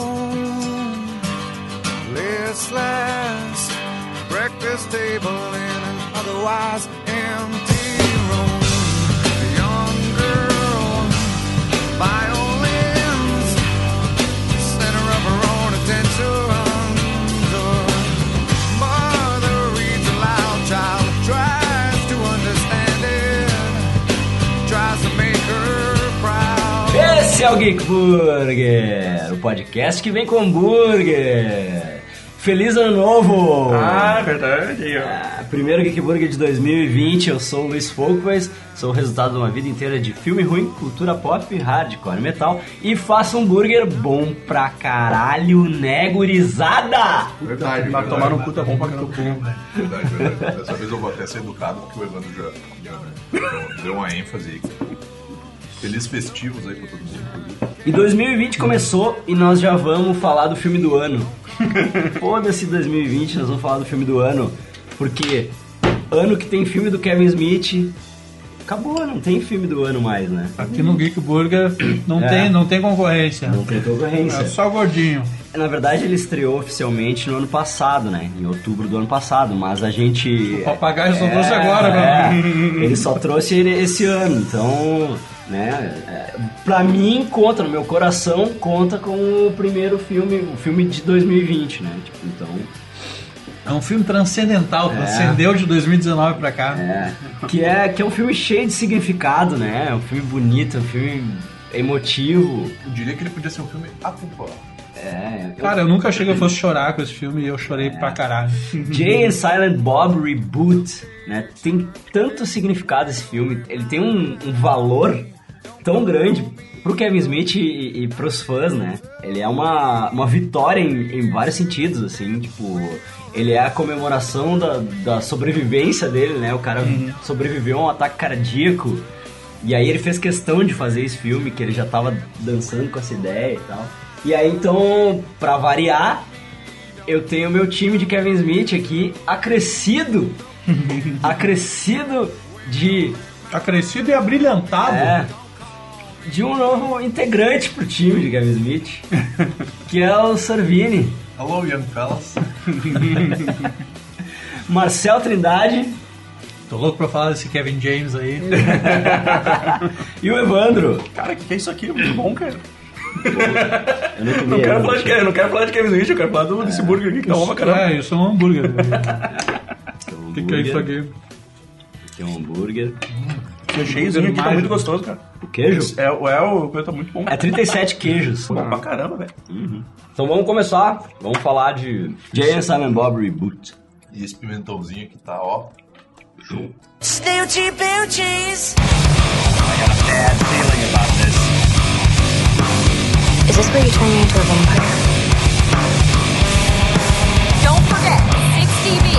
alone. Let's last breakfast table in an otherwise empty room. A young girl, violins, center of her own attention. Mother reads aloud, child tries to understand it, tries to make her proud. Esse é o Geek Burger, o podcast que vem com hambúrguer. Feliz ano novo! Ah, é verdade. Ah, Primeiro Geek Burger de 2020, eu sou o Luiz Folkways, sou o resultado de uma vida inteira de filme ruim, cultura pop, hardcore, metal e faço hambúrguer bom pra caralho, né, gurizada? Verdade. Mas tomar no cu tá bom pra que tu cu. Verdade, verdade. Dessa vez eu vou até ser educado porque o Evandro já, já né, deu- deu uma ênfase aí. Feliz festivos aí pra todo mundo. inclusive. E 2020 começou e nós já vamos falar do filme do ano. Foda-se 2020, nós vamos falar do filme do ano. Porque ano que tem filme do Kevin Smith, acabou, não tem filme do ano mais, né? Aqui no Geek Burger não, É. tem, não tem concorrência. Não tem É concorrência. só gordinho. Na verdade, ele estreou oficialmente no ano passado, né? Em outubro do ano passado, mas a gente. O papagaio só trouxe agora, é, né? Ele só trouxe ele esse ano, então. Né? é, Pra mim, conta, no meu coração, conta com o primeiro filme, o filme de 2020, né? Tipo, então. É um filme transcendental, É. transcendeu de 2019 pra cá. É, que, é, que é um filme cheio de significado, né? É um filme bonito, é um filme emotivo. Eu diria que ele podia ser um filme atemporal. É, eu- Cara, eu nunca achei que eu fosse chorar com esse filme e eu chorei pra caralho. Jay and Silent Bob Reboot, né? Tem tanto significado esse filme, ele tem um, um valor tão grande pro Kevin Smith e, e pros fãs, né? Ele é uma, uma vitória em, em vários sentidos, assim, tipo... Ele é a comemoração da, da sobrevivência dele, né? O cara sobreviveu a um ataque cardíaco. E aí ele fez questão de fazer esse filme, que ele já tava dançando com essa ideia e tal. E aí, então, pra variar, eu tenho meu time de Kevin Smith aqui, acrescido, acrescido de, Tá crescido e abrilhantado. é, de um novo integrante pro time de Kevin Smith, que é o Sorvini, Hello, young fellas. Marcel Trindade Tô louco pra falar desse Kevin James aí. e o Evandro. Cara, o que que é isso aqui? É muito bom, cara. Eu não comi, Não eu quero, não falar de, sei. Kevin- não quero falar de Kevin Smith, eu quero falar do, desse burger aqui que tá bom pra caramba. É, isso é um hambúrguer. Tem um O que, que é isso hambúrguer, aqui? Tem um hambúrguer. O queijozinho aqui tá Imagem. muito gostoso, cara. O queijo? É, o- é o coisa tá muito bom. É 37 queijos. Bom pra caramba, velho. Então vamos começar. Vamos falar de Jay and Simon Bob Reboot. E esse pimentãozinho que tá, ó. Show. Snoochie Boochies. Is this where you turn me into a vampire? Don't forget, 6DB.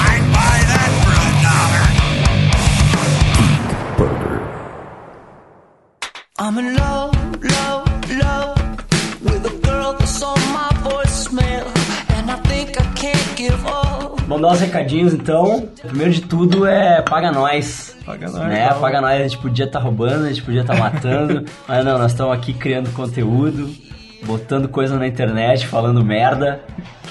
I'd buy that for a dollar. I'm in love, love, love with a girl that's on my voicemail, and I think I can't give up. Mandar os recadinhos então. Primeiro de tudo é paga nós. Paga nós, Né? tá bom. Paga nós, a gente podia estar roubando, a gente podia estar matando. mas não, nós estamos aqui criando conteúdo, botando coisa na internet, falando merda.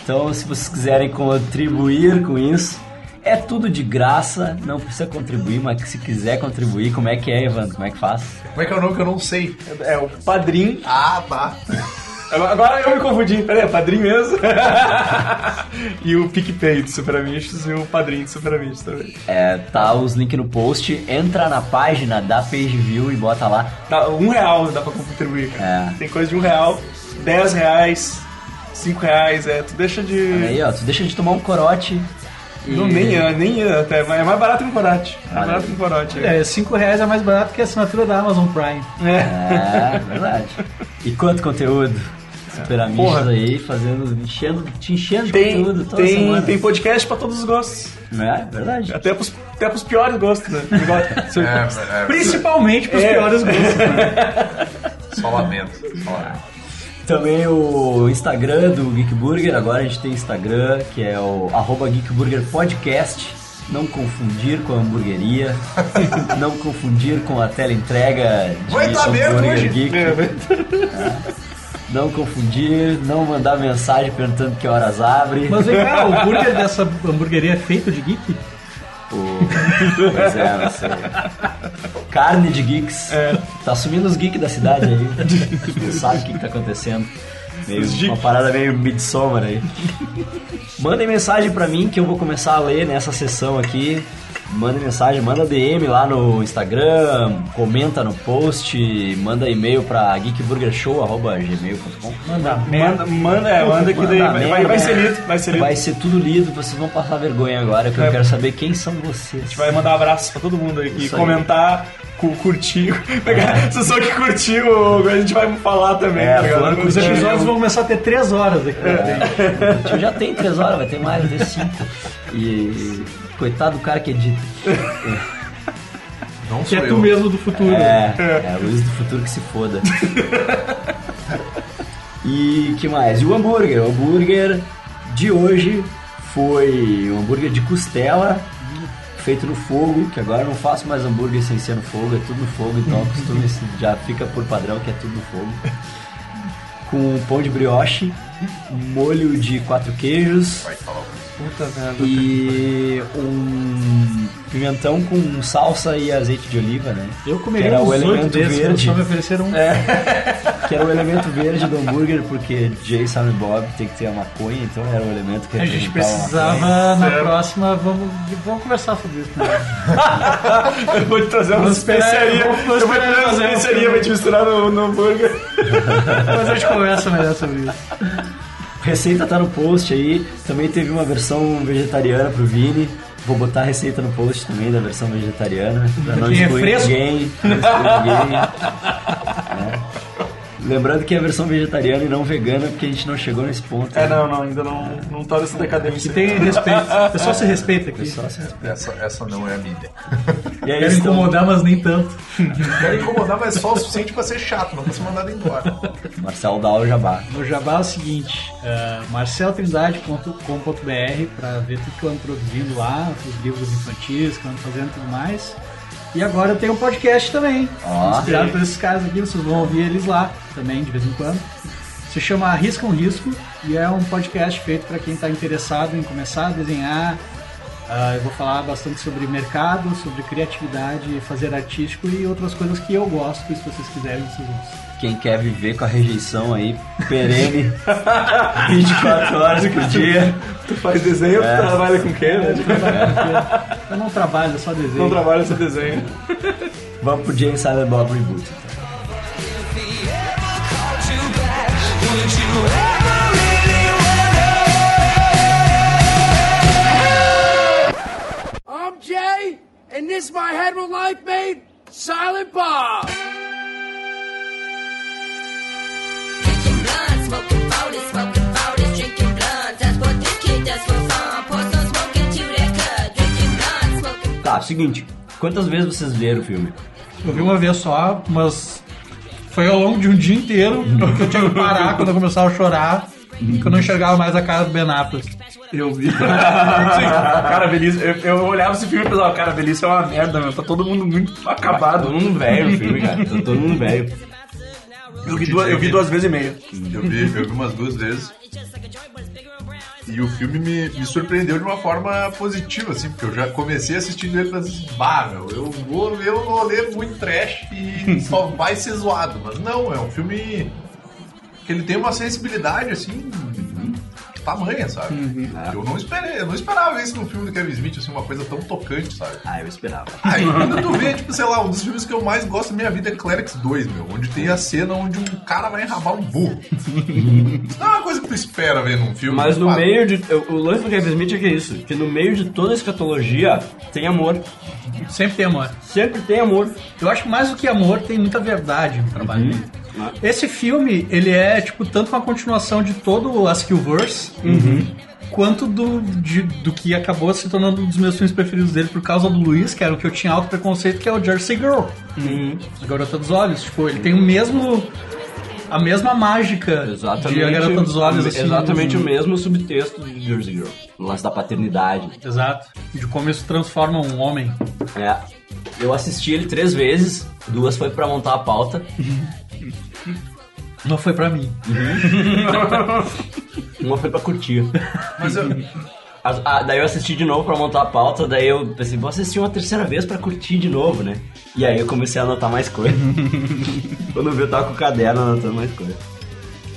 Então se vocês quiserem contribuir com isso, é tudo de graça, não precisa contribuir, mas se quiser contribuir, como é que é, Evandro? Como é que faz? Como é que é o nome que eu não sei? É o padrinho. Ah, tá. Agora, agora eu me confundi. Pera aí, é padrinho mesmo? e o PicPay de Super Amistos e o padrinho de Super Amistos também. É, tá os links no post, entra na página, dá page view e bota lá. Tá, um real dá pra contribuir, cara. É. Tem coisa de um real, dez reais, cinco reais, é. Tu deixa de... Aí ó, tu deixa de tomar um corote. e- Não, nem é, nem é, até. É mais barato que um corote. É mais barato que um corote. É. É, 5 reais é mais barato que a assinatura da Amazon Prime. É, verdade. E quanto conteúdo? Super amigos Porra. aí, fazendo, enchendo, te enchendo de Tem, conteúdo toda tem, semana. tem podcast pra todos os gostos. Não é? Verdade. Até pros, até pros piores gostos, né? É, é, Principalmente pros É. piores gostos. só lamento. Só lamento. Também o Instagram do Geek Burger, agora a gente tem Instagram, que é o arroba Geek Burger Podcast. não confundir com a hamburgueria, não confundir com a teleentrega de Vai tá aberto Hambúrguer hoje. Geek, É. não confundir, não mandar mensagem perguntando que horas abre. Mas vem cá, o hambúrguer dessa hamburgueria é feito de geek? Pois é, não sei. Carne de geeks. É. Tá sumindo os geeks da cidade aí. Não sabe o que, que tá acontecendo. Meio, Os geeks. uma parada meio midsommar aí. Mandem mensagem pra mim que eu vou começar a ler nessa sessão aqui. Manda mensagem, manda DM lá no Instagram, comenta no post, manda e-mail pra geekburgershow.gmail.com. Manda Manda, manda, é, manda que daí Manda vai, merda, vai, vai né? ser lido, vai ser lido. Vai ser tudo lido, vocês vão passar vergonha agora, que eu É. quero saber quem são vocês. gente vai mandar abraços pra todo mundo aí É. que Isso aí. comentar, cu- curtir. pegar- Se só que curtiu, a gente vai falar também. É, tá ligado? fulano Os episódios vão começar a ter três horas aqui. né? Tipo, já tem três horas, vai ter mais, vai ter cinco. E. Coitado do cara que edita. Não Que sou é eu. tu mesmo do futuro. É, é o Luiz do futuro que se foda. E que mais? E o hambúrguer? O hambúrguer de hoje foi um hambúrguer de costela feito no fogo, que agora eu não faço mais hambúrguer sem ser no fogo, é tudo no fogo, então acostume-se, já fica por padrão que é tudo no fogo. Com pão de brioche, molho de quatro queijos, Vai falar alguma coisa. Puta merda. e um pimentão com salsa e azeite de oliva, né? Eu comeria Que era uns o oito elemento desses, verde. só me ofereceram um. Que era o elemento verde do hambúrguer, porque Jay, Sam e Bob tem que ter a maconha, então era o elemento que A gente representava maconha. precisava, na próxima, vamos, vamos conversar sobre isso. né? Eu vou te trazer uma Vamos esperar- especiaria. vamos- vamos Eu vou né? te esperar trazer uma fazer um especiaria, filme. vou te misturar no, no hambúrguer. Depois a gente conversa melhor sobre isso. Receita tá no post aí, também teve uma versão vegetariana pro Vini. Vou botar a receita no post também da versão vegetariana, pra não Que é excluir fresco. ninguém. Não excluir ninguém né? Lembrando que é a versão vegetariana e não vegana, porque a gente não chegou nesse ponto. É, né? não, não, ainda não, não tá nessa Que decadência. tem respeito. O pessoal se respeita aqui. Só se- Essa, essa não é a minha ideia. E é aí, Quero estamos- incomodar, mas nem tanto. Quero incomodar, mas só o suficiente pra ser chato, não pra ser mandado embora. Marcelo dá o jabá. No Jabá é o seguinte, uh, marceltrindade.com.br para ver tudo que eu ando produzindo lá, os livros infantis que eu ando fazendo e tudo mais. E agora eu tenho um podcast também, Ó. inspirado por esses caras aqui, vocês vão ouvir eles lá também, de vez em quando. Se chama Arrisca um Risco e é um podcast feito para quem está interessado em começar a desenhar. Ah, eu vou falar bastante sobre mercado, sobre criatividade, fazer artístico e outras coisas que eu gosto, e se vocês quiserem, vocês vão. Quem quer viver com a rejeição aí, perene, 24 horas por dia. Tu faz desenho, tu trabalha com quem, né? Eu não trabalho, eu só desenho. Não trabalha só desenho. Vamos pro James Silent Bob Reboot. então. I'm Jay, and this my head with life mate, Silent Bob. Kicking blunt, smoking 40s, smoking 40s, drinking blunts. That's what this kid does for fun. Pour some smoke into that cut. Drinking blunt, smoking. Tá, seguinte. Quantas vezes vocês leram o filme? Eu vi uma vez só, mas foi ao longo de um dia inteiro que eu tinha que parar quando eu começava a chorar. Que eu não enxergava mais a cara do Ben Affleck. Eu vi. cara, velhice. Eu, eu olhava esse filme e pensava, cara, velhice é uma merda, meu. Tá todo mundo muito acabado. Tá Todo mundo velho o filme, cara. Tá todo mundo velho. Eu vi, duas, eu vi duas vezes e meia. Eu vi, eu vi umas duas vezes. E o filme me, me surpreendeu de uma forma positiva, assim, porque eu já comecei assistindo ele pensando assim, bah, meu, eu vou, ler- eu vou ler muito trash e só vai ser zoado. Mas não, é um filme que ele tem uma sensibilidade, assim, tamanha, sabe? Ah. Eu não esperei, eu não esperava isso num filme do Kevin Smith, assim, uma coisa tão tocante, sabe? Ah, eu esperava. Aí quando tu vê, tipo, sei lá, um dos filmes que eu mais gosto da minha vida é Clerics 2, meu. Onde tem a cena onde um cara vai enrabar um burro. Isso não é uma coisa que tu espera ver num filme. Mas de no fato. meio de. O lance do Kevin Smith é que é isso: que no meio de toda a escatologia tem amor. Sempre tem amor. Sempre tem amor. Eu acho que mais do que amor tem muita verdade no trabalho dele. Esse filme, ele é, tipo, tanto uma continuação de todo o Askillverse, quanto do, de- do que acabou se tornando um dos meus filmes preferidos dele por causa do Luiz, que era o que eu tinha alto preconceito, que é o Jersey Girl. A Garota dos Olhos. Tipo, ele tem o mesmo... a mesma mágica de A Garota dos Olhos. assim, exatamente de- o mesmo subtexto de Jersey Girl. O lance da paternidade. Exato. De como isso transforma um homem. É. Eu assisti ele três vezes, duas foi pra montar a pauta. Não foi pra mim. Uma foi pra curtir. Mas eu, As- ah, daí eu assisti de novo pra montar a pauta, daí eu pensei, vou assistir uma terceira vez pra curtir de novo, né? E aí eu comecei a anotar mais coisa. Quando eu vi, eu tava com o caderno anotando mais coisa.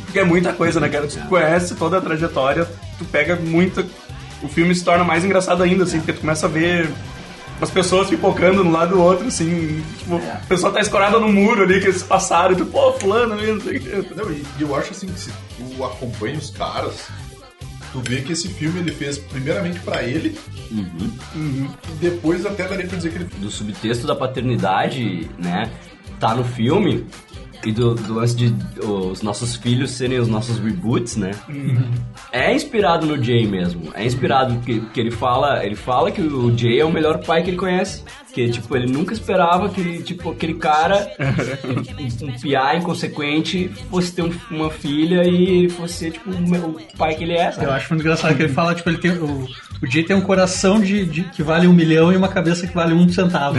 Porque é muita coisa, né, cara? Tu conhece toda a trajetória, tu pega muita. O filme se torna mais engraçado ainda, assim, porque tu começa a ver as pessoas pipocando no lado do outro, assim. Tipo, É. o pessoal tá escorada no muro ali que eles passaram, e tu, pô, fulano ali, não sei o quê. Não, e eu acho assim que se tu acompanha os caras, tu vê que esse filme ele fez primeiramente pra ele Uhum. e depois até daria pra dizer que ele do subtexto da paternidade, né, tá no filme e do, do lance de os nossos filhos serem os nossos reboots, né? É inspirado no Jay mesmo. É inspirado porque, porque ele fala, ele fala que o Jay é o melhor pai que ele conhece, que tipo ele nunca esperava que tipo aquele cara um, um piá inconsequente fosse ter um- uma filha e ele fosse ser tipo o meu- o pai que ele é. sabe? Eu acho muito engraçado que ele fala, tipo, ele tem. O, o Jay tem um coração de, de- que vale um milhão e uma cabeça que vale um centavo.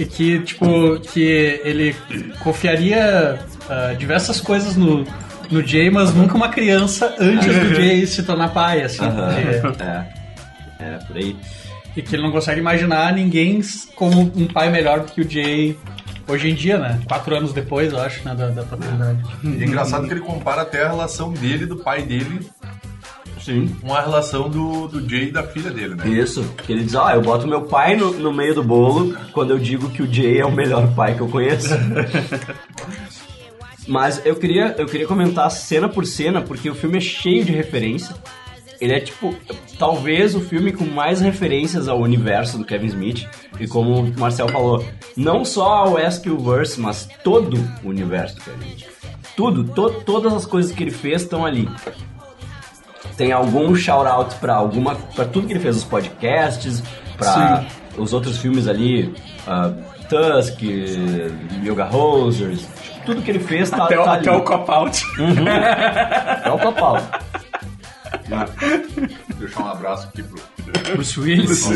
e que, tipo, que ele confiaria ah, diversas coisas no, no Jay, mas nunca uma criança antes do Jay se tornar pai, assim. Aham, porque- é. é por aí. E que ele não consegue imaginar ninguém s- como um pai melhor do que o Jay hoje em dia, né? Quatro anos depois, eu acho, né, da, da paternidade. E é engraçado que ele compara até a relação dele, do pai dele, Sim. com a relação do, do Jay e da filha dele, né? Isso, que ele diz, ó, eu boto meu pai no, no meio do bolo quando eu digo que o Jay é o melhor pai que eu conheço. Mas eu queria, eu queria comentar cena por cena, porque o filme é cheio de referência. Ele é tipo, talvez o filme com mais referências ao universo do Kevin Smith. E como o Marcel falou, não só ao Verse, mas todo o universo do Kevin Smith. Tudo, to- todas as coisas que ele fez estão ali tem algum shout-out pra alguma para tudo que ele fez, os podcasts, pra os outros filmes ali, ah, Tusk, Yoga Rosers, tudo que ele fez tá, Até, o- tá até ali. o cop-out. Até o Copal. Deixar um abraço aqui pro. Bruce Willis.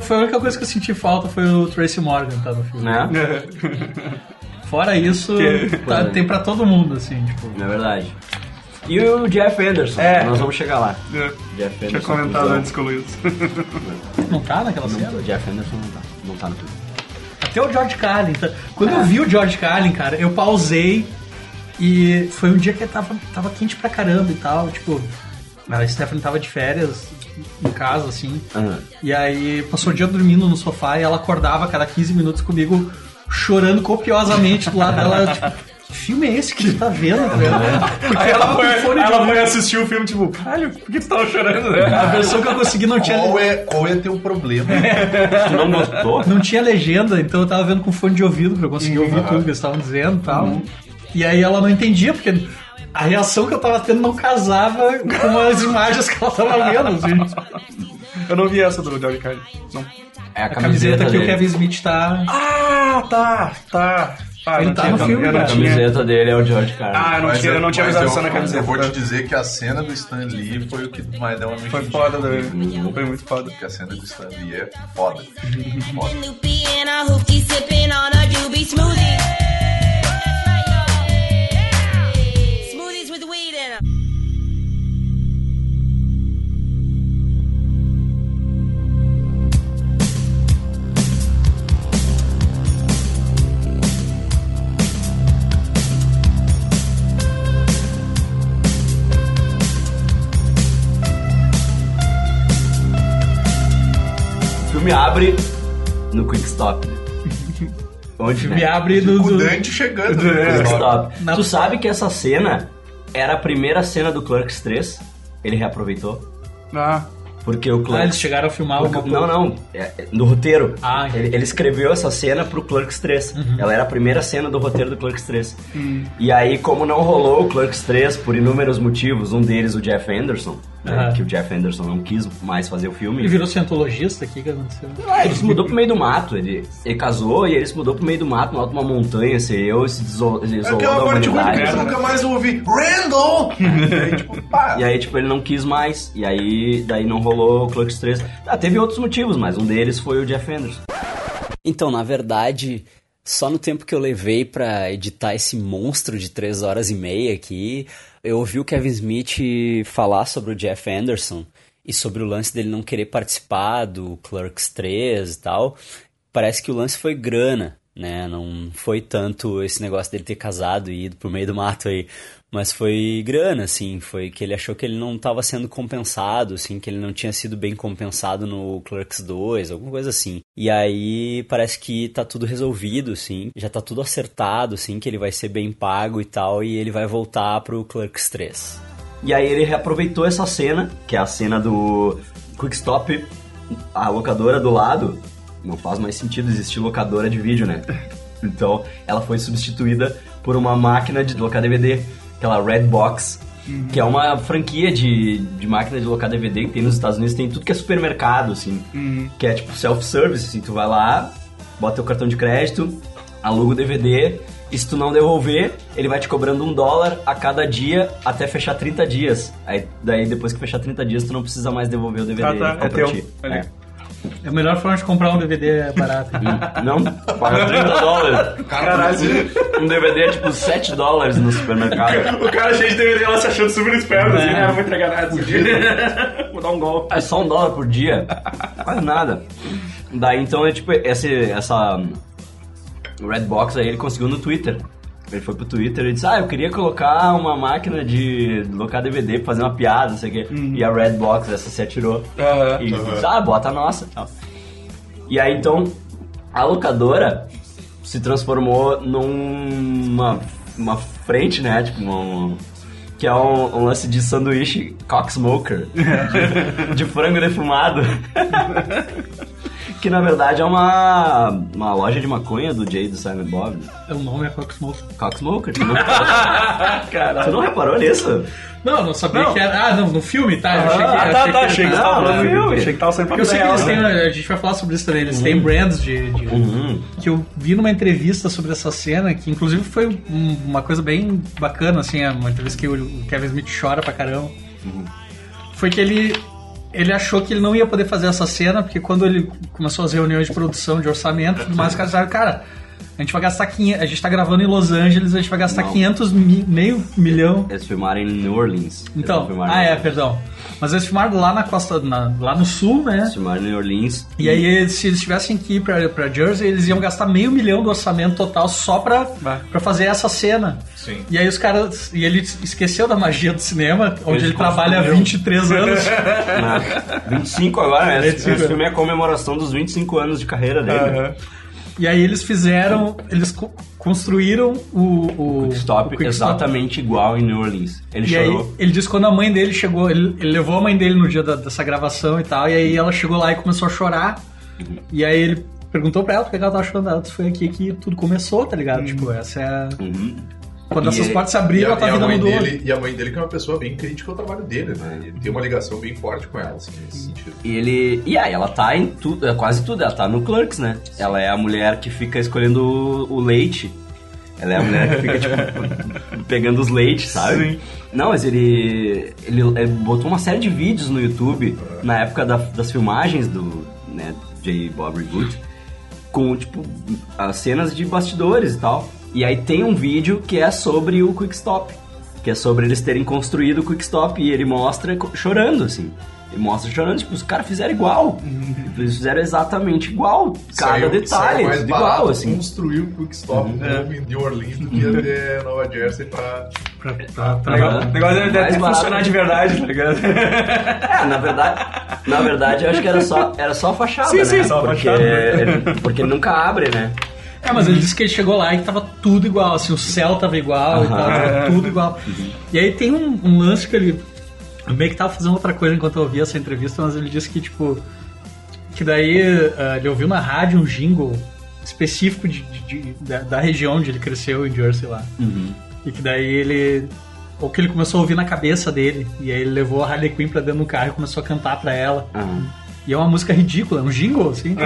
Foi a única coisa que eu senti falta foi o Tracy Morgan, tá, no filme. né? Fora isso, tá- tem pra todo mundo, assim, tipo. Na É verdade. E o Jeff Anderson, É. nós vamos chegar lá. É, Jeff Anderson. Tinha comentado então, antes com o Luiz. Não tá naquela cena? não, o Jeff Anderson não tá, não tá no filme. Até o George Carlin. Tá? Quando É. eu vi o George Carlin, cara, eu pausei e foi um dia que tava, tava quente pra caramba e tal. Tipo, a Stephanie tava de férias em casa, assim. Aham. E aí passou o dia dormindo no sofá e ela acordava a cada 15 minutos comigo chorando copiosamente do lado dela. Tipo, que filme é esse que tu tá vendo, velho? Aí ela foi, fone de ela ouvido. Uhum. foi assistir o filme, tipo, caralho, por que tu tava chorando, né? A versão que eu consegui não tinha. Qual é, qual é teu problema? Tu não gostou? não tinha legenda, então eu tava vendo com fone de ouvido pra eu conseguir Uhum. ouvir tudo que eles estavam dizendo e tal. E aí ela não entendia, porque a reação que eu tava tendo não casava com as imagens que ela tava vendo. assim. Eu não vi essa do George Carlin. Não. É a A camiseta que o dele. Kevin Smith tá. Ah, tá, tá. Ah, Ele não tá tinha- no filme, eu não A cara. tinha- camiseta dele é o George Carlin. Ah, eu não Mas é- é, tinha, eu não tinha mas um- avisado eu- só na mas camiseta. Eu vou te dizer que a cena do Stan Lee foi o que mais deu uma mexida. Foi foda, velho. Foi muito foda. Porque a cena do Stan Lee é foda. foda. Loopy and a hoopty sipping on a doobie smoothie. Smoothies with weed in 'em. O filme abre no Quick Stop. né? Onde, Me né? abre no. O no- Dante chegando. É. Stop. Na- Tu sabe que essa cena era a primeira cena do Clerks 3? Ele reaproveitou? Ah, Porque o Ah, eles Clerks. chegaram a filmar porque- alguma não, coisa. não. é- é- no roteiro. Ah, entendi. Uhum. ele, ele escreveu essa cena pro Clerks 3. Ela era a primeira cena do roteiro do Clerks 3. Hum. E aí, como não rolou o Clerks 3 por inúmeros motivos, um deles o Jeff Anderson, né, Aham. que o Jeff Anderson não quis mais fazer o filme. Ele virou cientologista aqui, o que aconteceu? Ah, ele se mudou pro meio do mato. Ele, ele casou e ele se mudou pro meio do mato, no alto de uma montanha, se eu se deso- É se isolou Aquela da parte ruim que humanidade. eu né? nunca mais ouvi. Randall! E aí, tipo, ele não quis mais. E aí, daí não rolou o Clutch 3. Ah, teve outros motivos, mas um deles foi o Jeff Anderson. Então, na verdade, só no tempo que eu levei pra editar esse monstro de três horas e meia aqui, eu ouvi o Kevin Smith falar sobre o Jeff Anderson e sobre o lance dele não querer participar do Clerks 3 e tal. Parece que o lance foi grana, né? Não foi tanto esse negócio dele ter casado e ido pro meio do mato aí. Mas foi grana, assim, foi que ele achou que ele não estava sendo compensado, assim, que ele não tinha sido bem compensado no Clerks 2, alguma coisa assim. E aí parece que tá tudo resolvido, assim, já tá tudo acertado, assim, que ele vai ser bem pago e tal, e ele vai voltar pro Clerks 3. E aí ele reaproveitou essa cena, que é a cena do Quick Stop, a locadora do lado. Não faz mais sentido existir locadora de vídeo, né? Então, ela foi substituída por uma máquina de locar DVD, aquela Red Box, que é uma franquia de, de máquina de locar DVD que tem nos Estados Unidos, tem tudo que é supermercado, assim. que é tipo self-service, assim, tu vai lá, bota teu cartão de crédito, aluga o DVD, e se tu não devolver, ele vai te cobrando um dólar a cada dia até fechar 30 dias. Aí, daí depois que fechar 30 dias, tu não precisa mais devolver o DVD. Ah, tá, ele fica pra é teu. ti. Olha aí. É. É a melhor forma de comprar um DVD barato. Não, paga 30 dólares. Caralho. Um DVD é tipo 7 dólares no supermercado. O cara cheio de DVD lá se achando super esperto, assim, né? Não vou entregar nada. Vou dar um gol. É só um dólar por dia. Quase nada. Daí então é tipo, esse, essa Redbox aí ele conseguiu no Twitter. Ele foi pro Twitter e disse, ah, eu queria colocar uma máquina de locar DVD pra fazer uma piada, não sei o quê. E a Redbox, essa se atirou. e disse, ah, bota a nossa. tal. E aí então, a locadora se transformou numa uma frente, né? Tipo, uma- uma- que é um, um lance de sanduíche cocksmoker, de, de frango defumado. que na verdade é uma, uma loja de maconha do Jay do Simon Bob. O nome é Cocksmoke. Cocksmoker? Tu não, tu não reparou nisso? Não, eu não sabia Não. que era. Ah, não, no filme, tá? Ah, eu achei que, tá, eu tá, achei que, achei que você tava Não, falando no do filme. Achei que tava saindo pra Porque eu sei que real, eles têm, né? a gente vai falar sobre isso também, eles têm Uhum. brands de. de- Que eu vi numa entrevista sobre essa cena, que inclusive foi um- uma coisa bem bacana, assim, é uma entrevista que o Kevin Smith chora pra caramba. Uhum. Foi que ele. Ele achou que ele não ia poder fazer essa cena, porque quando ele começou as reuniões de produção, de orçamento, e tudo mais, os caras falaram, cara, a gente vai gastar 500, a gente tá gravando em Los Angeles, a gente vai gastar Não. 500 mi- meio milhão Eles filmaram em New Orleans. Eles não então, filmaram ah em- é, perdão. Mas eles filmaram lá na costa, na- lá no sul, né? Eles filmaram em New Orleans. E aí, se eles tivessem que ir pra, pra Jersey, eles iam gastar meio milhão do orçamento total só pra, pra fazer essa cena. Sim. E aí os caras. E ele esqueceu da magia do cinema, onde ele trabalha há construíram. 23 anos. Não, 25 agora, né? Esse, 25. esse filme é a comemoração dos 25 anos de carreira dele. Aham. E aí eles fizeram. Eles co- construíram o. o Stop, o Quick Stop. exatamente igual em New Orleans. Ele e chorou. aí, ele disse que quando a mãe dele chegou, ele, ele levou a mãe dele no dia da- dessa gravação e tal, e aí ela chegou lá e começou a chorar. E aí ele perguntou pra ela porque ela tava chorando. Ela disse, foi aqui que tudo começou, tá Hum. ligado? Tipo, essa é a... Uhum. Quando E essas ele- portas se abriram, e ela tá e vida mãe mudou. dele, E a mãe dele, que é uma pessoa bem crítica ao trabalho dele, né? É. Ele tem uma ligação bem forte com ela, assim, nesse sentido. E ele. E aí, ela tá em tudo, é quase tudo. Ela tá no Clerks, né? Ela é a mulher que fica escolhendo o, o leite. Ela é a mulher que fica, tipo, pegando os leites, sabe? Sim. Não, mas ele, ele. ele botou uma série de vídeos no YouTube na época da- das filmagens do. né, J. Bob Reboot. Com, tipo, as cenas de bastidores e tal. E aí tem um vídeo que é sobre o Quick Stop. Que é sobre eles terem construído o Quick Stop e ele mostra co- chorando, assim. Ele mostra chorando, tipo, os caras fizeram igual. Eles fizeram exatamente igual, cada Saiu- detalhe, saiu mais tudo barato igual, assim. Uhum. É. Construiu o Quick Stop novo em New Orleans do que até Nova Jersey pra. Tá O negócio- o negócio deve, Mais deve barato. funcionar de verdade, tá ligado? É, na verdade, na verdade, eu acho que era só, era só a fachada, Sim, né? sim, só a porque, fachada. ele- porque nunca abre, né? É, mas ele disse que ele chegou lá e tava tudo igual, assim, o céu tava igual e tal, Aham. tava tudo igual. E aí tem um, um lance que ele eu meio que tava fazendo outra coisa enquanto eu ouvia essa entrevista, mas ele disse que, tipo, que daí ah, ele ouviu na rádio um jingle específico Uhum. de, de- de- da, da região onde ele cresceu, em Jersey lá. E que daí ele Ou que ele começou a ouvir na cabeça dele. E aí ele levou a Harley Quinn pra dentro do carro e começou a cantar pra ela. Ah, E é uma música ridícula, é um jingle, assim.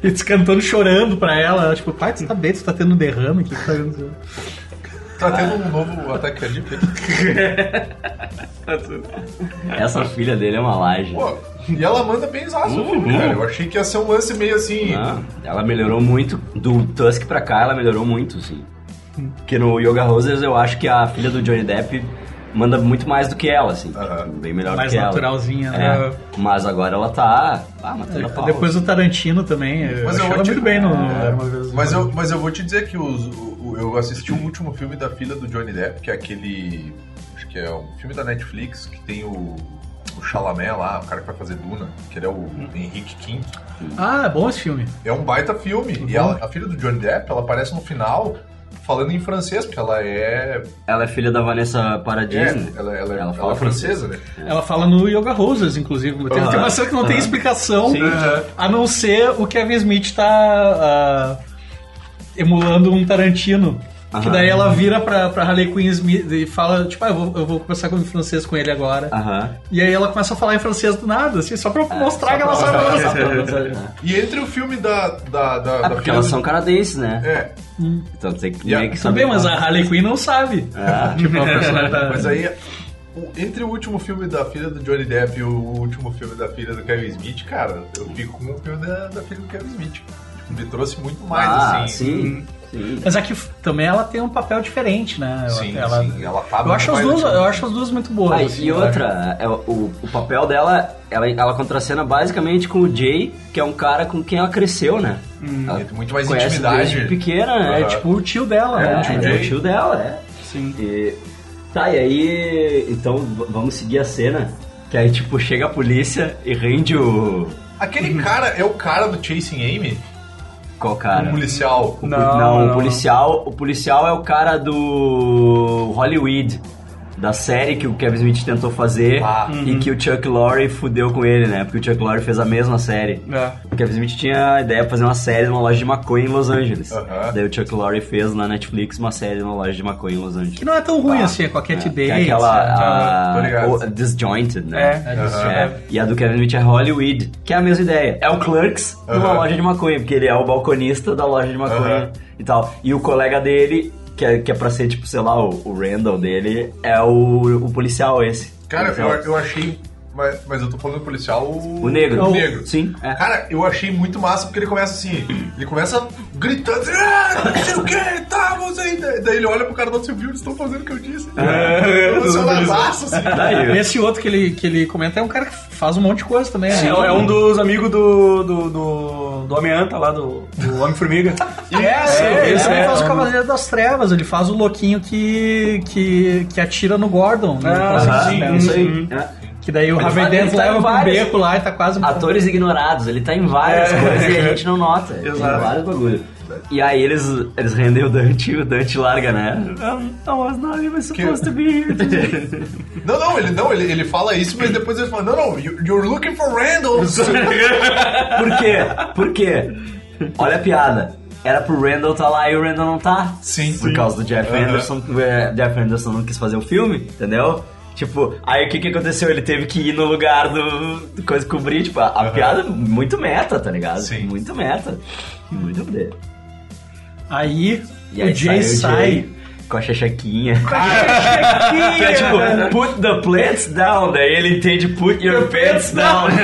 e eles cantando, chorando pra ela. Tipo, pai, tu tá bem, tu tá tendo um derrame, o que tu tá vendo? Tá tendo um novo ataque tipo, cardíaco. Essa filha dele é uma laje. Pô, e ela manda bem exaço, o filme, Uhum. Ah. cara. Eu achei que ia ser um lance meio assim. Não, ela melhorou muito. Do Tusk pra cá, ela melhorou muito, sim. Porque no Yoga Roses eu acho que a filha do Johnny Depp manda muito mais do que ela, assim. Bem melhor Mais do que ela. naturalzinha, É. né? Mas agora ela tá. Ah, matando a pau. Depois o Tarantino também. Eu Mas mas eu vou ela te- muito bem no. É. Uma vez Mas eu, mas eu vou te dizer que os- o- o- eu assisti o último filme da filha do Johnny Depp, que é aquele. Acho que é um filme da Netflix que tem o. O Chalamet lá, o cara que vai fazer Duna, que ele é o Uhum. Henrique Quinto. Ah, é bom esse filme. É um baita filme. Uhum. E ela- a filha do Johnny Depp, ela aparece no final falando em francês, porque ela é. Ela é filha da Vanessa Paradis. né? É, ela, ela, ela fala é francesa, né? Ela fala no Yoga Roses, inclusive. Tem, Aham. tem uma cena que não tem Aham. explicação, Sim. Aham. a não ser o Kevin Smith tá ah, emulando um Tarantino. Que Aham. daí ela vira pra, pra Harley Quinn Smith e fala, tipo, ah, eu vou, eu vou conversar com em francês com ele agora. Aham. E aí ela começa a falar em francês do nada, assim, só pra eu mostrar que ela É, sabe Só falar. pra- só pra- E entre o filme da. da, da, Ah, da porque filha elas do- são canadenses, né? É. Então tem que E a- meio que saber. né? Também, mas a Harley Quinn não sabe. Ah. Tipo, a personagem da- tá- Mas aí, o- entre o último filme da filha do Johnny Depp e o último filme da filha do Kevin Smith, cara, eu fico com o filme da, da filha do Kevin Smith. Tipo, me trouxe muito mais, Ah, assim. sim, sim. Mas aqui também ela tem um papel diferente, né? Sim, ela, sim, ela tá eu acho as mais duas, ativa. eu acho as duas muito boas. Ah, assim, e eu outra, é, o, o papel dela, ela, ela contracena basicamente com o Jay, que é um cara com quem ela cresceu, né? Ela tem muito mais conhece intimidade. Desde pequena, né? Aham. Tipo, o tio dela, é, né? é, o tio dela, é. Sim. tá, e aí, então v- vamos seguir a cena, que aí tipo, chega a polícia e rende o... Uhum. Aquele cara é o cara do Chasing Amy? Qual cara? O policial. O poli- não, o policial, o policial é o cara do Hollywood, da série que o Kevin Smith tentou fazer e que o Chuck Lorre fudeu com ele, né? Porque o Chuck Lorre fez a mesma série. né? É. O Kevin Smith tinha a ideia de fazer uma série numa loja de maconha em Los Angeles. Daí o Chuck Lorre fez na Netflix uma série numa loja de maconha em Los Angeles. Que não é tão ruim assim, é com a Cat Que Bates. é aquela a- né? o- a Disjointed, né? É, é Disjointed. É. E a do Kevin Smith é Hollywood, que é a mesma ideia. É o Clerks numa Aham. loja de maconha, porque ele é o balconista da loja de maconha Aham. e tal. E o colega dele, que é, que é pra ser, tipo, sei lá, o, o Randall dele, é o, o policial esse. Cara, eu, Policial. eu achei. Mas, mas eu tô falando do policial. O, O negro. O negro. Sim. é. Cara, eu achei muito massa porque ele começa assim. Ele começa gritando assim. Ah, não sei o que, tá, você ainda. Daí ele olha pro cara do outro civil, eles estão fazendo o que eu disse. É, eu sou lavaço, assim. Esse outro que ele, que ele comenta é um cara que faz um monte de coisa também. É, né? é um dos amigos do. do. do, do Homem-Anta lá, do, do Homem-Formiga. É, sim, é. ele também faz o um- Cavaleiro das Trevas, ele faz o louquinho que, que, que atira no Gordon. né? Ah, Assim, sim, né? sim, isso aí. Uhum. É. Que daí o Ele Harvey tá- ele Dent tá em leva pro vários. beco lá e tá quase... Atores ignorados, ele tá em várias É. coisas e a gente não nota. Ele Tá em Exato. vários bagulhos. E aí eles, eles rendem o Dante e o Dante larga, né? I was not even supposed to be here Não, não, ele, não ele, ele fala isso, mas depois ele fala: Não, não, you- you're looking for Randall. Por quê? Por quê? Olha a piada. Era pro Randall tá lá e o Randall não tá. Sim. Por causa do Jeff Aham. Anderson. é, Jeff Anderson não quis fazer o filme, entendeu? Tipo, aí o que que aconteceu? Ele teve que ir no lugar do, do coisa cobrir. Tipo, a, a piada é muito meta, tá ligado? Sim. Muito meta. Muito poder. Aí, E o aí Jay o sai... Jay Com a chechequinha. Que Que é tipo, put the plants down. Daí ele entende put your pants down.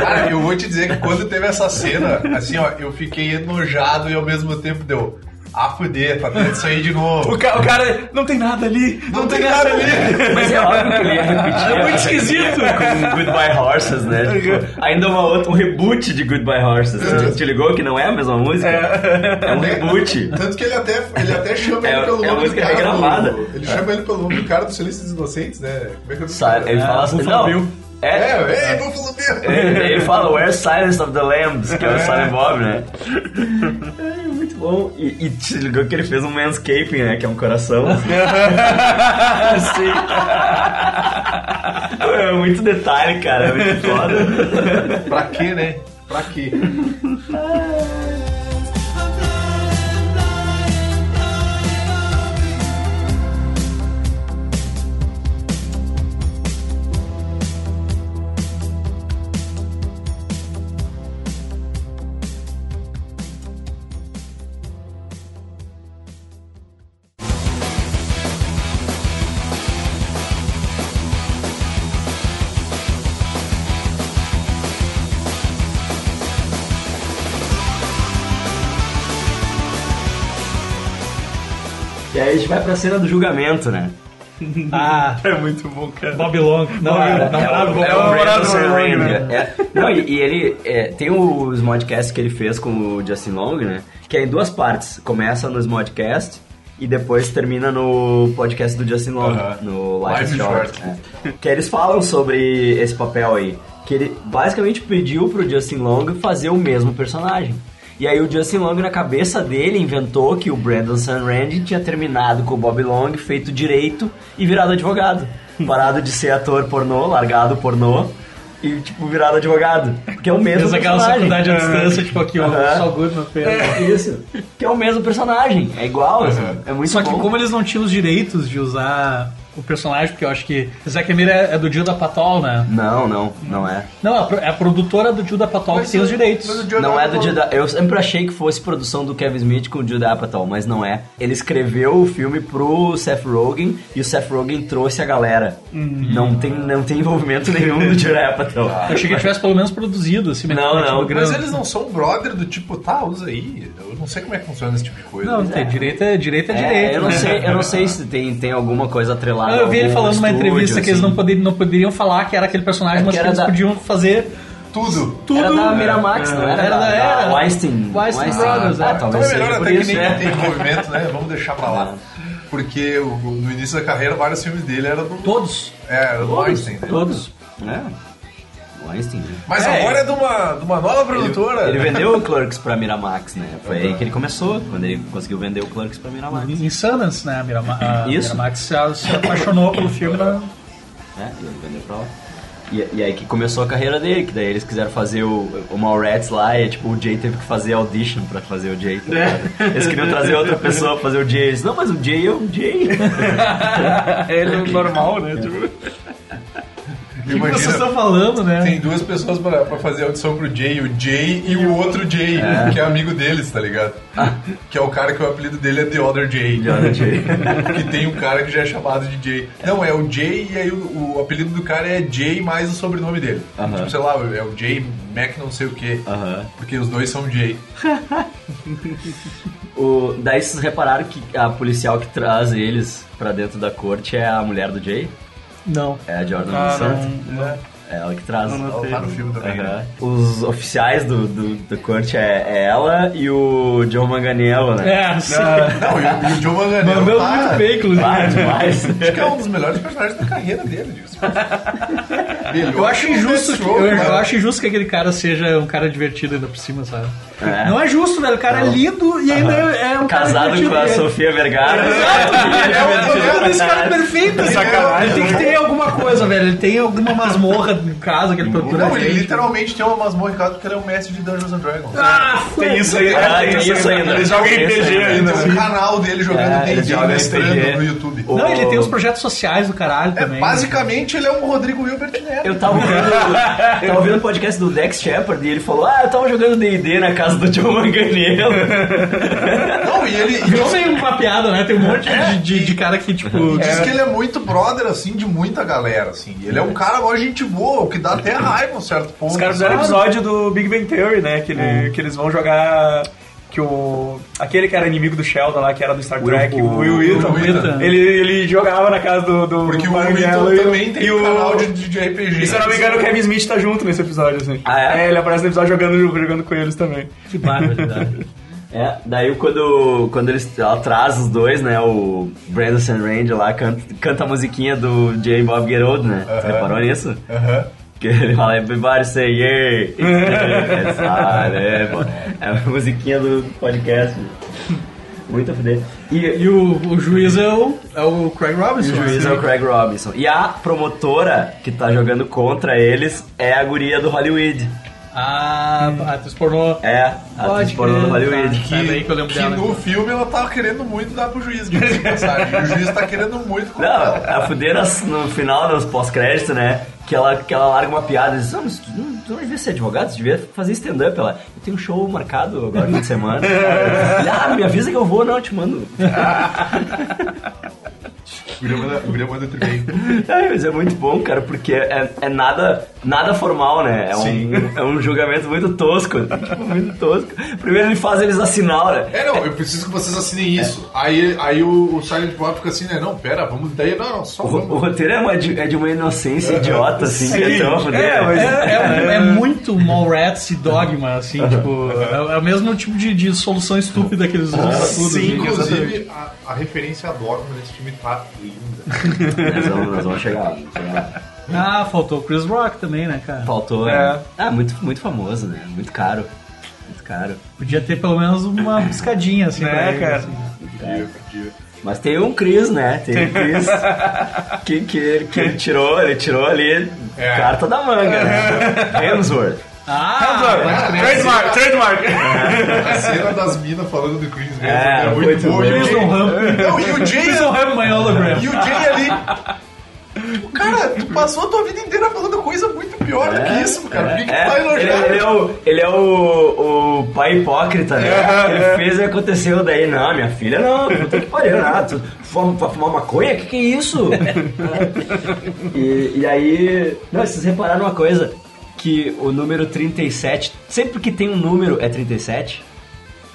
Cara, eu vou te dizer que quando teve essa cena, assim, ó, eu fiquei enojado e ao mesmo tempo deu. Ah, fuder, tá vendo isso aí de novo. O, ca- o cara, não tem nada ali, não, tem, nada, ali. Mas é óbvio que ele ia repetir. É muito esquisito. Com Goodbye Horses, né? Tipo, ainda uma outra, um reboot de Goodbye Horses. Te, te ligou que não é a mesma música? É, um reboot. Tanto que ele até, ele até chama É- ele pelo é a nome do música cara. regravada. do- ele chama ele pelo nome do cara do Silêncio dos Inocentes, né? Como é que é o nome do Sabe, cara? ele fala assim, não. É, É, é, Buffalo Bill. é, ele fala Where's Silence of the Lambs, que é o Silent Bob, né? É muito bom. E, e te ligou que ele fez um manscaping, né? Que é um coração. É muito detalhe, cara. É muito foda. pra quê, né? Pra quê? E aí a gente vai pra cena do julgamento, né? Ah, é muito bom, cara. Bob Long. Não, Cara, namorado é o- Bob é o Long. Brandon Namorado Bob Sanremo, Long, né? é. Não, e, e ele é, tem os modcasts que ele fez com o Justin Long, né? Que é em duas partes. Começa nos modcasts e depois termina no podcast do Justin Long, Aham. no Life, Life is is Short. Short. é. Que eles falam sobre esse papel aí. Que ele basicamente pediu pro Justin Long fazer o mesmo personagem. E aí o Justin Long, na cabeça dele, inventou que o Brandon Sanrand tinha terminado com o Bob Long, feito direito e virado advogado. Parado de ser ator pornô, largado pornô e, tipo, virado advogado. Que é o mesmo Fez aquela personagem. faculdade à É. distância, tipo aqui, ó. Aham. Só good no pé. É isso. Que é o mesmo personagem. É igual, assim. É muito Só que bom. como eles não tinham os direitos de usar o personagem, porque eu acho que Zack Emir é, é do Judah Patol, né? Não, não, não é. Não, é a pro- é a produtora do Judah Patol que tem os direitos. Não é do Judah. Eu sempre achei que fosse produção do Kevin Smith com o Judah Apatow, mas não é. Ele escreveu o filme pro Seth Rogen e o Seth Rogen trouxe a galera. Uhum. Não, tem, não tem envolvimento nenhum do Judah Apatow. Ah. Eu achei que tivesse pelo menos produzido, assim, Não, metade não. do grana. Mas eles não são brother do tipo, tá, usa aí. Eu não sei como é que funciona esse tipo de coisa. Não, não tem direito é direito é, direito. eu não né? sei, eu não sei se tem, tem alguma coisa atrelada. Ah, eu vi ele a algum falando numa estúdio, entrevista que eles assim. não, poder, não poderiam falar que era aquele personagem, É mas que que era eles da- podiam fazer Tudo. tudo. É. Era da Miramax, não era? Era da, da- era. Weinstein. Weinstein Brothers, Ah, é. Então talvez é seja melhor por até que isso, É. nem né? tem envolvimento, né? Vamos deixar pra lá. Porque o- no início da carreira, vários filmes dele eram do. Todos. É, era do Todos. Einstein. né? Todos. É. Weinstein, né? Mas É. agora é de uma, de uma nova produtora. Ele vendeu o Clerks pra Miramax, né? Foi aí que ele começou, quando ele conseguiu vender o Clerks pra Miramax. Em Sundance, né? A, Mirama, a Isso. Miramax se, se apaixonou pelo filme. né? né? E ele vendeu pra lá. E, e aí que começou a carreira dele, que daí eles quiseram fazer o, o Mallrats lá e tipo, o Jay teve que fazer audition pra fazer o Jay. tá É. ligado? Eles queriam trazer outra pessoa pra fazer o Jay. Eles, não, mas o Jay é um Jay. Ele é normal, né? Tipo, O que vocês Imagina. estão falando, né? Tem duas pessoas pra, pra fazer audição pro Jay, o Jay e o outro Jay, que é amigo deles, tá ligado? Que é o cara que o apelido dele é The Other Jay. The Other Jay. que tem um cara que já é chamado de Jay. Não, é o Jay e aí o, o apelido do cara é Jay mais o sobrenome dele. Aham. Tipo, sei lá, é o Jay Mac não sei o que. Aham. Porque os dois são Jay. O- daí vocês repararam que a policial que traz eles pra dentro da corte é a mulher do Jay? Não. É a Jordan Ah, Monsanto? não, não. É ela que traz. Não, não. Ela tá no filme também, né? Aham. Os oficiais do, do, do corte é, é ela e o John Manganiello, né? É, não sei. Não, e o, e o Joe Manganiello Mandou tá- muito bem, Ah, inclusive. demais. Acho que é um dos melhores personagens da carreira dele, disso. Eu acho injusto, que- eu, eu acho acho injusto que aquele cara seja um cara divertido ainda por cima, sabe? É. Não é justo, velho. O cara é lindo e ainda é um cara Casado divertido. com a Sofia Vergara. Exato, esse cara é perfeito. assim. Sacanagem, Ele tem que ter alguma coisa, velho. Ele tem alguma masmorra em casa que ele procura. Não, ele gente. literalmente tem uma masmorra em casa porque ele é um mestre de Dungeons and Dragons. Ah, Tem isso aí, Ah, né? tem isso ainda. é Eles jogam Tem isso RPG Ele ainda. tem um canal dele jogando É, ele D&D, joga RPG. mestrando no YouTube. O- Não, ele tem os projetos sociais do caralho É, também. né? basicamente, ele é um Rodrigo Hilbert Neto. Eu tava ouvindo, eu tava ouvindo o podcast do Dex Shepard e ele falou: Ah, eu tava jogando DD na casa do John Manganiello. Não, e ele... Eu sei uma piada, né? Tem um monte de, de, de cara que, tipo. Diz que ele é muito brother, assim, de muita galera, assim. Ele é um cara mó gente boa, o que dá até raiva a um certo ponto. Os caras fizeram sabe? episódio do Big Bang Theory, né? Que, É. ele- que eles vão jogar. Que o. Aquele que era inimigo do Sheldon lá, que era do Star Trek, o Will Wheaton. Will Wheaton. Ele, ele jogava na casa do. do Porque do o Maranello Wheaton e o- também tem e um o canal de, de RPG. E se eu não me engano, o Kevin Smith tá junto nesse episódio, assim. Ah, é? ele aparece no episódio jogando, jogando com eles também. que barbaridade. É, daí quando, quando eles, ela traz os dois, né? O Brandon Sanrand lá canta, canta a musiquinha do J. Bob Gerold, né? Você reparou nisso? Aham. Que ele fala Everybody say yeah! It's hard, é, pô. É a musiquinha do podcast. Muito a fuder. E, E o, o juiz é o, é o Craig Robinson. né? O juiz é o Craig Robinson. E a promotora que tá jogando contra eles é a guria do Hollywood. Ah, a atriz pornô. É, a Pode atriz pornô do crer, Hollywood. Tá bem que eu lembro que dela. no filme ela tá querendo muito dar pro juiz, de passagem. o juiz tá querendo muito comprar. Não, a fudeira no final, nos pós-créditos, né? Que ela, que ela larga uma piada e diz: "Ah, mas tu não, tu não devia ser advogado, tu devia fazer stand-up. Ela, eu tenho um show marcado agora no fim de semana. Ele, ah, me avisa que eu vou, não, eu te mando. O Guilherme manda, o Guilherme manda muito bem. É, mas é muito bom, cara, porque é, é nada, nada formal, né? É um, é um julgamento muito tosco. tipo, muito tosco. Primeiro ele faz eles assinar, né? É, não, eu preciso que vocês É. assinem isso. Aí, aí o, o Silent Bob fica assim, né? Não, pera, vamos daí, não, não, só O, vamos. o roteiro é uma de, é de uma inocência idiota, assim, que é tão a fuder. é, é muito Mallrats e Dogma, assim, tipo, é, é o mesmo tipo de, de solução estúpida que eles usam Ah, pra tudo. assim, Sim, exatamente. inclusive, a, a referência a Dogma nesse time tá linda. Nós vamos, nós vamos chegar lá, vamos chegar lá. Ah, faltou o Chris Rock também, né, cara? Faltou, É. é. Ah, muito, muito famoso, né? Muito caro. Muito caro. Podia ter pelo menos uma piscadinha, assim, Né, pra ele, cara? assim. Podia, podia. Mas tem um Chris, né? Tem um Chris que, que, ele- que ele tirou, ele tirou ali carta da manga, né? Hemsworth. Ah, né? Trademark, trademark. A cena das minas falando do Chris Hansen É, é, muito, muito boa. bem. E o Jay- Prison Hump. Não, e o Jay Prison Hump, my hologram. E o Jay ali. Cara, tu passou a tua vida inteira falando coisa muito pior do que isso, cara. Por que, que tu tá É, ele, elogiando? ele é, o, ele é o, o pai hipócrita, né? É, ele é. fez e aconteceu daí. Não, minha filha, não, puta que pariu, nada. Tu fuma- Pra fumar maconha? Que que é isso? e, e aí... Não, vocês repararam uma coisa? Que o número 37... Sempre que tem um número, é 37?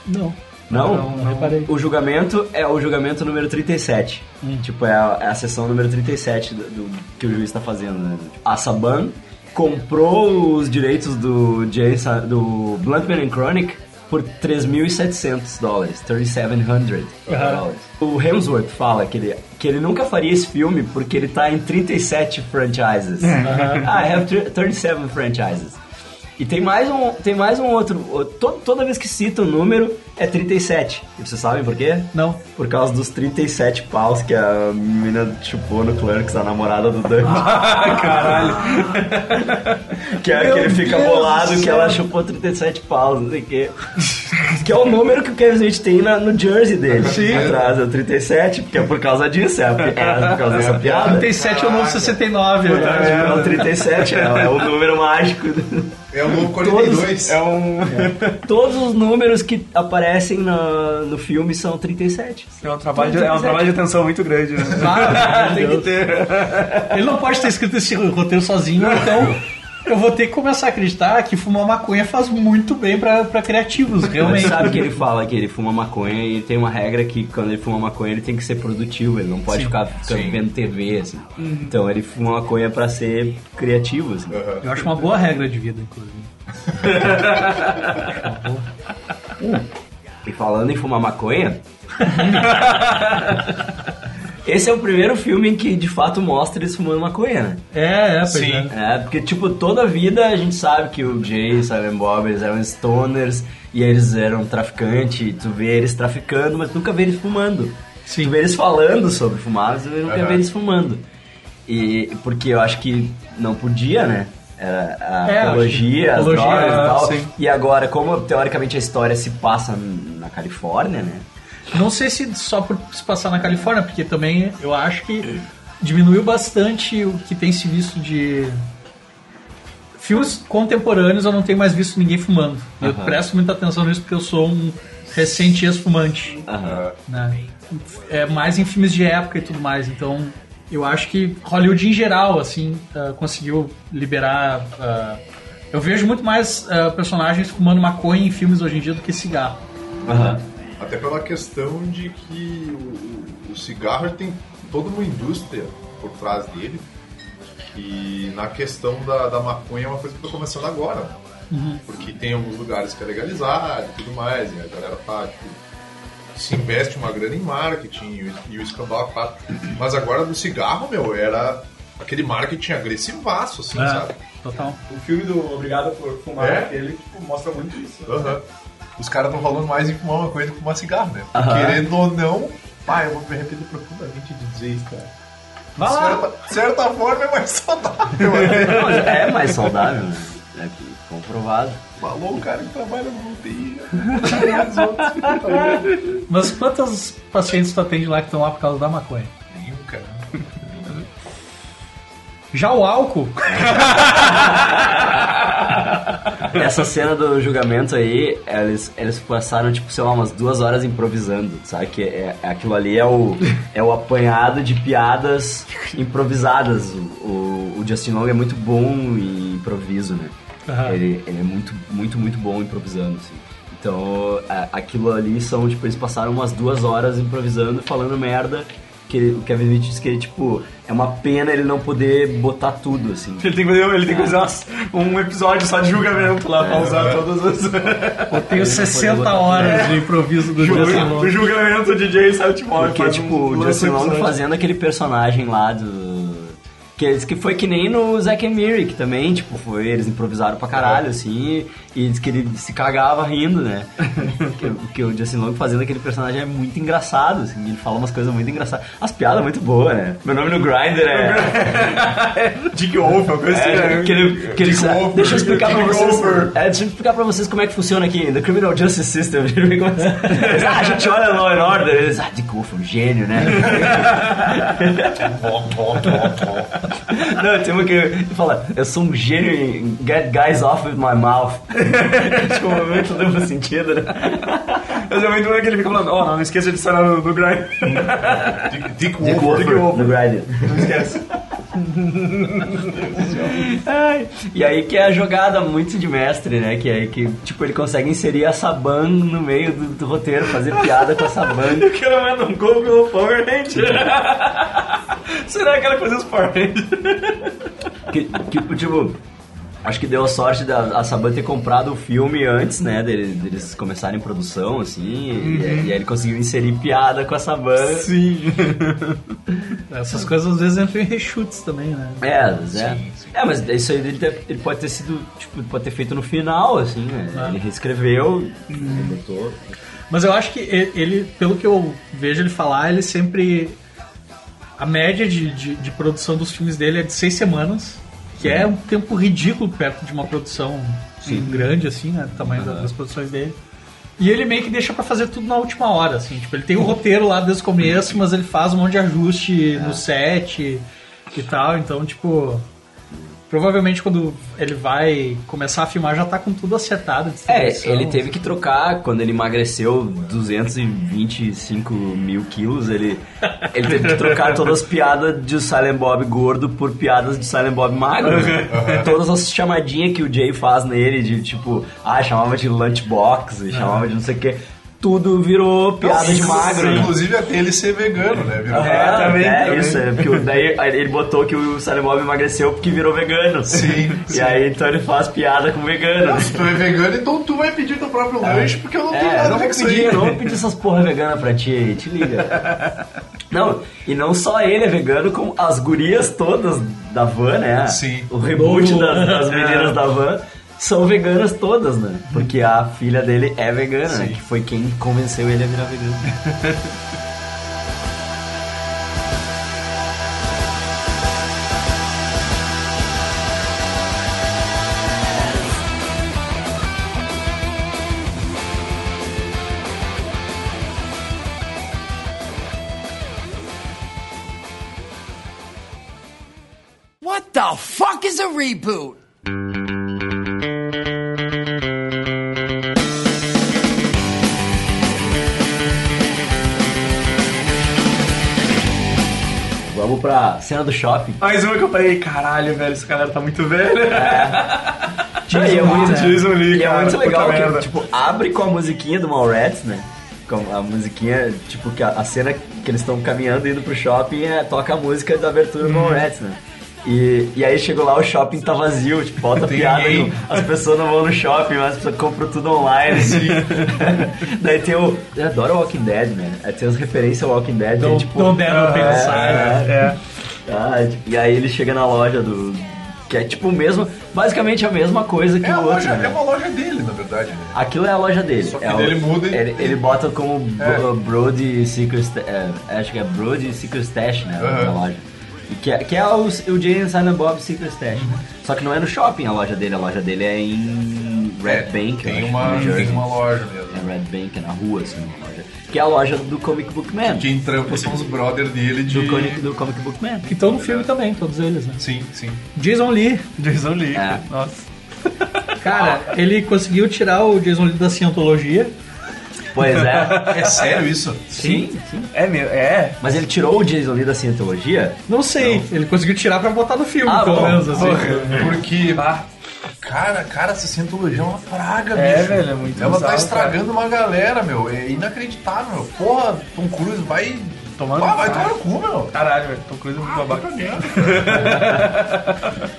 Não. Não? Não, não reparei. Hum. O julgamento é o julgamento número 37. Tipo, é a, é a sessão número 37 do, do- que o juiz tá fazendo, né? A Saban comprou os direitos do Jason, do Bluntman and Chronic por 3.700 dólares, 3.700 dólares. O Hemsworth fala que ele, que ele nunca faria esse filme porque ele tá em 37 franchises. Aham. Ah, I have thr- 37 franchises. E tem mais um, tem mais um outro. o- to- toda vez que cita o número é 37. E vocês sabem por quê? Não. Por causa dos 37 paus que a menina chupou no Clerks, a namorada do Dante. caralho. que, é, Ah, Meu que ele fica Deus bolado do que céu. ela chupou 37 paus, não sei o quê. Que é o número que o Kevin Smith tem na- no jersey dele. Sim. Atrás é o 37, porque é por causa disso, é, porque- é por causa dessa piada. 37 é o novo 69, Puta, né? é o 37, é, é o número mágico. É o novo Todos, 42. é um... Todos os números que aparecem na- no filme são 37. É um trabalho, de, é um trabalho de atenção muito grande. né? Ah, meu Tem que Deus. ter. Ele não pode ter escrito esse roteiro sozinho, então eu vou ter que começar a acreditar que fumar maconha faz muito bem pra, pra criativos, Mas realmente. Então, sabe que ele fala que ele fuma maconha e tem uma regra que quando ele fuma maconha ele tem que ser produtivo, ele não pode Sim. ficar, Uhum. ficar vendo TV, assim. Então ele fuma maconha pra ser criativo, assim. Eu acho uma boa regra de vida, inclusive. E falando em fumar maconha. Esse é o primeiro filme em que de fato mostra eles fumando maconha, né? É, é, pois Sim. é. É, porque, tipo, toda a vida a gente sabe que o Jay e o Silent Bob eles eram stoners e eles eram traficantes. e Tu vê eles traficando, mas nunca vê eles fumando. Sim. Tu vê eles falando sobre fumar, mas tu nunca Aham. vê eles fumando. E porque eu acho que não podia, né? Era a É, apologia, acho as que- apologia, drogas e tal. sim. E agora, como teoricamente a história se passa na Califórnia, né? Não sei se só por se passar na Califórnia, porque também eu acho que diminuiu bastante o que tem se visto de. Filmes contemporâneos eu não tenho mais visto ninguém fumando. E Eu Aham. presto muita atenção nisso porque eu sou um recente ex-fumante. Aham. né? É mais em filmes de época e tudo mais. Então, eu acho que Hollywood em geral, assim, ah, conseguiu liberar. ah, eu vejo muito mais ah, personagens fumando maconha em filmes hoje em dia do que cigarro. Até pela questão de que o, o- o cigarro tem toda uma indústria por trás dele. E na questão da, da maconha é uma coisa que tá começando agora. né? Uhum. Porque tem alguns lugares que é legalizado e tudo mais, e a galera tá, tipo, se investe uma grana em marketing e o- e o escambau a quatro. Mas agora do cigarro, meu, era aquele marketing agressivaço, assim, É. sabe? Total. O filme do Obrigado por Fumar, É? ele tipo, mostra muito isso. Aham. Os caras estão falando mais em fumar uma coisa que fumar cigarro, né? Aham. Querendo ou não, pai, eu vou me arrepender profundamente de dizer isso, cara. Vai De certa, de certa forma é mais saudável, né? Mas é mais saudável, né? É comprovado. Falou o cara que trabalha no UTI, né? Os outros que tá olhando. Mas quantas pacientes tu atende lá que estão lá por causa da maconha? Nenhum, cara. Já o álcool. Essa cena do julgamento aí, eles, eles passaram, tipo, sei lá, umas duas horas improvisando, sabe? Que é, é- aquilo ali é o, é o apanhado de piadas improvisadas. O, o, o Justin Long é muito bom em improviso, né? Aham. Ele, ele é muito, muito, muito bom improvisando, assim. Então, a- aquilo ali são, tipo, eles passaram umas duas horas improvisando, falando merda. Que ele- o Kevin Smith disse que, tipo, é uma pena ele não poder botar tudo, assim. Ele tem que fazer, ele tem que fazer umas- um episódio só de julgamento lá, pra É. usar todas as. Eu tenho 60 horas de improviso do Justin Long. O julgamento de DJ Saltmore. Porque, tipo, o Justin Long fazendo aquele personagem lá do... Que, eles- que foi que nem no Zack and Miri, que também, tipo, foi... Eles improvisaram pra É. caralho, assim, e diz que ele se cagava rindo, né? que, que o Justin Long fazendo aquele personagem é muito engraçado, assim, ele fala umas coisas muito engraçadas. As piadas muito boas, né? Meu nome no Grindr é... Dick Wolf, uma coisa assim, É, né? que ele, que ele Dick Wolf, deixa eu explicar pra Dick vocês. Wolf. É, deixa eu explicar pra vocês como é que funciona aqui, The Criminal Justice System. Eles, ah, a gente olha Law and Order, eles, ah, Dick Wolf é um gênio, né? Não, tem uma que ele fala, eu sou um gênio em get guys off with my mouth. Acho que o momento não faz sentido, né? Mas é muito bom que ele fica falando, ó, não esqueça de assinar no, no Grind. Dick Dick Wolf no Grindr. Não esquece. Ai, E aí que é a jogada muito de mestre, né? Que aí que, tipo, ele consegue inserir a Saban no meio do, do roteiro, fazer piada com a Saban. O cara manda um gol pelo Power Ranger. Será que ela fazia os Power Rangers? Que, que, tipo, acho que deu a sorte da a Saban ter comprado o filme antes, né? Deles, deles começarem produção, assim. E, Uhum. e aí ele conseguiu inserir piada com a Saban. Sim. Essas coisas às vezes entram em reshoots também, né? É, mas é. Sim, sim. É, mas isso aí ele, deve- ele pode ter sido, tipo, ele pode ter feito no final, assim, né? Ele reescreveu, Uhum. ele botou. Mas eu acho que e- ele, pelo que eu vejo ele falar, ele sempre. A média de, de, de produção dos filmes dele é de seis semanas, que é um tempo ridículo perto de uma produção Sim. grande, assim, né? Do tamanho da- Aham. das produções dele. E ele meio que deixa pra fazer tudo na última hora, assim. Tipo, ele tem o roteiro lá desde o começo, mas ele faz um monte de ajuste É. no set e, e tal. Então, tipo. Provavelmente quando ele vai começar a filmar já tá com tudo acertado. É, distribuição. ele teve que trocar quando ele emagreceu 225 mil quilos. Ele, ele teve que trocar todas as piadas de Silent Bob gordo por piadas de Silent Bob magro. né? Todas as chamadinhas que o Jay faz nele, de tipo, ah, chamava de lunchbox, e chamava de não sei o que. Tudo virou piada de magro. né? Inclusive até ele ser vegano, né? Virou É, é isso, é porque o- daí aí ele botou que o Silent Bob emagreceu porque virou vegano. Sim, E sim. aí então ele faz piada com vegano. Se tu é vegano, então tu vai pedir teu próprio lanche, porque eu não tenho É, nada não a ver vou com isso pedir, aí. não vou pedir essas porra vegana pra ti aí, te liga. Não, e não só ele é vegano, como as gurias todas da van, né? Sim. O reboot Novo. das, das meninas É. da van são veganas todas, né? Porque a filha dele é vegana, né? Que foi quem convenceu ele a virar vegano. What the fuck is a reboot? Vamos pra cena do shopping. Mais uma que eu falei, caralho, velho, essa galera tá muito velha. Não, e é muito, Jason Lee, e é cara, muito puta legal merda. que, tipo, abre com a musiquinha do Mallrats, né? Com a musiquinha, tipo, que a, a cena que eles estão caminhando indo pro shopping é, toca a música da abertura do Uhum. Mallrats, né? E, e aí chegou lá, o shopping tá vazio, tipo, falta Tem piada, ninguém. com- as pessoas não vão no shopping, mas as pessoas compram tudo online, assim. Daí tem o... Eu adoro Walking Dead, né? Aí tem as referências ao Walking Dead, Don't- é, tipo... Don't Dare Not é, Pensar, né? é. Ah, e aí ele chega na loja do. Que é tipo o mesmo. Basicamente a mesma coisa que É, a o outro. loja, né? é uma loja dele, na verdade, né? Aquilo é a loja dele. Só que é o- ele muda e- Ele, ele bota como É. Bro- Brody Secret. é, acho que é Brody Secret Stash, né? Aham. A loja. E que é, que é o, o Jay and Silent Bob Secret Stash. né? Uhum. Só que não é no shopping a loja dele, a loja dele é em Red Bank. É eu É, Tem acho, é uma, New Jersey. tem uma loja mesmo. É Red Bank, é na rua, assim, uma loja. Que é a loja do Comic Book Man. Quem trampa são os brothers dele de... Do, Comic- do Comic Book Man. Que estão no filme também, todos eles, né? Sim, sim. É. Jason Lee. Jason Lee, É. nossa. Cara, ele conseguiu tirar o Jason Lee da cientologia. Pois é. É sério isso? Sim, sim. É, meu, é. Mas ele tirou o Jason Lee da cientologia? Não sei, ele conseguiu tirar pra botar no filme, Ah, pelo bom. menos, assim. Porque, Ah. cara, cara, essa cientologia é uma praga, É, bicho. velho, é muito Ela tá bizarro, estragando uma galera, meu. É inacreditável, meu. Porra, Tom Cruise vai. Tomando Ah, vai tomar cara. no cu, meu. Caralho, velho. Tom Cruise é muito babaca.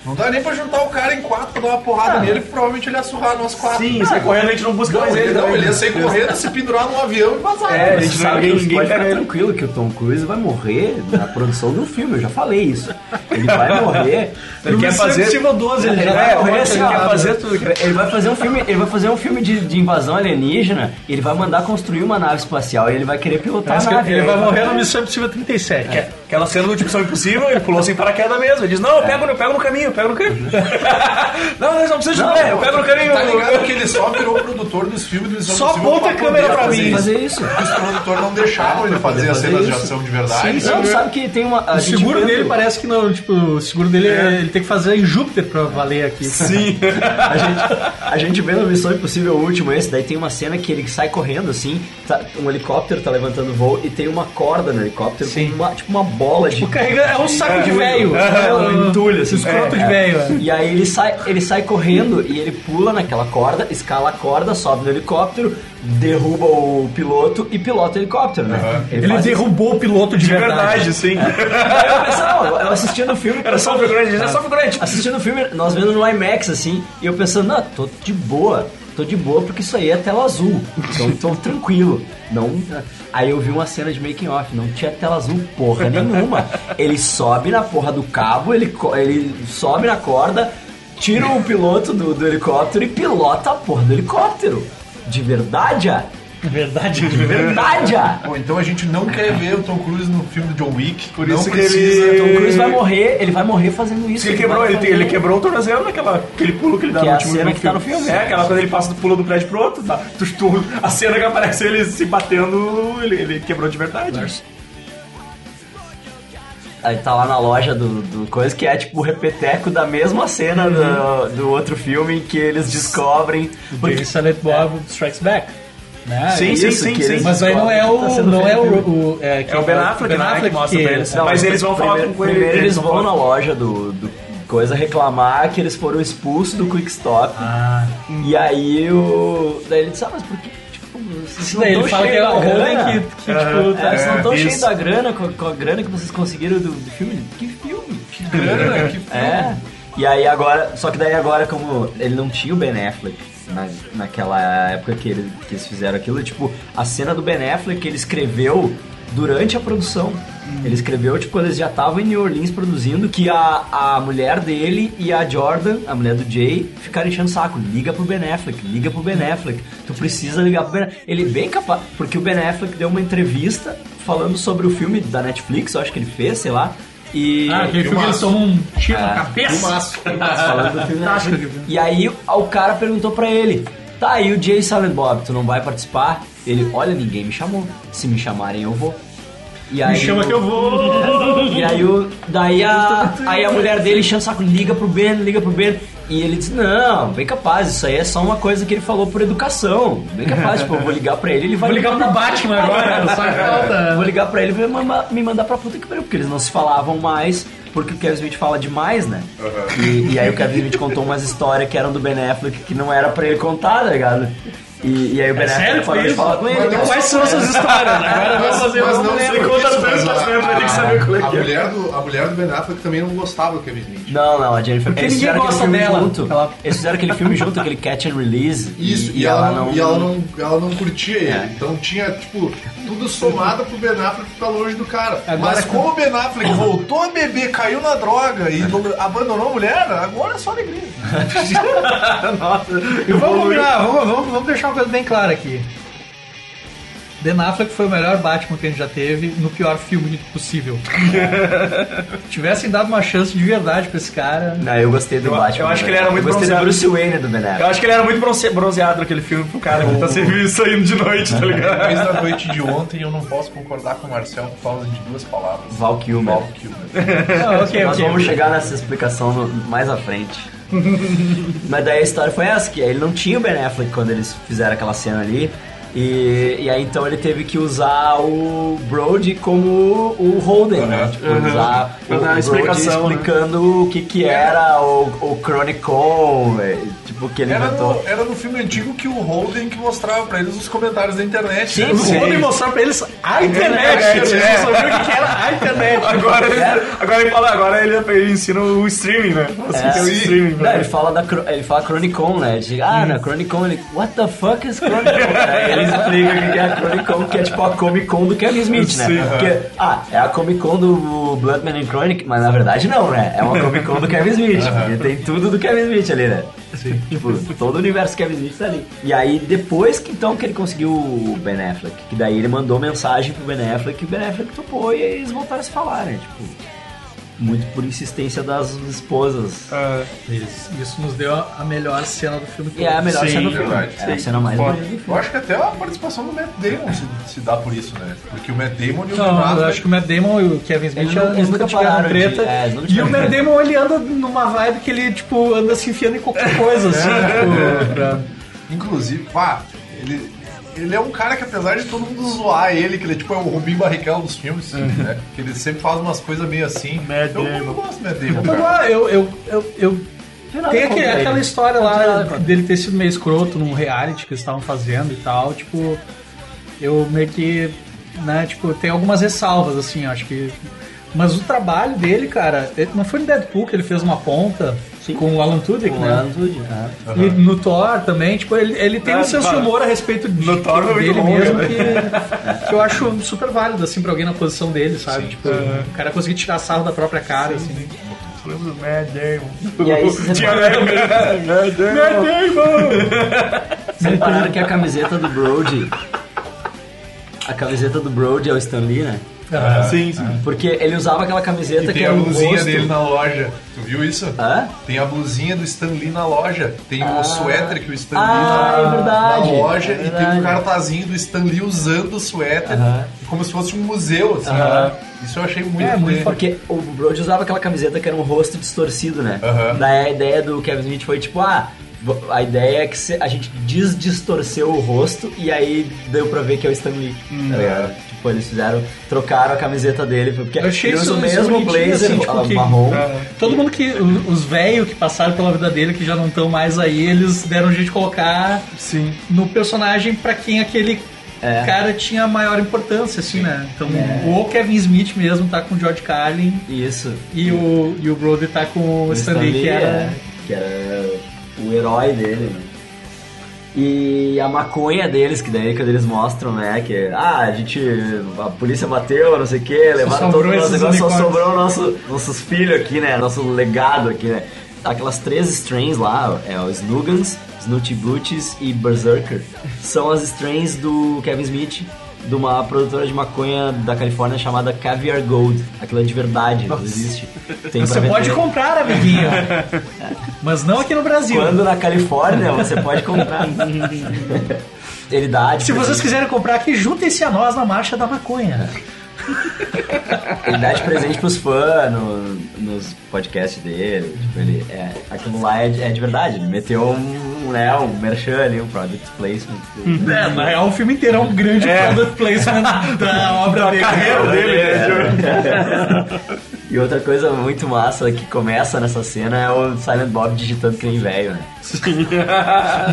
Não dá nem pra juntar o cara em quatro pra dar uma porrada nele, que provavelmente ele ia surrar nós quatro. Ah. Sim, sai correndo, a gente não busca Não, mais ele, ele. não, também. ele é ia sair correndo, se pendurar num avião e vazar. É, né? a gente sabe que Ninguém, ninguém pode pega ficar ele. tranquilo que o Tom Cruise vai morrer na produção do filme, eu já falei isso. Ele vai morrer. Ele quer fazer. Resident Evil 12, ele já vai é, morrer ele assim, quer ó. fazer tudo. cara. Ele vai fazer um filme, ele vai fazer um filme de, de invasão alienígena, ele vai mandar construir uma nave espacial e ele vai querer pilotar Parece a que nave. ele vai né? morrer no Missão Impossível 37. É, Aquela cena do tipo Missão Impossível, ele pulou sem paraquedas mesmo. Ele diz: Não, eu pego, eu pego no caminho, eu pego no caminho. não, não, não precisa de Não, pé, eu pego no caminho. Uhum. É Tá ligado que ele só virou produtor dos filmes do Missão Só Impossível aponta pra a câmera poder pra fazer mim. isso. fazer isso. Os produtores não deixavam ele fazer as cenas de ação de verdade. Sim, não, sabe que tem uma. a O gente seguro vendo- dele parece que não, tipo, o seguro dele é- ele tem que fazer em Júpiter pra valer aqui. Sim. A gente, a gente vê no Missão Impossível Último esse, daí tem uma cena que ele sai correndo assim, tá- um helicóptero tá levantando voo e tem uma corda no helicóptero, com uma, tipo uma bola de. O carrega é um saco de velho. É, um entulho, assim, Escroto é, de é. velho. E aí ele sai, ele sai correndo e ele pula naquela corda, escala a corda, sobe no helicóptero, derruba o piloto e pilota o helicóptero, né? Ele faz isso. derrubou o piloto de, De verdade. verdade, É, sim. Aí eu pensava, eu assistindo o filme. Era só um figurante, era só um figurante. assistindo o filme, nós vendo no IMAX, assim, e eu pensando, não, tô de boa, tô de boa porque isso aí é tela azul, então tô tranquilo. Não... Aí eu vi uma cena de making off, não tinha tela azul porra nenhuma. Ele sobe na porra do cabo, ele, co- ele sobe na corda, tira o piloto do, do helicóptero e pilota a porra do helicóptero. De verdade, ah? Verdade. de verdade. ah? Pô, então a gente não quer ver o Tom Cruise no filme do John Wick. Por isso não que precisa. ele- Tom Cruise vai morrer, ele vai morrer fazendo isso. Ele vai quebrou, ele, fazer- ele quebrou o tornozelo naquela aquele pulo que ele dá Que no é a último cena que tá no filme. É, aquela quando ele passa do pulo do prédio pro outro, tá? Tu, tu- a cena que aparece ele se batendo, ele, ele quebrou de verdade. Aí tá lá na loja do, do coisa que é tipo o repeteco da mesma cena do, do outro filme em que eles descobrem. Porque Silent Bob Strikes Back. Né? Sim, E- sim, isso sim, que sim. eles- Mas aí não é Tá o. sendo Não é feito. o. o- É o Ben Affleck, né, que mostra pra eles. Não, Mas eles vão falar primeiro, com ele, Primeiro eles eles vão vão falar. na loja do, do coisa reclamar que eles foram expulsos do Quick Stop. Ah. E aí o. Daí ele disse, ah, mas por que? Tipo, vocês Isso não daí, tão ele fala que é cheios o da grana? Holden que, que tipo, É, vocês tá- não tão cheios isso. da grana com, com a grana que vocês conseguiram do, do filme? Que filme? Que Grana, que filme. É. E aí agora, só que daí agora como ele não tinha o Ben Affleck na, naquela época que, ele, que eles fizeram aquilo, tipo, a cena do Ben Affleck que ele escreveu durante a produção. Ele escreveu, tipo, quando eles já estavam em New Orleans produzindo, que a, a mulher dele e a Jordan, a mulher do Jay, ficaram enchendo o saco. Liga pro Ben Affleck, liga pro Ben Affleck. Tu precisa ligar pro Ben Affleck. Ele bem capaz... Porque o Ben Affleck deu uma entrevista falando sobre o filme da Netflix, eu acho que ele fez, sei lá. E... Ah, aquele filme que eles tomam um tiro na cabeça. Falando do filme da Fantástico Netflix. de filme. E aí o cara perguntou pra ele: Tá, e o Jay Silent Bob, tu não vai participar? Ele, olha, ninguém me chamou. Se me chamarem, eu vou. E aí, Me chama o- que eu vou. E aí o. Daí a. Aí a mulher dele enchendo o saco, liga pro Ben, liga pro Ben. E ele diz, não, bem capaz, isso aí é só uma coisa que ele falou por educação. Bem capaz, tipo, eu vou ligar pra ele, ele vai Vou ligar me pro mandar- Batman agora, só que falta. Vou ligar pra ele e vai mama- me mandar pra puta que pariu, porque eles não se falavam mais, porque o Kevin Smith fala demais, né? E, e aí o Kevin Smith contou umas histórias que eram do Ben Affleck que não era pra ele contar, tá ligado? E, e aí o Ben Affleck É sério parou de isso? falar com ele. Mas Quais são essas histórias? né? Agora Mas- vamos fazer mas um uma não lembro. sei por conta isso, mas tantas, a- né, pra ele saber qual é a- que é. A mulher do- a mulher do Ben Affleck também não gostava do Kevin Smith. Não, não, a Jennifer Porque ninguém gosta dela. junto. Ela- Eles fizeram aquele filme junto, aquele catch and release. Isso, e, ela, não, e ela, não, ela não curtia ele. Então tinha, tipo, tudo somado pro Ben Affleck ficar longe do cara. Agora Mas com- como o Ben Affleck voltou a beber, caiu na droga e do- abandonou a mulher, agora é só alegria. E vamos combinar, vamos, vamos, vamos deixar uma coisa bem clara aqui. Ben Affleck foi o melhor Batman que a gente já teve no pior filme possível. Se Tivessem dado uma chance de verdade pra esse cara. Não, eu gostei do Eu- Batman. eu acho né? que ele era muito Eu gostei do bronzeado. Bruce Wayne do Ben Affleck. Eu acho que ele era muito bronze- bronzeado naquele filme pro cara que tá sempre saindo de noite, tá ligado? Depois da noite de ontem, eu não posso concordar com o Marcel por causa de duas palavras. Val Kilmer. Val Kilmer. Ah, ok, Nós ok. é? vamos chegar nessa explicação no- mais à frente. Mas daí a história foi essa, que ele não tinha o Ben Affleck quando eles fizeram aquela cena ali. E, e aí então ele teve que usar o Brody como o Holden, né? Tipo, Uhum. usar o, Pra dar o a explicação, Brody né? explicando o que que era o, o Chronicle, velho. tipo, que ele Era inventou. no, era no filme antigo que o Holden que mostrava pra eles os comentários da internet. Sim, né? sim. O Holden mostrar pra eles a internet, eles é. não sabiam o que que era a internet. Agora, ele- agora ele fala, agora ele, ele ensina o streaming, né? Assim, É. É. que é o streaming. Não, ele fala da Cro- ele fala Chronicon, né? Ele diz, ah, na Chronicon, ele, what the fuck is Chronicon? Aí ele explica o que é a Chronicon, que é tipo a Comic Con do Kevin Smith, né? Sim. Porque, ah, é a Comic Con do Bloodman and Chronic, mas na verdade não, né? É uma Comic Con do Kevin Smith, porque tem tudo do Kevin Smith ali, né? Sim. Tipo, todo o universo Kevin Smith tá ali. E aí, depois que então que ele conseguiu o Ben Affleck, que daí ele mandou mensagem pro Ben Affleck, e o Ben Affleck topou, e aí eles voltaram a se falar, né? Tipo, muito por insistência das esposas. Isso, isso nos deu a a melhor cena do filme. É a melhor Sim, cena do filme. verdade. É a cena mais Foda. bonita do Eu filme. acho que até a participação do Matt Damon se, se dá por isso, né? Porque o Matt Damon e o Ben Não, eu Affleck- acho que o Matt Damon e o Kevin Smith é Eles não- eles nunca nunca tiveram pararam de- treta. é, eles nunca e o tiveram Matt treta. Damon ele anda numa vibe que ele tipo anda se enfiando em qualquer coisa, assim. tipo, pra- Inclusive, pá, ele, ele é um cara que apesar de todo mundo zoar ele, que ele é tipo é o Rubinho Barrichello dos filmes, né? Que ele sempre faz umas coisas meio assim. eu, eu gosto do Matt Damon, Então, cara. ah, eu, eu, eu, eu- nada Tem aquele- contra ele. aquela história Não tem nada lá contra. dele ter sido meio escroto num reality que eles estavam fazendo e tal. Tipo, eu meio que. Né, tipo, tem algumas ressalvas, assim, eu acho que. Mas o trabalho dele, cara, ele- não foi no Deadpool que ele fez uma ponta com o Alan Tudyk, Com o né? Alan Tudyk, né? E no Thor também, tipo, ele, ele tem um senso de humor a respeito de, No Thor foi muito dele bom, mesmo cara. que, que eu acho super válido, assim, pra alguém na posição dele, sabe? tipo, Aham. o cara conseguir tirar sarro da própria cara, assim. Lembra do Matt Damon. E aí, vocês Tinha repararam- Matt Damon. Vocês repararam que a camiseta do Brody. A camiseta do Brody é o Stan Lee, né? Ah, sim, sim. Porque ele usava aquela camiseta E que tem a era um blusinha rosto. dele na loja. Tu viu isso? Hã? Tem a blusinha do Stan Lee na loja. Tem o suéter que o Stan Lee Ah, na, é verdade. na loja. É E tem verdade. um cartazinho do Stan Lee usando o suéter. Aham. Como se fosse um museu, assim. Aham. Isso eu achei muito... É, muito dele. Porque o Brody usava aquela camiseta que era um rosto distorcido, né? Aham. Daí a ideia do Kevin Smith foi tipo, ah, vo- a ideia é que se- a gente desdistorceu o rosto e aí deu pra ver que é o Stan Lee. Hum, tá ligado? Tipo, eles fizeram, trocaram a camiseta dele, porque é. Eu achei ele usa isso o mesmo bonitinho, blazer assim, tipo, ah, que- marrom. Todo mundo que. o- Os velhos que passaram pela vida dele, que já não estão mais aí, eles deram um jeito de colocar Sim. no personagem pra quem aquele É. cara tinha maior importância, assim, né? Então, o Kevin Smith mesmo tá com o George Carlin Isso. e o, e o Brody tá com o O Stan Lee, que era. é, que era o herói dele, né? E a maconha deles, que daí quando eles mostram, né? Que ah, a gente. A polícia bateu, não sei o que, levaram sobrou todo o nosso esses negócio, só unicórnios. sobrou o nosso, nossos filhos aqui, né? Nosso legado aqui, né? Aquelas três strains lá, é o Snuggans, Snooty Boots e Berserker, são as strains do Kevin Smith, de uma produtora de maconha da Califórnia chamada Caviar Gold. Aquilo é de verdade, não existe. Tem Você pra pode vender. comprar, amiguinho. mas não aqui no Brasil. Quando na Califórnia, você pode comprar. Ele dá de Se vocês presente- quiserem comprar aqui, juntem-se a nós na marcha da maconha. Ele dá de presente pros fãs no- nos podcasts dele. Tipo, ele, é, aquilo lá é de, é de verdade. Ele meteu um, né, um merchan ali, um product placement. É, na real, o filme inteiro é um grande product placement da obra dele. né? né? E outra coisa muito massa que começa nessa cena é o Silent Bob digitando que nem velho, né?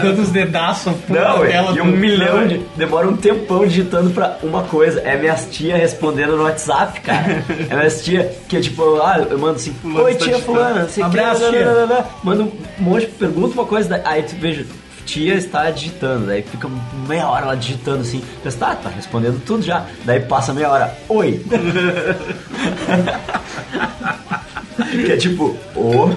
Dando os dedaços Não, pra e tela um milhão de. Demora um tempão digitando pra uma coisa. É minhas tia respondendo no WhatsApp, cara. É minhas tia que é tipo, ah, eu mando assim, oi tá tia digitando." fulana, não sei o que, Abraço, blá, blá, tia. blá, blá. manda um monte, pergunta uma coisa, daí- aí tu veja, tia está digitando, aí fica meia hora lá digitando assim, pensa, tá, tá respondendo tudo já. Daí passa meia hora, oi. que é tipo, o.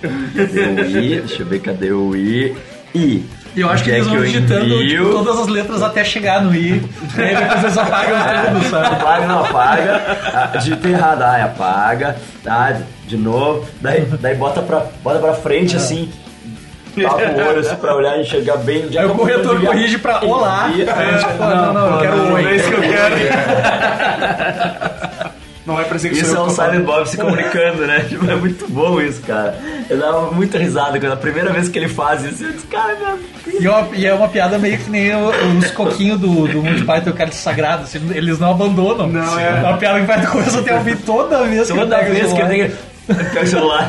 Cadê o i? Deixa eu ver, cadê o i? I. E eu acho que Onde eles é vão digitando tipo, envio? todas as letras até chegar no I. E aí depois eles apagam tudo, sabe? Apaga, não apaga. Ah, Digita errado, ai, apaga. Ah, de novo. Daí, daí bota, pra, bota pra É. frente assim. Tapa o olho assim pra olhar e enxergar bem. Já Aí o que eu corretor vou corrige pra enviar. olá. É, tipo, Envia. É, um Aí, tipo, não, não, eu quero Não, oi. é isso que eu quero. Não vai parecia que Isso sou é eu o que tô Silent falando. Bob se comunicando, né? Tipo, é muito bom isso, cara. Eu dava muita risada quando a primeira vez que ele faz isso. Eu disse, cara, meu E, é uma- e é uma piada meio que nem o- os coquinhos do, do Monty Python, o cara sagrado, assim, eles não abandonam. Não, é. uma piada que vai do começo até o fim toda vez que Toda ele pega o vez que eu celular.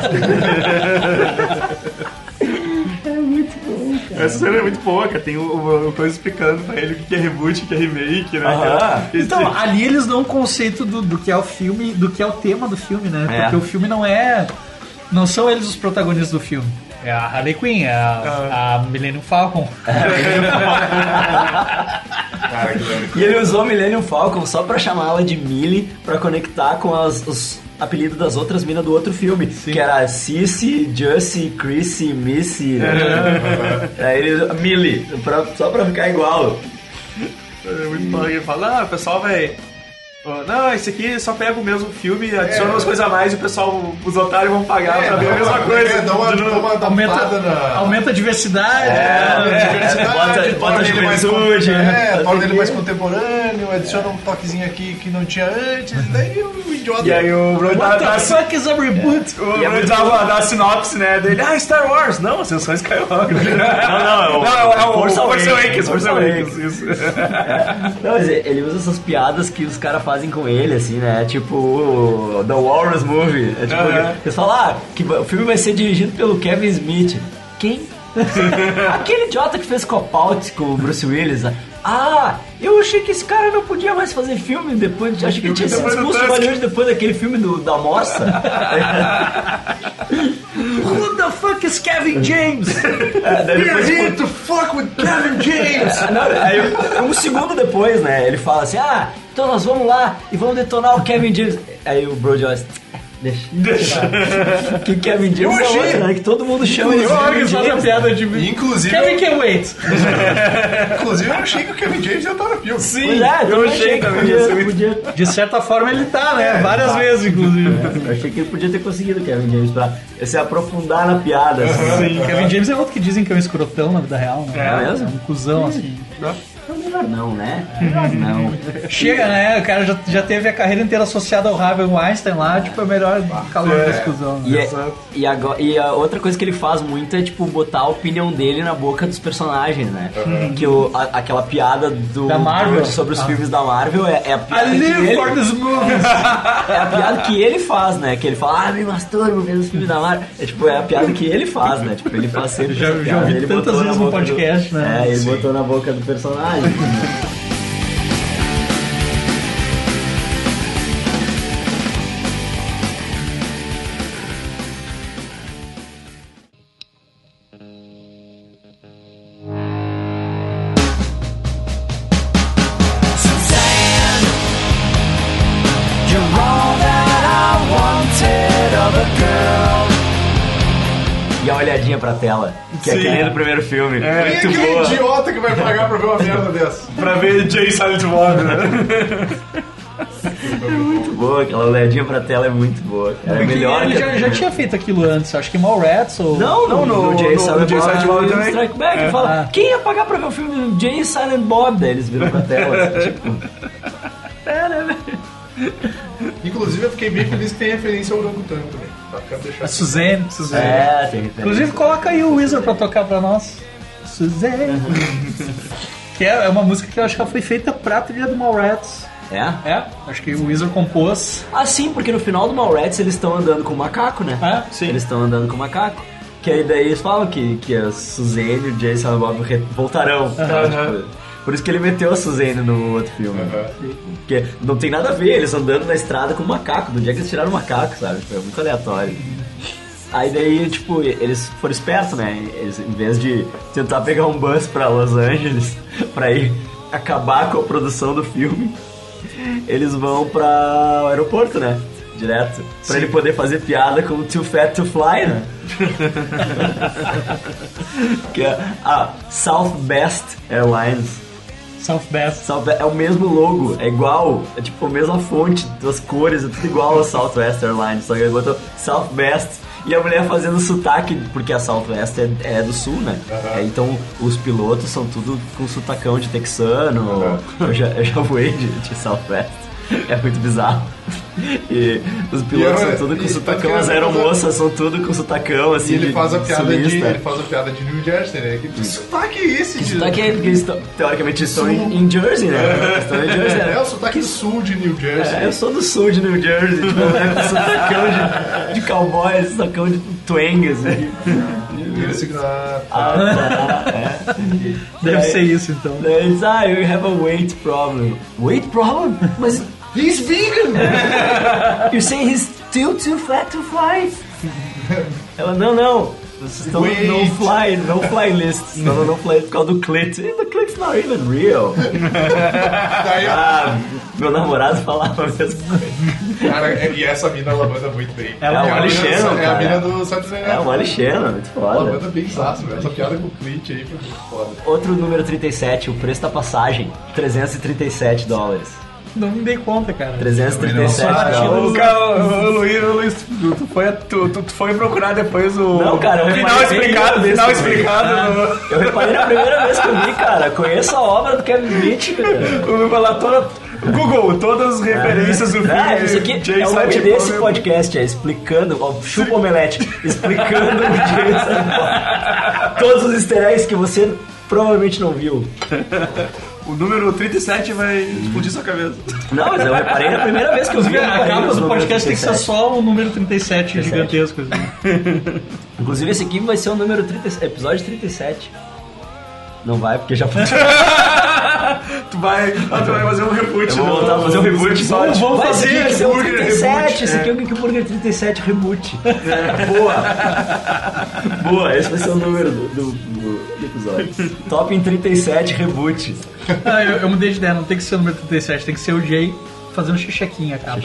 tenho. Pega o celular. É muito bom, cara. Essa cena é muito boa, cara. Tem o, o, o coisa explicando pra ele o que é reboot, o que é remake, né? cara? Esse- Então, ali eles dão um conceito do, do que é o filme, do que é o tema do filme, né? É. Porque o filme não é. Não são eles os protagonistas do filme. É a Harley Quinn, é a, a Millennium Falcon. E ele usou Millennium Falcon só pra chamar ela de Millie pra conectar com as- os apelidos das outras minas do outro filme, que era Cici, Jussie, Chrissy, Missy. Né? É. Aí ele usou Millie, pra- só pra ficar igual. É muito bom. Ele fala, ah, o pessoal vai. ó, Não, esse aqui só pega o mesmo filme, adiciona umas coisas a mais e o pessoal, os otários vão pagar pra ver a é, mesma coisa. de novo. aumenta, aumenta a É. diversidade. né? Diversidade, torna É. tipo ele é mais juventude, con- né? É, torna ele mais contemporâneo, adiciona um toquezinho aqui que não tinha antes, daí o idiota. E aí o What Brody tava. the tava- assim, fuck is a reboot? O E é Brody muito tava bom. da sinopse, né? Dele, ah, Star Wars! Não, Ascensão Skywalker. Não, não, é o- é o Force Force Awakens, Awakens. Force Force Awakens, isso. Não, mas ele usa essas piadas que os caras fazem com ele, assim, né? Tipo o The Walrus Movie. É tipo, Aham. eles falam, ah, que o filme vai ser dirigido pelo Kevin Smith. Quem? Aquele idiota que fez Cop-Out com o Bruce Willis. Ah, eu achei que esse cara não podia mais fazer filme depois. Achei que ele tinha sido Depois do expulso de Tusk. Hollywood depois daquele filme do, da moça. Who the fuck is Kevin James? É, daí depois- fuck with Kevin James! Não, aí, um segundo depois, né? Ele fala assim: Ah, então nós vamos lá e vamos detonar o Kevin James. Aí o Brody olha assim, Deixa. Deixa. Que o Kevin James Eu é achei. outro, né? Que todo mundo chama ele de Eu acho que Kevin eles fazem a James. piada de Inclusive- Kevin can wait. Inclusive, eu achei que o Kevin James já tá no filme. é, Sim, podia, podia- De certa forma ele tá, né? Várias tá. vezes, inclusive. Eu achei que ele podia ter conseguido o Kevin James pra se aprofundar na piada. assim. Sim, Kevin James é outro que dizem que é um escrotão na vida real, né? É mesmo? um cuzão, assim. Não, melhor não, né? Melhor não. Chega, né? O cara já, já teve a carreira inteira associada ao Harvey Weinstein lá, tipo, é melhor calor desse cuzão. E, Né? é- e, agora, e a outra coisa que ele faz muito é, tipo, botar a opinião dele na boca dos personagens, né? Uhum. Que o, a- aquela piada do, Da Marvel. do- sobre os Ah. filmes da Marvel é, é a piada I que live ele... for these movies. É a piada que ele faz, né? Que ele fala, ah, me masturbo vendo os filmes da Marvel. É, tipo, é a piada que ele faz, né? Tipo, ele faz sempre Já- essa já piada. ouvi Ele tantas botou na vezes no boca do- podcast, né? É, ele Sim. botou na boca do personagem. Suzanne, you're all that I wanted of a girl. E a olhadinha pra tela, que é Sim. que nem no primeiro filme. É, Muito Quem é aquele boa. idiota que vai pagar pra ver uma merda dessa? pra ver Jay Silent Bob, né? Muito boa, aquela olhadinha pra tela é muito boa. Cara. É Porque melhor ele que- já, já tinha feito aquilo antes, acho que Mallrats ou... Não, não, no, no Jay Silent Jay Silent Bob Bob também. também. Strike Back É. e fala, quem ia pagar pra ver o filme do Jay Silent Bob? Daí eles viram pra tela, assim, tipo... Inclusive, eu fiquei bem feliz que tem referência ao Orangutango também. Tá, quero deixar A aqui. Suzanne, Suzanne. É, tem referência. Inclusive, coloca aí o Weezer pra tocar pra nós. Suzanne. que é, é uma música que eu acho que ela foi feita pra trilha do Mallrats. É? É, acho que o Weezer compôs. Ah, sim, porque no final do Mallrats eles estão andando com o macaco, né? É, sim. Eles estão andando com o macaco. Que aí daí eles falam que, que a Suzane e o Jay e Silent Bob re- voltarão. tá? Aham. Tipo, por isso que ele meteu a Suzane no outro filme. Porque não tem nada a ver, eles andando na estrada com o macaco. Do dia que eles tiraram o macaco, sabe? Tipo, é muito aleatório. Aí daí, tipo, eles foram espertos, né? Eles, em vez de tentar pegar um bus pra Los Angeles pra ir acabar com a produção do filme, eles vão pra o aeroporto, né? Direto. Pra ele poder fazer piada com o Too Fat to Fly, né? que é a Southwest Airlines. Southwest. é o mesmo logo, é igual, é tipo a mesma fonte, as cores, é tudo igual a Southwest Airlines, só que ele botou Southwest e a mulher fazendo sotaque, porque a Southwest é, é do sul, né? É, então os pilotos são tudo com sotacão de texano, eu, já, eu já voei de, de Southwest. É muito bizarro. E os pilotos E eu- são tudo com e tá sotacão, tanto que as ele- aeromoças são tudo com sotacão, assim. E ele de- faz a piada de, sulista. ele faz a piada de New Jersey, né? Que sotaque é esse, de- Sotaque é porque eles estão- teoricamente eles estão em, em Jersey, né? Eles estão em Jersey, né? É o sotaque sul de New Jersey. É, eu sou do sul de New Jersey, tipo, né? com sacão de, de cowboy, sacão de twang, assim. Ah, tá. É. Deve Daí- ser isso, então. Daí eles, ah, you have a weight problem. Weight problem? Mas he's vegan! You're saying he's still too fat to fly? Ela, não, não. Vocês estão no Wait. no fly, no fly list. Vocês estão no no fly list por causa do clit. The clit's not even real. ah, meu namorado falava a mesma coisa. Cara, é- e essa mina ela manda muito bem. Ela é uma é a mina- lixeira, É a cara. mina do Saturday Night É uma lixeira, muito foda. Ela manda bem zaço, velho. Essa piada com o Clint aí foi muito foda. Outro número 37, o preço da passagem, 337 dólares. Não me dei conta, cara. 337 Ô, dólares. Tipo, cara, ô, ô, Luiz, ô, Luiz, tu, tu foi, tu, tu- tu foi procurar depois o. Não, cara, eu final reparei explicado, mesmo, final né? explicado. Ah, Eu reparei na primeira vez que eu vi, cara. Conheço a obra do Kevin Smith, cara. Eu vou falar toda. Google, todas as referências do filme. Ah, isso aqui é o Jason nome Bourne. desse podcast, é explicando, ó, chupa o omelete, explicando o Jason Bourne. tá Todos os easter eggs que você provavelmente não viu. O número 37 vai explodir sua cabeça. Não, mas eu reparei na primeira vez que eu vi. eu A reparei capa nos do números podcast tem que ser 37. só o número 37 gigantesco. Inclusive, esse aqui vai ser o número 37, episódio 37. Não vai, porque já foi. Tu vai, ah, tu vai fazer um reboot. Eu vou voltar a fazer um reboot. Vamos, vamos Vai, fazer esse aqui é o Burger 37, reboot. esse aqui é o Geek Burger 37 reboot. Boa! Boa, esse vai ser o número do, do- do- do episódio. Top em 37 reboot. Ah, eu, eu mudei de ideia, não tem que ser o número 37, tem que ser o Jay fazendo xixequinha, cara.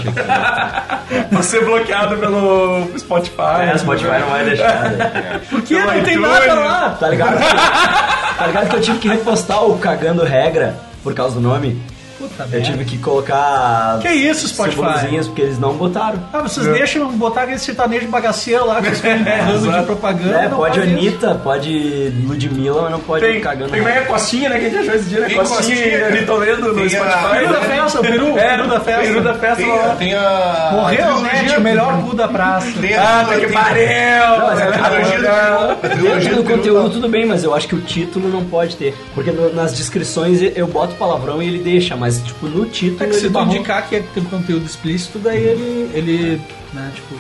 Vou ser bloqueado pelo Spotify. É, Spotify não vai deixar. né? Por que? Não tem nada lá! Tá ligado? que- tá ligado que eu tive que repostar o Cagando Regra por causa do nome? Puta Eu tive que colocar. Que isso, Spotify? símbolozinhos, Porque eles não botaram. Ah, vocês deixam botar aquele sertanejo bagaceiro lá, com os filhos É, berrando de exato. propaganda. É, não pode faz isso. Anitta, pode Ludmilla, mas não pode Tem, cagando. tem Regra. uma costinha, né? Que a gente achou esse dia, né? Tem Costinha costinha, e cara. ali Toledo no Tem a- Spotify. Peru da festa, o peru- é, peru da festa. Peru da festa Tem, lá. a- tem a. Morreu, a trilogia- né? O melhor cu da praça. Tem Ah, tá que pariu! Não, mas é a trilogia do Peru- a trilogia Dentro do do Peru conteúdo tudo bem, mas eu acho que o título não pode ter. Porque no- nas descrições eu boto palavrão e ele deixa, mas tipo, no título É que ele se tu barrou. indicar que é- tem conteúdo explícito, daí ele. ele né, tipo.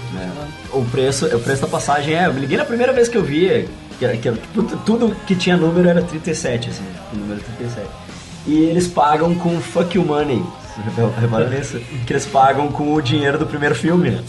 O preço, o preço da passagem é. Eu me liguei na primeira vez que eu vi. Que era, que era, tipo, t- tudo que tinha número era 37, assim, o número 37. E eles pagam com fuck you money. Repara nisso. Que eles pagam com o dinheiro do primeiro filme, né?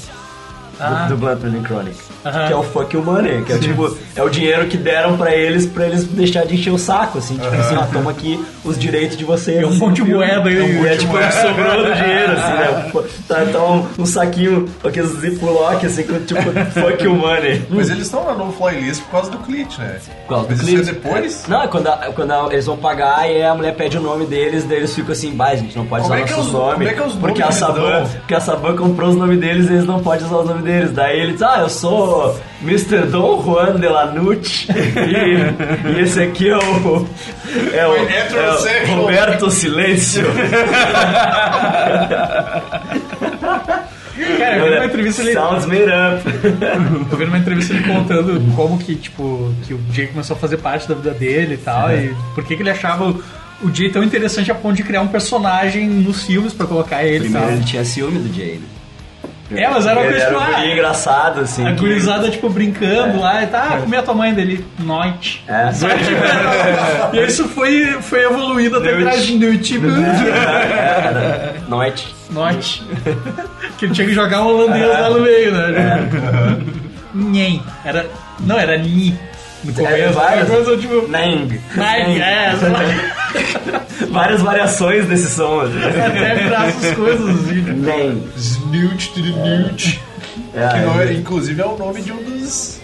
Ah. Do, do Blood Money Chronic. Aham. Que é o fuck you money. Que é tipo, é o dinheiro que deram pra eles pra eles deixar de encher o saco, assim. Tipo assim, ó, toma aqui os direitos de vocês. É um monte de moeda aí. É um monte É, de tipo, moeda. né? sobrou do dinheiro, assim, né? Pô, Tá, tá um, um saquinho, aqueles ziplock, assim, com tipo, fuck you money. Mas eles estão lá no fly list por causa do Clint, né? Por causa do Mas clipe. Isso é depois? Não, é quando, a- quando a- eles vão pagar e a mulher pede o nome deles, daí eles ficam assim, bah, a gente não pode Como usar é que é nossos os- nomes. como é que é os porque, a nomes então?" que Saban, eles dão? porque a Saban comprou os nomes deles e eles não podem usar os nomes deles. Daí ele diz, ah, eu sou Mr. Don Juan de la Nucci e, e esse aqui é o. É o, Foi heterossexual. é o Roberto Silêncio. É né, Cara, eu vi uma entrevista ele. Sounds made up. Eu vi numa entrevista ele contando como que, tipo, que o Jay começou a fazer parte da vida dele e tal. E por que, que ele achava o- o Jay tão interessante a ponto de criar um personagem nos filmes pra colocar ele e tal. Primeiro ele tinha ciúme do Jay, né? É, mas era uma Ele coisa era tipo, um ah, guri engraçado, assim. A que- gurizada, tipo, brincando lá e tá, ah, comi a tua mãe dele, noite. É. e isso foi, foi evoluído até um virar Nute. Noite. Noite. que ele tinha que jogar o holandês lá É. no meio, né? Nhen. Era, não, era Ni. No começo. É, várias- Depois eu, tipo, Nang. Nang, é. Várias variações desse som. assim. É, Até virar essas coisas. assim. e- Nang. Snoot to the Newt. É, Que não é- é- inclusive é o nome de um dos.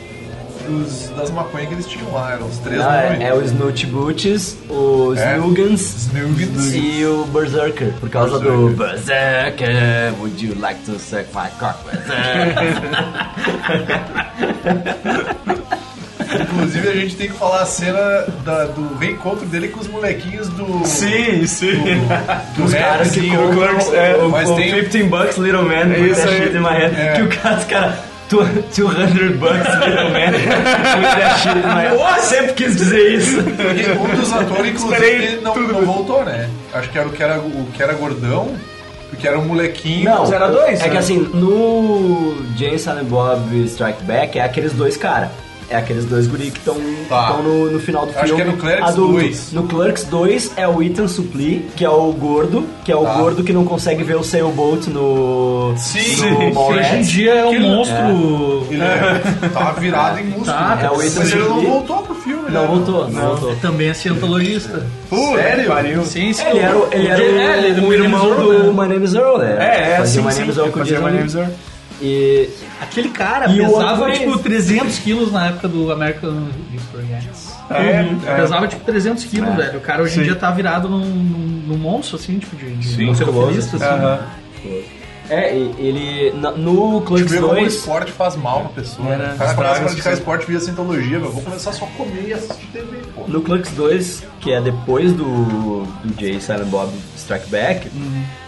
dos- das maconhas que eles tinham lá. Eram os três não, nomes. é, é o Snoot Boots, o É. Snoogans Snoogans. e o Berserker, por causa do Berserker. Would you like to suck my cock? Berserker? Inclusive, a gente tem que falar a cena da- do reencontro dele com os molequinhos do. Sim, sim. Do, do Os rap, caras que assim, compram Clerks, é, o- mas o tem 15 bucks Little Man, É put isso that aí. shit in my head. É. Que o cara, os cara, "Two- 200 bucks Little Man, put that shit in my head. Porra, sempre quis dizer isso. Porque um dos atores, inclusive, não, não voltou, né? Acho que era o que era, o que era gordão, o que era um molequinho. Não, dois né? É que assim, no Jane Silent Bob Strike Back é aqueles dois cara. É aqueles dois guri que estão no, no final do Tá. Acho filme. que é no Clerks adulto. 2. No Clerks 2 é o Ethan Suplee, que é o gordo, que é o Tá. gordo que não consegue ver o Sailboat no. Sim, no Mallrats. Hoje em dia é um Que- monstro. Ele é, tá virado em músculo. Tá, né? é o Ethan Mas ele não Suplee. voltou pro filme, né? Não voltou, não voltou. Também é cientologista. Sério? Pariu. Sim, sim. Ele era, o- ele era É, ele é do o, o My Name irmão is Earl, do né? My Name is Earl, né? É, é, Fazia assim sim, My sim, Name is Earl com o fazia né? Jason My Name Lee. is Earl. E Aquele cara E o pesava outro tipo é- 300 quilos na época do American History X. É, Uhum. é. Pesava tipo 300 quilos, É. velho. O cara hoje Sim. em dia tá virado num, num, num monstro, assim, tipo de, de Sim, motociclista, musculoso. assim. Aham. É, e- ele. na- No Clerks Vê como o 2. esporte faz mal pra pessoa. né? O cara começa a praticar esporte via sintologia, meu. Vou começar só a comer e assistir TV, pô. No Clerks 2, que é depois do, do Jay Silent Bob Strike Back,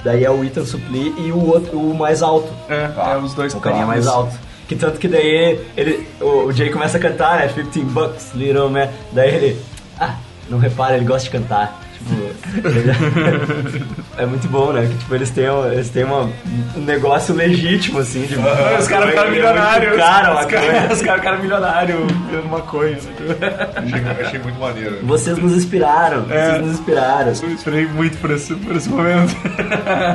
daí é o Ethan Suplee e o outro, o mais alto. É, é os dois O Um carinha mais caras. alto. Que tanto que daí ele, o, o Jay começa a cantar, né? 15 bucks, little man. Daí ele, ah, não repara, ele gosta de cantar. Tipo, ele- é muito bom, né? Que tipo, eles têm, um- eles têm uma- um negócio legítimo, assim. De, Ah, Os caras ficaram É muito milionários. Cara, uma os caras coisa. os caras ficaram milionários vendo maconha. Achei, achei muito maneiro. Vocês nos inspiraram, É. vocês nos inspiraram. Eu esperei muito por esse, por esse momento.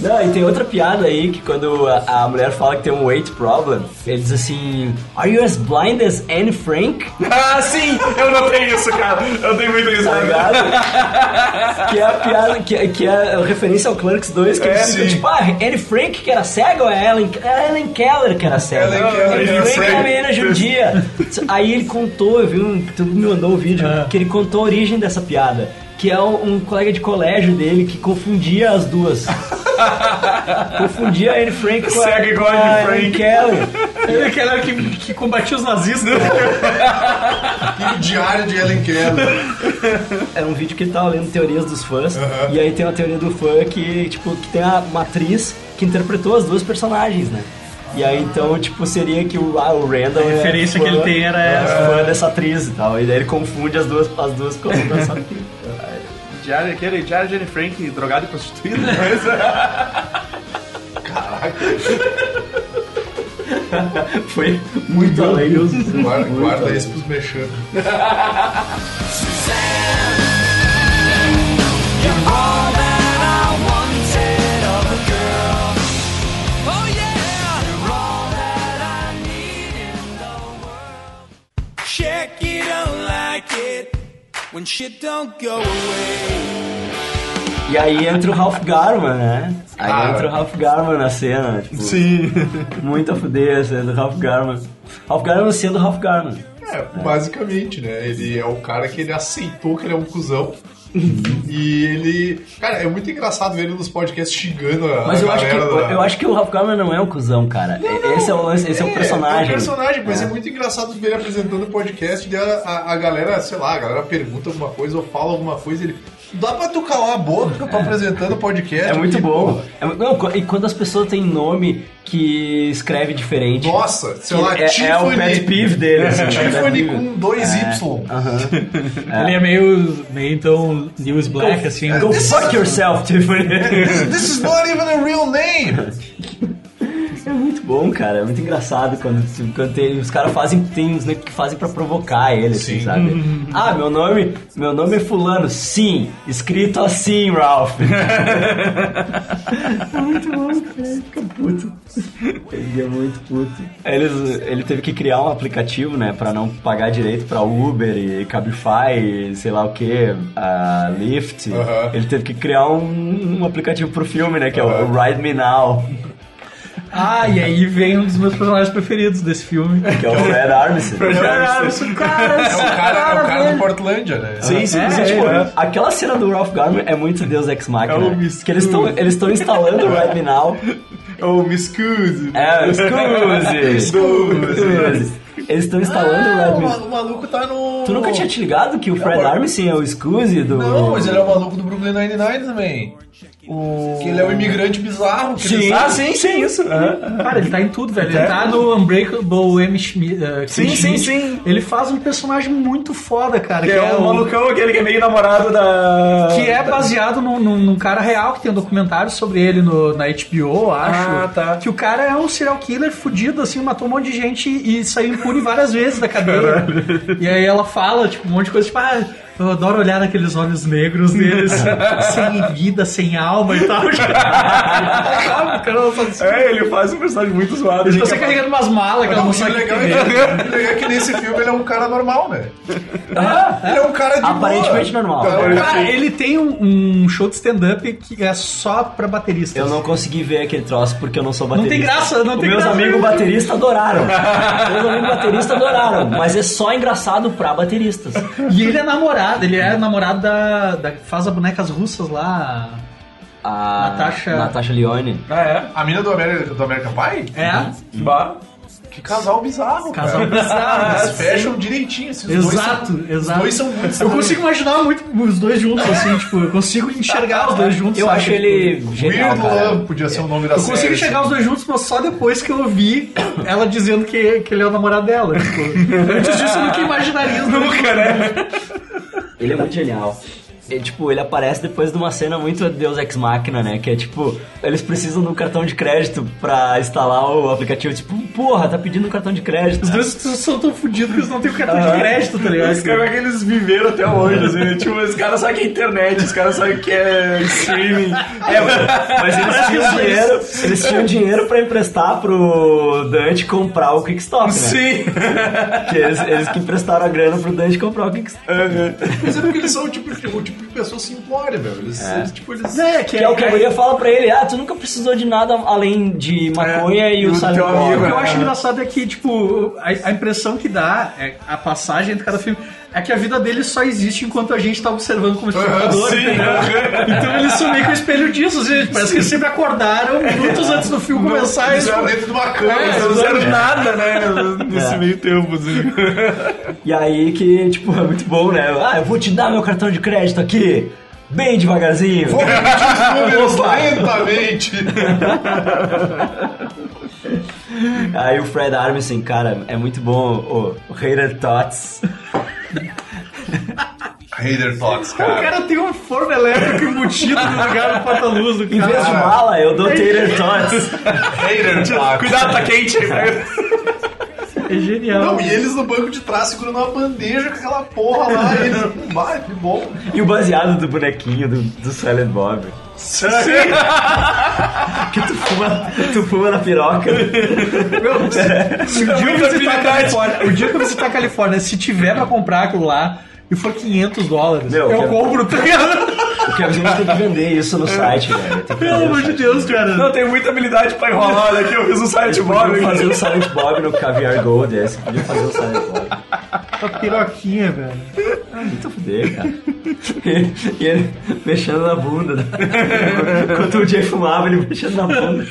Não, e tem outra piada aí que quando a, a mulher fala que tem um weight problem, ele diz assim: Are you as blind as Anne Frank? Ah, sim! Eu notei isso, cara. Eu dei muito Tá risada. ligado? que é a piada, que, é- que é a referência ao Clerks 2, que É, eles ficam sim. tipo, ah, Anne Frank que era cega ou é Ellen, é Ellen Keller que era cega? Ellen Keller que era Anne Frank cega. também era judia. Aí ele contou, eu vi um, tu me mandou o vídeo, que ele contou a origem dessa piada. Que é um um colega de colégio dele que confundia as duas. confundia a Anne Frank com a, Cega igual a com Anne Ellen Frank. Keller. Ele é aquele que, que combatia os nazistas. E o diário de Ellen Keller. Era um vídeo que ele tava lendo teorias dos fãs. E aí tem uma teoria do fã que, tipo, que tem a matriz que interpretou as duas personagens, né? E aí então, tipo, seria que o, ah, o Randall. A referência é fã- que ele tem era é essa. fã dessa atriz e tal. E daí ele confunde as duas, as duas com essa atriz. Diário, aquele Diário de Anne Frank, drogado e prostituído. né? Foi muito além. Guarda, guarda isso pros mexanos. Check you don't like it when shit don't go away. E aí entra o Ralph Garman, né? Aí Ah, entra o Ralph Garman na cena, né? tipo, Sim. muito a fuder a cena do Ralph Garman. Ralph Garman é sendo Ralph Garman. É, basicamente, né? Ele é o cara que ele aceitou que ele é um cuzão. e ele. Cara, é muito engraçado ver ele nos podcasts xingando a Mas a eu acho, que, galera da- eu acho que o Ralph Garman não é um cuzão, cara. esse é o lance, esse é, o É um personagem. personagem, mas é. muito engraçado ver ele apresentando o podcast e a, a, a galera, sei lá, a galera pergunta alguma coisa ou fala alguma coisa e ele. Dá pra tu calar a boca que eu tô apresentando o podcast. É muito porque, bom. porra, É mu- não, co- e quando as pessoas têm nome que escreve diferente. Nossa, sei Que lá, é, é o Tiffany- pet peeve dele. assim, né? Tiffany Pet peeve. com dois É. Y. Aham. Ele é meio, meio então, Lewis Black, assim. Go fuck yourself, tipo, né? Tiffany. This is not even a real name! é muito bom, cara. É muito engraçado quando, quando tem- os caras fazem. Tem uns nego que fazem pra provocar ele, assim, Sim. sabe? ah, meu nome, meu nome é Fulano. Sim, escrito assim, Ralph. puto. Ele é muito puto. Eles, ele teve que criar um aplicativo, né, pra não pagar direito pra Uber e Cabify, e sei lá o que, a Lyft. Aham. Ele teve que criar um, um aplicativo pro filme, né, que é o Aham. Ride Me Now, Ah, e aí vem um dos meus personagens preferidos desse filme. que é o Fred Armisen. cara, É o cara, é o cara do Portlandia, né? Sim, sim, É, sim, é, tipo, é. aquela cena do Ralph Garman é muito Deus Ex Machina. É um que eles estão eles tão instalando o Ride Me Now É Oh, me excuse. um É, excuse! Excuse. excuse. Eles estão instalando Ah, o Red o maluco tá no. Tu nunca tinha te ligado que o Fred Armisen é o Scoozy do... Não, mas ele é o maluco do Brooklyn Nine-Nine também. Que ele é um imigrante bizarro. Que Sim. ele- Ah, sim, sim, isso. Cara, ele tá em tudo, velho. Ele É. tá no Unbreakable M. Schmidt, uh, Chris Sim, sim, Schmidt. sim. Ele faz um personagem muito foda, cara. Que é o malucão, aquele que é meio namorado da. Que é da- baseado num, num- num cara real que tem um documentário sobre ele no- na HBO, acho. Ah, tá. Que o cara é um serial killer fudido, assim, matou um monte de gente e saiu impune várias vezes da cadeia. E aí ela fala, tipo, um monte de coisa, tipo, ah, eu adoro olhar naqueles olhos negros deles, sem vida, sem alma e tal. Sabe, o cara não faz isso. É, ele faz um personagem muito zoado. Ele gente, tá é- carregando umas malas que ela não Não, o sabe o que legal, é. é que, o legal é que nesse filme ele é um cara normal, né? Ele é um cara de Aparentemente boa. normal. É um cara- Cara, ele tem um, um show de stand-up que é só pra baterista. Eu não consegui ver aquele troço porque eu não sou baterista. tem graça, não Os tem meus graça amigos mesmo. bateristas adoraram. meus amigos bateristas adoraram. Mas é só engraçado pra bateristas. E ele é namorado, ele é namorado da. da que faz as bonecas russas lá. A Natasha- Natasha Leone. Ah, é? A mina do América, do American Pie? É? Bah. Que casal bizarro, Casal cara. bizarro, Eles sim. fecham direitinho, assim. os dois Exato, são- exato. Os dois são muito eu consigo imaginar muito os dois juntos, assim, tipo, eu consigo enxergar os dois juntos. Eu sabe? acho ele genial, né? Weird cara. Love né? podia ser o nome da Eu série. consigo enxergar os assim. dois juntos, mas só depois que eu vi ela dizendo que, que ele é o namorado dela. Tipo, antes disso eu nunca imaginaria isso. Nunca, né? Ele é muito genial. E, tipo, ele aparece depois de uma cena muito Deus Ex Machina, né? Que é tipo, eles precisam de um cartão de crédito pra instalar o aplicativo. Tipo, porra, tá pedindo um cartão de crédito. Os dois são tão fodidos que eles não têm o cartão de Aham. crédito, tá Os ligado? caras como é que eles viveram até hoje, assim, né? Tipo, os caras sabem que é internet, os caras sabem que é streaming. É, Mas eles tinham dinheiro, eles tinham dinheiro pra emprestar pro Dante comprar o Quickstop, né? Sim. Que eles, eles que emprestaram a grana pro Dante comprar o Quickstop. Mas é porque eles são o tipo, de- o tipo de pessoa simplória, meu. Eles, eles, tipo, eles... É, Que é o que a guria fala pra ele, ah, tu nunca precisou de nada além de maconha É, e e o o Silent teu Bob." amigo, O que eu né? acho engraçado é que, tipo, a, a impressão que dá, é, a passagem entre cada filme, é que a vida dele só existe enquanto a gente tá observando como espectador. sim, entendeu? Então eles são meio que o espelho disso, assim, parece que eles sempre acordaram minutos antes do filme começar. Eles eles- eram dentro de uma cama. eles Eles não eram- fizeram nada, né? Nesse É. meio tempo, assim. E aí que, tipo, é muito bom, né? Ah, eu vou te dar meu cartão de crédito aqui, bem devagarzinho. Vou repetir os números lentamente. Aí o Fred Armisen, cara, é muito bom o Hater Tots. Hater Thoughts, O cara. cara tem um forno elétrico embutido no lugar do porta-luz do Em vez de cara. É mala, eu dou Hater Tots. Hater Thoughts. Cuidado, tá quente. É genial. Não, e eles no banco de trás segurando uma bandeja com aquela porra lá. E eles... Vai, que bom. E o baseado do bonequinho do, do Silent Bob. que tu fuma, tu fuma na piroca. Se o dia que eu visitar a Califórnia, o dia que eu visitar a Califórnia, se tiver pra comprar aquilo lá e for 500 dólares, Meu, eu cara. compro, tá ligado? O Kevin Smith tem que vender isso no site, velho. Tem que É. Pelo amor de Deus, cara. Não, tem muita habilidade pra enrolar. Olha aqui, eu fiz um site bom. Tipo, Podia fazer o Silent Bob no Caviar Gold, é. Você podia fazer o Silent Bob. Uma piroquinha, velho. Muito fuder, cara. E, e ele mexendo na bunda. né? Enquanto o Jay fumava, ele mexendo na bunda.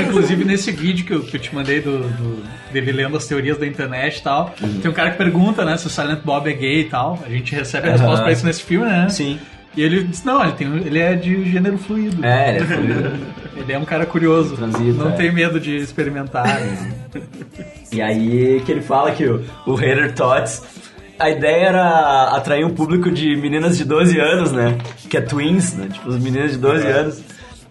Inclusive, nesse vídeo que eu, que eu te mandei do, do dele lendo as teorias da internet e tal, Uhum. tem um cara que pergunta, né, se o Silent Bob é gay e tal. A gente recebe a resposta pra isso nesse filme, né? Sim. E ele diz, não, ele, tem, ele é de gênero fluido. É, ele é fudido. Ele é um cara curioso. Transita, não é. Uhum. tem medo de experimentar. né? E aí que ele fala que o, o Hater Tots. A ideia era atrair um público de meninas de 12 anos, né? Que é twins, né? Tipo, as meninas de 12 anos.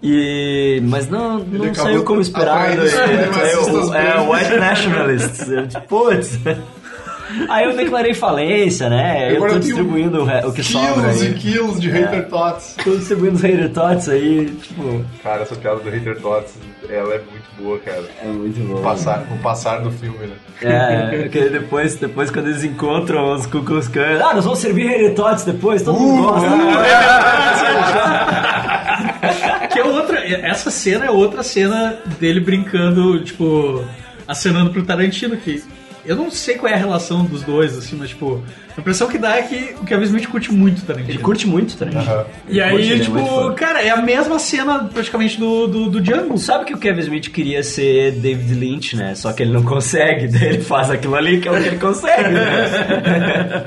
E. Mas não, não É. acabou saiu como esperado. atraindo É, é, supremacistas o- é, brancos. White Nationalists. Eu, tipo, Putz. Aí eu declarei falência, né? Eu Agora tô eu tenho distribuindo o, re- o que sobra. Quilos e Aí. quilos de Hater Thoughts. Tô distribuindo os Hater Tots aí, tipo. Cara, essa piada do Hater Thoughts, ela é muito boa, cara. É muito bom. O passar, o passar do filme, né? É, porque depois, depois quando eles encontram os Cucus Cães, ah, nós vamos servir Heretotes depois, todo mundo gosta. que é outra. Essa cena é outra cena dele brincando, tipo, acenando pro Tarantino, que Eu não sei qual é a relação dos dois, assim, mas, tipo, a impressão que dá é que o Kevin Smith curte muito Tarantino. Ele uh. curte muito Tarantino. É. E aí, tipo, cara, é a mesma cena praticamente do, do, do Django. Sabe que o Kevin Smith queria ser David Lynch, né? Só que ele não consegue, daí ele faz aquilo ali que é o que ele consegue. né?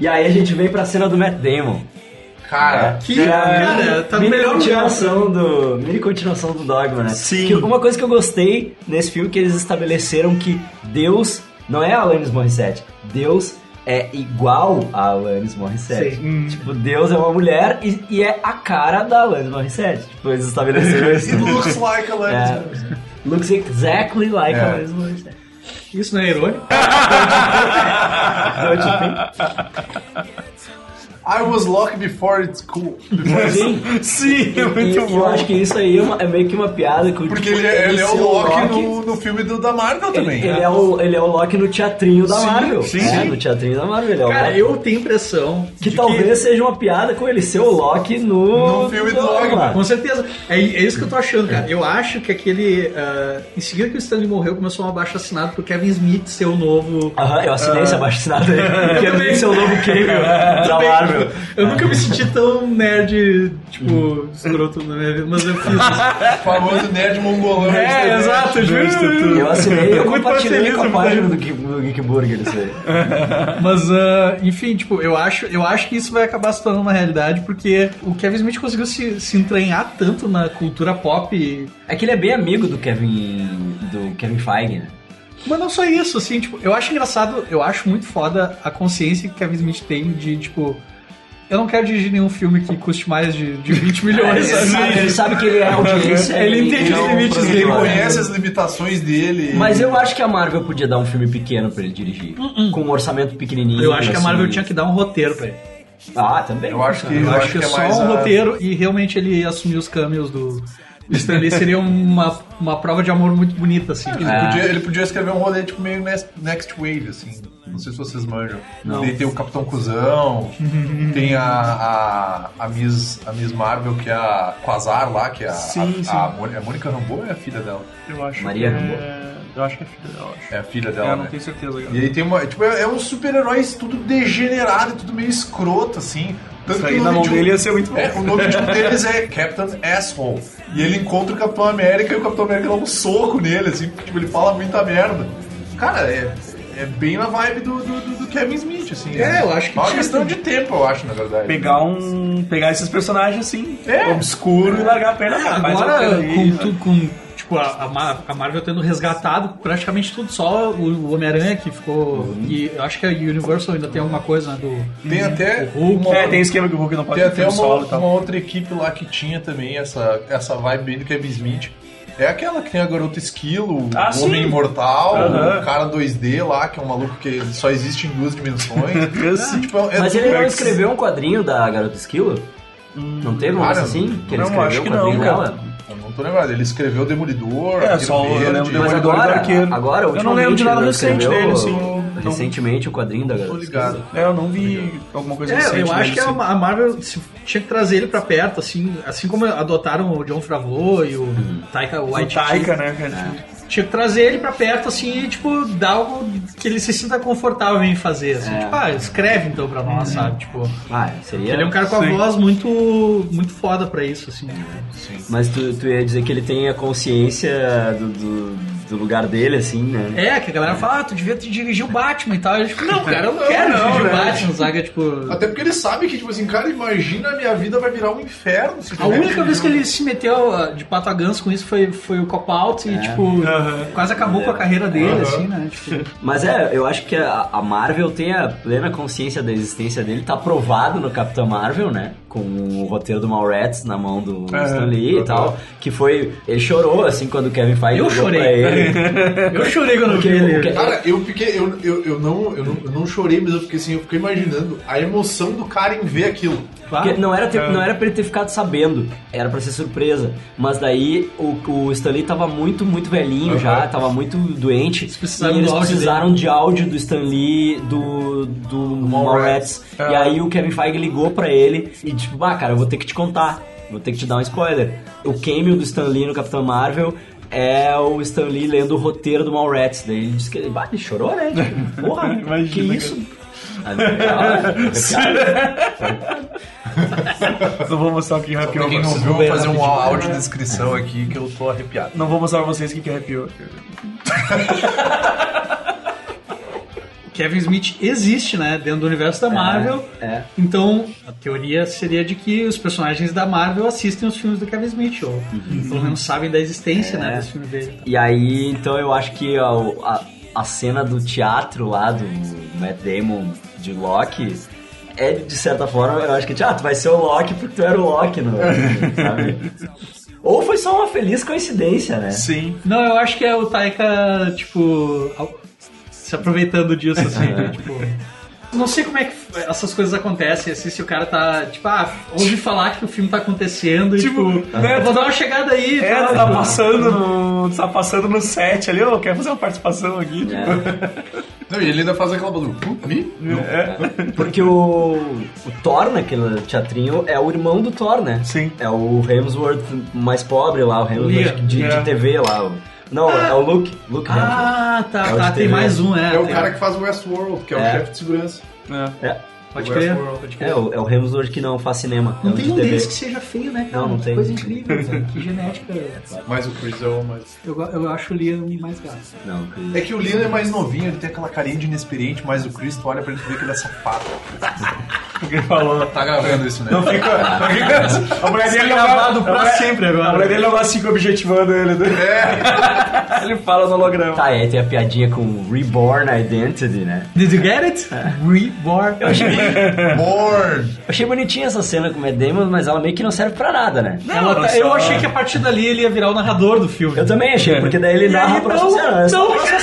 e aí a gente veio pra cena do Matt Damon. É. Cara, que- cara, tá no É. mini melhor continuação do Mini continuação do Dogma, né? Sim. Que uma coisa que eu gostei nesse filme é que eles estabeleceram que Deus não é Alanis Morissette. Deus é igual a Alanis Morissette. Tipo, Deus é uma mulher e, e é a cara da Alanis Morissette. Tipo, eles estabeleceram isso. It looks like a Alanis É. Looks exactly like É. Alanis Morissette. Isso não é irônico? Don't you think? I was locked before it's cool. Before it's- Sim. Sim, E- e eu acho que isso aí é, uma- é meio que uma piada que o- É Porque ele, é- ele é ser o Loki no, no filme do, da Marvel também. Ele, né? ele é o, ele é o Loki no teatrinho da Sim, Marvel. sim, é, sim. no teatrinho da Marvel. Ele é o Cara, Loki. eu tenho a impressão Que de talvez seja uma piada com ele ser o Loki no. No filme do Loki, lá. Com certeza. É, é isso que eu tô achando, cara. Eu acho que aquele. ah, em seguida que o Stanley morreu, começou um abaixo assinado pro Kevin Smith ser o novo. Aham, eu assinei Ah. esse abaixo assinado aí. Quero também. ver seu novo né? Tá cameo da Marvel. Eu nunca me senti tão nerd, tipo, escroto na minha vida, mas eu fiz. isso. O famoso nerd mongolão. É, exato, justo. tu- Eu assinei, É eu Muito compartilhei facilita, com a mas- né? página do Geek, do Geek Burger, isso aí. Mas, ah, enfim, tipo, eu acho, eu acho que isso vai acabar se tornando uma realidade, porque o Kevin Smith conseguiu se, se entranhar tanto na cultura pop É que ele é bem amigo do Kevin. do Kevin Feige, né? Mas não só isso, assim, tipo, eu acho engraçado, eu acho muito foda a consciência que Kevin Smith tem de, tipo, eu não quero dirigir nenhum filme que custe mais de, de 20 é um Ele milhões. sabe? sabe, ele sabe que ele é audiência. Ele entende é os um limites produtor, Ele né? conhece as limitações dele. Mas eu acho que a Marvel podia dar um filme pequeno pra ele dirigir. Com um orçamento pequenininho. Hum, Eu acho que a Marvel assim. tinha que dar um roteiro pra ele. Ah, também. Eu acho que, Eu, acho que, é só mais um a- roteiro e realmente ele assumir os cameos do do Stanley seria uma, uma prova de amor muito bonita, assim. Ele, Ah. podia, ele podia escrever um rolê tipo meio Next, next Wave, assim. Não sei se vocês manjam. Tem, tem o Capitão Cusão, tem a, a, a, Miss, a Miss Marvel, que é a Quasar lá, que é a, Sim, a, sim. a Mônica, é Mônica Rambeau ou é a filha dela? Eu acho Maria que Rambo. é... Eu acho que é filha dela. acho. É a filha dela, Eu né? não tenho certeza agora. E aí tem uma. Tipo, é, é um super-herói tudo degenerado, tudo meio escroto, assim. Tanto Isso que aí o na nome mão de um- dele ia ser muito bom. É, o nome de um deles é Captain Asshole. E ele encontra o Capitão América e o Capitão América dá um soco nele, assim, porque tipo, ele fala muita merda. Cara, é, é bem na vibe do, do, do- do Kevin Smith, assim. É, eu acho que É uma tinha- questão de tempo, eu acho, na verdade. Pegar um. Pegar esses personagens assim, É. obscuro e largar a perna pra trás, outra É, Agora, ali, com, né? tu- com, tipo, a, a Ma- a Marvel tendo resgatado praticamente tudo, só o, o Homem-Aranha que ficou. Uhum. E eu acho que a Universal ainda tem alguma coisa né, do. Tem até. uma- É, tem esquema que o Hulk não pode Tem até filme uma, solo e tal. uma outra equipe lá que tinha também essa, essa vibe bem do Kevin Smith. É aquela que tem a garota esquilo, Ah, o homem sim. imortal, Aham. o cara 2D lá, que é um maluco que só existe em duas dimensões. Esse- tipo, é- é Mas tudo ele não que- escreveu um quadrinho da Garota Esquilo? Hum, não teve um cara, negócio assim? Que ele não, escreveu acho um que não, quadrinho cara. dela? Eu não tô lembrado, ele escreveu Demolidor, É, Arqueiro só eu Verde, lembro do Mas Demolidor agora, do Arqueiro. agora, Eu não lembro de nada ultimamente, ele recente dele, escreveu assim. não- Recentemente o quadrinho da Tô Garota Esquilo. ligado. É, eu não vi alguma coisa É, recente. eu acho dele, que a, assim. Ma- a Marvel se- tinha que trazer ele pra perto, assim, assim como adotaram o John Favreau e o Uhum. Taika O Waititi. Taika, né, cara? Tinha que trazer ele pra perto, assim, e, tipo, dar algo que ele se sinta confortável em fazer, assim. É. Tipo, ah, escreve então pra nós, Uhum. sabe? Tipo, Ah, seria. ele é um cara com a Sim. voz muito, muito foda pra isso, assim. Mas tu, tu ia dizer que ele tem a consciência do, do, do lugar dele, assim, né? É, que a galera fala, ah, tu devia te dirigir o Batman e tal. Eu, tipo, não, cara, eu não quero não, dirigir o né? Batman, Zaga, tipo. Até porque ele sabe que, tipo assim, cara, imagina a minha vida vai virar um inferno. se A tiver única vez que filme. ele se meteu ah, de pato a ganso com isso foi, foi o Cop Out e, tipo, Aham. quase acabou com a carreira dele, Aham. assim, né? Tipo, Mas é, eu acho que a, a Marvel tem a plena consciência da existência dele, tá provado no Capitão Marvel, né? Com o roteiro do Mallrats na mão do É, Stan Lee e tal. Que foi. Ele chorou, assim, quando o Kevin Feige eu ligou chorei. pra ele. eu chorei quando eu vi Porque- ele. Cara, eu fiquei. Eu, eu, eu, não, eu, não, eu não chorei, mas eu fiquei assim, eu fiquei imaginando a emoção do cara em ver aquilo. Claro. Porque não era, ter- não era pra ele ter ficado sabendo, era pra ser surpresa. Mas daí o, o Stan Lee tava muito, muito velhinho Aham. já, tava muito doente. precisaram e eles do áudio precisaram de áudio do Stan Lee, do, do Mallrats. E aí o Kevin Feige ligou pra ele e tipo, ah, cara, eu vou ter que te contar. Vou ter que te dar um spoiler. O cameo do Stan Lee no Capitão Marvel é o Stan Lee lendo o roteiro do Mallrats. Daí ele disse que ele, bah, ele chorou, né? Tipo, Porra, que isso? Ah, não, É. Não vou mostrar o que Só pra quem não viu, vou Tá fazer uma audiodescrição aqui que eu tô arrepiado. Não vou mostrar pra vocês o que é que arrepiou. Kevin Smith existe, né? Dentro do universo da Marvel. é. Então, a teoria seria de que os personagens da Marvel assistem os filmes do Kevin Smith, ou pelo menos sabem da existência, né? É. Dos filmes dele. E aí, então eu acho que a, a, a cena do teatro lá do Matt Damon de Loki é, de certa forma, eu acho que, ah, tu vai ser o Loki porque tu era o Loki, não, sabe? Ou foi só uma feliz coincidência, né? Sim. Não, eu acho que é o Taika, tipo, ao- se aproveitando disso, assim, É. tipo... Não sei como é que essas coisas acontecem, assim, se o cara tá, tipo, ah, ouvi falar que o filme tá acontecendo e, tipo, né, eu vou dar uma chegada aí. É, tal. tu tá passando no, tu tá passando no set ali, ô, quer fazer uma participação aqui? É. Não, e ele ainda faz aquela balu. Me? Não. Porque o, o Thor, naquele teatrinho, é o irmão do Thor, né? Sim. É o Hemsworth mais pobre lá, o Hemsworth Liam, de, de é. TV lá. o- Não, é o Luke. Luke Hemsworth. Ah, tá, É o tá, de tem TV. mais um, é. É o tem- cara que faz o Westworld, que é, É. o chefe de segurança. É. Pode o crer. Westworld. Pode crer. É, o, é o Hemsworth que não faz cinema. é Não o tem de um TV. deles que seja feio, né, cara? Não, não tem. Coisa incrível, cara. Que genética. Mais o Crisão, mas. Eu, go- eu acho o Liam mais gato. Não, É que o Liam é mais novinho, ele tem aquela carinha de inexperiente, mas o Chris, tu olha pra ele e vê que ele é safado. Porque ele falou. Tá gravando isso, né? é Não fica. não fica- A mulher dele é é não gravado pra a mulher- sempre agora. A mulher dele não vai ficar objetivando ele. né? É. Ele fala no holograma. Tá, é, tem a piadinha com Reborn Identity, né? Did you get it? Reborn. Eu achei, eu Born! achei bonitinha essa cena com o Matt Damon, mas ela meio que não serve pra nada, né? Ela tá- eu achei que a partir dali ele ia virar o narrador do filme. Eu também achei, porque daí ele E narra aí, a próxima não, cena. é só a não. próxima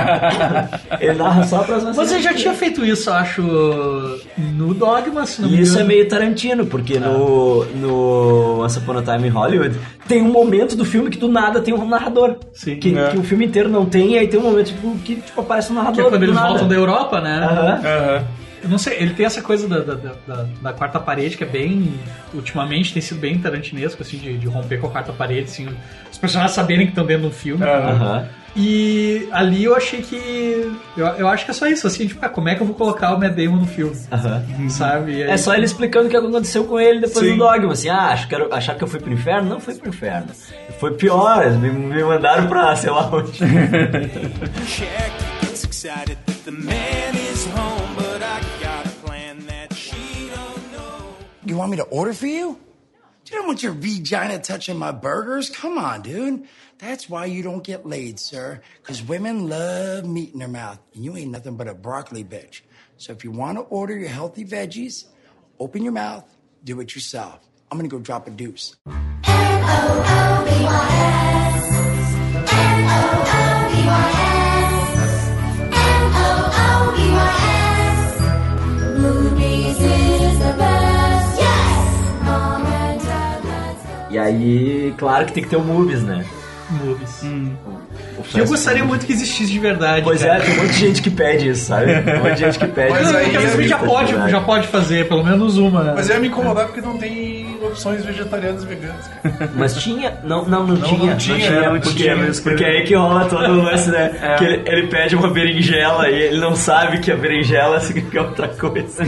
cena. ele narra só a próxima cena. Você já tinha feito isso, eu acho, no Dogma, se não me E isso é engano. meio Tarantino, porque Tá. no, no Once Upon a Time in Hollywood tem um momento do filme que do nada tem um narrador. Sim. que, É. que o filme inteiro não tem, e aí tem um momento tipo, que tipo, aparece um narrador. Que é quando do eles nada. voltam da Europa, né? Aham. Aham. Eu não sei, ele tem essa coisa da, da, da- da- da quarta parede que é bem. Ultimamente tem sido bem tarantinesco, assim, de, de romper com a quarta parede, assim, os personagens saberem que estão dentro de um filme. Aham. Aham. E ali eu achei que. Eu, eu acho que é só isso, assim, tipo, ah, como é que eu vou colocar o Matt Damon no filme? Aham. Sabe? E aí- É só ele explicando o que aconteceu com ele depois do Sim. dogma. Assim, ah, acho que era- acharam que eu fui pro inferno? Não fui pro inferno. Foi pior, eles me, me mandaram pra sei lá onde. Check gets excited that the man is home, but I got a plan that she don't know. You want me to order for you? You don't want your vagina touching my burgers? Come on, dude. That's why you don't get laid, sir. Because women love meat in their mouth, and you ain't nothing but a broccoli bitch. So if you want to order your healthy veggies, open your mouth, do it yourself. I'm going to go drop a deuce. E aí, claro que tem que ter o Movies, né? Movies. O Eu festival. gostaria muito que existisse de verdade. Pois é, cara. tem um monte de gente que pede isso, sabe? Tem um monte de gente que pede Mas Mas é isso. aí- que a gente já pode, já pode fazer, pelo menos uma, né? Mas ia me incomodar porque não tem opções vegetarianas e veganas, cara. Mas tinha. Não, não, não, tinha. não tinha, não porque, tinha mesmo. porque aí que rola todo o lance, né? Que ele, ele pede uma berinjela e ele não sabe que a berinjela significa outra coisa.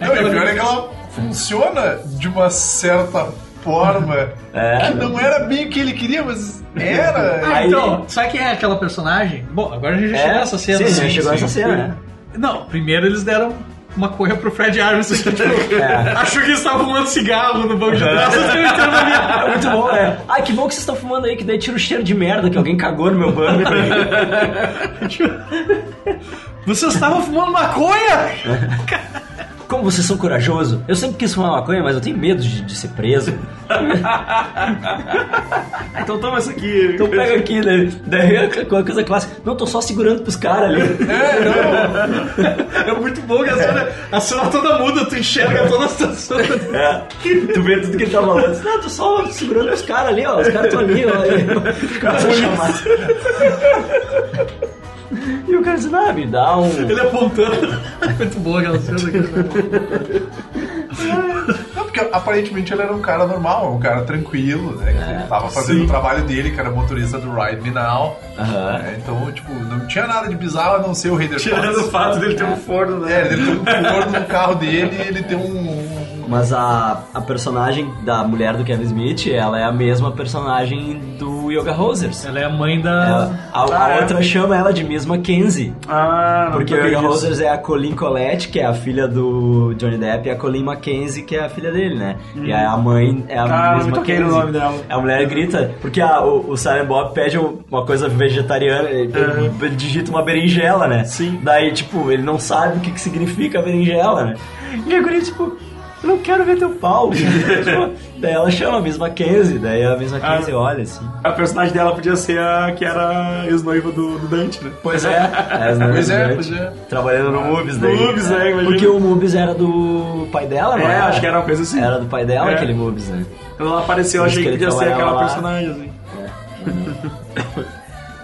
Não, e o pior é que ela funciona de uma certa forma. É. Que não era bem o que ele queria, mas era. Ah, Aí- então, sabe quem é aquela personagem? Bom, agora a gente já chegou nessa cena. É, sim, já assim. chegou sim. essa cena, né? Não, primeiro eles deram uma corra pro Fred Armisen, que tipo, achou que eles estavam fumando cigarro no banco de trás. eles estavam entrando na minha- É muito bom, né? Ai, que bom que vocês estão fumando aí, que daí tira o cheiro de merda que alguém cagou no meu banco. Vocês estavam fumando maconha? Como vocês são corajosos. Eu sempre quis fumar maconha, mas eu tenho medo de, de ser preso. Ah, Então toma isso aqui. Então pega aqui, né? Daí é aquela coisa clássica. Não, tô só segurando pros caras ali. É muito bom que a cena, a cena toda muda, tu enxerga toda a situação. É. Tu vê tudo que ele tá falando. Não, tô só segurando os caras ali, ó. Os caras estão ali, ó. Começa a chamar. E o cara diz, ah, me dá um... Ele apontando. Muito boa aquela cena. cara. Não, porque porque aparentemente ele era um cara normal, um cara tranquilo, né? Que É, tava fazendo sim. o trabalho dele, que era motorista do Ride Me Now. né? Então, tipo, não tinha nada de bizarro a não ser o Raider Tirando o fato dele ter um forno, né? É, ele tem um forno no carro dele e ele tem um. Mas a, a personagem da mulher do Kevin Smith, ela é a mesma personagem do Yoga Rosers. Ela é a mãe da. a, Ah, é. outra chama ela de Miss Mackenzie. Ah, não Porque o sabia Yoga disso. Rosers é a Colleen Colette, que é a filha do Johnny Depp, e a Colleen Mackenzie, que é a filha dele, né? Hum. E aí a mãe é a Ah, Miss me toquei no Mackenzie. nome dela. A mulher grita, porque a- o, o Silent Bob pede um, uma coisa vegetariana, ele, É. ele digita uma berinjela, né? Sim. Daí, tipo, ele não sabe o que, que significa a berinjela, né? E a guria, tipo, eu não quero ver teu pau. Tipo, daí ela chama a Miss Mackenzie, daí a Miss Ah. Mackenzie olha, assim. A personagem dela podia ser a que era ex-noiva do, do Dante, né? Pois é. as noivas durante- Trabalhando no Movies, daí. No é. Movies, né, imagina. Porque o Movies era do pai dela, né? É, acho que era uma coisa assim. Era do pai dela, É. aquele Movies, né? Quando ela apareceu, eu Diz achei que que ele podia ser trabalhava aquela lá. personagem, assim.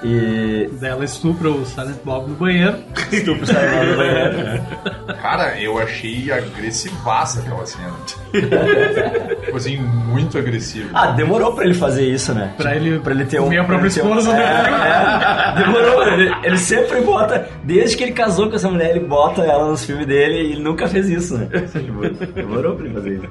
E. Daí ela estupra o Silent Bob no banheiro. Estupra o é É. Silent Bob no banheiro. Cara, eu achei agressivaça aquela cena. tipo assim, muito agressivo. Ah, demorou pra ele fazer isso, né? Pra ele, pra ele ter um. comer a pra própria ele ter um- esposa, né? É, é. Demorou. Ele, ele sempre bota. Desde que ele casou com essa mulher, ele bota ela nos filmes dele e ele nunca fez isso, né? Tipo, Demorou pra ele fazer isso.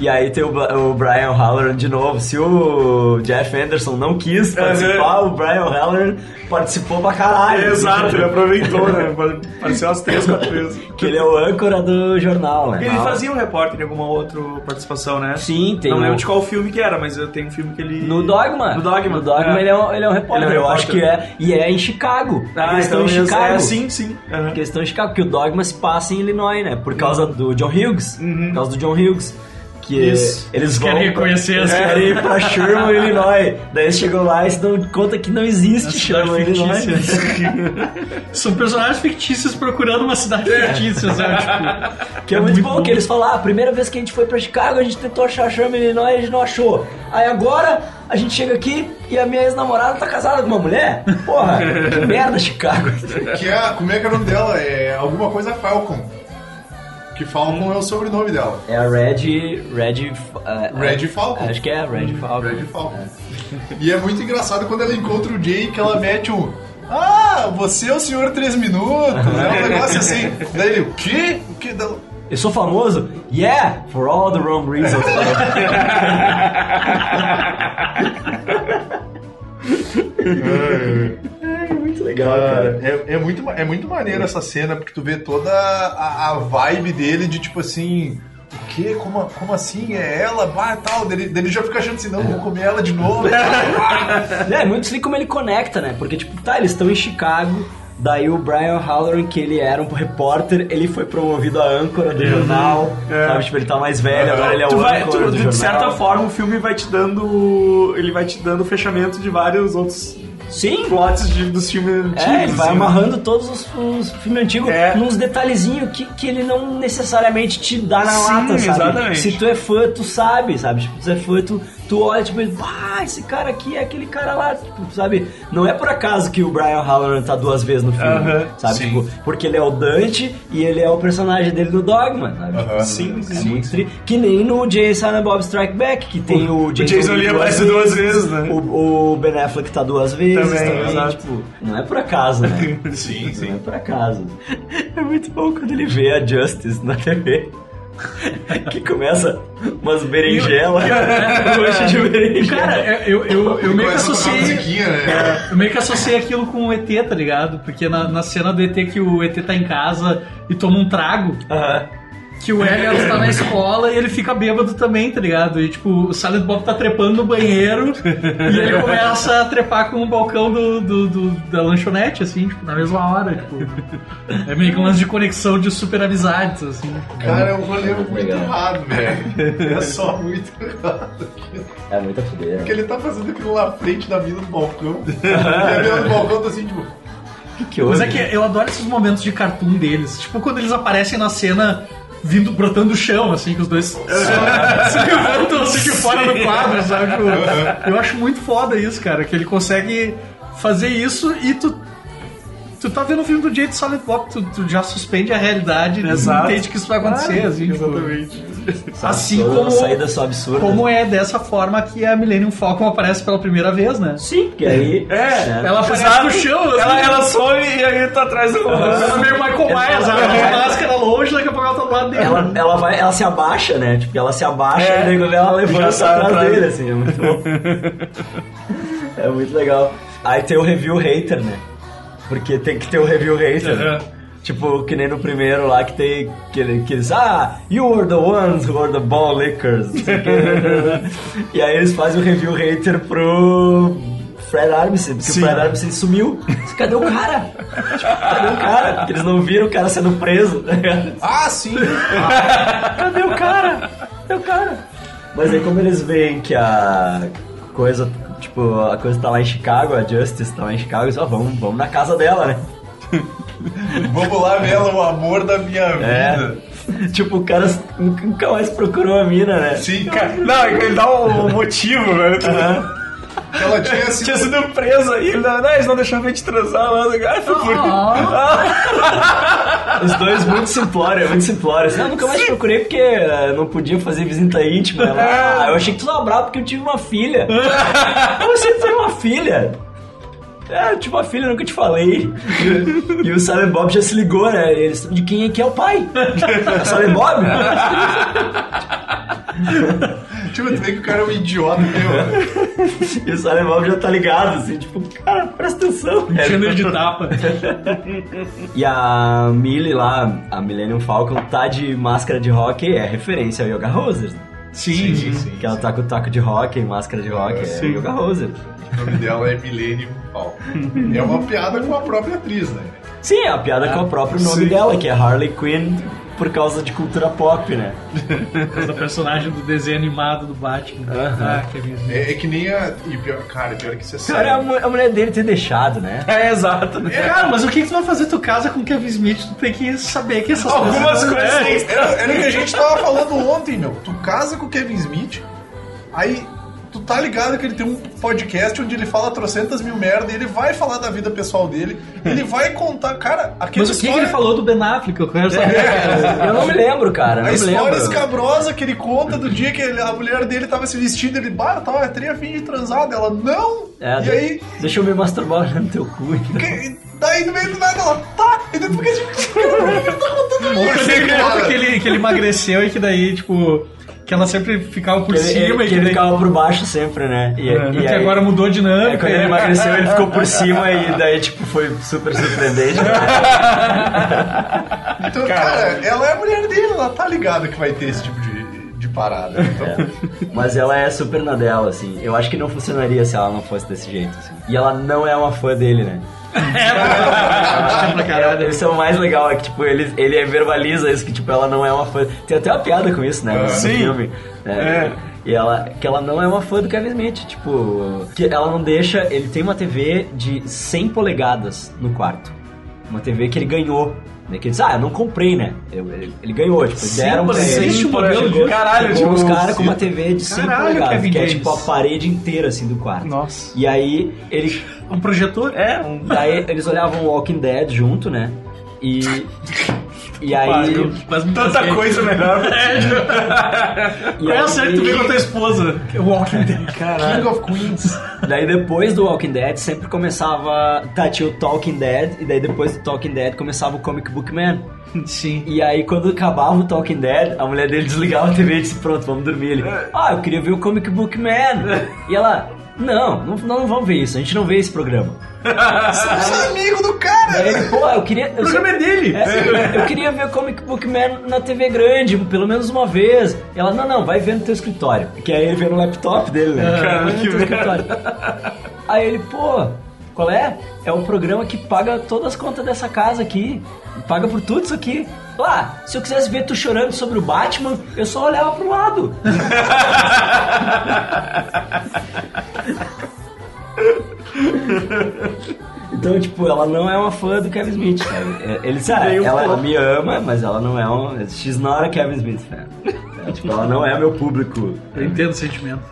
E aí tem o, Bla- o Brian Halloran de novo. Se o Jeff Anderson não quis participar, o Brian Halloran participou pra caralho. Exato, ele aproveitou, né? Apareceu umas três, quatro vezes. Que ele é o âncora do jornal, né? Ele fazia um repórter em alguma outra participação, né? Sim, tem Não o- lembro de qual filme que era, mas eu tenho um filme que ele. No Dogma. No Dogma. No Dogma ele, é um, ele é um repórter, Ele é um eu acho que repórter. é. E é em Chicago. Ah, Porque eles estão então isso- em Chicago. é, sim, sim. Questão em Chicago, porque o Dogma se passa em Illinois, né? Por causa do John Hughes. Por causa do John Hughes. Que Isso. eles Eles vão. querem reconhecer eles as- querem ir pra Sherman, Illinois. Daí eles chegam lá e se dão conta que não existe Sherman, Illinois. São personagens fictícios procurando uma cidade fictícia, sabe? Tipo, Que é, muito, bom, que eles falam, ah, a primeira vez que a gente foi pra Chicago, a gente tentou achar a Sherman Illinois e a gente não achou. Aí agora a gente chega aqui e a minha ex-namorada tá casada com uma mulher? Porra, que merda, Chicago. Que é, como é que é o nome dela? É alguma coisa Falcon. Que Falcon é o sobrenome dela. É a Red. Red. uh, Red é- Falcon. Acho que é Hum, Red Falcon. Red Falcon. E é muito engraçado quando ela encontra o Jay que ela mete um. Ah, você é o senhor três minutos. É um negócio assim. Daí ele, o quê? O que? Eu sou famoso? Yeah, for all the wrong reasons. É muito legal, cara. É, é muito, ma- é muito maneiro essa cena, porque tu vê toda a, a vibe dele de tipo assim. O quê? Como, como assim? É ela? Bah, tal. Dele, dele já fica achando assim, não, vou comer ela de novo. é, é muito assim como ele conecta, né? Porque, tipo, tá, eles estão em Chicago. Daí o Brian Halloran, que ele era um repórter, ele foi promovido a âncora do jornal. Sabe, tipo, ele tá mais velho, agora ele é o Uhum. É. tu vai, âncora tu- do de jornal. certa forma, o filme vai te dando. Ele vai te dando fechamento de vários outros Sim. plots de- dos filmes antigos. É, ele vai assim, É. né? amarrando todos os, os filmes antigos nos detalhezinhos que, que ele não necessariamente te dá na Sim, lata, sabe? exatamente. Se tu é fã, tu sabe, sabe? Tipo, se tu é fã, tu, tu olha, tipo, ah, esse cara aqui é aquele cara lá, tipo, sabe? Não é por acaso que o Brian Halloran tá duas vezes no filme, Aham. sabe? Tipo, porque ele é o Dante e ele é o personagem dele no Dogma, sabe? Tipo, Sim, é sim, muito tri- Que nem no Jason and Bob Strike Back, que tem o, O Jason Lee aparece duas vezes, né? O, o Ben Affleck tá duas vezes Também, exato. tipo, não é por acaso, né? Sim, sim. Não é por acaso. É muito bom quando ele vê a Justice na TV. que começa umas berinjelas, É, coxa de berinjela. Cara, eu, eu, Tipo, eu meio que É. Começa a tocar associei. musiquinha, né? Eu meio que associei aquilo com o ET, tá ligado? Porque na, na cena do ET que o ET tá em casa e toma um trago. Que o Elliot tá na escola e ele fica bêbado também, tá ligado? E tipo, o Silent Bob tá trepando no banheiro e ele começa a trepar com o balcão do, do- do- da lanchonete, assim, tipo, na mesma hora. Tipo. É meio que um lance de conexão de super amizades, assim. Cara, é um rolê muito errado, velho. É só muito errado. É muita fudeira. Porque ele tá fazendo aquilo na frente da mina do balcão. e a mina do balcão tá assim, tipo. que Mas houve? é que eu adoro esses momentos de cartoon deles. Tipo, quando eles aparecem na cena vindo, brotando do chão, assim, que os dois só se levantam assim de fora do quadro, sabe? Tipo, eu acho muito foda isso, cara, que ele consegue fazer isso e tu. Tu tá vendo o filme do jeito Silent Bob, tu, tu já suspende a realidade, né? tu Exato. entende que isso vai acontecer, Claro, assim, tipo, exatamente. Assim Toda como- uma saída só absurda. Como é dessa forma que a Millennium Falcon aparece pela primeira vez, né? Sim, que aí. né, É, ela aparece Exato. no chão. assim. Ela, ela some e aí tá atrás do. Ela é meio Michael Myers, ela tem Exato. máscara longe, daqui a pouco ela tá do lado dele. Ela, ela, vai, ela se abaixa, né? Tipo, ela se abaixa É, e daí quando ela já levanta sai atrás atrás. dele, assim. É muito bom. é muito legal. Aí tem o review hater, né? Porque tem que ter o review hater. né? Tipo, que nem no primeiro lá que tem que, ele- que eles, ah, you were the ones who were the ball lickers. não sei o quê. e aí eles fazem o review hater pro Fred Armisen, porque o Fred Armisen sumiu. Cadê o cara? Tipo, cadê o cara? Porque eles não viram o cara sendo preso. tá Ah, sim! Cadê o cara? Cadê o cara? Mas aí como eles veem que a coisa, tipo, a coisa tá lá em Chicago, a Justice tá lá em Chicago, eles, ó, vamos, vamos na casa dela, né? Vamos lá ver ela, o amor da minha vida. É. Tipo, o cara nunca nunca mais procurou a mina, né? Sim, cara. Não, é ele dá o motivo, velho. Ela tinha sido... tinha sido presa e ele não, não, eles não deixaram a gente transar ah, lá no gato. Ah, Os dois muito simplório, muito simplório. Assim, não, nunca mais te procurei porque eh, não podia fazer visita íntima. Ela, ah, eu achei que tu tava bravo porque eu tive uma filha. eu achei que tu era uma filha. É, eu tive uma filha, nunca te falei. E, e o Silent Bob já se ligou, né? E eles, de quem é que é o pai? É o Silent Bob? Tipo, tu vê que o cara é um idiota meu. E o Silent Bob já tá ligado, assim, tipo, cara, presta atenção. É, Enchendo ele de tapa. E a Millie lá, a Millennium Falcon, tá de máscara de hockey, é referência ao Yoga Roses, né? Sim, sim, que ela tá com o taco de hockey, máscara de hockey, é Yoga Roses. O nome dela é Millennium Falcon. É uma piada com a própria atriz, né? Sim, é a piada com o próprio nome sim. dela, que é Harley Quinn, por causa de cultura pop, né? Essa personagem do desenho animado do Batman. Ah, que é mesmo. É, é que nem a. E pior, cara, pior que isso é sério. Cara, a, mu- a mulher dele ter deixado, né? É, exato. Cara, mas o que, que tu vai fazer tu casa com Kevin Smith? Tu tem que saber que essas Algumas coisas É. tem- Era, era o que a gente tava falando ontem, meu. Tu casa com o Kevin Smith, aí tu tá ligado que ele tem um podcast onde ele fala trocentas mil merda e ele vai falar da vida pessoal dele, ele vai contar, cara, aquela Mas o que, que história. É, ele falou do Ben Affleck? Eu quero saber. Eu não me lembro, cara, não A me história lembro. escabrosa que ele conta do dia que ele- a mulher dele tava se vestindo, ele, bah, tá, eu tava três a fim de transar dela, não! É, e de- aí, Deixa eu me masturbar olhando teu cu. que- daí no meio do nada ela, tá, e depois que a gente. Ou que ele, Cara. que, ele, que ele emagreceu e que daí, tipo, que ela sempre ficava por Que cima ele, e que que, ele daí, ficava por baixo sempre, né? É, E, e que aí- agora mudou a É, dinâmica. quando ele emagreceu, ele ficou por cima e daí, tipo, foi super surpreendente. tá Então, cara, ela é a mulher dele, ela tá ligada que vai ter esse tipo de, de parada. Então, É. Mas ela é super na dela, assim. Eu acho que não funcionaria se ela não fosse desse jeito, assim. E ela não é uma fã dele, né? É, isso é o mais legal, é que, tipo, ele, ele verbaliza isso, que, tipo, ela não é uma fã... Tem até uma piada com isso, né? no Sim. É. filme. né? E ela, que ela não é uma fã do Kevin Smith, tipo... Que ela não deixa... Ele tem uma TV de 100 polegadas no quarto. Uma TV que ele ganhou. Né? Que ele diz, ah, eu não comprei, né? Eu- ele, ele ganhou, tipo, Sim, deram pra existe ele. um modelo Chegou- disso? Caralho, chegou tipo, os caras sim. com uma TV de 100 Caralho, polegadas, Kevin que é, James. tipo, a parede inteira, assim, do quarto. Nossa. E aí, ele... Um projetor? É. Daí eles olhavam Walking Dead junto, né? E. E aí. Tanta coisa melhor. E Qual é aí- a série que tu vê com a tua esposa? Que é o Walking Dead. King of Queens. Daí depois do Walking Dead sempre começava. Tá, tinha o Talking Dead, e daí depois do Talking Dead começava o Comic Book Man. Sim. E aí quando acabava o Talking Dead, a mulher dele desligava a TV e disse: Pronto, vamos dormir. Ele, É. ah, eu queria ver o Comic Book Man. E ela, não, não, não vamos ver isso, a gente não vê esse programa. Os amigos do cara! Aí ele, É, pô, eu queria. Eu programa é dele. É, eu queria ver Comic Book Man na TV grande, pelo menos uma vez. E ela, não, não, vai ver no teu escritório. Que aí ele vê no laptop dele, né? Cara, Vai ver no que teu merda. escritório. Aí ele, pô, qual é? É um programa que paga todas as contas dessa casa aqui. Paga por tudo isso aqui. Lá, se eu quisesse ver tu chorando sobre o Batman, eu só olhava pro lado. Então, tipo, ela não é uma fã do Kevin Smith, sabe? É, Ele sabe, Nenhum ela fã. me ama, mas ela não é um. She's not a Kevin Smith fan. É, tipo, ela não é meu público. Eu entendo o sentimento.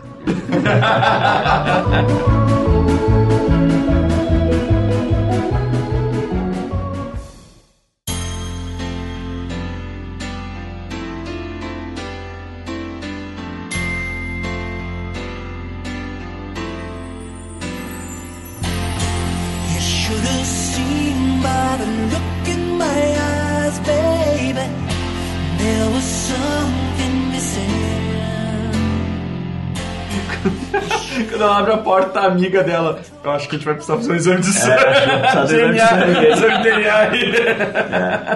Quando ela abre a porta, tá a amiga dela. Eu acho que a gente vai precisar fazer um exame de É. sangue. acho que vai precisar fazer um exame de sangue. DNA, exame de DNA aí.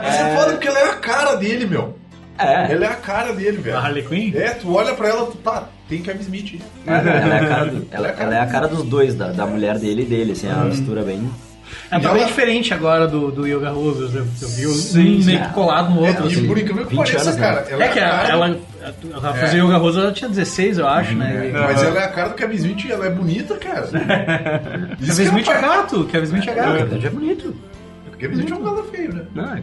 Mas é foda porque ela é a cara dele, meu. É. Ela é a cara dele, velho. A Harley Quinn? É, tu olha pra ela, tu tá, tem Kevin Smith. Ela, ela é a cara, do- ela- ela é a cara dos dois, da, da mulher dele e dele, assim, é uma mistura bem. É tá bem diferente agora do, do Yoga Roses. Eu, eu vi um meio que colado no outro. É, e assim. por incrível que 20 pareça, anos, né? cara. É que a- ela, ela fazia É. Yoga Roses, ela tinha 16, eu acho, né? É, E- Mas ela é a cara do Kevin Smith e ela é bonita, cara. Kevin Smith é gato, Kevin Smith é gato. é bonito. Kevin Smith é um cara feio, né? Não, é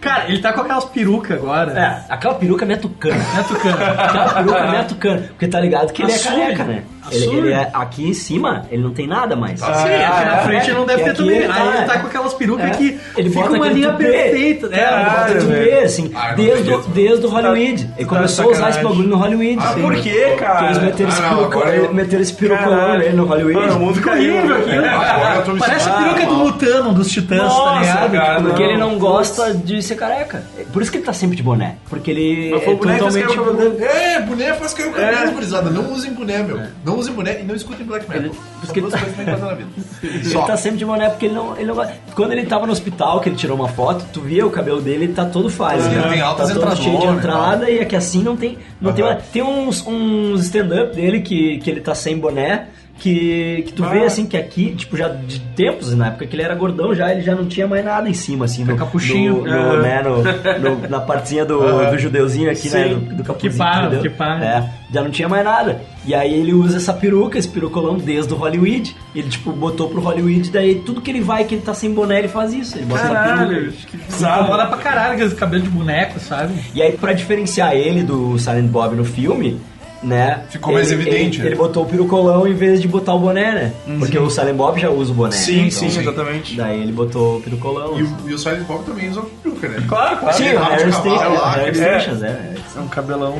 Cara, ele tá com aquelas perucas agora. É, aquela peruca é minha tucana. Né, Tucano? Aquela peruca é minha tucana. Porque tá ligado que ele Assume. é careca, né? Ele, Assume. ele é aqui em cima, ele não tem nada mais. Ah, Sim, aqui na é, frente é, não deve e ter aqui também. ele tá, Aí ele tá é. com aquelas perucas É. que ele fica bota uma aquele linha tupê. perfeita, né? É, ele bota Caralho, tupê, velho. assim, Ah, não desde, o- acredito. desde o Hollywood. ele começou a usar esse Tá sacanagem. bagulho no Hollywood. Ah, sim. por quê, cara? Porque eles meteram esse Ah, não, perucão, agora eu- meteram esse perucão Caralho. nele no Hollywood. Mano, o mundo caiu, É. velho. Agora eu tô me Parece a sentindo peruca do mal. Mutano, dos Titãs, tá Nossa, ligado? cara, Porque não. ele não gosta de ser careca. Por isso que ele tá sempre de boné. Porque ele é Mas foi o boneco que fez cair o cabelo dele. É, boné faz cair o cabelo, gurizada. Não usem boné, meu. Não usem boné e não escutem black É. metal. Ele- São porque duas tá- coisas que tem que fazer na vida. Ele Só. tá sempre de boné porque ele não, ele não gosta. Quando ele tava no hospital, que ele tirou uma foto, tu via o cabelo dele, tá todo faz. Ele né? tem altas tá todo entradas cheio de longas, entrada e é que assim não tem. Não tem, uma- tem uns, uns stand-up dele que, que ele tá sem boné. Que, que tu vê Ah. assim que aqui, tipo, já de tempos, na época que ele era gordão já, ele já não tinha mais nada em cima, É assim, no capuchinho. no- no, Aham. né, no- no- na partezinha do, do judeuzinho aqui, né? Sim. Do, do capuzinho Que pá, judeu. que pá. É, já não tinha mais nada. E aí ele usa essa peruca, esse perucolão desde o Hollywood. Ele, tipo, botou pro Hollywood, daí tudo que ele vai, que ele tá sem boné, ele faz isso. Ele bota essa peruca. Caralho, que bizarro. Incomoda pra caralho aqueles cabelos de boneco, sabe? E aí, pra diferenciar ele do Silent Bob no filme, né? Ficou mais ele- evidente, Ele, né? ele botou o perucolão em vez de botar o boné, né? Porque o Silent Bob já usa o boné. Uhum. Sim, então, sim, exatamente. Daí ele botou o perucolão. E o, e o Silent Bob também usa peruca, né? Claro, claro. Sim, ele o rabo de Harry cavalo Stations, Ah, lá, Harry é. Stations, é. é. É um cabelão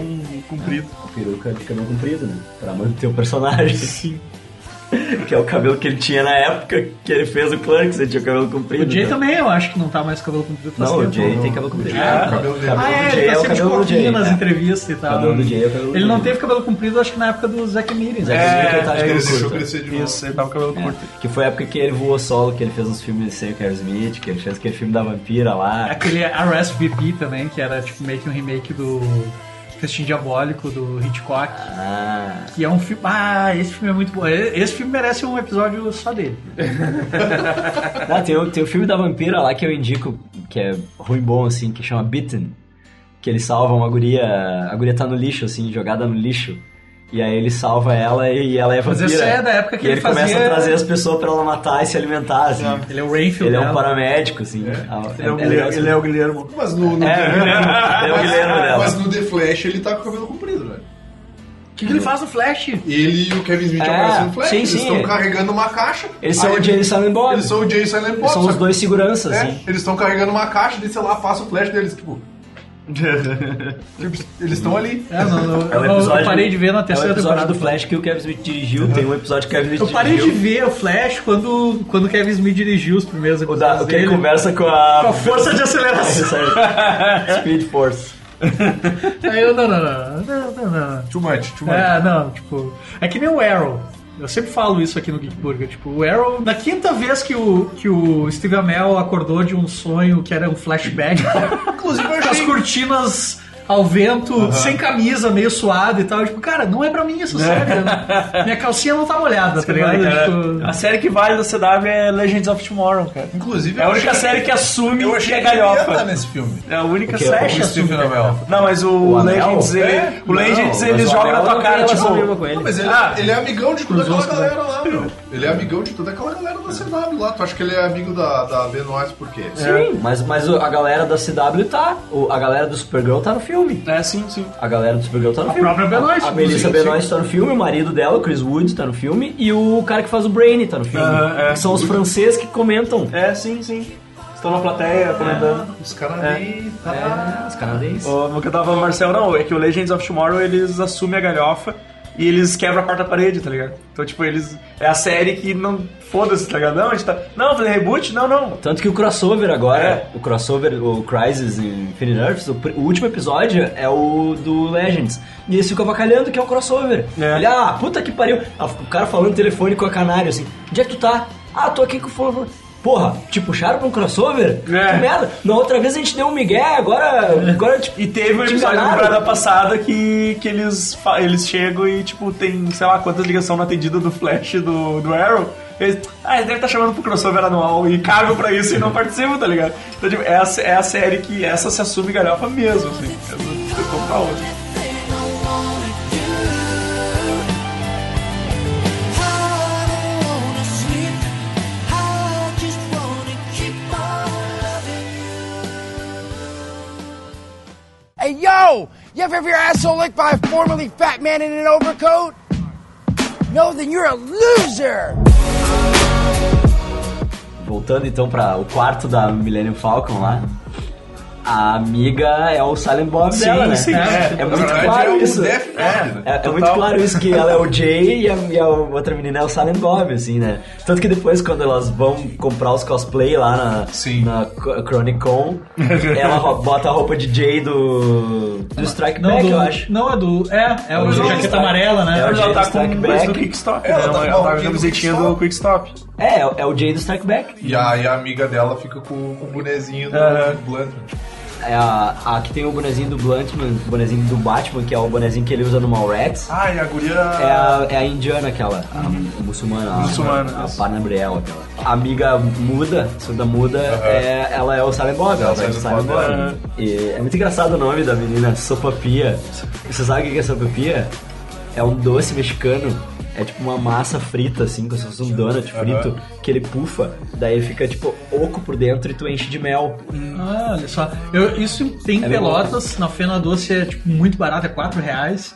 comprido. peruca de cabelo comprido, né? Pra manter o personagem. Sim. que é o cabelo que ele tinha na época que ele fez o Clerks, ele tinha o cabelo comprido. O Jay né? também, eu acho que não tá mais com cabelo comprido faz Não, o tempo. Jay tem cabelo comprido. É, o cabelo dele. Ah, do é, Jay ele tá sempre de cabelo do corpinho Jay, nas né? entrevistas e tal. O cabelo do Jay é o cabelo do Ele não Jay. teve cabelo comprido, acho que na época do Zack Miri. Zack né? Miri que ele tava de é, cabelo Ele deixou curto. crescer de novo. Isso, ele tava com cabelo um curto. É, que foi a época que ele voou solo, que ele fez uns filmes sem o Kevin Smith, que ele fez aquele filme da vampira lá. Aquele RSVP também, que era tipo meio que um remake do Festim Diabólico, do Hitchcock. Ah, Que é um filme. Ah, esse filme é muito bom. Esse filme merece um episódio só dele. Não, tem, o, tem o filme da vampira lá que eu indico, que é ruim bom, assim, que chama Bitten. Que ele salva uma guria. A guria tá no lixo, assim, jogada no lixo. E aí ele salva ela e ela é Mas vampira. isso é da época que e ele ele começa fazia- a trazer as pessoas pra ela matar e se alimentar, assim. Ele é o Rainfield. Ele é um dela. paramédico, assim. Ah, Ele é o legal Guilhermo. esse Ele é o Guilhermo. Mas no, no, É, é o Guilhermo, é o Guilhermo dela. mas no The Flash ele tá com o cabelo comprido, né? O que, que ele faz no Flash? Ele e o Kevin Smith É, aparecem no Flash, sim, eles sim. estão carregando uma caixa. Eles são Aí o Jay e Silent Bob. Eles são o Jay e Silent Bob. Eles são só os que- dois seguranças, É, assim. eles estão carregando uma caixa, daí sei lá, passa o flash deles, tipo. tipo, eles estão ali. É, não, não, É um eu- episódio- eu parei de ver na terceira é um episódio temporada do Flash que o Kevin Smith dirigiu. Tem um episódio que o Kevin Smith Eu parei de dirigiu. ver o Flash quando, quando o Kevin Smith dirigiu os primeiros O, episódios. da, o que ele dele. conversa com a. Com a força de aceleração. aceleração. Speed Force. Aí eu, não, não, não, não, não, não. Too much, too much. É, não, tipo. É que nem o Arrow. Eu sempre falo isso aqui no Geek Burger. Tipo, o Arrow, na quinta vez que o, que o Steve Amell acordou de um sonho que era um flashback, Inclusive, eu com as achei. cortinas ao vento, sem camisa, meio suado e tal. Eu, tipo, cara, não é pra mim isso, sério. Minha calcinha não tá molhada, tá ligado? né? A série que vale da CW é Legends of Tomorrow, cara. Inclusive, É a eu única achei- série que assume Eu que achei é que ele ia estar galhofa. nesse filme. É a única O quê? série. O Steve Amell. é Não, mas o, O Anel? Legends, ele, É? o Legends, Não, mas eles tá o é jogam Anel na tua não cara, tem relação tipo... nenhuma com ele. Não, mas ele, Ah, ele é amigão de toda aquela Cruzou, galera lá, meu. Ele é amigão de toda aquela galera da CW lá. Tu acha que ele é amigo da, da Benoist por quê? Sim, É, mas, mas o- a galera da CW tá. O- a galera do Supergirl tá no filme. É, sim, sim. A galera do Supergirl tá no A filme. própria Benoist, A, a Melissa inclusive. Benoist tá no filme, o marido dela, o Chris Wood, tá no filme. E o cara que faz o Brainy tá no filme. Aham, é. Que São os franceses que comentam. É, sim, sim. Estão na plateia comentando. Os caras É. nem. Tá... É, os canadenses. O que eu tava falando, Marcel, não, é que o Legends of Tomorrow eles assumem a galhofa e eles quebram a quarta parede, tá ligado? Então, tipo, eles. É a série que não. Foda-se, tá ligado? Não, a gente tá. Não, fazer reboot? Não, não. Tanto que o crossover agora, É. o crossover, o Crisis em Infinite Earths, o, pr- o último episódio é o do Legends. E eles ficam avacalhando que é o crossover. Ele, ah, puta que pariu. Ah, O cara falando no telefone com a canário, assim, onde é que tu tá? Ah, tô aqui com o fulano. Porra, te puxaram pra um É. crossover? Que merda. Na outra vez a gente deu um migué, agora... agora E teve um episódio da temporada passada que, que eles, fa- eles chegam e, tipo, tem, sei lá, quantas ligações não atendidas do Flash do, do Arrow. Eles, ah, eles devem estar chamando pro crossover anual e cagam pra isso e não participam, tá ligado? Então, tipo, essa é a série que essa se assume galhofa mesmo, assim. Essa é total. Hey, yo! You ever have your asshole licked by a formerly fat man in an overcoat? No, then you're a loser! Voltando então pra o quarto da Millennium Falcon lá. A amiga é o Silent Bob Sim, dela, né? é, sim, é. é muito Na verdade, claro é um o isso. Death Note, né? é, é Total. muito claro isso que ela é o Jay e a, e a outra menina é o Silent Bob, assim, né? Tanto que depois quando elas vão comprar os cosplay lá na, na Co- Chronicon, ela ro- bota a roupa de Jay do, do Strike Não, Back, do- eu acho. Não, é do. É, é o Mas ela jaqueta tá- amarela, né? é o Ela Jay do tá com Strike o preço do Back. Quickstop, Ela né? tá com Ela tá o com a Jay do camisetinha do Quickstop. É, é o Jay do Strike Back. E a, e a amiga dela fica com, com o bonezinho do Aham. Blunt. É a, a que tem o bonezinho do Bluntman, o bonezinho do Batman, que é o bonezinho que ele usa no Mallrats. Ah, e a guria. É a, é a indiana aquela, a, a muçulmana, a- Muçulmana, a, Barnabriel aquela. A amiga muda, surda muda, é, ela é o Silent Bob, ela é o Silent Bob. E é muito engraçado o nome da menina, Sopapia. Você sabe o que é Sopapia? É um doce mexicano, é tipo uma massa frita assim, como se fosse um donut frito, que ele pufa, daí fica tipo oco por dentro e tu enche de mel. Ah, olha só. Eu- isso tem É em pelotas, na Fena Doce é tipo, muito barato, é 4 reais.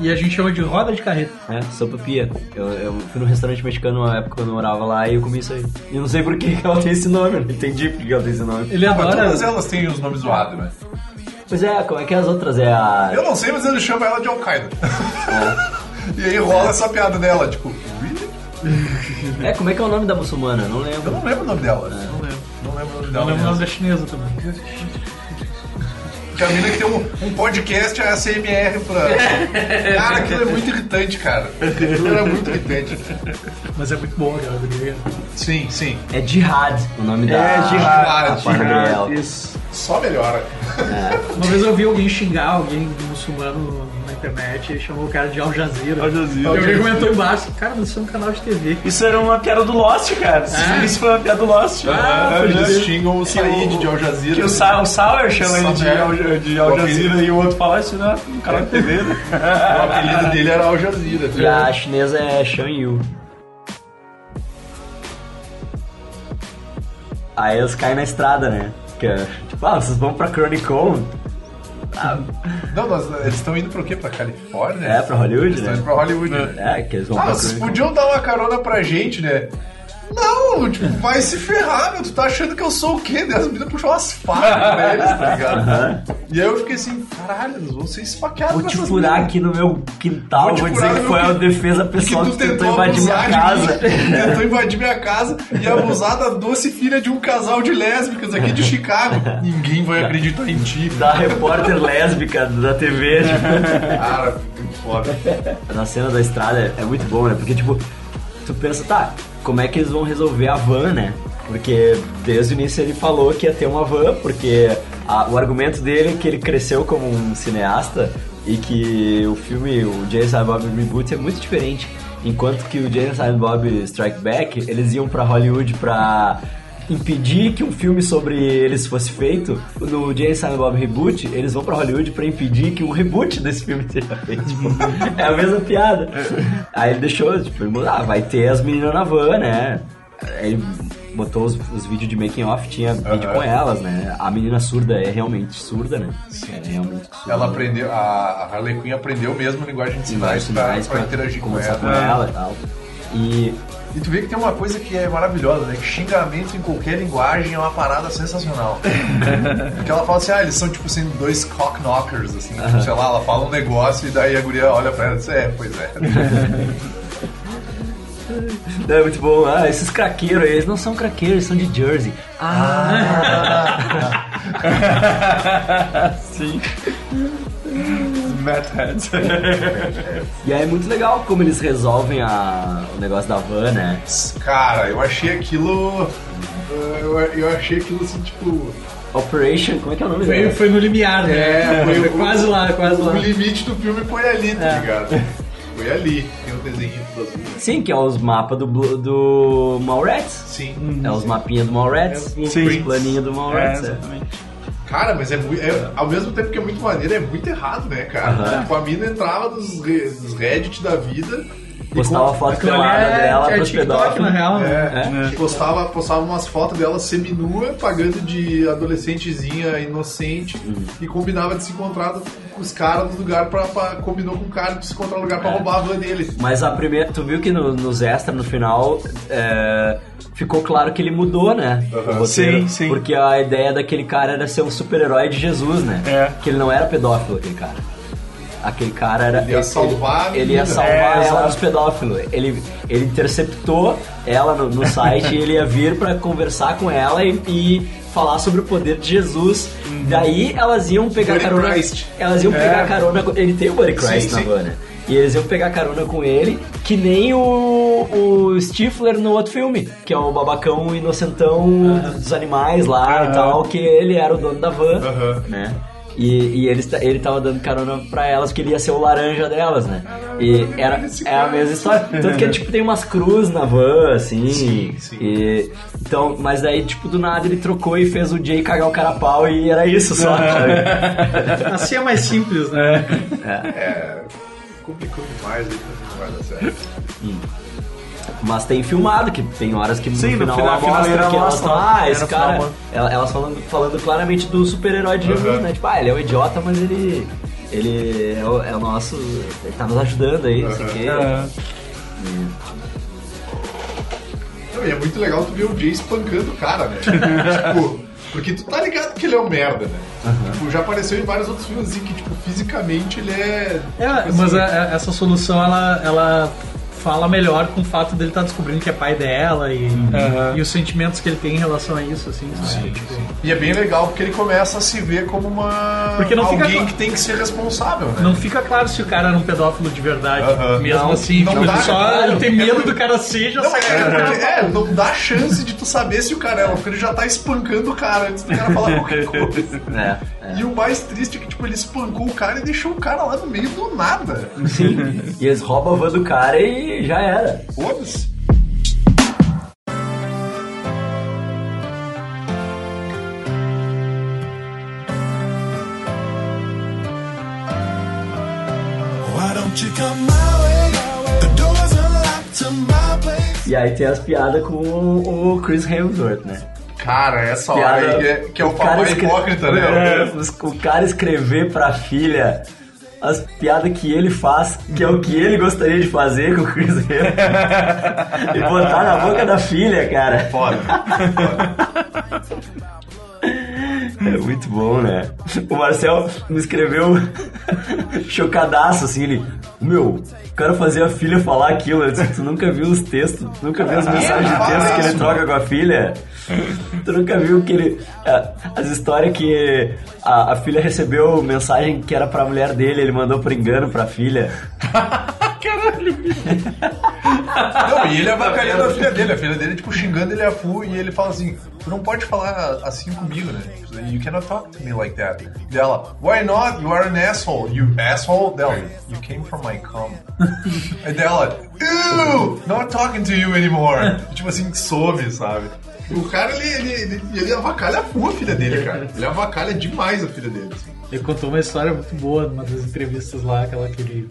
E a gente chama de roda de carreta. É, sopa pia. Eu, eu fui num restaurante mexicano na época quando eu morava lá e eu comi isso aí. E eu não sei por que que ela tem esse nome, eu não entendi por que ela tem esse nome. Ele Ah, mas adora- Todas elas têm os nomes zoados, né? Pois é, como é que é as outras? É a. Eu não sei, mas ele chama ela de Al-Qaeda. e aí rola essa piada dela, tipo, É, como é que é o nome da muçulmana? Não lembro. Eu não lembro o nome dela. Não lembro. Não lembro o nome É. Não dela. lembro o né? nome da é chinesa também. Que a mina que tem um, um podcast ASMR pra. Cara, aquilo é muito irritante, cara. Aquilo era muito irritante. Mas é muito bom, cara. porque- Sim, sim. É Jihad o nome da. É, Jihad, a Jihad, Gabriel. Isso. Só melhora. Uma vez eu vi alguém xingar alguém um muçulmano na internet e chamou o cara de Al Jazeera. Al Jazeera. E alguém Al Jazeera. comentou embaixo, cara, mas isso é um canal de TV. Isso era uma piada do Lost, cara. Ah. Isso foi uma piada do Lost. Ah, foi eles disso. xingam o Que Said de Al Jazeera. Que o, Sa o Sauer chama ele de, Sauer. Al- de Al Jazeera e o outro fala isso, né? Um canal de TV, né? O apelido dele era Al Jazeera. E a chinesa é Shan Yu. Aí eles caem na estrada, né? Que é, tipo, ah, vocês vão pra Chronicon? Não, nós, eles estão indo pra quê? Pra Califórnia? É, pra Hollywood, Eles né? estão indo pra Hollywood, né? É, que eles vão Ah, pra vocês Chronicon. podiam dar uma carona pra gente, né? Não, tipo, vai se ferrar, meu. Tu tá achando que eu sou o quê? Daí As meninas puxou umas facas pra eles, tá ligado? Aham. E aí eu fiquei assim, caralho, eles vão ser esfaqueados Vou com te essas furar meninas. aqui no meu quintal, Vou vou, te furar dizer que no foi meu a quintal. defesa pessoal que, tentou invadir minha abusar de casa. mim, tentou invadir minha casa e abusar da doce filha de um casal de lésbicas aqui de Chicago. Ninguém vai acreditar em ti. Da repórter lésbica da TV, tipo. Cara, muito foda. Na cena da estrada é muito bom, né? Porque, tipo, tu pensa, tá, como é que eles vão resolver a van, né? Porque desde o início ele falou que ia ter uma van, porque a- o argumento dele é que ele cresceu como um cineasta e que o filme, o James Silent Bob Reboot é muito diferente. Enquanto que o James Silent Bob Strike Back, eles iam pra Hollywood pra impedir que um filme sobre eles fosse feito, no James Silent Bob Reboot, eles vão pra Hollywood pra impedir que um reboot desse filme seja feito. Tipo, é a mesma piada. Aí ele deixou, tipo, ele mudou, ah, vai ter as meninas na van, né? Aí ele botou os, os vídeos de making off, tinha vídeo Aham. com elas, né? A menina surda é realmente surda, né? Sim. É realmente surda. Ela aprendeu, a a Harley Quinn aprendeu mesmo a linguagem de Sim, mais sinais pra, pra pra interagir com conversar ela. com ela e tal. E E tu vê que tem uma coisa que é maravilhosa, né? Que xingamento em qualquer linguagem é uma parada sensacional. Porque ela fala assim, ah, eles são tipo sendo dois cockknockers, assim, tipo, Aham. sei lá, ela fala um negócio e daí a guria olha pra ela e diz, é, pois é. É muito bom. Ah, esses craqueiros aí, eles não são craqueiros, eles são de Jersey. Ah! Sim. e aí é muito legal como eles resolvem a- o negócio da van, né? Cara, eu achei aquilo. Eu, eu achei aquilo assim, tipo. Operation, como é que é o nome Foi, dele? foi no limiar, né? É, foi, foi o- quase lá, quase lá. O limite do filme foi ali, tá É. ligado? Foi ali, tem um desenho do azul. Sim, que é os mapas do, Blu- do Mallrats. Sim. É os mapinhas do Mallrats. É os Sim. Os blueprints. planinhos do Mallrats. é. Cara, mas é muito. é- ao mesmo tempo que é muito maneiro, é muito errado, né, cara? Aham. Tipo, a mina entrava dos, re- dos Reddit da vida. e Postava com- foto Aquilo pelada ali dela pros TikTok, pedófilos. né? É, É. Postava, postava umas fotos dela seminua, pagando de adolescentezinha inocente e combinava de se encontrar com os caras no lugar pra, pra- Combinou com o cara de se encontrar no lugar pra roubar a van dele. Mas a primeira, tu viu que no- nos extras, no final, é, ficou claro que ele mudou, né? O roteiro. Sim, sim. Porque a ideia daquele cara era ser um super-herói de Jesus, né? É. Que ele não era pedófilo, aquele cara. Aquele cara era. Ele ia salvar a Ele ia menina. salvar É, ela exato. dos pedófilos. Ele, ele interceptou ela no, no site e ele ia vir pra conversar com ela e, e falar sobre o poder de Jesus. Daí elas iam pegar Buddy carona. Christ. Elas iam Uhum. É. pegar carona. com- Ele tem o Buddy Christ Sim, na sim. van, né? E eles iam pegar carona com ele, que nem o, o Stifler no outro filme, que é o babacão inocentão dos animais lá e tal, que ele era o dono da van, né? E, e ele, esta- ele tava dando carona pra elas, porque ele ia ser o laranja delas, né? E era, é a mesma história. Tanto que ele, tipo, tem umas cruz na van, assim. E, então, mas daí, tipo, do nada ele trocou e fez o Jay cagar o cara a pau e era isso só, sabe? Assim é mais simples, né? É. Complicou demais aí, mas não vai dar certo. Mas tem filmado, que tem horas que Sim, no no final, final- mostra finaleira que elas mostra, falam, ah, é, esse no cara. final ela- elas falando, falando claramente do super-herói de Jesus, né? Tipo, ah, ele é um idiota, mas ele. Ele é o, é o nosso. Ele tá nos ajudando aí, não sei o quê. Não, e é muito legal tu ver o Jay espancando o cara, né? tipo, porque tu tá ligado que ele é um merda, né? Tipo, já apareceu em vários outros filmes assim que, tipo, fisicamente ele é. É, tipo, mas assim, a- a- essa solução ela, ela fala melhor com o fato dele estar descobrindo que é pai dela e, Uhum. e os sentimentos que ele tem em relação a isso, assim. sabe? Tipo, E é bem legal porque ele começa a se ver como uma. Porque não fica alguém cla- que tem que ser responsável, né? Não fica claro se o cara era um pedófilo de verdade, Aham. mesmo Não, assim. não tipo, dá, ele só claro. ele tem medo do cara ser já Não, sai. é, porque- é, não dá chance de tu saber se o cara é, louco, porque ele já tá espancando o cara antes do cara falar qualquer coisa. É, é. E o mais triste é que, tipo, ele espancou o cara e deixou o cara lá no meio do nada. Sim. e eles roubam a van do cara e já era. Foda-se. Why don't you come my way? The door's unlocked to my place. E aí tem as piadas com o, o Chris Hemsworth, né? Cara, essa hora aí que é, que é o, cara papai escre- hipócrita, né? É, os- o cara escrever pra filha as piadas que ele faz, que é o que ele gostaria de fazer com o Chris Hemsworth. e botar na boca da filha, cara. Foda. É muito bom, né? O Marcel me escreveu chocadaço, assim, ele... Meu, o cara fazia a filha falar aquilo. Eu disse, tu nunca viu os textos, tu nunca viu as mensagens de texto que ele troca com a filha? Tu nunca viu que ele... ah, As histórias que a, a filha recebeu mensagem que era pra mulher dele, ele mandou por engano pra filha. Não, e ele avacalhando a filha dele. A filha dele, tipo, xingando ele a full e ele fala assim: Tu não pode falar assim comigo, né? You cannot talk to me like that. Dela, why not? You are an asshole. You asshole? Dela, you came from my cum. E dela, ew, not talking to you anymore. E, tipo assim, some, sabe? O cara, ele, ele, ele, ele avacalha a full a filha dele, cara. Ele avacalha demais a filha dele. assim. Ele contou uma história muito boa numa das entrevistas lá, aquela que ele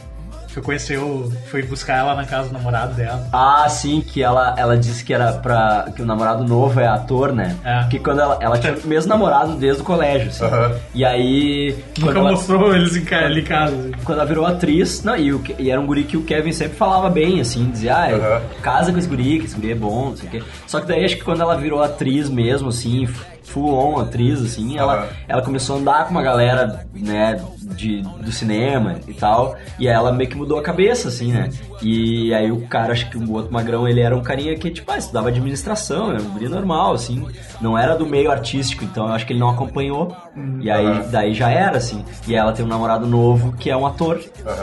Foi conhecer o. Foi buscar ela na casa do namorado dela. Ah, sim, que ela, ela disse que era pra. que o namorado novo é ator, né? É. Porque quando ela. Ela tinha o mesmo namorado desde o colégio, assim. E aí. Nunca quando ela- mostrou eles em ca- ali em casa. assim. Quando ela virou atriz, não, e, o Ke- e era um guri que o Kevin sempre falava bem, assim, dizia, ah, Aham. casa com esse guri, que esse guri é bom, não sei o quê. Só que daí acho que quando ela virou atriz mesmo, assim, f- full on atriz, assim, ela, ela começou a andar com uma galera, né, de, do cinema e tal, e aí ela meio que mudou a cabeça, assim, né? E aí o cara, acho que o outro magrão, ele era um carinha que, tipo, ah, estudava administração, era um guri normal, assim, não era do meio artístico, então eu acho que ele não acompanhou. E aí, Aham. daí já era, assim. E ela tem um namorado novo que é um ator.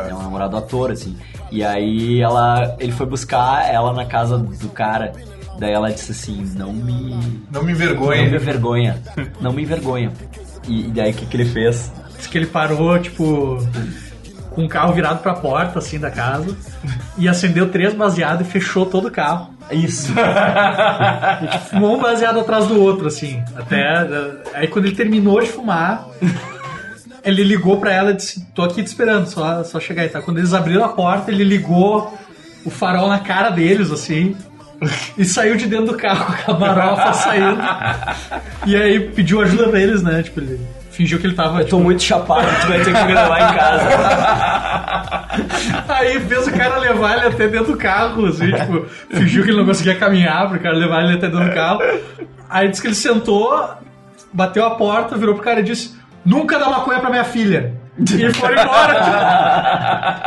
É um namorado ator, assim. E aí ela, ele foi buscar ela na casa do cara. Daí ela disse assim, não me... Não me envergonha. Não me envergonha. não me envergonha. E, e daí o que, que ele fez? Diz que ele parou, tipo, com o carro virado pra porta, assim, da casa, e acendeu três baseados e fechou todo o carro. Isso. Fumou um baseado atrás do outro, assim. Até. Aí quando ele terminou de fumar, ele ligou pra ela e disse: Tô aqui te esperando, só, só chegar aí, tá? Quando eles abriram a porta, ele ligou o farol na cara deles, assim. E saiu de dentro do carro com a marofa saindo. E aí pediu ajuda pra eles, né? Tipo, ele fingiu que ele tava. tipo, Eu tô muito chapado, tu vai ter que gravar em casa. Aí fez o cara levar ele até dentro do carro, assim, tipo, fingiu que ele não conseguia caminhar pro cara levar ele até dentro do carro. Aí disse que ele sentou, bateu a porta, virou pro cara e disse: Nunca dá maconha pra minha filha. E foram embora.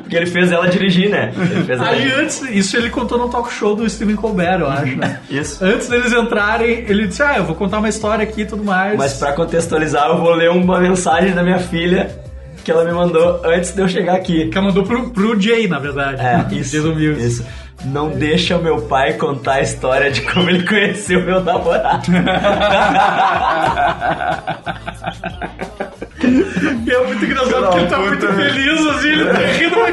Porque ele fez ela dirigir, né? Ele fez ela Aí dirigir. antes, isso ele contou no talk show do Stephen Colbert, eu acho, né? Isso. Antes deles entrarem, ele disse: Ah, eu vou contar uma história aqui e tudo mais. Mas pra contextualizar, eu vou ler uma mensagem da minha filha que ela me mandou antes de eu chegar aqui. Que ela mandou pro, pro Jay, na verdade. É, isso. isso. Não deixa meu pai contar a história de como ele conheceu meu namorado. E é muito engraçado porque ele tá muito feliz, assim, ele tá rindo pra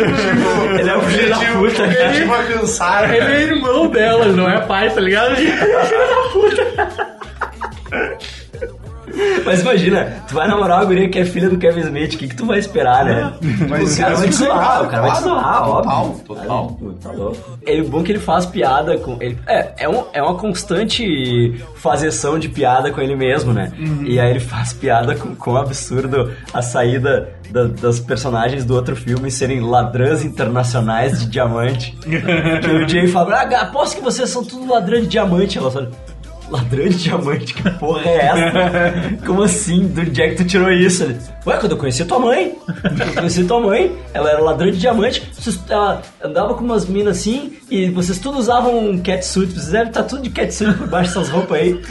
Ele é um filho da puta. Ele, ele é irmão dela, ele não é pai, tá ligado? Ele é filho da puta. Mas imagina, tu vai namorar uma guria que é filha do Kevin Smith, o que, que tu vai esperar, né? Mas o cara isso vai te é zoar, claro, o cara vai te claro, zoar, total, óbvio. total. Cara, Tá louco. É bom que ele faz piada com. Ele, é, é, um- é uma constante fazeção de piada com ele mesmo, né? Uhum. E aí ele faz piada com com o absurdo a saída da- das personagens do outro filme serem ladrãs internacionais de diamante. que o Jay fala, ah, aposto que vocês são tudo ladrão de diamante. Ela só. Ladrão de diamante, que porra é essa? Como assim? Do onde é que tu tirou isso? Ele, Ué, quando eu conheci tua mãe. Eu conheci tua mãe, ela era ladrã de diamante. Vocês, ela andava com umas minas assim e vocês tudo usavam um catsuit. Vocês devem estar tudo de catsuit por baixo dessas roupas aí.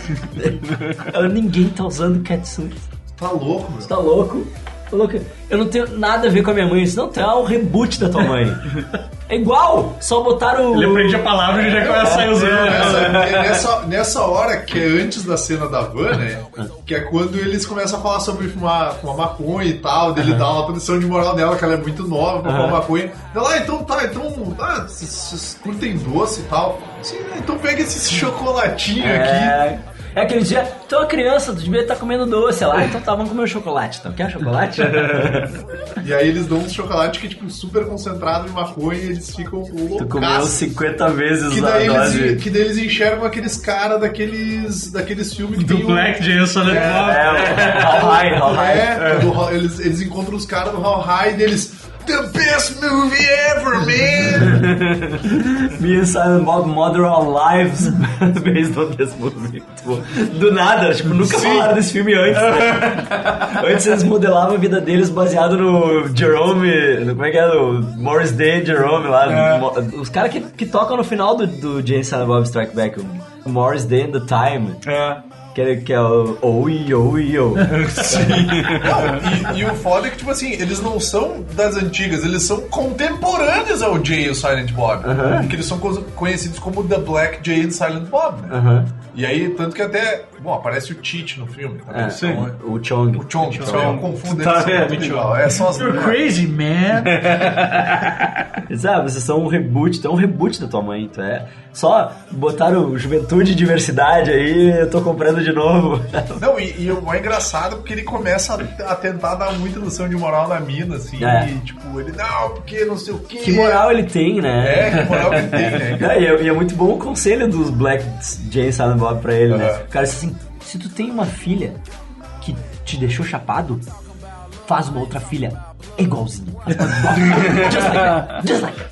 Ela, Ninguém tá usando catsuit. Tá louco, meu. Tá louco? Tá louco? Eu não tenho nada a ver com a minha mãe. Isso não tá um reboot da tua mãe. É igual, só botaram. Ele é aprende a palavra e já começa a sair usando. Nessa, né? nessa, nessa hora, que é antes da cena da van, né? Que é quando eles começam a falar sobre fumar, fumar maconha e tal, dele Aham. dá uma punição de moral nela, que ela é muito nova pra Aham. fumar maconha. Ela, ah, então tá, então, ah, vocês- vocês curtem doce e tal. Sim, né, então pega esse chocolatinho aqui. É, é aquele dia, tô criança, tu devia estar comendo doce lá. Então tá, vamos comer um chocolate. Então quer chocolate? e aí eles dão um chocolate que é tipo super concentrado em maconha e eles ficam tu comeu loucaços. 50 vezes Que a daí, dose. eles, que daí eles enxergam aqueles caras daqueles, daqueles filmes que Do tem o- Black Jason, né? É, How High, How High. É, do How- eles, eles encontram os caras do How High e eles. The best movie ever, man! Me inside Bob Mother All Lives based on this movie. Tipo, Do nada, tipo, nunca falaram desse filme antes. né? antes eles modelavam a vida deles baseado no Jerome. no- como é que é? No Morris Day Jerome lá. Mo- Os caras que, que tocam no final do, do James and Bob Strike Back. O Morris Day and the Time. Que é, que é o Oi, oi, oi. Não, e, e o foda é que, tipo assim, eles não são das antigas, eles são contemporâneos ao Jay e o Silent Bob. Aham. Porque eles são co- conhecidos como The Black Jay and Silent Bob, né? E aí, tanto que até. Bom, aparece o Tite no filme. Tá É, vendo? sim. Então, O Chong. O Chong, Chong. então eu confundo Tá eles, são vendo, muito Chong? igual, É só as You're crazy, man. Sabe, vocês são um reboot, tu é um reboot da tua mãe, tu é. Só botaram juventude e diversidade aí, eu tô comprando de novo. Não, e, e o é engraçado porque ele começa a, a tentar dar muita ilusão de moral na mina, assim. É. E, tipo, ele, não, porque não sei o quê. Que moral ele tem, né? É, que moral ele tem, né? Não, e, é, e é muito bom o conselho dos Black Jane Silent Bob pra ele, né? Aham. O cara disse assim, se tu tem uma filha que te deixou chapado, faz uma outra filha igualzinha. Faz uma igual. just like that, just like that.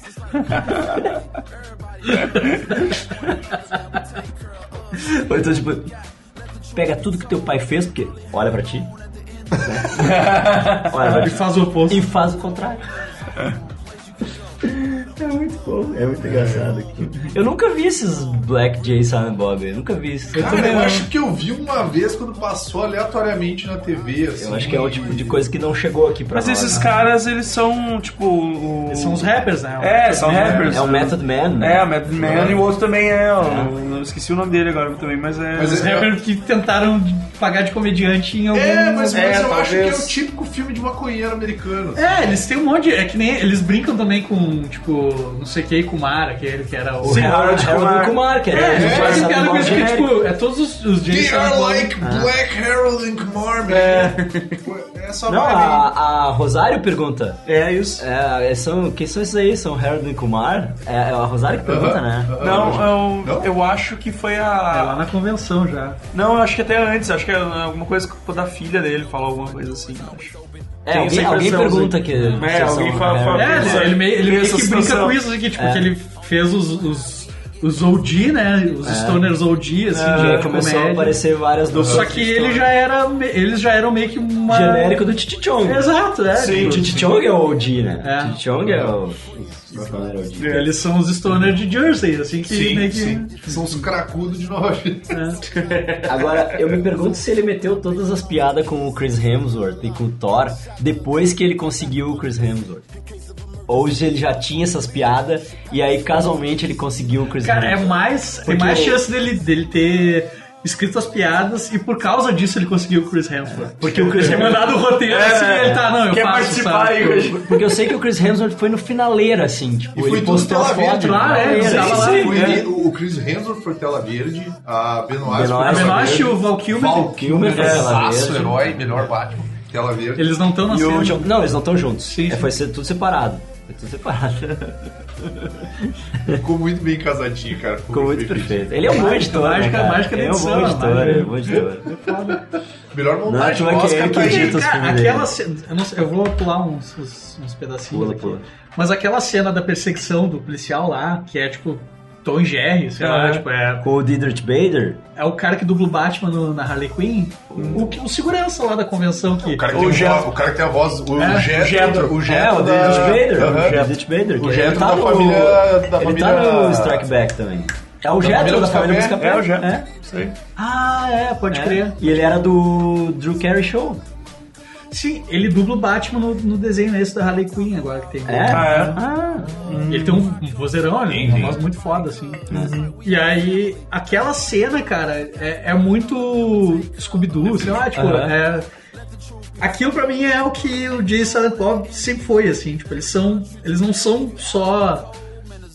Ou então, tipo, pega tudo que teu pai fez, porque olha pra ti. olha pra ti. E faz o oposto. E faz o contrário. É muito bom, é muito engraçado. Eu nunca vi esses Black Jay Silent Bob, eu nunca vi esses. Cara, eu acho que eu vi uma vez quando passou aleatoriamente na TV, assim. Eu acho que é o tipo de coisa que não chegou aqui pra Mas nós. né? esses caras, eles são, tipo. o- São os rappers, né? É, são rappers. É o Method Man, né? É, o Method Man e o outro também é. ó, Não esqueci o nome dele agora também, mas é. Os rappers que tentaram pagar de comediante em algum... É, mas, mas É, eu acho que é talvez. o típico filme de maconheiro americano. assim. É, eles têm um monte. É que nem. Eles brincam também com, tipo, não sei quem, Kumar, aquele que era o. Sim, é, Harold Harold Kumar. Kumar. Kumar, que é, é, eles fazem piada com isso que, genérico. tipo, é todos os, os é James They are Silent Bob- like né? Black Harold and Kumar, man. É só Ah. Não, ah, vai a, a Rosário pergunta. É isso. É, são, quem são esses aí? São Harold e Kumar? É, é a Rosário que pergunta, né? Não, eu, Não? eu acho que foi É, lá a. na convenção já. Não, eu acho que até antes, acho que é alguma coisa que- da filha dele falou alguma coisa assim, eu acho. É, Tem alguém, essa alguém impressão, pergunta assim. que. É, que alguém são fala- fala- Harold. É, ele, ele meio, ele meio Essa que brinca situação. com isso, que, tipo, É. que ele fez os. os os OG, né? Os Stoners OG, assim, E de aí É. começou a comédia. aparecer várias duplas. Só que ele já era, me- eles já eram meio que uma... Genérico do Titi Chong. Exato, é. Sim, o tipo, Titi Chong é o OG, né? É. Titi Chong é o. É. Eles são os Stoners de Jersey, assim, que Sim, ah, meio que... né? sim. São os cracudos de Nova York. Agora, eu me pergunto se ele meteu todas as piadas com o Chris Hemsworth e com o Thor depois que ele conseguiu o Chris Hemsworth. Ou se ele já tinha essas piadas e aí casualmente ele conseguiu o Chris Cara, é Hemsworth. mais, tem Porque mais o- chance dele, dele ter escrito as piadas e por causa disso ele conseguiu o Chris Hemsworth. É. Porque o Chris Tem Hemsworth. É. mandado o roteiro assim e ele tá, não, eu Quer faço, participar sabe? É aí hoje? Porque eu sei que o Chris Hemsworth foi no finaleiro, assim, tipo, E foi ele tudo postou a pela né? foto. vida, claro, é, finaleira, tava assim. lá. Foi né? ele- o Chris Hemsworth foi Tela Verde, a Benoist Benoist. foi A Tela Menoche e Verde. o Val Kilmer, Val Kilmer, Kilmer foi Tela Zaço, Verde. herói, melhor Batman, Tela Verde. eles não estão na E o cena. John- Não, eles não estão juntos. Sim, É, sim. foi ser tudo separado. Foi tudo separado. Ficou muito bem casadinho, cara. Ficou muito perfeito. Ele é um bom editor. né, mágica- cara? mágica da Ele é um bom edição, editor, mágica. ele é um bom editor. Melhor montagem Não, tu é que- Oscar que tá aí. edita. Cara, filmes dele. aquela cena. Eu, não sei, eu vou pular uns, uns, uns pedacinhos. Pula, aqui. pula. Mas aquela cena da perseguição do policial lá, que é tipo Tom e Jerry, sei lá, Aham. tipo, é, Com o Diedrich Bader, é o cara que dubla o Batman no- na Harley Quinn, Hum. o, que- o segurança lá da convenção que. O cara, que tem Jetro. voz- o cara que tem a voz, o É, Jetro, o É, Jetro o da... Dennis Bader. Aham. O Dennis Bader. que O Jetro ele tá da no- família- da Ele tá família- no Strike Back também. É o Jetro família da Buscapé. família Buscapé. É o Jetro. É. Isso aí. Ah, é, pode crer. E ele era do Drew Carey Show. Sim, ele dubla o Batman no, no desenho esse da Harley Quinn agora que tem. É? Ah, é? Ah. Ele tem um, um vozeirão, né? uma voz muito foda, assim. E aí, aquela cena, cara, é, é muito Scooby-Doo, sei lá, tipo, Aham. é- Aquilo pra mim é o que o Jay Silent Bob sempre foi, assim, tipo, eles são. Eles não são só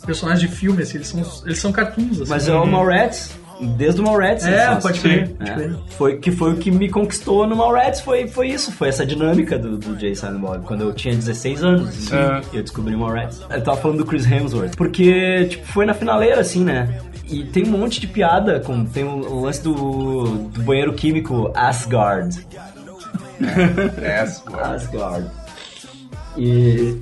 personagens de filme, assim, eles são, eles são cartoons, assim. Mas é o Mallrats. Desde o Mallrats. É, eles são pode assim. crer, pode É. crer. Foi que foi o que me conquistou no Mallrats, foi, foi isso, foi essa dinâmica do, do Jay Silent Bob. Quando eu tinha 16 anos, assim, É. eu descobri o Mallrats. Eu tava falando do Chris Hemsworth, porque tipo, foi na finaleira, assim, né? E tem um monte de piada, como tem o o lance do, do banheiro químico Asgard. É, boa. Asgard. E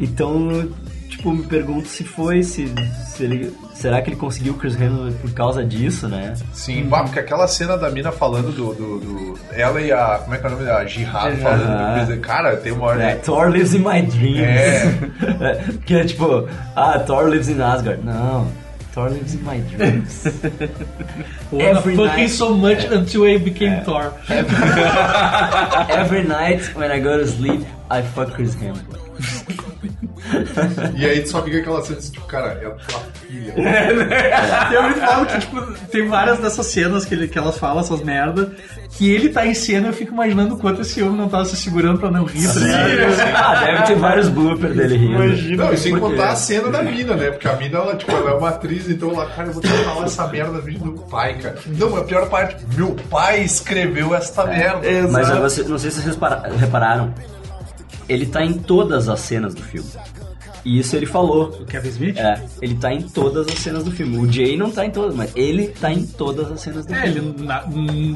então, tipo, me pergunto se foi, se, se ele, será que ele conseguiu o Chris Hemsworth por causa disso, né? Sim, bah, porque aquela cena da mina falando do, do, do- Ela e a. Como é que é o nome da? A Jihad falando do presidente. Cara, tem uma hora. É, Thor lives in my dreams. É. que é tipo, ah, Thor lives in Asgard. Não, Thor lives in my dreams. Wanna Every fucking night. É. so much until I became Thor. Every night when I go to sleep, I fuck Chris Hemsworth. E aí tu só fica aquela cena assim, tipo, cara, é tua filha. É, né? Eu me falo que, tipo, tem várias dessas cenas que, ele, que ela fala, essas merda, que ele tá em cena eu fico imaginando o quanto esse homem não tava se segurando pra não rir. tá ligado? Ah, deve ter vários bloopers dele rindo. Não, e sem contar a cena é. da mina, né? Porque a mina, ela, tipo, ela é uma atriz, então ela, cara, eu vou ter que falar essa merda do meu pai, cara. Não, é a pior parte, meu pai escreveu esta merda. É. Mas eu- você- não sei se vocês repara- repararam. Ele tá em todas as cenas do filme. E isso ele falou. O Kevin Smith? É, ele tá em todas as cenas do filme. O Jay não tá em todas, mas ele tá em todas as cenas do É, filme. ele, na,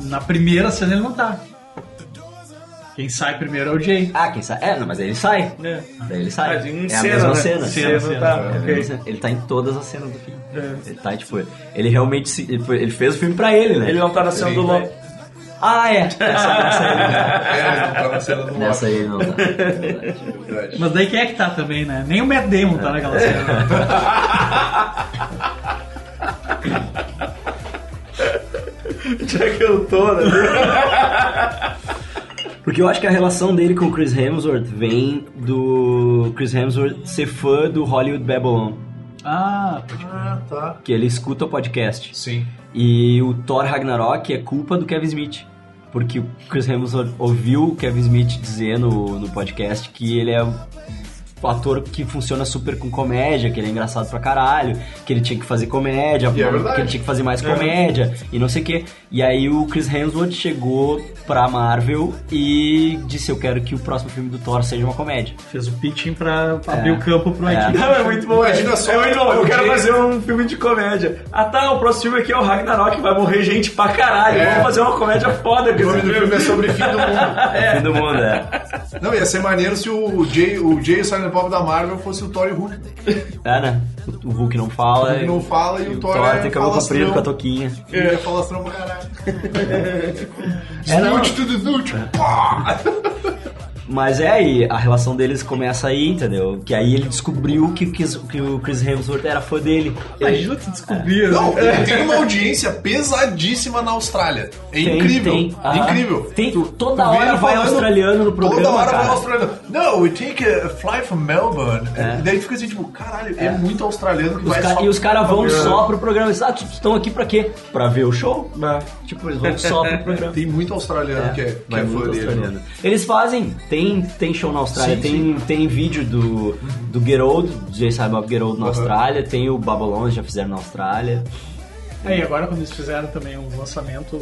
na primeira cena ele não tá. Quem sai primeiro é o Jay. Ah, quem sai? É, não, mas ele sai. É. Daí ele sai. Mas em é cena, a mesma né? cena. Cena, Cena, tá, é a ok. mesma cena. Ele tá em todas as cenas do filme. É. Ele tá, tipo, ele realmente se- ele, foi- ele fez o filme pra ele, né? Ele não tá na cena Ele do tá- Loki. Ah, é. Essa, essa aí ele não tá. na cena do Loki. Nessa aí ele não tá. Mas daí quem é que tá também, né? Nem o Matt Damon tá naquela É. cena. Já que eu tô, Porque eu acho que a relação dele com o Chris Hemsworth vem do Chris Hemsworth ser fã do Hollywood Babylon, Ah, pode Ah, tá. que ele escuta o podcast. Sim. E o Thor Ragnarok é culpa do Kevin Smith. Porque o Chris Hemsworth ouviu o Kevin Smith dizer no, no podcast que ele é o ator que funciona super com comédia, que ele é engraçado pra caralho, que ele tinha que fazer comédia, E é verdade. que ele tinha que fazer mais É. comédia e não sei o quê. E aí o Chris Hemsworth chegou pra Marvel e disse: Eu quero que o próximo filme do Thor seja uma comédia. Fez o pitching pra, pra abrir o campo pro É. Haiti. Não, é muito bom. Imagina é. só É muito bom. Eu alguém- quero fazer um filme de comédia. Ah tá, o próximo filme aqui é o Ragnarok, vai morrer gente pra caralho. É. Vamos fazer uma comédia né? foda O com nome esse do filme é sobre fim do mundo. É. Fim do mundo, é. Não, ia ser maneiro se o Jay, o Jay e o Silent Bob da Marvel fosse o Thor e o Hulk. É, né? O o Hulk não fala. O Hulk não fala e o Thor é tem cabelo falastrão. comprido com a toquinha. Ele É. ia falar assim pra caralho. É, não. Inútil, tudo inútil. Pá! Mas é aí, a relação deles começa aí, entendeu? Que aí ele descobriu que, o Chris- que o Chris Hemsworth era fã dele. Imagina tu descobrir. Não, né? é. ele tem uma audiência pesadíssima na Austrália. É Tem, incrível. tem. Ah. Aham. Incrível. Tem, Tu toda vê hora ele vai falando- australiano no programa. Toda hora cara. vai australiano. No, we take a fly from Melbourne. E daí tu fica assim, tipo, caralho, é, muito australiano que É. Os vai ca- só e os caras vão pra- só pro programa. Ah, tu- tu estão aqui pra quê? Pra ver o show? Tipo, eles vão só pro programa. Tem muito australiano que é, que é, muito fã dele. australiano. Eles fazem, tem, tem show na Austrália, Sim, tem, tem vídeo do, do Get Old, do J. Bob Get Old na Austrália, tem o Babylon, eles já fizeram na Austrália. É, e agora quando eles fizeram também um lançamento,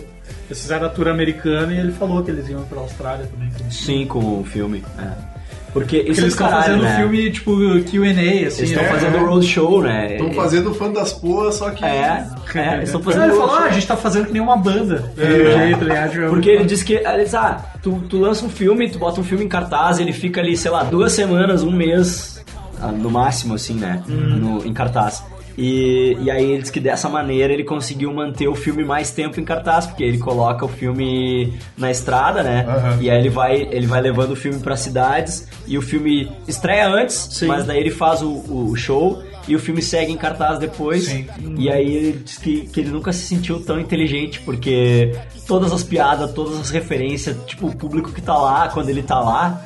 eles fizeram a tour americana e ele falou que eles iam pra Austrália também. Porque Sim, com o filme. é. Porque isso é eles do estão caralho, fazendo né? filme tipo Q&A, assim. Eles estão né? fazendo roadshow, né? Estão fazendo fã das porras, só que. É, é, eles estão fazendo Ele falou, ah, roadshow. a gente tá fazendo que nem uma banda. É, jeito, tá ligado? Porque ele diz que, eles, ah, tu, tu lança um filme, tu bota um filme em cartaz, ele fica ali, sei lá, duas semanas, um mês, ah, no máximo, assim, né? No, em cartaz. E, e aí ele diz que dessa maneira ele conseguiu manter o filme mais tempo em cartaz, porque ele coloca o filme na estrada, né? Aham. E aí ele vai, ele vai levando o filme para cidades e o filme estreia antes, mas daí ele faz o, o show e o filme segue em cartaz depois. E aí ele diz que, que ele nunca se sentiu tão inteligente, porque todas as piadas, todas as referências, tipo, o público que tá lá, quando ele tá lá,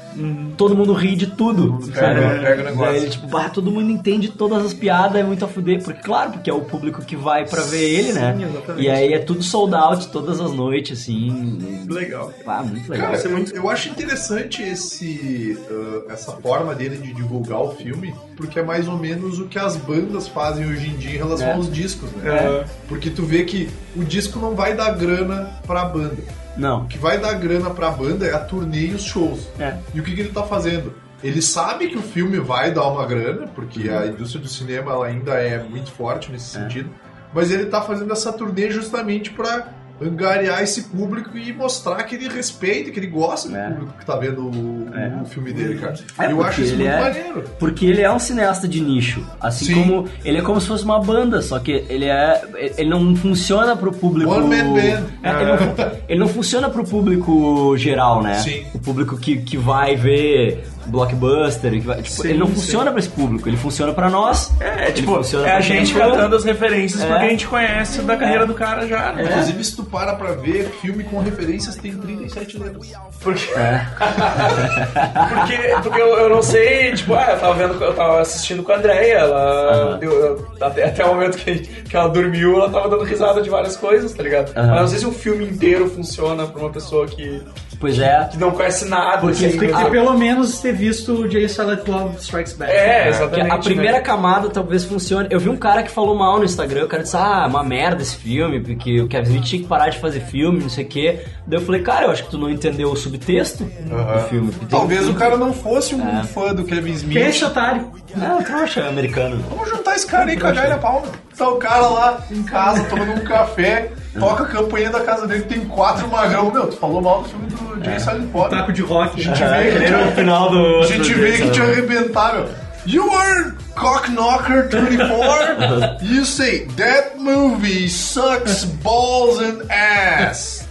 todo mundo ri de tudo. Uhum. Pega, sabe? pega o Daí ele, negócio. tipo, bah, todo mundo entende todas as piadas, é muito a fuder, porque, claro, porque é o público que vai pra ver ele, né? Sim, exatamente. E aí é tudo sold out todas as noites, assim. Legal. Ah, muito legal. Cara, eu acho interessante esse, ah, essa forma dele de divulgar o filme, porque é mais ou menos o que as bandas fazem hoje em dia em relação É. aos discos, né? Porque tu vê que o disco não vai dar grana pra banda. Não. O que vai dar grana pra banda é a turnê e os shows. É. E o que, que ele tá fazendo? Ele sabe que o filme vai dar uma grana, porque Uhum. a indústria do cinema ela ainda é muito forte nesse sentido, mas ele tá fazendo essa turnê justamente pra angariar esse público e mostrar que ele respeita, que ele gosta do É. público que tá vendo o, É. o filme dele, cara. É, eu porque acho isso ele muito é- maneiro. Porque ele é um cineasta de nicho. Assim Sim. como. Ele é como se fosse uma banda, só que ele é. Ele não funciona pro público. One man band. É, ele, não, ele não funciona pro público geral, né? Sim. O público que, que vai ver blockbuster, que vai- tipo, Sim, ele não sim. funciona pra esse público, ele funciona pra nós. É, ele tipo, funciona é pra a quem gente é fã. catando as referências É. porque a gente conhece da carreira do cara já, né? Inclusive, se tu para pra ver, filme com referências tem 37 letras. Porque, porque, porque eu, eu não sei, tipo, ah, eu tava vendo, eu tava assistindo com a Andrea, ela. eu- eu- até, até o momento que, que ela dormiu, ela tava dando risada de várias coisas, tá ligado? Aham. Mas não sei se um filme inteiro funciona pra uma pessoa que. Pois é. Que não conhece nada. Porque assim, tem que né? ter pelo menos ter visto o Jay Silent Bob Strikes Back. É, Porque exatamente. a primeira né? camada talvez funcione. Eu vi um cara que falou mal no Instagram, o cara disse, ah, é uma merda esse filme, porque o Kevin Smith tinha que parar de fazer filme, não sei o quê. Daí eu falei, cara, eu acho que tu não entendeu o subtexto do filme. porque tem Talvez tudo. o cara não fosse um É. fã do Kevin Smith. Quem é esse otário? Não, trouxa americano. Vamos juntar esse cara aí com a Jaira Palma. Tá o cara lá em casa tomando um café, toca a campainha da casa dele, tem quatro magrão. Meu, tu falou mal do filme do Jay Silent Bob. Taco de rock. A gente veio que, Ele era o final do a outro gente dia, veio que sabe? te arrebentar, meu. You are Cockknocker 24. you say that movie sucks balls and ass.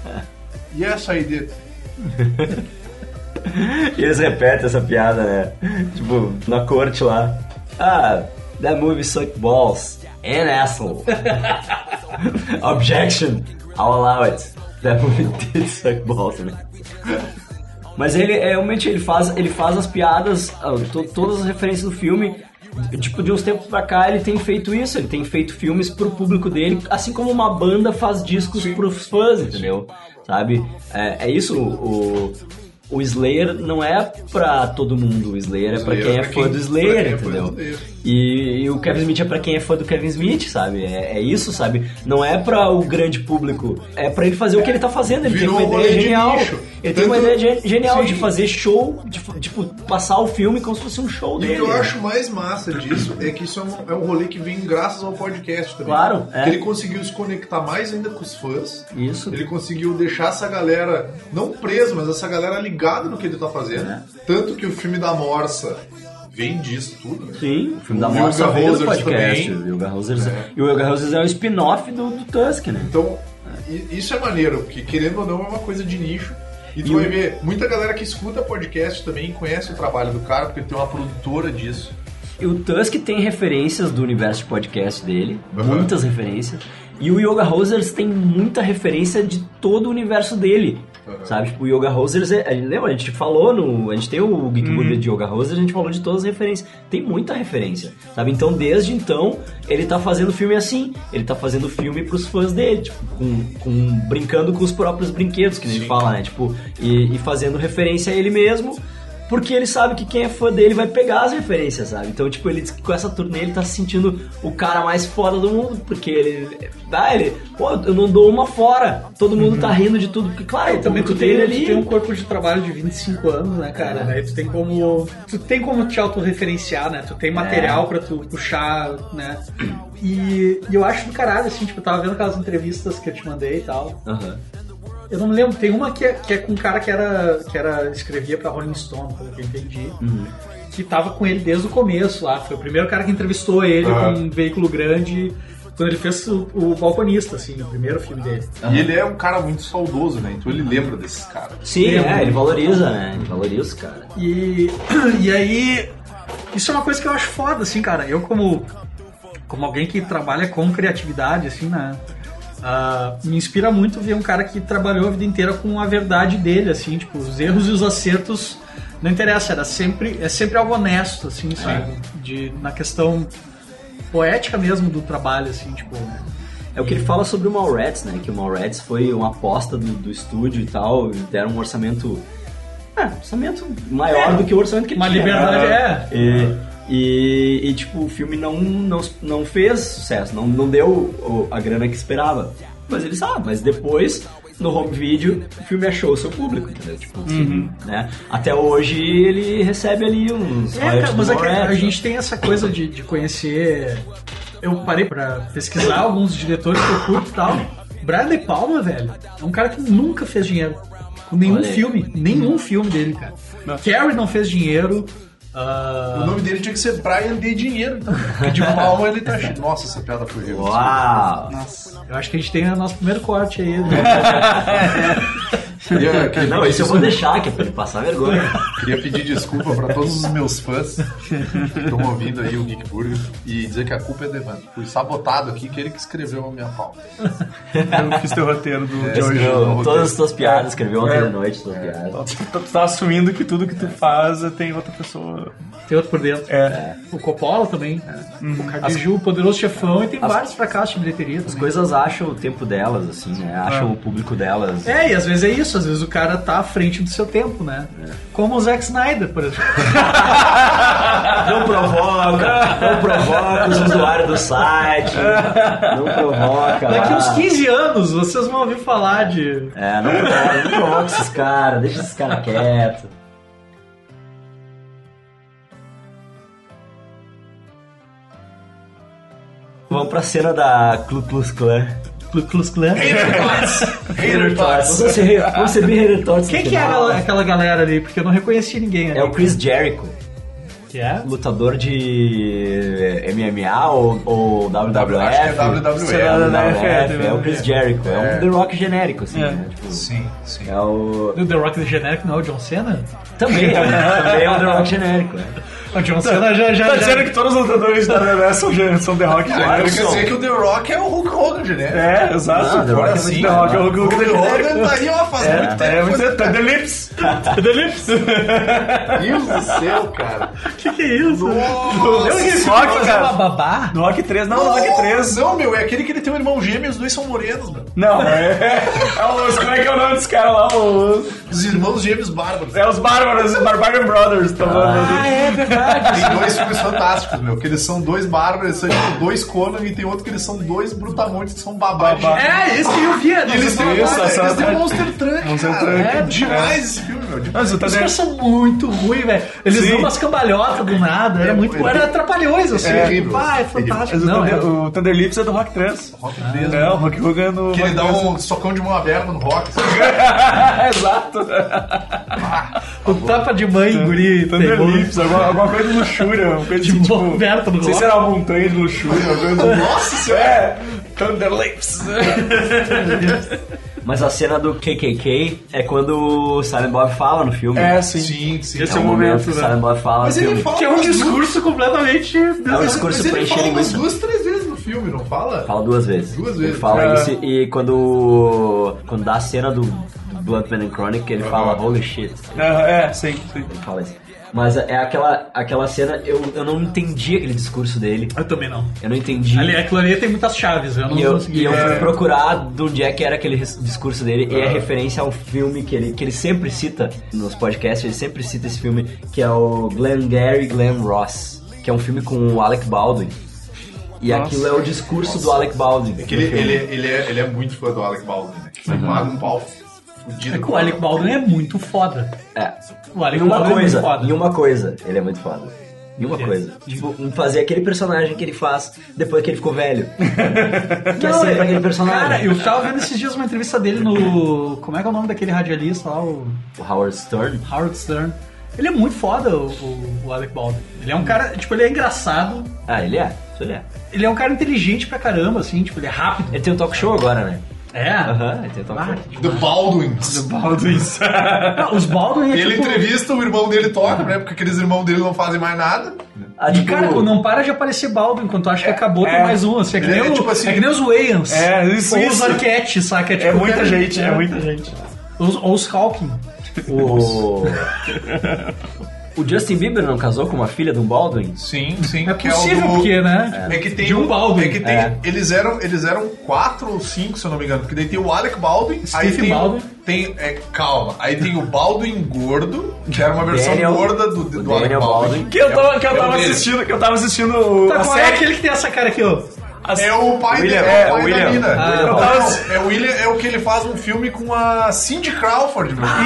Yes, I did. E eles repetem essa piada, né? Tipo, na corte lá. Ah, that movie suck balls. An asshole. Objection. I'll allow it. That movie did suck balls, né? Mas ele é, realmente ele faz, ele faz as piadas, ah, to- todas as referências do filme. Tipo, de uns tempos pra cá ele tem feito isso, ele tem feito filmes pro público dele, assim como uma banda faz discos pros fãs, entendeu? Sabe? É, é isso, o, o Slayer não é pra todo mundo, o Slayer é pra Slayer quem é é pra fã quem- do Slayer, pra quem é fã do entendeu? Slayer. E, e o Kevin Smith é pra quem é fã do Kevin Smith, sabe? É, é isso, sabe? Não é pra o grande público, é pra ele fazer o que ele tá fazendo, ele Virou tem um uma rolê ideia de genial. nicho. Ele tem uma Tanto- ideia gen- genial de Sim. fazer show, de fa- tipo, passar o filme como se fosse um show E o dele. que eu né? acho mais massa disso é que isso é um, é um rolê que vem graças ao podcast também. Claro, é. Que ele conseguiu se conectar mais ainda com os fãs. Isso. Ele conseguiu deixar essa galera, não preso, mas essa galera ligada no que ele tá fazendo. É. Tanto que o filme da Morsa vem disso tudo. né? Sim, o filme da O Morsa Wilga veio do Rosers podcast. também. o Wilga Rosers- É. E o Wilga Rosers é o spin-off do, do Tusk, né? Então, i- isso é maneiro, porque querendo ou não é uma coisa de nicho. E tu E vai o- ver, muita galera que escuta podcast também conhece o trabalho do cara, porque tem uma produtora disso. E o Tusk tem referências do universo de podcast dele, muitas referências. E o Yoga Rosers tem muita referência de todo o universo dele. Sabe, tipo, o Yoga Rosers, é, é- lembra? A gente falou no. A gente tem o Geek Burger de Yoga Rosers, a gente falou de todas as referências. Tem muita referência, sabe? Então, desde então, ele tá fazendo filme assim. Ele tá fazendo filme pros fãs dele, tipo, com, com- brincando com os próprios brinquedos, que nem ele fala, né? Tipo, e- e fazendo referência a ele mesmo. Porque ele sabe que quem é fã dele vai pegar as referências, sabe? Então, tipo, ele diz que com essa turnê ele tá se sentindo o cara mais foda do mundo, porque ele. Ah, ele. Pô, eu não dou uma fora. Todo mundo tá rindo de tudo, porque, claro, Aí Uhum. também tu tem, ele tá tu ali. É. tem um corpo de trabalho de 25 anos, né, cara? Daí tu tem como. Tu tem como te autorreferenciar, né? Tu É. tem material pra tu puxar, né? E, e eu acho do caralho, assim, tipo, eu tava vendo aquelas entrevistas que eu te mandei e tal. Aham. Eu não me lembro, tem uma que é, que é com um cara que era. que era. escrevia pra Rolling Stone, pelo que eu entendi. Uhum. Que tava com ele desde o começo lá. Foi o primeiro cara que entrevistou ele Aham. Ah. com um veículo grande. Quando ele fez o, o Balconista, assim, o primeiro filme dele. E ele é um cara muito saudoso, né? Então ele lembra desses caras. Sim, é, ele valoriza, né? Ele valoriza os caras. E, e aí, isso é uma coisa que eu acho foda, assim, cara. Eu, como, como alguém que trabalha com criatividade, assim, né? ah, me inspira muito ver um cara que trabalhou a vida inteira com a verdade dele, assim, tipo, os erros e os acertos. Não interessa, era sempre, é sempre algo honesto, assim, sabe? De, na questão poética mesmo do trabalho, assim, tipo. É o que ele fala sobre o Mallrats, né? Que o Mallrats foi uma aposta do, do estúdio e tal, e deram um orçamento. Ah, orçamento maior É, do que o orçamento que ele uma tinha. liberdade, é. né? E, e, e, tipo, o filme não, não, não fez sucesso, não, não deu o- a grana que esperava. Mas ele sabe, mas depois, no home video, o filme achou o seu público, entendeu? Tipo, Uhum. né? Até hoje ele recebe ali uns. royalties É, cara, do mas é que a Mallrats, né? gente tem essa coisa de, de conhecer. Eu parei pra pesquisar alguns diretores que eu curto e tal. Brian De Palma, velho, é um cara que nunca fez dinheiro. Com nenhum Olha aí. filme. Nenhum filme dele, cara. Carrie não fez dinheiro. ah, O nome dele tinha que ser Brian de Dinheiro, então. Porque de palma ele tá cheio. Nossa, essa piada foi horrível. Uau! Nossa, eu acho que a gente tem o nosso primeiro corte aí. Né? Queria- queria Não, pedir isso eu vou desculpa. um deixar, que é pra ele passar vergonha. Queria pedir desculpa pra todos os meus fãs que estão ouvindo aí o Geek Burger e dizer que a culpa é do Evandro. Fui sabotado aqui, que ele que escreveu a minha pauta. Eu fiz teu roteiro do, É. de hoje. escreveu Roteiro. todas as tuas piadas, escreveu ontem É. à noite tuas piadas. Tu, tu tá assumindo que tudo que tu faz tem outra pessoa. Tem outro por dentro. É. O Coppola também. né? O As- Cardiju, o Poderoso Chefão, e tem Uhum. as- vários fracassos de bilheteria também. As coisas acham o tempo delas, assim, né? Acham É. o público delas. É, e às vezes é isso, às vezes o cara tá à frente do seu tempo, né? É. Como o Zack Snyder, por exemplo. Não provoca, não provoca os usuários do site, não provoca. Daqui lá. uns 15 anos vocês vão ouvir falar de. É, não provoca, não provoca esses caras, deixa esses caras quietos. Vamos pra cena da Clu Plus Clan. Clu Plus Clan? Hater Tots. Vamos ser, vamos ser bem Hater Tots. no Quem que é final. aquela, aquela galera ali? Porque eu não reconheci ninguém ali. É o Chris Jericho. Que é? Lutador de MMA ou, ou WWF? Acho que é WWE. Sei lá, WWF, WWF, é o Chris é. Jericho. É, É. um The Rock genérico, assim. É. né? Tipo, Sim, sim. é o... O The Rock do genérico não é o John Cena? Também, é, também é um The Rock genérico. né? O John Cena já. já, tá já- dizendo que todos os lutadores da WWE são, de- são The Rock Ah, quer genéricos. dizer que o The Rock é o Hulk Hogan, né? É, exato. Não, The Rock Agora é sim, assim, muito The Rock é o Hulk O Hulk Hogan genérico. tá aí, ó, faz muito tempo. É, muito tá The Lips. The Lips. Meu Deus do céu, cara. Que que é isso? Nossa, Hulk senhora. Hogan, Fazer tá uma cara. babá? No Rock 3, não, no Rock 3. Não, meu, é aquele que ele tem um irmão gêmeo e os dois são morenos, meu. Não, é. é os, como é que é o nome dos caras lá? Os, Os irmãos gêmeos bárbaros. é os Bárbaros, os Barbarian Brothers. Tá Ah. falando. é verdade. Tem dois filmes fantásticos, meu, que eles são dois bárbaros, eles são tipo, dois Conan e tem outro que eles são dois brutamontes que são babá. Babá. É, isso que eu via. E eles Isso, têm Isso, eles essa- têm Monster Truck, Monster cara. Truck. É demais esse filme, meu. demais. Mas o Os Tadeu- caras são muito ruins, velho. Eles né? Sim. dão umas cambalhotas do nada. Era muito. é- Era atrapalhões, assim. é tipo, horrível. ah, é mas fantástico. o Não, é- Thunder- O Thunder Lips é do Rock 3. Rock mesmo. É, o Rock Hogan no. Que ele Rock dá 3. um socão de mão aberta no rock. sabe? Exato. o tapa de mãe, Tá. guri. Thunder pegou. Lips, alguma, alguma coisa de luxúria. Uma coisa De assim, tipo. mão aberta no Não sei rock. se era uma montanha de luxúria. Alguma coisa Nossa senhora. É, Thunder Lips. Mas a cena do KKK é quando o Silent Bob fala no filme. né. É, sim. Sim, sim. Esse É é o o momento que o momento, né? Silent Bob fala Mas no ele filme. fala Que é um umas duas- discurso completamente. É um discurso Mas pra ele encher fala umas linguiça. duas, três vezes no filme, não fala? Fala duas vezes. Duas Ele vezes. fala É. isso e quando, quando dá a cena do, do Bluntman and Chronic, ele fala holy shit. É, é, sim, sim. Ele fala isso. Mas é aquela, aquela cena, eu, eu não entendi aquele discurso dele. Eu também não. Eu não entendi. Ali, aquilo ali tem muitas chaves, eu não E eu, consegui. e eu fui É. procurar de onde é que era aquele res- discurso dele, e é referência a um filme que ele, que ele sempre cita nos podcasts, ele sempre cita esse filme, que é o Glengarry Glen Ross, que é um filme com o Alec Baldwin. E aquilo é o discurso do Alec Baldwin. É que ele, ele, ele, é, ele é muito fã do Alec Baldwin, né? Ele paga um pau fudido. É que o Alec Baldwin é muito foda. É. O Alec Em uma Baldwin coisa, é muito foda. um em uma coisa, ele é muito foda. Em uma quê? coisa. Tipo, em fazer aquele personagem que ele faz depois que ele ficou velho. que é sempre aquele personagem. Cara, eu tava vendo esses dias uma entrevista dele no. Como é que é o nome daquele radialista lá? O O Howard Stern. Howard Stern. Ele é muito foda, o, o- o Alec Baldwin. Ele é um cara, tipo, ele é engraçado. Ah, ele é. Isso ele é. Ele é um cara inteligente pra caramba, assim, tipo, ele é rápido. Ele tem um talk show agora, né? É? Aham, ele tem um talk Ah, show. The Baldwins. Baldwins. Não, os Baldwin é Ele tipo... entrevista, o irmão dele toca, né? Porque aqueles irmãos dele não fazem mais nada. Ah, E, tipo, cara, não para de aparecer Baldwin enquanto acha que acabou, tem é. mais um. Assim, é, que Ele nem é o- tipo assim- é que nem os Wayans. É, isso, Ou os isso. Arquette, saca? É tipo, muita cara, gente, é muita gente. Os- Ou os Hawking. o... o Justin Bieber não casou com uma filha do Baldwin? Sim, sim. É possível, porque, né? É que tem De um o- Baldwin. É que tem, É. Eles, eram, eles eram quatro ou cinco, se eu não me engano. Porque daí tem o Alec Baldwin, aí Steve tem, o- Baldwin. tem é, calma. Aí tem o Baldwin gordo, que era uma versão Daniel- gorda do, do o Alec Daniel Baldwin. Baldwin. Que eu tava, que eu É o tava dele. assistindo, que eu tava assistindo o- Tá, a qual é série. aquele que tem essa cara aqui, ó? a- É o pai William, dele, é, é o pai William. da mina. Ah, Não, eu tava- não, é o William, é o que ele faz um filme com a Cindy Crawford, meu. Ah,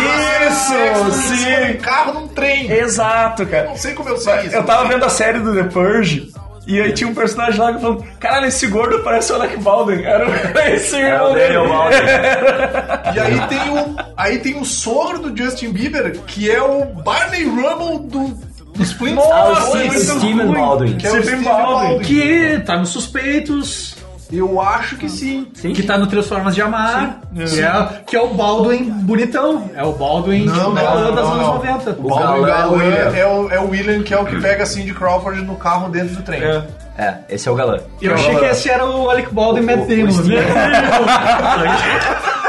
Isso, é, Sexo, sim. sexo num um carro num trem. Exato, cara. Não sei como eu sei isso. É. Eu tava vendo a série do The Purge. E aí tinha um personagem lá que falou: Caralho, esse gordo parece o Alec Baldwin. Era o- esse É irmão o dele. Daniel Baldwin. E aí tem o aí tem o sogro do Justin Bieber, que é o Barney Rubble do do Splint. Ah, o Nossa, Steve- muito Steven ruim. Baldwin. Que é o Stephen Steve Baldwin. Baldwin. Que tá nos suspeitos. Eu acho que sim. Que tá no Três Formas de Amar, que é, que é o Baldwin bonitão. É o Baldwin Não, tipo, não, galã não, das não, anos não. 90. O Baldwin Galã galã. é, o, é o William, que é o que pega a Cindy Crawford no carro dentro do trem. É, esse é o galã. Eu achei que esse era o Alec Baldwin e Matt Damon. né?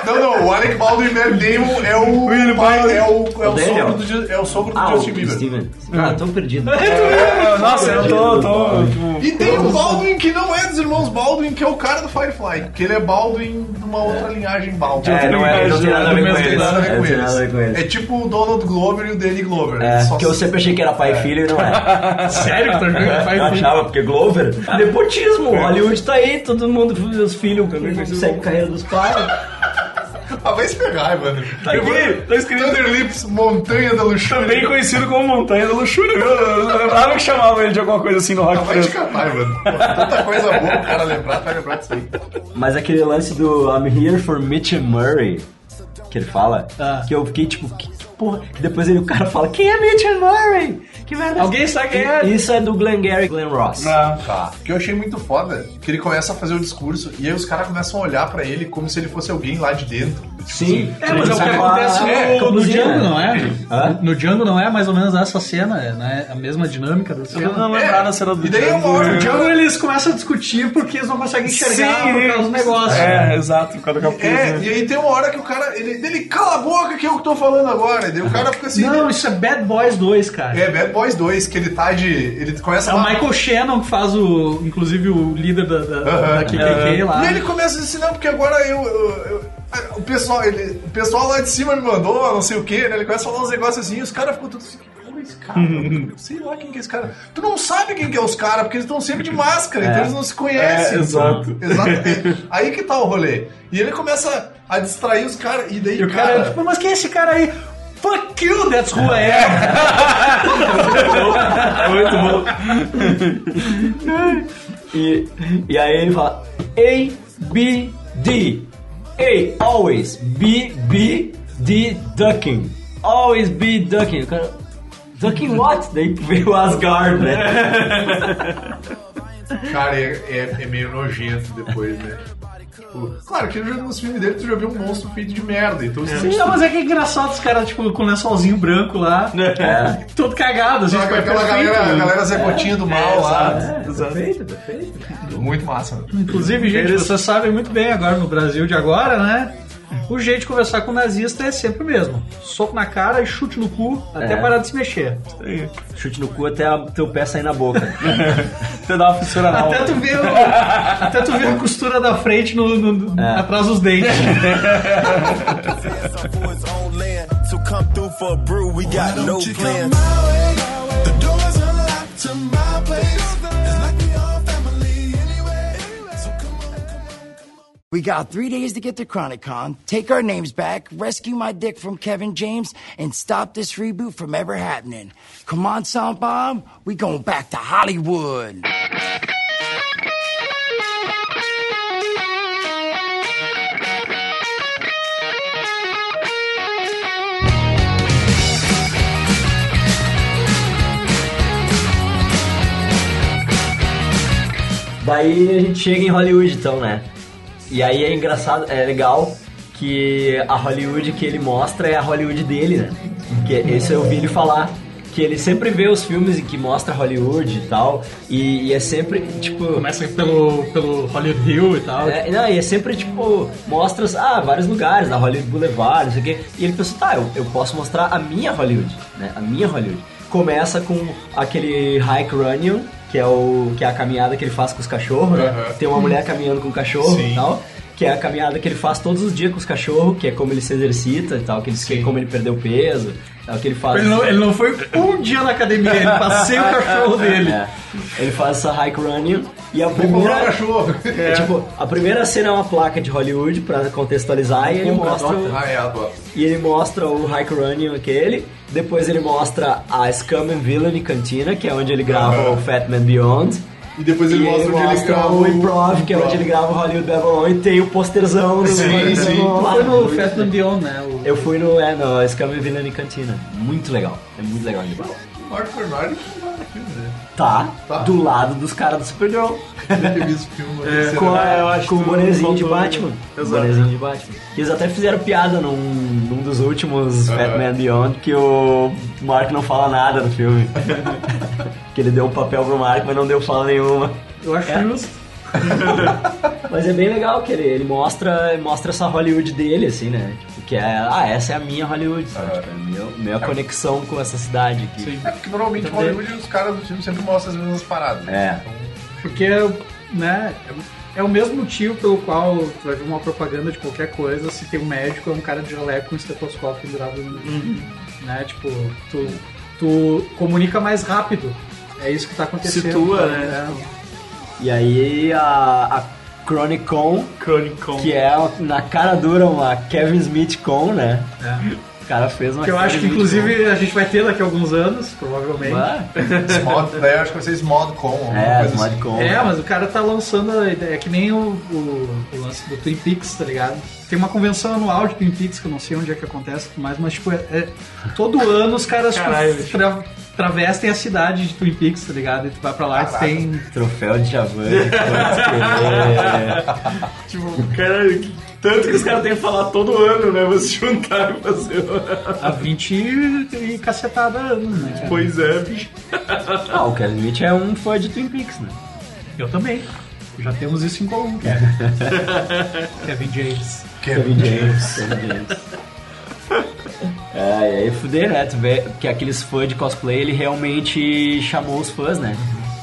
Não, não, o Alec Baldwin e Matt Damon é o, pai, é o, é o Daniel. sogro do, Ju- é o sogro do Ah, o Justin Bieber. Steven. Ah, tô perdido. É, nossa, eu tô, tô, tipo, E tem o Baldwin que não é dos irmãos Baldwin, que é o cara do Firefly. Que ele é Baldwin de uma outra linhagem Baldwin. É, não é- não tem nada a ver com Não tem eles. nada a ver É, com não tem nada a ver com eles. eles. É tipo o Donald Glover e o Danny Glover. É, Eles só que eu sempre achei que era pai e filho e não é. Sério que tu achou que era pai e Eu filho? achava, porque Glover, nepotismo, É. Hollywood tá aí, todo mundo, os filhos, segue a carreira dos pais. Ah, vai se pegar, Evandro. Tá aqui, Evandro, tá escrito. Thunderlips, Montanha da Luxúria. Também conhecido como Montanha da Luxúria. viu? Eu lembrava que chamavam ele de alguma coisa assim no Ah, rock vai te preto. catar, Evandro. Tanta coisa boa o cara lembrar, tu vai lembrar disso aí. Mas aquele lance do I'm here for Mitch Murray, que ele fala, Ah. que eu fiquei tipo, que, que porra. Que depois ele, o cara fala, quem é Mitch Murray? Que merda. Alguém sabe quem é? Isso é do Glengarry Glen Ross. Ah, Tá. O que eu achei muito foda que ele começa a fazer o discurso e aí os caras começam a olhar pra ele como se ele fosse alguém lá de dentro. Sim, Tipo, É, mas é o que acontece no, no Django, não é? No Django não é mais ou menos essa cena, né? A mesma dinâmica da Eu cena. não lembrava da cena do E daí é uma Django. hora No Django eles começam a discutir porque eles não conseguem enxergar Sim, por causa do negócio. É, exato, por causa do capuz. É, né? e aí tem uma hora que o cara. Ele, ele cala a boca que é o que eu tô falando agora. E daí o cara fica assim. Não, isso é Bad Boys 2, cara. É Bad Boys 2, que ele tá de. Ele começa É a. o Michael Shannon que faz o, inclusive, o líder da, da, da KKK lá. E ele começa a dizer, assim, não, porque agora eu. eu- eu- a- o, pessoal, ele, o pessoal lá de cima me mandou, não sei o quê, né? Ele começa a falar uns negócios assim, e os caras ficam todos assim. "Quem é esse cara? Uhum. Eu Sei lá quem que é esse cara. Tu não sabe quem que é os caras, porque eles estão sempre de máscara, então eles não se conhecem. É, exato. Exato. Aí que tá o rolê. E ele começa a distrair os caras, e daí, E o cara, cara, tipo, mas quem é esse cara aí? Fuck you, that's who I É. am. E, e aí ele fala A, B, D. A, always. B, B, D, ducking. Always be ducking. O cara, ducking what? Daí veio o Asgard, né? Cara, é, é- é meio nojento depois, né? Tipo, Claro que nos filmes dele tu já viu um monstro feito de merda, então você Sim, não, mas é que é engraçado os caras, tipo, com lençolzinho branco lá. É. Todo cagado, assim, Só tipo, com é aquela perfeito. galera, a galera Zé Gotinha do Mal lá. Perfeito, perfeito. Muito massa. né? Inclusive, gente, vocês sabem muito bem agora no Brasil de agora, né? O jeito de conversar com o nazista é sempre o mesmo. Soco na cara e chute no cu até É. parar de se mexer. Chute no cu até a- teu pé sair na boca. Você dá uma fissura na Até aula. tu ver, o- até tu ver a costura da frente no, no- atrás dos dentes. Fans are for his own land, so come through for a brew. We got no plans. We got three days to get to Chronicon, take our names back, rescue my dick from Kevin James, and stop this reboot from ever happening. Come on, Sound Bomb, we going back to Hollywood. Daí a gente chega em Hollywood, então, né? E aí é engraçado, é legal que a Hollywood que ele mostra é a Hollywood dele, né? Que esse eu ouvi ele falar. Que ele sempre vê os filmes em que mostra Hollywood e tal. E, e é sempre, tipo. Começa pelo, pelo Hollywood Hill e tal. É, não, e é sempre tipo, mostras, ah, vários lugares, na Hollywood Boulevard, não sei o quê. E ele pensou, tá, eu, eu posso mostrar a minha Hollywood, né? A minha Hollywood. Começa com aquele hike running, que é, o, que é a caminhada que ele faz com os cachorros, né? Aham. Tem uma mulher caminhando com o cachorro Sim. e tal. Que é a caminhada que ele faz todos os dias com os cachorros, que é como ele se exercita e tal, que ele, que é como ele perdeu peso, é o que ele faz. Ele não, ele não foi um dia na academia, ele passei o cachorro dele. É, ele faz essa hike running e a Vou comprar um primeira. cachorro. É, tipo, a primeira cena é uma placa de Hollywood pra contextualizar e ele mostra o, Ah, é, adoro. e ele mostra o Hike Running aquele, depois ele mostra a Scum and Villainy Cantina, que é onde ele grava Aham. o Fat Man Beyond. E depois ele e mostra onde ele mostra grava o Improv, que é onde ele grava o Hollywood Babylon e tem o posterzão do Sim, Hollywood sim. Babylon lá. Foi no Fat and Beyond, né? O- Eu fui no, é, no Scum and Villainy Cantina. Muito legal. É muito legal. aquele bar. Norte por Norte filmaram aqui, né? Tá, do lado dos caras do Supergirl. É, com, a- eu acho com o que bonezinho de faltou- Batman. Exato. O bonezinho de Batman. Eles até fizeram piada num, num dos últimos Aham. Batman Beyond que o Mark não fala nada no filme. que ele deu um papel pro Mark, mas não deu fala nenhuma. Eu acho justo. Mas é bem legal que ele, ele mostra, mostra essa Hollywood dele, assim, né? Tipo, que é, ah, essa é a minha Hollywood, sabe? Tipo, é a minha, minha conexão com essa cidade aqui. É porque normalmente em Também. Hollywood os caras do filme sempre mostram as mesmas paradas. É. Porque, né, é o mesmo motivo pelo qual tu vai ver uma propaganda de qualquer coisa, se tem um médico, é um cara de jaleco com um estetoscópio pendurado no... Uhum. Né, tipo, tu, tu comunica mais rápido. É isso que tá acontecendo. Situa, né? E aí a, a Chronicon, que é na cara dura uma Kevin Smith Con, né? O cara fez uma É. Que eu acho que Kevin Smith Con. inclusive a gente vai ter daqui a alguns anos, provavelmente. Vai. Smod, daí eu acho que vai ser Smodcon, alguma É, coisa assim. Smodcon. É, mas o cara tá lançando a ideia, é que nem o, o- o lance do Twin Peaks, tá ligado? Tem uma convenção anual de Twin Peaks, que eu não sei onde é que acontece e tudo mais, mas tipo, é- é- todo ano os caras tipo, Caralho, bicho. tra- travestem a cidade de Twin Peaks, tá ligado? E tu vai pra lá e tu tem. Troféu de Javan. tipo, cara, tanto que os caras têm que falar todo ano, né? Você juntar e fazer. Há 20 e, e cacetada anos, né? cara? Pois é, bicho. ah, o Kevin Smith é um fã de Twin Peaks, né? Eu também. Já temos isso em comum, cara. Kevin James. Kevin James. Kevin James. É, e aí fuder, né? Tu vê que aqueles fãs de cosplay, ele realmente chamou os fãs, né?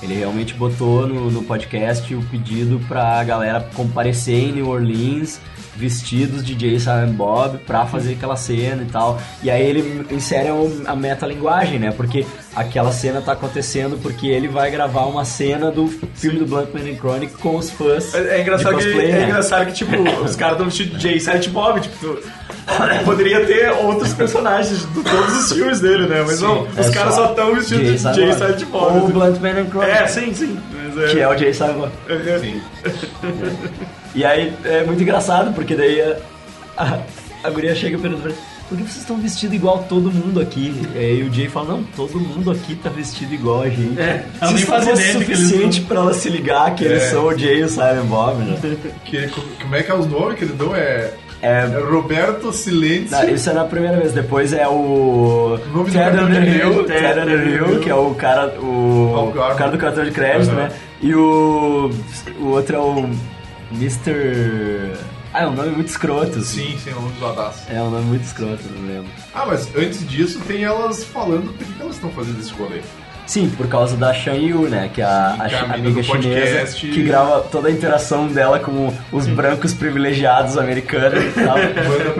Ele realmente botou no, no podcast o pedido pra galera comparecer em New Orleans vestidos de Jay Silent Bob pra fazer aquela cena e tal. E aí ele insere o- a metalinguagem, né? Porque aquela cena tá acontecendo porque ele vai gravar uma cena do filme do Black Man Chronic com os fãs. É engraçado, de que, cosplay, é né? engraçado que, tipo, os caras estão vestidos de Jay Silent Bob, tipo, tu- poderia ter outros personagens de todos os filmes dele, né? Mas Sim, não, os é caras só só estão vestidos Jay de né? Silent Jay Bob. Silent Bob. Ou Blunt Man and Chronic. É, sim, sim. Mas Que é o Jay Silent Bob. E aí é muito engraçado, porque daí a, a, a guria chega e pergunta pra ele, por que vocês estão vestidos igual todo mundo aqui? E aí o Jay fala, não, todo mundo aqui tá vestido igual a gente. É, Se ela nem isso faz fosse ideia do que eles suficiente são. pra ela se ligar que eles É. são o Jay e o Simon Bob, né? Que, co- como é que é os nomes que ele deu? É, É- Roberto Silêncio. Não, isso é na primeira vez, depois é o nome do Ted cartão de Underhill, crédito. Ted Underhill, Underhill. que é o cara, o, o cara do cartão de crédito, Aham. né? E o, o outro é o Mr... Ah, é um nome muito escroto. assim. Sim, sim, é um zoadaço. É um nome muito escroto, não lembro. Ah, mas antes disso tem elas falando por que que elas estão fazendo esse rolê. Sim, por causa da Shan Yu, né? Que é a, a, que é a chi- mina amiga do chinesa podcast. que grava toda a interação dela com os brancos privilegiados americanos e tal,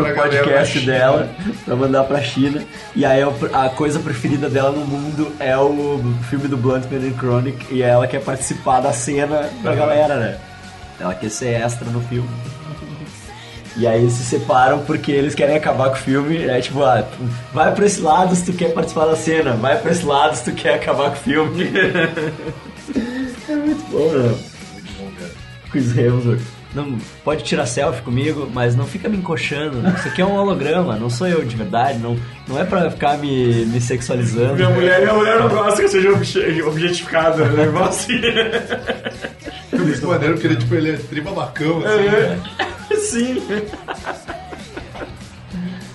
no podcast dela, pra mandar pra China. E aí eu- a coisa preferida dela no mundo é o filme do Blunt Man Chronic e é ela quer participar da cena da galera, né? Ela quer ser extra no filme. E aí eles se separam porque eles querem acabar com o filme. É tipo, ah, vai pra esse lado se tu quer participar da cena, vai pra esse lado se tu quer acabar com o filme. é muito bom, né? Chris Hemsworth. Não, pode tirar selfie comigo, mas não fica me encoxando. né? Isso aqui é um holograma, não sou eu de verdade. Não, não é pra ficar me, me sexualizando. Minha mulher, minha mulher não gosta que eu seja obje- objetificada, né? Igual assim. É muito maneiro porque ele, tipo, ele é tribabacão, É, assim, né? Sim.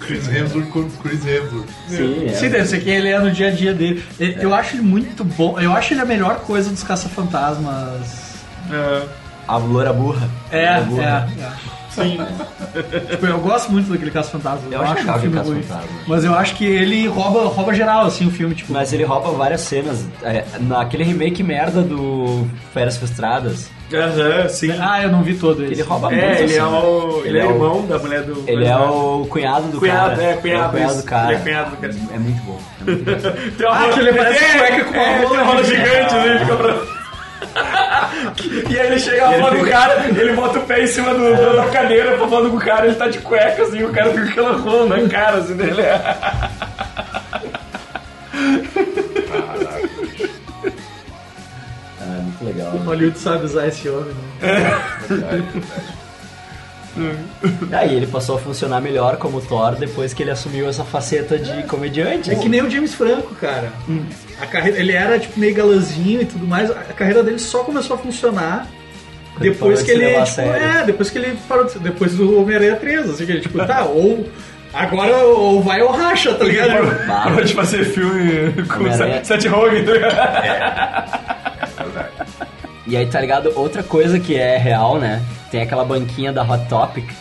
Chris Hemsworth com Chris Hemsworth. Sim, Sim, deve ser quem ele é no dia a dia dele. E- Eu acho ele muito bom. Eu acho ele a melhor coisa dos caça-fantasmas. A loura burra. É, A é, loura burra. é. Sim. tipo, eu gosto muito daquele caça-fantasma. Eu, Eu acho acho legal um filme aquele ruim. Caça-Fantasma. Mas eu acho que ele rouba, rouba geral, assim, o filme. Tipo, Mas ele rouba várias cenas. É, naquele remake merda do Férias Frustradas. Aham, sim. Ah, eu não vi todo esse. Ele rouba é- muito. É, ele é assim, né? o. Ele é o- irmão da mulher do. Ele é o cunhado do Cunhado, cara. é, cunhado, É o cunhado isso. do cara. Ele é cunhado do cara. É muito bom. Tem uma Ah, roda- que ele parece é, cueca com uma é, rola tem roda gigante. gigante, né? Ele fica pra- E aí ele É. chega lá falando com o cara, ele bota o pé em cima do, da cadeira pra falando com o cara, ele tá de cueca assim, o cara fica com aquela rola na cara assim dele. É muito legal. O Hollywood sabe usar esse homem, né? E aí ele passou a funcionar melhor como Thor depois que ele assumiu essa faceta de comediante. Hum. É que nem o James Franco, cara. A carreira, ele era tipo, meio galãzinho e tudo mais. A carreira dele só começou a funcionar Quando parou depois de que se ele. levar a Tipo, sério. é, depois que ele parou de- Depois do Homem-Aranha 3, assim, que ele, tipo, tá, ou. Agora ou vai ou racha, tá é ligado? Parou de tipo, fazer filme com Homem-Aranha. Seth Seth Rogen, tá ligado? E aí, tá ligado? Outra coisa que é real, né? Tem aquela banquinha da Hot Topic. né?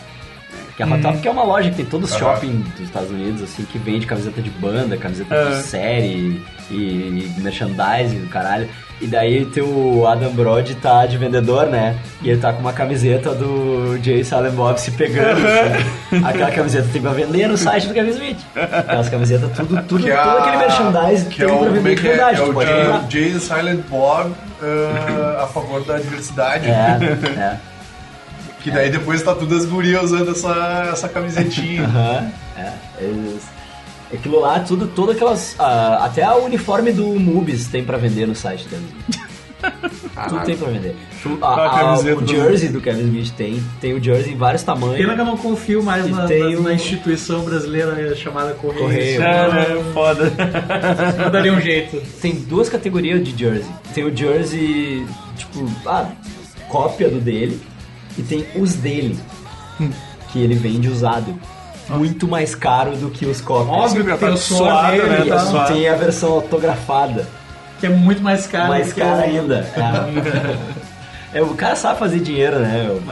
Que a Hot Uhum. Hum. Topic é uma loja que tem todos os Aham. shopping dos Estados Unidos, assim, que vende camiseta de banda, camiseta de É. série e, e merchandising do caralho. E daí teu Adam Brody tá de vendedor, né? E ele tá com uma camiseta do Jay Silent Bob se pegando. assim. Aquela camiseta tem pra vender no site do Kevin Smith. Aquelas camisetas, tudo, tudo, Que é todo a- aquele merchandising que é tem o, pra como é vender de que é, verdade. tipo, é tu o pode comprar. Jay, Jay and Silent Bob ah, a favor da diversidade. É, é. Que daí depois tá tudo as gurias usando essa, essa camisetinha. Aham, é, é. Aquilo lá, tudo, todas aquelas. ah, até o uniforme do Mubis tem pra vender no site deles. Tudo tem pra vender. Tu- a- A a- camiseta o do- jersey do Kevin Smith tem. Tem o jersey em vários tamanhos. Pena que eu não confio mais E na, tem na- o- na instituição brasileira chamada Correio. É, né? Correio. é foda. Eu daria um jeito. Tem duas categorias de jersey. Tem o jersey, tipo, ah, cópia do dele. E tem os dele. Hum. que ele vende usado. Muito mais caro do que os cópias. Óbvio que tá o suado, suor né? e Tá suado. Tem a versão autografada. Que é muito mais caro. mais do que caro o- ainda. É. É, o cara sabe fazer dinheiro, né? meu?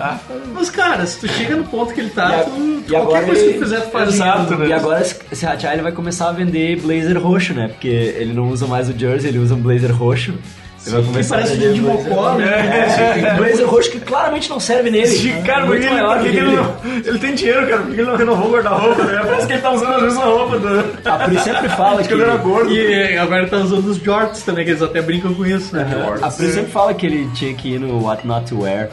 Mas, cara, se tu chega no ponto que ele E tá, a- tu, e qualquer agora coisa ele- né? que tu fizer, tu faz dinheiro. né? E agora se se ratear ele vai começar a vender blazer roxo, né? Porque ele não usa mais o jersey, ele usa um blazer roxo. Ele vai que começar a parece um vender de blazer mocó, roxo. né? É, Um blazer roxo que claramente não serve nele. Cara, por Muito que ele, maior por que do que ele não. Ele tem dinheiro, cara. Por que que ele não renovou o guarda-roupa? né? Parece que ele tá usando a mesma roupa do. A Pri sempre fala Acho que que- ele era gordo. E agora ele tá usando os jorts também, que eles até brincam com isso, né? A Pri sempre fala que ele tinha que ir no What Not to Wear.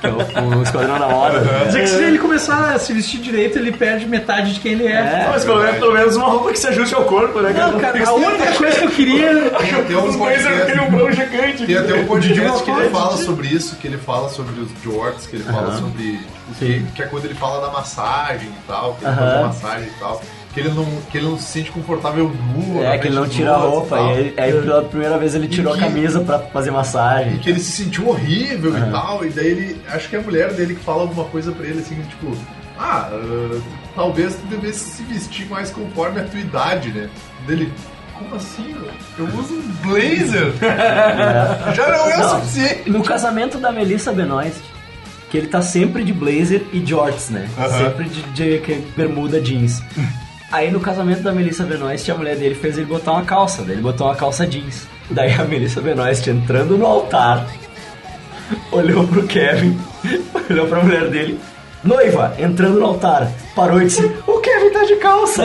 Que é o, o Esquadrão da Moda. né? Mas é que se ele começar a se vestir direito, ele perde metade de quem ele é. É. Mas pelo menos, pelo menos uma roupa que se ajuste ao corpo, né? Não, cara, a única coisa que eu queria. né? Tem um Os dois eram podcast- aquele umbrão gigante. né? Tem até um podcast que ele Gigante. fala sobre isso, que ele fala sobre os jorts, que ele fala Aham. sobre. tipo, que, que é quando ele fala da massagem e tal, que ele Aham. faz a massagem e tal. Que ele, não, que ele não se sente confortável nu. É, que na frente ele não dos tira a outros roupa. e tal. E aí, aí pela primeira vez ele tirou a camisa pra fazer massagem. E que ele se sentiu horrível e tal, e daí ele. Acho que é a mulher dele que fala alguma coisa pra ele assim, tipo, ah, ah, talvez tu devesse se vestir mais conforme a tua idade, né? Dele, como assim? Eu uso um blazer? Já não é o Não, suficiente. No casamento da Melissa Benoist, que ele tá sempre de blazer e jorts, né? Aham. Sempre de, de- que- é bermuda jeans. Aí no casamento da Melissa Benoist, a mulher dele fez ele botar uma calça, daí ele botou uma calça jeans. Daí a Melissa Benoist entrando no altar, olhou pro Kevin, olhou pra mulher dele. Noiva, entrando no altar, parou e disse: O Kevin tá de calça!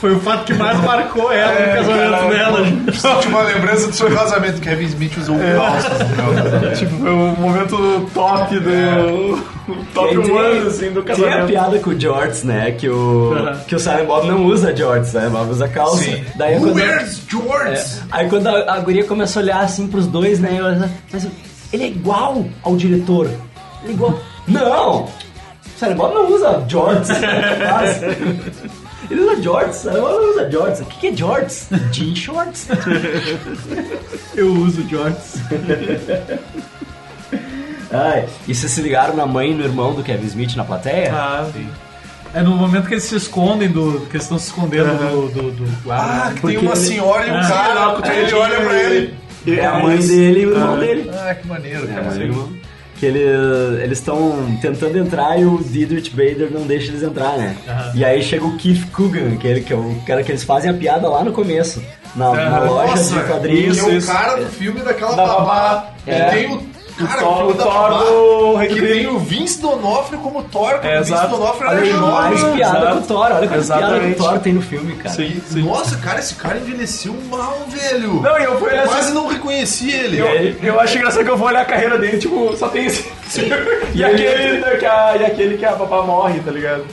Foi o fato que mais marcou ela no casamento dela. Sente uma lembrança do seu casamento. Kevin Smith usou um né? calças no meu casamento. Tipo, foi o momento top do. Top E aí tem- one, assim, do Tem a casamento. piada com o Jorts, né? Que o, Aham. que o Silent Bob não usa Jorts, né? Bob usa calça. Sim. Daí é Who quando- wears jorts? é. Aí quando a, a guria começou a olhar assim pros dois, né? eu- mas ele é igual ao diretor. Ele é igual. Não! O Silent Bob não usa Jorts. Mas- Ele usa Jorts, o Silent Bob não usa Jorts. O que que é Jorts? Jean shorts? Eu uso jorts. Ai, e vocês se ligaram na mãe e no irmão do Kevin Smith na plateia? Ah, É no momento que eles se escondem do. que eles estão se escondendo do. do, do guarda. né? Ah, que Porque tem uma ele- senhora e um Ah, cara. Caraca, Ele olha pra ele. É a mãe dele e o irmão dele. Ah, que maneiro, É, cara. mas ele- que ele, eles estão tentando entrar e o Didrich Bader não deixa eles entrar, né? E aí chega o Keith Coogan, que, ele, que é o cara que eles fazem a piada lá no começo, na, na Aham. loja de quadrinhos. que é o isso. cara do filme daquela Da babá. que É. tem o. Cara, Thor- o da o Thor babá, do Rei que do tem Crime. o Vince Donofrio como Thor, quando É, o Vince exato. Donofrio Olha era aí, mais jovem. piada exato. com o Thor, olha quantas piada que o Exatamente. Thor tem no filme, cara. Sim, sim. Nossa, cara, esse cara envelheceu mal, velho. Não, e eu fui Eu nessa- quase não reconheci ele. Eu, eu acho engraçado que eu vou olhar a carreira dele, tipo, só tem esse. e, aquele, que a, e aquele que a papá morre, tá ligado?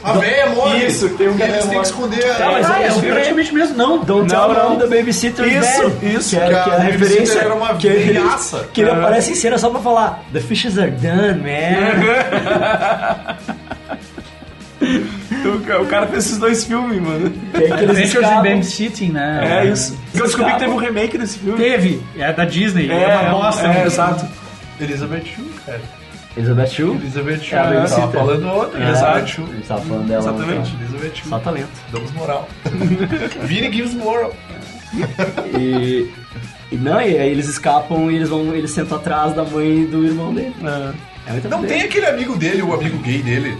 A véia morre. Isso, tem um E cara eles que têm que morre. esconder a. Tá, mas Ah, é é isso o mesmo. praticamente mesmo, não. Don't tell Não, me não. the Babysitter's Isso, Dead. isso. Que, era, Que que a é a babysitter referência. era uma que, ele, velhaça. que ele Aham. aparece em cena só pra falar: The fishes are done, man. O cara fez esses dois filmes, mano. Tem aqueles Adventures in Babysitting, né? É isso. Eu descobri que teve um remake desse filme. Teve. É da Disney. É, uma bosta. É, né? exato. Elizabeth Shue, cara. Elizabeth Shue? Elizabeth Shue, É, ele Elizabeth tava Shue. falando outra, É, Elizabeth Shue. Ele tava falando dela. Exatamente, outra. Elizabeth Shue. Só talento. Damos moral. Vini gives moral. E, e não, e aí eles escapam e eles vão, eles sentam atrás da mãe do irmão dele. É muito Não bem. tem aquele amigo dele, o amigo gay dele.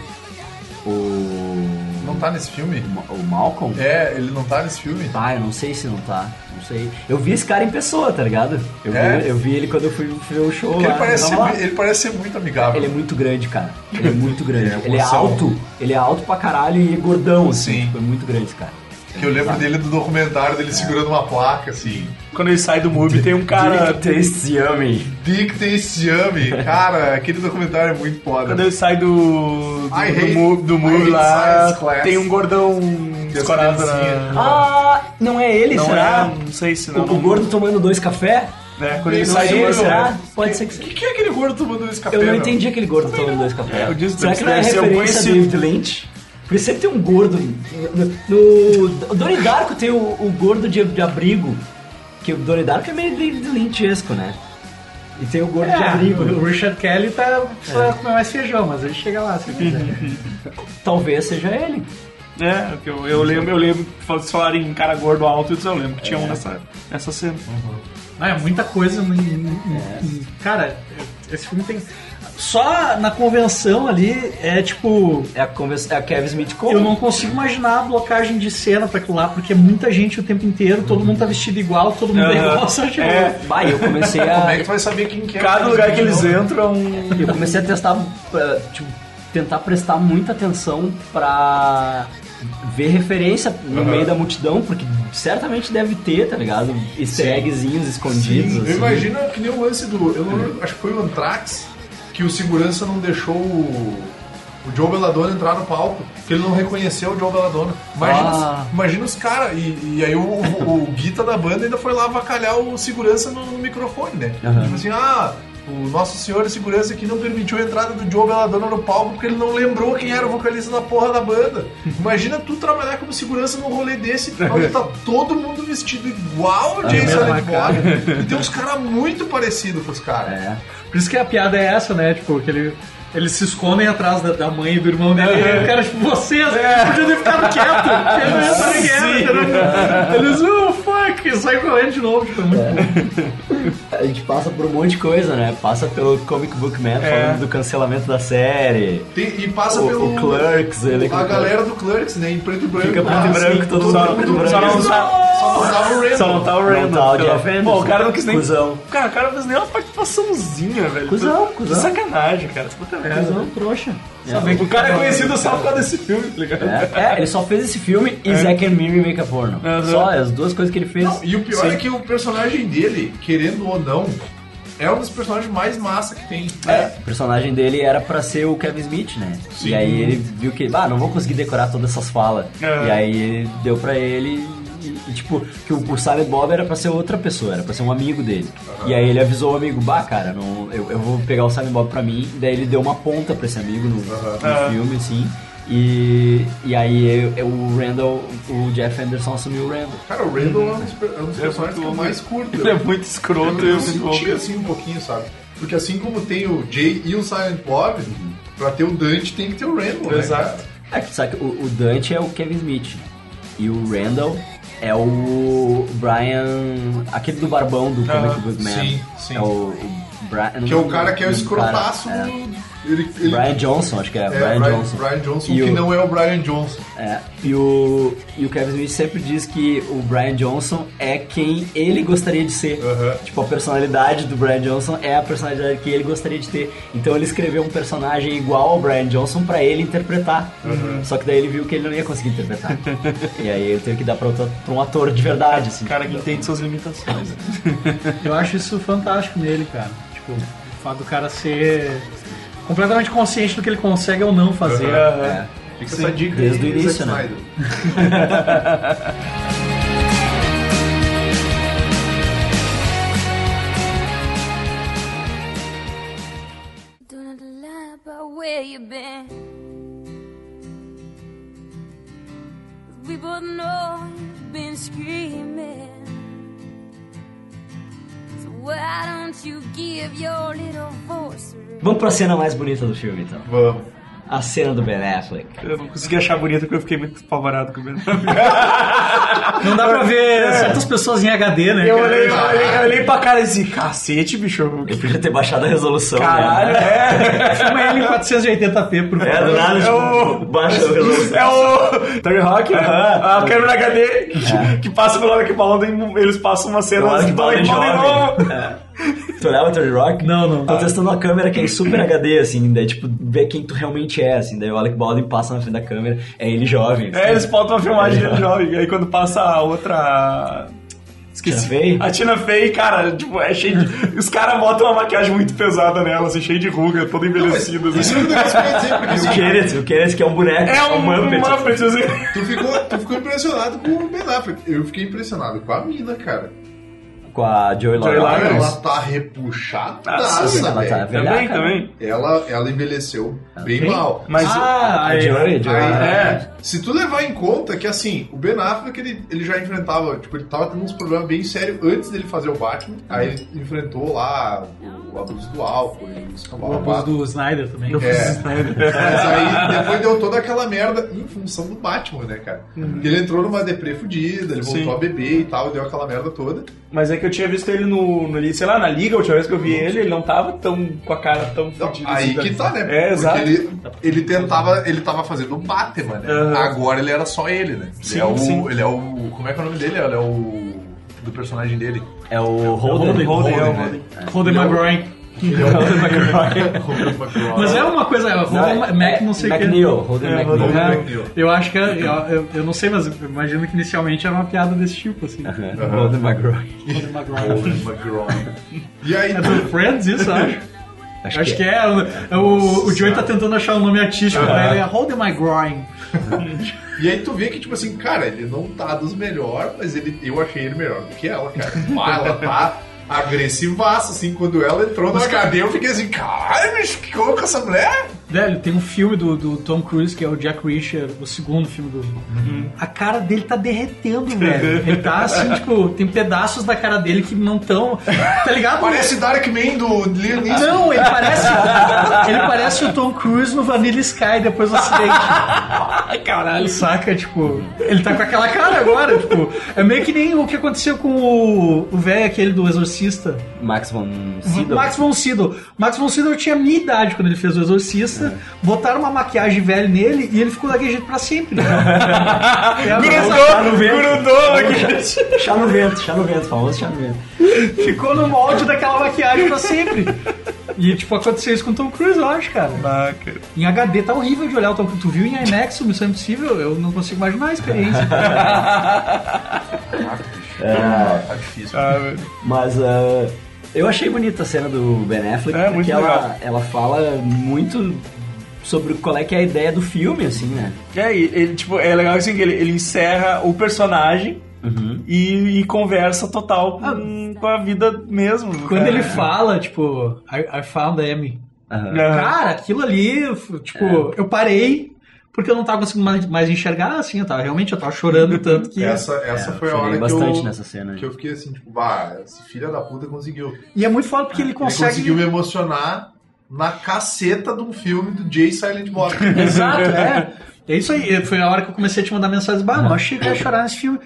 O Não tá nesse filme? o Malcolm? É, ele não tá nesse filme. Ah, eu não sei se não tá. Não sei. Eu vi esse cara em pessoa, tá ligado? Eu, É? vi, eu vi ele quando eu fui fui ver o show Porque lá. ele parece, tava ser, lá. mui- ele parece ser muito amigável. Ele é muito grande, cara. Ele é muito grande. É, ele é moção. alto. Ele é alto pra caralho e gordão, assim. Tipo, é muito grande, esse cara. Que eu lembro Exato. dele do documentário dele segurando uma placa, assim. Quando ele sai do MUBI, tem um cara. Dick tastes yummy. Dick Taste Yummy. Cara, aquele documentário é muito foda. Quando ele sai do. do, I do hate- mu- do I MUBI hate lá, science class. tem um gordão escorado criancinhas. na. Ah, não é ele, Não será? é, não sei se O, não. o gordo tomando dois café? né, quando ele Não Não sai é do ele, MUBI. será? Pode ser que O seja. que, que é aquele gordo tomando esse café? Eu não meu? entendi aquele gordo tomando dois café. Eu disse, Será que não é deve ser algum referência do conhecido. Blint? Porque sempre tem um gordo. No, no Donnie Darko tem o, o gordo de, de abrigo. Que o Donnie Darko é meio de de lynchesco, né? E tem o gordo de É, abrigo. o Richard Kelly tá precisa comer mais feijão, mas ele chega lá, assim, né? se quiser. Talvez seja ele. É, que eu, eu lembro, eu lembro, se falarem em cara gordo alto, eu lembro que É. tinha um nessa, nessa cena. Ah, é muita coisa. em- em- em- Cara, esse filme tem. Só na convenção ali é tipo. É a, conversa- é a Kevin Smith com. Eu não consigo imaginar a blocagem de cena pra aquilo lá, porque é muita gente o tempo inteiro, todo mundo tá vestido igual, todo mundo é Aham. igual, só tipo. É. Bah, eu comecei Como é a. que tu vai saber quem que é? Cada lugar que eles entram. Eu comecei a testar. eh, tipo, tentar prestar muita atenção pra ver referência no meio da multidão, porque certamente deve ter, tá ligado? Easter eggzinhos escondidos. Sim, assim. eu imagino que nem o lance do. Eu não lembro, acho que foi o Anthrax que o segurança não deixou o, o Joe Belladonna entrar no palco, que ele não reconheceu o Joe Belladonna. Imagina, Ah. os- imagina os caras. E, e aí o, o, o guita da banda ainda foi lá avacalhar o segurança no, no microfone, né? Aham. Tipo assim, ah. O nosso senhor de segurança que não permitiu a entrada do Joe Belladonna no palco porque ele não lembrou quem era o vocalista da porra da banda. Imagina tu trabalhar como segurança num rolê desse, onde tá todo mundo vestido igual, é Jason mesmo, Allen Bob. E tem uns caras muito parecidos com os caras. É. Por isso que a piada é essa, né? Tipo, que ele- Eles se escondem atrás da, da mãe e do irmão dele. E aí o cara, tipo, vocês podiam ter ficado quieto. porque não ia dar ninguém, entendeu? Eles, oh, fuck, e sai correndo de novo. Tipo, é muito bom. A gente passa por um monte de coisa, né? Passa pelo Comic Book Man É. falando do cancelamento da série. Tem- e passa O- pelo. o Clerks, ele- a galera do Clerks, né? Em preto e branco. Fica preto e Ah, branco, sim, todo mundo mundo preto e branco. Só não Só não tá- só não tava o Randall. Só não tá o Não Randall. tá o pelo- Jeff Anderson. Pô, o cara não quis nem. Cusão. Cara, o cara não fez nem uma participaçãozinha, velho. Cusão, Que cusão. sacanagem, cara. Puta merda. Não, trouxa. Só bem que O cara é conhecido só por causa desse filme, tá ligado? É, é, ele só fez esse filme e Zack and Miri Make a Porno. É. Aham. Só é as duas coisas que ele fez. Não, e o pior Sim. é que o personagem dele, querendo ou não, é um dos personagens mais massa que tem. É. né? É, O personagem dele era pra ser o Kevin Smith, né? E aí ele viu que, ah, não vou conseguir decorar todas essas falas. É. E aí ele deu pra ele. e- e, tipo, que o, o Silent Bob era pra ser outra pessoa, era pra ser um amigo dele. E aí ele avisou o amigo, bah, cara, não, eu, eu vou pegar o Silent Bob pra mim. E daí ele deu uma ponta pra esse amigo no, no É. filme, assim. E, e aí eu- eu- o Randall, o Jeff Anderson assumiu o Randall. Cara, o Randall é um dos, per- é um dos É personagens que eu muito mais curto. Ele é muito escroto Eu e eu muito louco. senti assim um pouquinho, sabe? Porque assim como tem o Jay e o Silent Bob, pra ter o Dante tem que ter o Randall. né, Exato. cara? É que sabe, que o, o Dante é o Kevin Smith e o Randall é o Brian, aquele do barbão do Aham, Comic Book Man. sim, sim. É o, o Brian, Que é o cara que é o um escrotaço. né? cara, é. Ele, ele- Brian Johnson, acho que é, é, Brian, Johnson. Brian Johnson, E que o- não é o Brian Johnson. É, e, o, e o Kevin Smith sempre diz que o Brian Johnson é quem ele gostaria de ser. Aham. Tipo, a personalidade do Brian Johnson é a personalidade que ele gostaria de ter. Então ele escreveu um personagem igual ao Brian Johnson pra ele interpretar. Uhum. Só que daí ele viu que ele não ia conseguir interpretar. e aí ele teve que dar pra, outra- pra um ator de verdade, assim. O cara que entende suas limitações. Eu acho isso fantástico nele, cara. Tipo, o fato do cara ser completamente consciente do que ele consegue ou não fazer. É. Fica essa dica desde aí, o início, Zack né? Snyder. Don't have to lie about where you've been. We both know you've been screaming. So why don't you give your little voice a Vamos pra cena mais bonita do filme, então. Vamos. A cena do Ben Affleck. Eu não consegui achar bonito porque eu fiquei muito apavorado com o É. Ben Affleck. Não dá pra ver certas pessoas em HD, né? Eu cara? olhei, eu olhei, eu olhei pra cara e disse, cacete, bicho. Eu podia ter baixado a resolução. né? Caralho, é. Filma ele em 480p, por favor. É, do nada, É o- tipo, baixa a resolução. É o Tony Hawk, né? Aham. a câmera HD que, que passa pelo Alec Baldwin, eles passam uma cena Do Alec do Baldwin jovem. É. novo. Tu olhava o Tony Rock? Não, não. Tô testando uma câmera que é em super HD, assim, daí, tipo, ver quem tu realmente é, assim. Daí o Alec Baldwin passa na frente da câmera, é ele jovem. É, eles botam uma filmagem dele jovem, aí quando passa a outra... Esqueci. Tina Fey? A Tina Fey, cara, tipo, é cheio de... Os caras botam uma maquiagem muito pesada nela, assim, cheio de ruga, toda envelhecida. assim. Isso não tem mais pra dizer, porque E o assim, Kenneth, o Kenneth que é um boneco. É um Muppet. Muppet, assim. tu, ficou, tu ficou impressionado com o Ben Affleck. Eu fiquei impressionado com a mina, cara. Com a Joey Lauren. Joey Lawrence. Ela tá repuxada, Ah, sim, ela tá velho. velha, Também, cara. também. Ela, ela envelheceu bem mal. Mas... Ah, A Joey, Joey. Aí, É. Se tu levar em conta que, assim, o Ben Affleck, ele, ele já enfrentava, tipo, ele tava tendo uns problemas bem sérios antes dele fazer o Batman. Aí ele enfrentou lá o, abuso do álcool e os O abuso do Snyder também. É. Mas aí depois deu toda aquela merda em função do Batman, né, cara? Porque ele entrou numa deprê fudida, ele voltou Uhum. Sim. a beber e tal, deu aquela merda toda. Mas é que eu tinha visto ele no, no ali, sei lá, na liga, a última vez que eu vi ele, ele não tava tão com a cara tão Não, fodida. aí assim, que tá, né? É, exato. ele, ele tentava, ele tava fazendo o Batman, né? Aham. Agora ele era só ele, né? Ele Uhum. Sim, é o, sim. ele é o, como é que é o nome dele? Ele é o do personagem dele. É o Holden, Holden. Holden, é o né? Holden. Holden Ele é o- McBride. Ele é o Holden McCoy. Holden McCoy. Mas é uma coisa, é, Holden Não, é- Mac não sei o que. McNeil, Holden É, McNeil. Holden Holden Mac. McNeil. Eu acho que, é- eu, eu, eu não sei, mas eu imagino que inicialmente era uma piada desse tipo, assim. É, Uhum. Holden McGraw. Holden McBride. Holden McCoy. E aí, É do Friends isso, eu acho. Acho Eu acho que é. O, o Joey tá tentando achar um nome artístico pra Aham. ele. É Hold My Groin. E aí tu vê que, tipo assim, cara, ele não tá dos melhores, mas ele, eu achei ele melhor do que ela, cara. Ah, ela tá agressivaça, assim, quando ela entrou na cadeia, eu fiquei assim, caralho, bicho, que louca essa mulher? Velho, tem um filme do, do Tom Cruise, que é o Jack Reacher, o segundo filme do... A cara dele tá derretendo, velho. Ele tá assim, tipo, tem pedaços da cara dele que não tão... Tá ligado? Parece Darkman do Liam Neeson. Não, ele parece... ele parece o Tom Cruise no Vanilla Sky depois do acidente. Caralho. Saca, tipo... Ele tá com aquela cara agora, tipo... É meio que nem o que aconteceu com o o velho aquele do Exorcista. Max von Sydow. Max von Sydow. Max von Sydow tinha a minha idade quando ele fez o Exorcista. Botaram uma maquiagem velha nele e ele ficou daquele jeito pra sempre. né? É a mesma- Grudou aqui. Tá Chá- Chá no vento, chá no vento, famoso chá no vento. ficou no molde daquela maquiagem pra sempre. E, tipo, aconteceu isso com o Tom Cruise, eu acho, cara. Ah, cara. Em HD tá horrível de olhar o Tom Cruise. Tu viu em IMAX o Missão Impossível? Eu não consigo imaginar a experiência. Tá difícil. Ah, velho. Mas ah, eu achei bonita a cena do Ben Affleck, É, muito porque legal. ela, ela fala muito sobre qual é que é a ideia do filme, assim, né? É, e ele, tipo, é legal assim que ele, ele encerra o personagem Uhum. e, e conversa total com, com a vida mesmo. Quando cara. É. ele fala, tipo, I, I found Amy. Aham. Aham. Cara, aquilo ali, f- tipo, eu parei porque eu não tava conseguindo mais, mais enxergar, assim, eu tava, realmente eu tava chorando tanto que... Essa, essa É, eu foi a chorei hora que bastante eu, nessa cena. que eu fiquei assim, tipo, bah, esse filho da puta conseguiu. E é muito foda porque ele consegue... Ele conseguiu me emocionar na caceta de um filme do Jay Silent Bob. Exato, é. É isso aí, foi a hora que eu comecei a te mandar mensagens, bah, não cheguei a chorar nesse filme.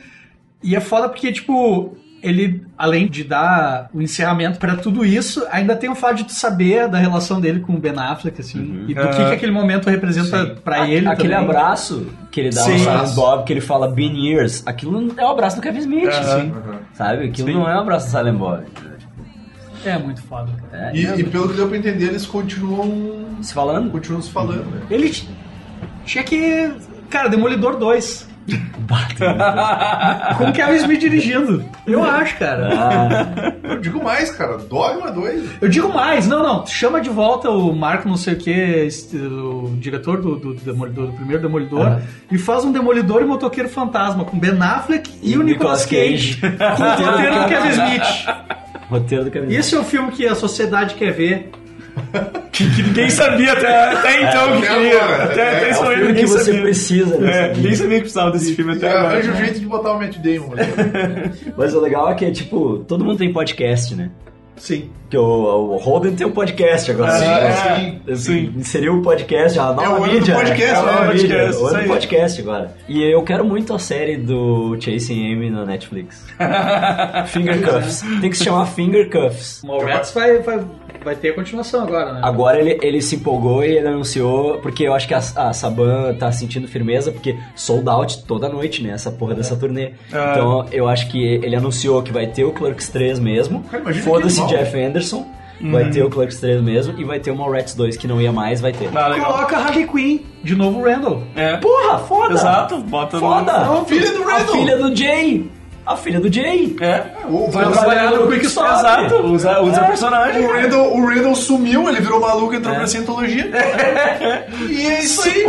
E é foda porque, tipo, ele, além de dar o encerramento pra tudo isso, ainda tem o fato de tu saber da relação dele com o Ben Affleck, assim, e do que, que aquele momento representa pra ele Ah, Aquele também. abraço que ele dá Sim. ao Silent Bob, que ele fala Been Years, aquilo é o abraço do Kevin Smith, assim, sabe? Aquilo não é um abraço do Silent Bob. É muito foda, cara. É, E, é- e pelo que deu pra entender, eles continuam, se falando? continuam se falando, né? Ele t- tinha que. Cara, Demolidor 2. Com Kevin Smith dirigindo. Eu acho, cara. Ah, Eu digo mais, cara, Dogma 2. Eu digo mais, não, não. Chama de volta o Marco, não sei o que, o diretor do, do Demolidor, do primeiro Demolidor, e faz um Demolidor e Motoqueiro Fantasma com Ben Affleck e, E o Nicolas Cage. Nicolas Cage. com o roteiro do Kevin Smith. roteiro do Kevin Smith. Esse é o filme que a sociedade quer ver. Que, que ninguém sabia até, até então que Até queria. É, agora. Até, até É, é isso o aí filme ninguém que você sabia. precisa, né, É, saber. ninguém sabia que precisava desse filme até agora. Arranja o jeito de botar o Matt Damon ali. Mas o legal é que, tipo, todo mundo tem podcast, né? Sim. Que o, o Holden tem um podcast agora. Sim, né? Assim, Inseriu o podcast, a nova É o ano do mídia. podcast, né? né? a nova É o mídia, podcast, o ano isso aí. do podcast agora. E eu quero muito a série do Chasing Amy na Netflix. Finger Cuffs. Tem que se chamar Finger Cuffs. Mallrats vai, vai, vai ter a continuação agora, né? Agora ele, ele se empolgou e ele anunciou, porque eu acho que a, a Saban tá sentindo firmeza, porque sold out toda noite, né? Essa porra dessa turnê. É. Ah. Então eu acho que ele anunciou que vai ter o Clerks 3 mesmo. imagina Foda-se que animal. Jeff Anderson. Uhum. Vai ter o Clerks 3 mesmo e vai ter o Mallrats 2, que não ia mais, vai ter. Ah, legal. Coloca a Harley Quinn, de novo o Randall. É. Porra, foda! Exato, bota no- Foda! Não, É filha do A Randall. filha do Jay! A filha do Jay! É. Vai trabalhar no É. Quickstop. Exato, usa- usa a personagem, O cara. Randall, o Randall sumiu, ele virou maluco e entrou pra Cientologia. E é isso aí.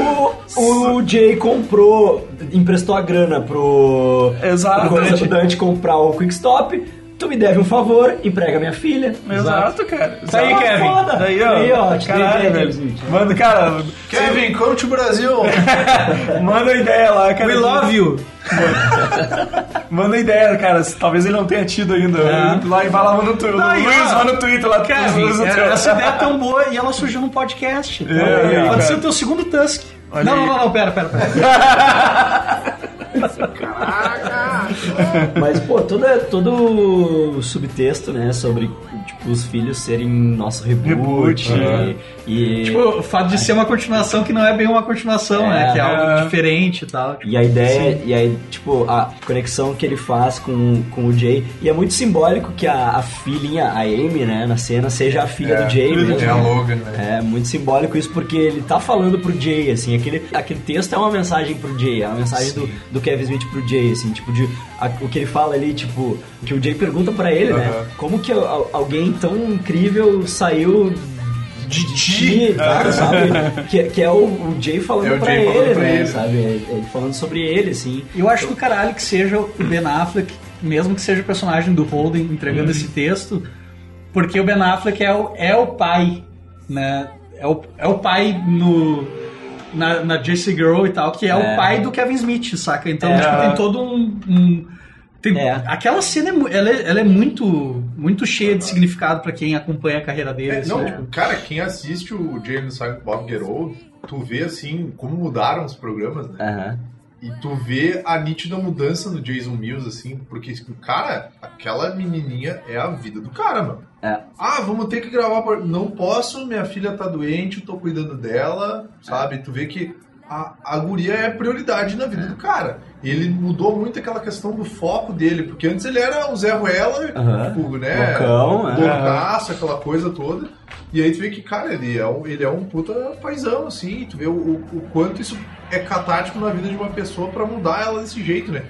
O, o Jay comprou, emprestou a grana pro, Exato. pro Dante. comprar o Quickstop. Tu me deve um favor, emprega minha filha. Exato, cara. Isso aí, Ah, Kevin. foda. Daí, ó. Aí, ó, te dei caralho, ideia, velho. Kevin. Manda, cara, Kevin, come to Brasil. manda a ideia lá, cara. We love you! Manda a ideia, cara. Talvez ele não tenha tido ainda. Lá e vai lá, manda no Twitter. Não, e Luiz, ó, vai no Twitter lá. Kevin, Luiz no Twitter. essa ideia é tão boa e ela surgiu num podcast. Pode, olha aí, pode ser cara. o teu segundo Tusk. Olha não, aí. não, não, não, pera, pera, pera. Mas, pô, todo, todo o subtexto, né, sobre, tipo, os filhos serem nosso reboot. Reboot, é. e, e- tipo, o fato de ser uma continuação que não é bem uma continuação, É. né? Que é É. algo diferente e tal. E a ideia, e aí, tipo, a conexão que ele faz com, com o Jay. E é muito simbólico que a, a filhinha, a Amy, né, na cena, seja a filha do Jay mesmo. É a né? Logan, né? É muito simbólico isso porque ele tá falando pro Jay, assim, aquele, aquele texto é uma mensagem pro Jay, é uma mensagem do, do Kevin Smith pro Jay, assim, tipo, de, a- o que ele fala ali, tipo, que o Jay pergunta pra ele, né? Como que al- alguém tão incrível saiu de ti, tá, sabe? Que, que é o, o Jay falando É o pra Jay ele, falando pra né? ele. Sabe? É- é Ele falando sobre ele, assim. Eu acho do caralho que seja o Ben Affleck, mesmo que seja o personagem do Holden Uhum. entregando esse texto, porque o Ben Affleck é o, é o pai, né? É o, é o pai no. Na, na JC Girl e tal, que é, É. o pai do Kevin Smith, saca? Então, É. tipo, tem todo um. um- tem- É. Aquela cena é, mu- ela é, ela é muito muito cheia de significado pra quem acompanha a carreira dele. É, assim, não, tipo, tipo, cara, quem assiste o James Silent Bob Get Old, tu vê assim como mudaram os programas, né? Aham. E tu vê a nítida mudança no Jason Mills, assim, porque, tipo, cara, aquela menininha é a vida do cara, mano. É. Ah, vamos ter que gravar. por- Não posso, minha filha tá doente, eu tô cuidando dela, É. sabe? Tu vê que a, a guria é prioridade na vida do cara. Ele mudou muito aquela questão do foco dele, porque antes ele era o Zé Ruela, Aham. tipo, né? Loucão, é. loucaço, aquela coisa toda. E aí tu vê que, cara, ele é um, ele é um puta paizão, assim. Tu vê o, o- o quanto isso é catártico na vida de uma pessoa pra mudar ela desse jeito, né?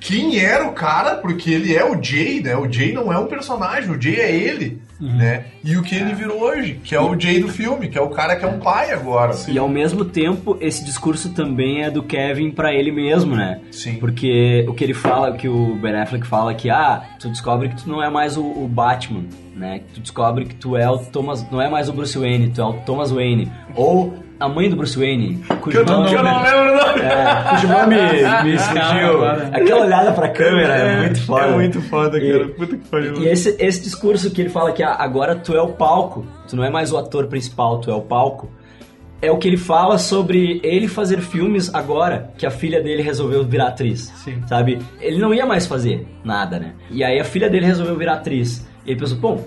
Quem era o cara, porque ele é o Jay, né? O Jay não é um personagem, o Jay é ele, né? E o que ele virou hoje, que é o Jay do filme, que é o cara que é um pai agora. E ao mesmo tempo, esse discurso também é do Kevin pra ele mesmo, né? Sim. Porque o que ele fala, que o Ben Affleck fala que, ah, tu descobre que tu não é mais o, o Batman, né? Que tu descobre que tu é o Thomas, não é mais o Bruce Wayne, tu é o Thomas Wayne. Ou a mãe do Bruce Wayne, cujo nome... Eu né? não lembro o nome. É, cujo nome me fugiu. Aquela olhada pra câmera é, muito foda. É muito foda, E- cara. Puta que pariu. E esse, esse discurso que ele fala que ah, agora tu é o palco, tu não é mais o ator principal, tu é o palco, é o que ele fala sobre ele fazer filmes agora que a filha dele resolveu virar atriz. Sim. Sabe? Ele não ia mais fazer nada, né? E aí a filha dele resolveu virar atriz. E ele pensou, bom,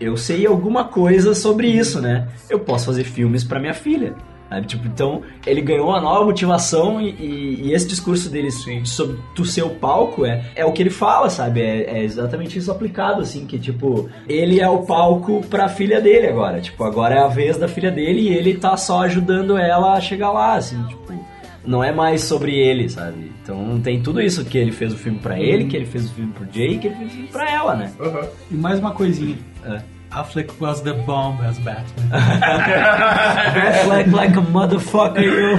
eu sei alguma coisa sobre isso, né? Eu posso fazer filmes pra minha filha. sabe? Tipo, então, ele ganhou uma nova motivação e, e- e esse discurso dele sobre tu ser o palco é, é o que ele fala, sabe? É, é exatamente isso aplicado, assim, que tipo, ele é o palco pra filha dele agora. Tipo, agora é a vez da filha dele e ele tá só ajudando ela a chegar lá, assim, tipo. Não é mais sobre ele, sabe? Então tem tudo isso que ele fez o filme pra ele, que ele fez o filme pro Jay, que ele fez o filme pra ela, né? Aham. E mais uma coisinha. É. Affleck was the bomb as Batman. Affleck like a motherfucker,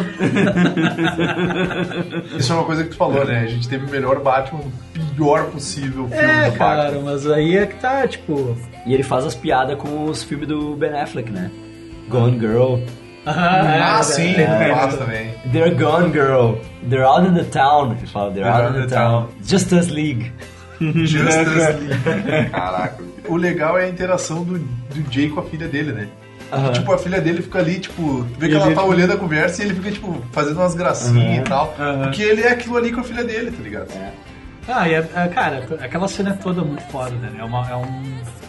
Isso é uma coisa que tu falou, né? A gente teve o melhor Batman, o pior possível filme É, do Batman. cara, mas aí é que tá, tipo. E ele faz as piadas com os filmes do Ben Affleck, né? Gone Girl. Ah, Ah, é, sim, é. ele faz também. They're gone, girl. They're out in the town. Ele fala, they're, out, in the, town. Just us league. Justice League. Caraca. O legal é a interação do, do Jay com a filha dele, né? Aham. Tipo, a filha dele fica ali, tipo, vê É. E que ela ele- tá olhando a conversa e ele fica, tipo, fazendo umas gracinhas Aham. e tal. Aham. Porque ele é aquilo ali com a filha dele, tá ligado? Ah, e é, é, cara, aquela cena é toda muito foda, né? É, uma, é, um,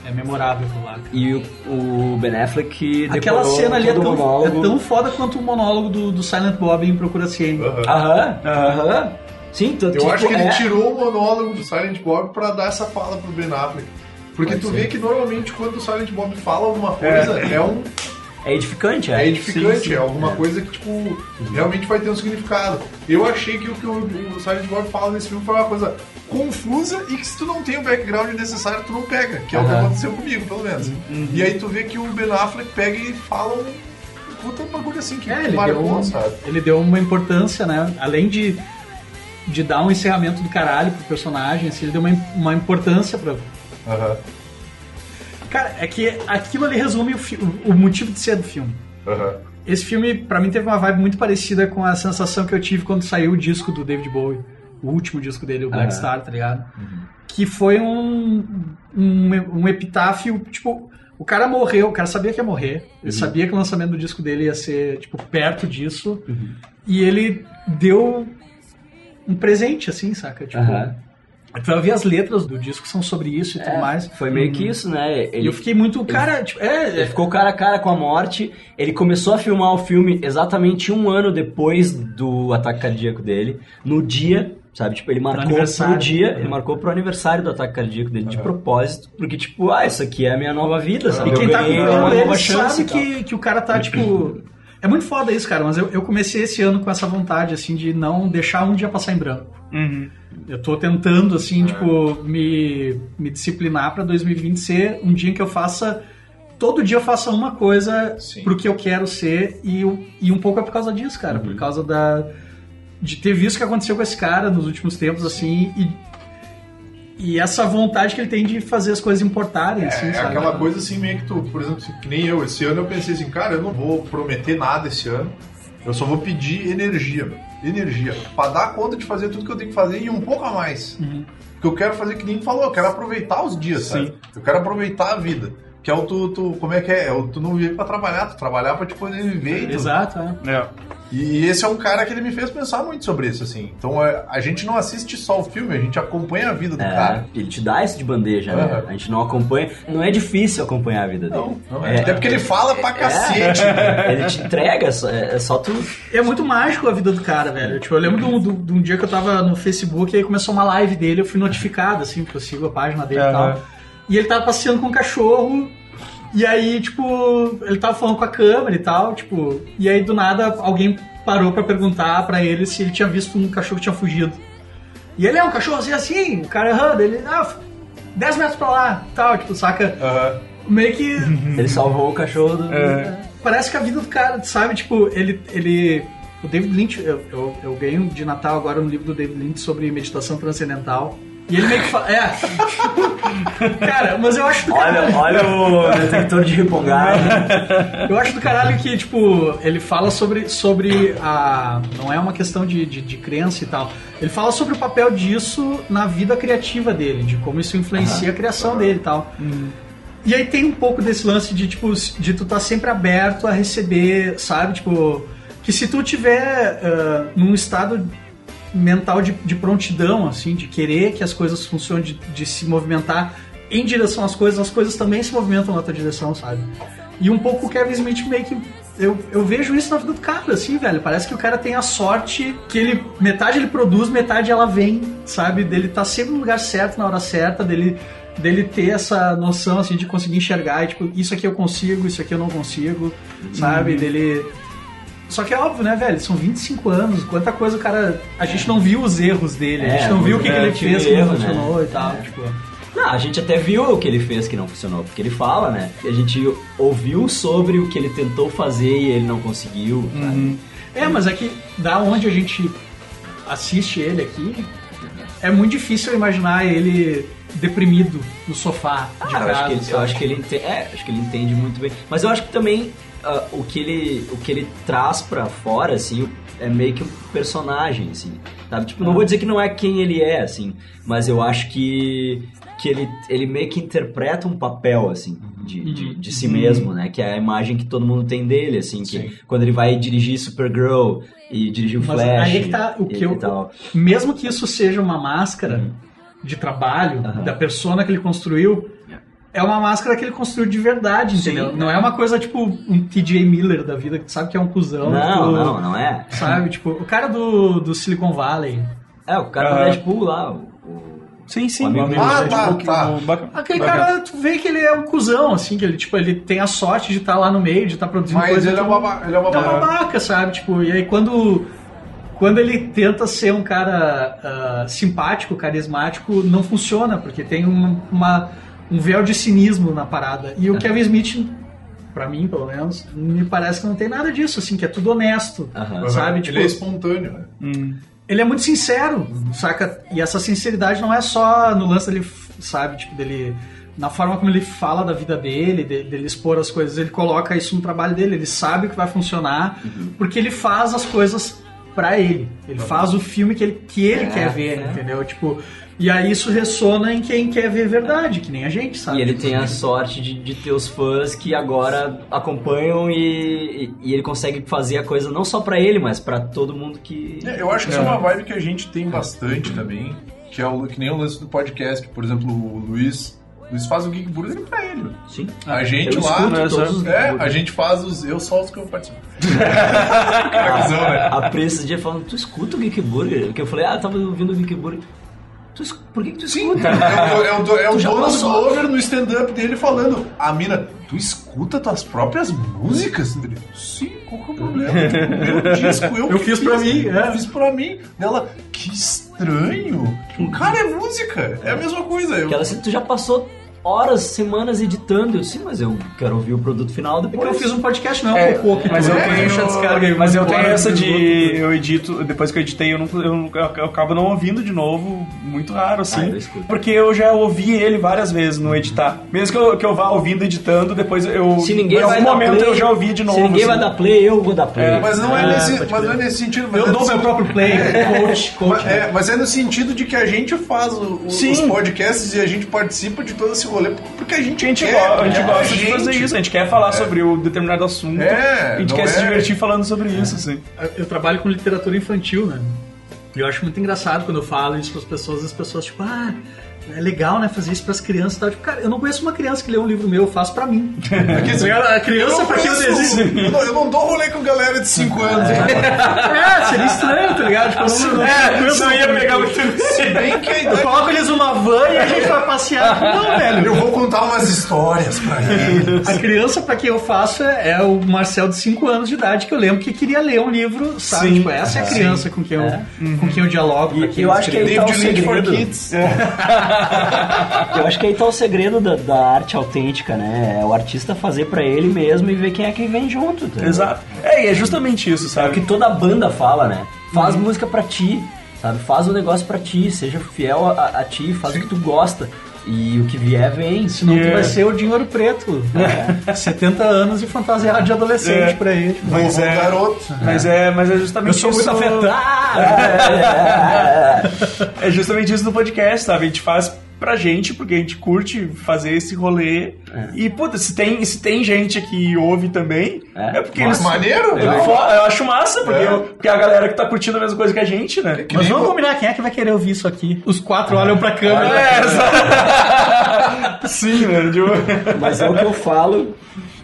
é memorável aquilo lá. E o, o Ben Affleck Aquela decorou cena ali é todo o tão, é monólogo. tão foda quanto o monólogo do, do Silent Bob em Procura Cien. Aham, aham. Sim, tanto tipo, Eu acho que ele é- tirou o monólogo do Silent Bob pra dar essa fala pro Ben Affleck. Porque Pode tu ser. vê que normalmente quando o Silent Bob fala alguma coisa, é, um. É edificante, é. É edificante, Sim, sim. é alguma coisa que, tipo, realmente vai ter um significado. Eu achei que o que o, o Silent Bob fala nesse filme foi uma coisa confusa e que se tu não tem o background necessário, tu não pega, que é o que Aham. aconteceu comigo, pelo menos. E aí tu vê que o Ben Affleck pega e fala um puta bagulho assim, que É, ele deu, marcou, um- sabe? ele deu uma importância, né? Além de, de dar um encerramento do caralho pro personagem, assim, ele deu uma, uma importância pra. Aham. Cara, é que aquilo ali resume o, fi- o motivo de ser do filme. Aham. Esse filme, pra mim, teve uma vibe muito parecida com a sensação que eu tive quando saiu o disco do David Bowie, o último disco dele, o Black Aham. Uhum. Star, tá ligado? Que foi um, um, um epitáfio, tipo, o cara morreu, o cara sabia que ia morrer, Uhum. ele sabia que o lançamento do disco dele ia ser, tipo, perto disso, Uhum. e ele deu um presente, assim, saca? Tipo, Aham. Então eu vi as letras do disco que são sobre isso e É, tudo mais. Foi meio que isso, né? Uhum. E eu fiquei muito, ele- cara, tipo, é, Ele ficou cara a cara com a morte. Ele começou a filmar o filme exatamente um ano depois do ataque cardíaco dele, no dia, sabe? Tipo, ele marcou aniversário. pro dia, Uhum. ele marcou pro aniversário do ataque cardíaco dele de propósito, porque tipo, ah, isso aqui é a minha nova vida, sabe? E quem Eu tá ganhei acompanhando uma ele nova chance sabe e tal. que, que o cara tá, tipo... É muito foda isso, cara, mas eu, eu comecei esse ano com essa vontade, assim, de não deixar um dia passar em branco. Eu tô tentando, assim, tipo, me, me disciplinar pra 2020 ser um dia em que eu faça... Todo dia eu faça uma coisa pro que eu quero ser e, o- e um pouco é por causa disso, cara. Por causa da... De ter visto o que aconteceu com esse cara nos últimos tempos, assim, e... E essa vontade que ele tem de fazer as coisas importarem, assim, É sabe? aquela coisa assim, meio que tu, por exemplo, assim, que nem eu, esse ano eu pensei assim, cara, eu não vou prometer nada esse ano, eu só vou pedir energia, meu. energia, pra dar conta de fazer tudo que eu tenho que fazer e um pouco a mais. Porque eu quero fazer que nem tu falou, eu quero aproveitar os dias, sabe? Eu quero aproveitar a vida. Que é o tu, tu como é que é? É o tu não viver pra trabalhar, tu trabalhar pra te poder viver. e tu- Exato, é. E esse é um cara que ele me fez pensar muito sobre isso, assim. Então é, a gente não assiste só o filme, a gente acompanha a vida do É, cara. ele te dá isso de bandeja, né? Aham. A gente não acompanha. Não é difícil acompanhar a vida dele. não é. Até porque ele fala pra é, cacete, né? ele te entrega, é só- é, é só tu. É muito mágico a vida do cara, velho. Tipo, eu lembro de um, de um- de um dia que eu tava no Facebook e aí começou uma live dele, eu fui notificado, assim, porque eu sigo a página dele e Aham. tal. E ele tava passeando com um cachorro, e aí, tipo, ele tava falando com a câmera e tal, tipo, e aí do nada alguém parou pra perguntar pra ele se ele tinha visto um cachorro que tinha fugido. E ele é um cachorro assim, assim, o cara errando, ele, ah, 10 metros pra lá, tal, tipo, saca? Meio que. Ele salvou o cachorro do. É. Parece que a vida do cara, sabe? Tipo, ele. ele o David Lynch, eu, eu, eu ganhei um de Natal agora um livro do David Lynch sobre meditação transcendental. E ele meio que fala. É. cara, mas eu acho do Olha, caralho. olha o detector de ripongar. Eu acho do caralho que, tipo, ele fala sobre. sobre a. Não é uma questão de, de, de crença e tal. Ele fala sobre o papel disso na vida criativa dele, de como isso influencia a criação dele e tal. E aí tem um pouco desse lance de, tipo, de tu tá sempre aberto a receber, sabe? Tipo, que se tu tiver ah, num estado mental de, de prontidão, assim, de querer que as coisas funcionem, de, de se movimentar em direção às coisas, as coisas também se movimentam na tua direção, sabe? E um pouco o Kevin Smith meio que. Eu, eu vejo isso na vida do cara, assim, velho. Parece que o cara tem a sorte que ele. Metade ele produz, metade ela vem, sabe? Dele tá sempre no lugar certo, na hora certa, dele, dele ter essa noção, assim, de conseguir enxergar, e, tipo, isso aqui eu consigo, isso aqui eu não consigo, sabe? Uhum. Dele. Só que é óbvio, né, velho? São 25 anos, quanta coisa o cara. A gente não viu os erros dele, a É, gente não viu é, o muito que, que ele né? grande fez, erro, como funcionou e tal. Tipo, Não, a gente até viu o que ele fez que não funcionou, porque ele fala, né? A gente ouviu sobre o que ele tentou fazer e ele não conseguiu. sabe? É, mas é que da onde a gente assiste ele aqui, é muito difícil eu imaginar ele deprimido no sofá de Ah, eu acho casa. que ele, eu sabe? acho que ele ente- é, acho que ele entende muito bem. Mas eu acho que também ah, o, que ele, o que ele traz pra fora, assim, é meio que um personagem, assim. Sabe? Tipo, não vou dizer que não é quem ele é, assim, mas eu acho que, que ele, ele meio que interpreta um papel, assim, de, de, de si Uhum. mesmo, né? Que é a imagem que todo mundo tem dele, assim, que quando ele vai dirigir Supergirl e dirigir o Mas Flash. aí é que tá o que e- eu- e tal. Mesmo que isso seja uma máscara Uhum. de trabalho, da persona que ele construiu, é uma máscara que ele construiu de verdade, entendeu? Não é uma coisa tipo um TJ Miller da vida, que tu sabe que é um cuzão. Não, tu- não, não é. Sabe, tipo, o cara do, do Silicon Valley. É, o cara do Ah. Deadpool lá. o- Sim, sim. O amigo dele. Ah, tá, tá. Aquele cara, tu vê que ele é um cuzão, assim, que ele, tipo, ele tem a sorte de estar lá no meio, de estar produzindo Mas coisa. ele é tipo, um baba- ele é um É um babaca. babaca, sabe? Tipo, e aí quando, quando ele tenta ser um cara ah, simpático, carismático, não funciona, porque tem um- uma, um véu de cinismo na parada. E o Kevin Smith, pra mim, pelo menos, me parece que não tem nada disso, assim, que é tudo honesto, sabe? Tipo, Ele é espontâneo, né? ele é muito sincero, saca? E essa sinceridade não é só no lance dele, sabe? Tipo, dele. Na forma como ele fala da vida dele, de- dele expor as coisas, ele coloca isso no trabalho dele, ele sabe que vai funcionar, Uhum. porque ele faz as coisas pra ele. Ele faz o filme que ele, que ele É, quer ver, é. entendeu? Tipo, e aí isso ressona em quem quer ver verdade, que nem a gente, Tá, sabe? E ele tem a sorte de, de ter os fãs que agora acompanham e, e- e ele consegue fazer a coisa não só pra ele, mas pra todo mundo que. É, Eu acho que isso é uma vibe que a gente tem bastante também, que é o, que nem o lance do podcast, que, por exemplo, o Luiz. o Luiz faz o Geek Burger pra ele. Sim. A gente Ah, Eu lá. escuto todos os é, Geek a Burger. gente faz os. Eu só os que eu participo. É Cagazão, né? A, a Pri esses dias falando, tu escuta o Geek Burger? Que eu falei, ah, eu tava ouvindo o Geek Burger. Tu es- por que, que tu escuta? É o, é o, é o Tu já dono do passou. over no stand-up dele falando. A mina, tu escuta tuas próprias músicas? Ele, Sim, qual que é o problema? Tipo, Meu disco, eu, Eu que fiz pra mim, Eu é. fiz pra mim. Ela, que estranho. Tipo, Cara, é música. É a mesma coisa. Eu... Que ela assim, tu já passou horas, semanas editando. Eu, sim, mas eu quero ouvir o produto É final depois. eu fiz um podcast, não é um cocô que mas tu eu deixa a descarga tenho, e mas eu vai tenho embora, essa no de eu edito depois que eu editei eu não eu, não- eu acabo não ouvindo de novo muito raro Ah, assim eu escuto. porque eu já ouvi ele várias vezes no editar mesmo que eu, que eu vá ouvindo editando depois eu Se ninguém em vai algum dar momento play, eu já ouvi de novo Se ninguém assim. vai dar play, eu vou dar play. É, Mas não, é Ah, nesse, pode mas crer. não é nesse sentido. Mas Eu é dou nesse- meu próprio play, coach, coach, Mas, é, né? mas é no sentido de que a gente faz o- o- Sim. os podcasts e a gente participa de todo esse rolê porque a gente A gente, quer, go- a gente é, gosta de fazer isso, a gente quer falar sobre o determinado assunto, É, a gente não quer se é. divertir falando sobre isso, assim. eu trabalho com literatura infantil, né? E eu acho muito engraçado quando eu falo isso para as pessoas, as pessoas tipo, ah, é legal, né, fazer isso para as crianças e tal. Tipo, cara, eu não conheço uma criança que lê um livro meu, eu faço para mim. Porque, assim, Cara, a eu criança não para quem eu conheço- desejo. Eu não, eu não dou rolê com galera de 5 anos. É, seria estranho, tá ligado? Tipo, eu Se- não, não, é, eu se- não ia pegar muito. se bem que a Eu idade- coloco eles numa van e a gente vai passear. Não, é velho. Eu vou contar umas histórias pra eles. A criança pra quem eu faço é, é o Marcel de 5 anos de idade, que eu lembro que queria ler um livro, sabe? Sim. Tipo, essa é a Sim. criança com, quem eu, com quem eu dialogo. pra quem eu acho que aí escrevo. tá o David Lynch for segredo. Eu acho que aí tá o segredo da, da arte autêntica, né? É o artista fazer pra ele mesmo e ver quem é que vem junto. tá ligado? Exato. É, e é justamente isso, sabe? É o que toda banda fala, né? Faz Uhum. música pra ti, sabe? Faz o negócio pra ti, seja fiel a, a ti, faz o que tu gosta. E o que vier, vem. Senão tu vai ser o Dinheiro Preto. É. 70 anos e fantasiado de adolescente É. pra ele. Tipo, Mas "Oh, é, garoto. Mas é, mas é justamente Eu sou isso. muito é justamente isso do podcast, sabe? A gente faz pra gente, porque a gente curte fazer esse rolê. E, puta, se tem, se tem gente que ouve também, é, porque Nossa, eles. maneiro, Eu, né? fo- eu acho massa, porque, É. eu- porque a galera que tá curtindo a mesma coisa que a gente, né? Mas vamos combinar quem é que vai querer ouvir isso aqui. Os quatro olham pra câmera. É, Sim, né? um velho. Mas é o que eu falo.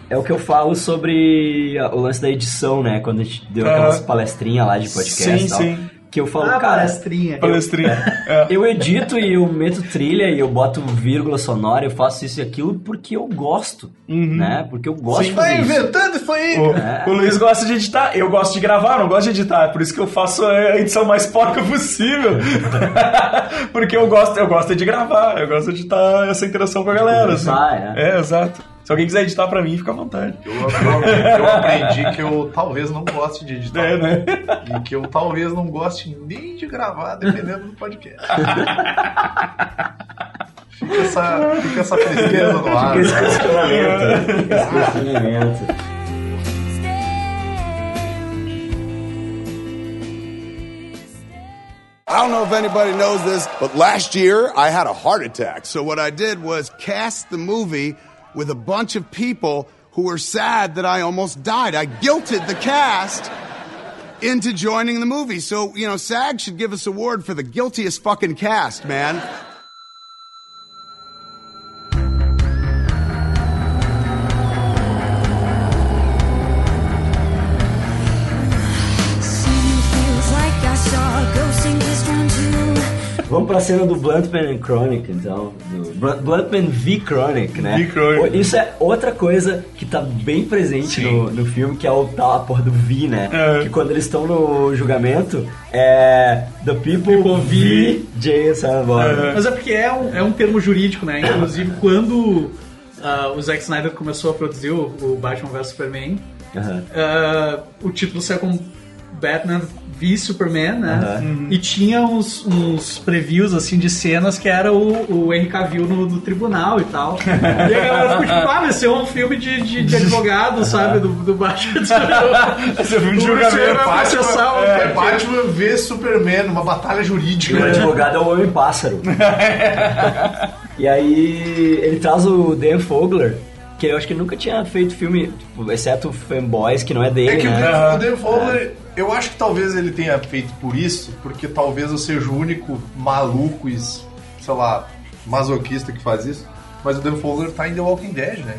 É o que eu falo sobre a- o lance da edição, né? Quando a gente deu Aham. aquelas palestrinhas lá de podcast Sim, e tal. sim. que eu falo, Ah, cara. palestrinha. eu- Palestrinha, É. Eu, edito e eu meto trilha e eu boto vírgula sonora, eu faço isso e aquilo porque eu gosto, né? Porque eu gosto de Tá fazer isso. isso aí. O- O, É. o Luiz gosta de editar, eu gosto de gravar, não gosto de editar. Por isso que eu faço a edição mais porca possível. É. Porque eu gosto, eu gosto de gravar, eu gosto de editar essa interação com a né? Tipo, galera. ah, assim. Conversar, é. exato. Se alguém quiser editar pra mim, fica à vontade. Eu, eu- eu aprendi que eu talvez não goste de editar. É, né? E que eu talvez não goste nem de gravar, dependendo do podcast. fica, essa, fica essa tristeza no ar. Fica esse questionamento, né? né? Fica esse questionamento. I don't know if anybody knows this, but last year I had a heart attack. So what I did was cast the movie with a bunch of people who were sad that I almost died. I guilted the cast into joining the movie. So, you know, SAG should give us award for the guiltiest fucking cast, man. Vamos pra cena do Bluntman and Chronic, então. Do Bl- Bluntman v Chronic, né? V. Chronic. Isso é outra coisa que tá bem presente no, no filme, que é o, tá, a porra do V, né? Que quando eles estão no julgamento, é... The people, V Jay Sarabon. Mas é porque é um, é um termo jurídico, né? Inclusive, quando ah, o Zack Snyder começou a produzir o, o Batman vs Superman, Aham. ah, o título saiu como Batman v Superman, né? Aham. E tinha uns, uns previews, assim, de cenas que era o, o Henry Cavill no, no tribunal e tal. E a galera ficou tipo, ah, mas esse é um filme de, de, de advogado, sabe? Do, do Batman. Esse é um filme de O Luciano né? julgamento. vai processar Batman, o- é, Batman vs Superman, uma batalha E o jurídica. advogado é o Homem Pássaro. e aí ele traz o Dan Fogler, que eu acho que nunca tinha feito filme, tipo, exceto Fanboys, que não é dele, É que o né? Dan- o Dan Fowler, eu acho que talvez ele tenha feito por isso, porque talvez eu seja o único maluco e, sei lá, masoquista que faz isso. Mas o Dan Fowler tá em The Walking Dead, né?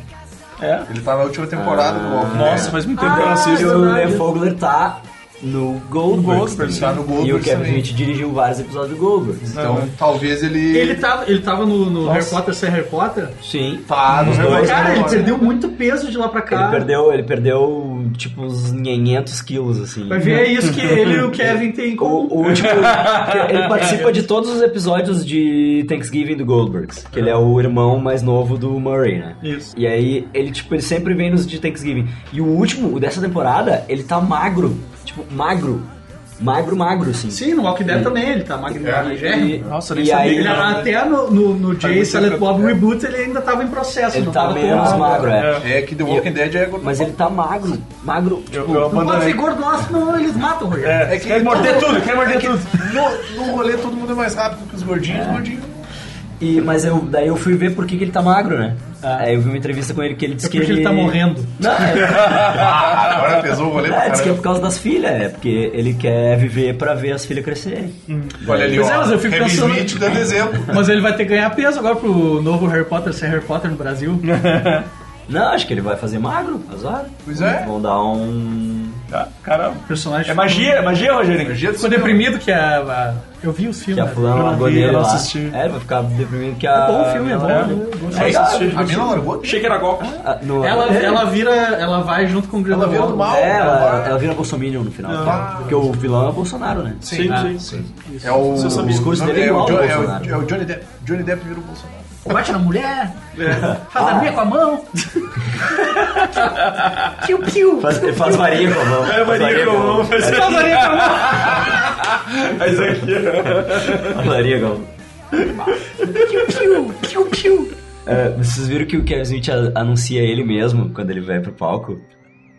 É. Ele tá na última temporada do Walking Dead. Nossa, faz muito tempo que eu não E Ah. assisto. o Dan Fogler tá no Goldberg. Goldberg, tá no Goldberg E o Kevin também. Smith dirigiu vários episódios do Goldberg. Então, talvez ele... Ele tava, ele tava no, no Nossa. Harry Potter sem Harry Potter? Sim. Tá, nos dois. Cara, ele ele, perdeu muito peso de lá pra cá. perdeu, ele perdeu, tipo, uns 500 quilos, assim. Vai ver, é isso que ele e o Kevin têm em comum. O último. que ele participa de todos os episódios de Thanksgiving do Goldbergs. Que ele é o irmão mais novo do Murray, né? Isso. E aí, ele, tipo, ele sempre vem nos de Thanksgiving. E o último, o dessa temporada, ele tá magro. Tipo, magro. Magro, magro, assim. Sim, no Walking Dead também, ele tá magrinho. E, magérrimo. É. Nossa, E aí, ele era até no, no, no Jay Silent Bob Reboot, ele ainda tava em processo. Ele não tá tava menos todo- magro, é. É que The Walking Dead é... Mas ele tá magro. Magro, tipo... Não pode ser gordo, nossa, não, eles matam, Rogério. É Quer morder tudo, quer É morder tudo. No, no rolê todo mundo é mais rápido que os gordinhos, os gordinhos. E, mas eu, daí eu fui ver por que, que ele tá magro, né? Aí eu vi uma entrevista com ele que ele disse É que porque ele... ele tá morrendo. Não, é... Ah, agora pesou o rolê pra É, diz que é caramba. por causa das filhas, é porque ele quer viver pra ver as filhas crescerem. Olha ali, Pois é, ó. é mas eu fico Kevin pensando- Smith dando exemplo. Mas ele vai ter que ganhar peso agora pro novo Harry Potter sem Harry Potter no Brasil. Não, acho que ele vai fazer magro, azar. Pois é. Vão dar um. Ah, Cara, personagem. É magia, é magia, Rogerinho? Magia Ficou deprimido que a. a- eu vi os Que filmes. a né? fulana Eu não largou vi, dele eu não lá. assisti. É, ele vai ficar deprimido que a. É bom o filme, é bom, ela- né? Eu gosto. É, Eu assisti, a- a- assisti. mina largou? Achei que era golpe. Ah, a- no- Ela, é, ela vira. Ela vai junto com o Grilo. Ela vira do mal. É, ela, agora. ela vira Bolsominion no final. Ah. tá? Porque o vilão é o Bolsonaro, né? Sim, Ah. sim, É o, Você sabe, o discurso dele é é, o, igual Jo- ao é, o, Bolsonaro. é o Johnny Depp. Johnny Depp vira o Bolsonaro. Bate na é mulher, faz a minha com a mão. piu, piu. Faz, ele faz varinha com a mão. É, Faz Maria, como vamos fazer? Faz a minha com a mão. Mas aqui, Faz varinha com a mão. Piu, piu, piu. É, vocês viram que o Kevin Smith a- anuncia ele mesmo quando ele vai pro palco?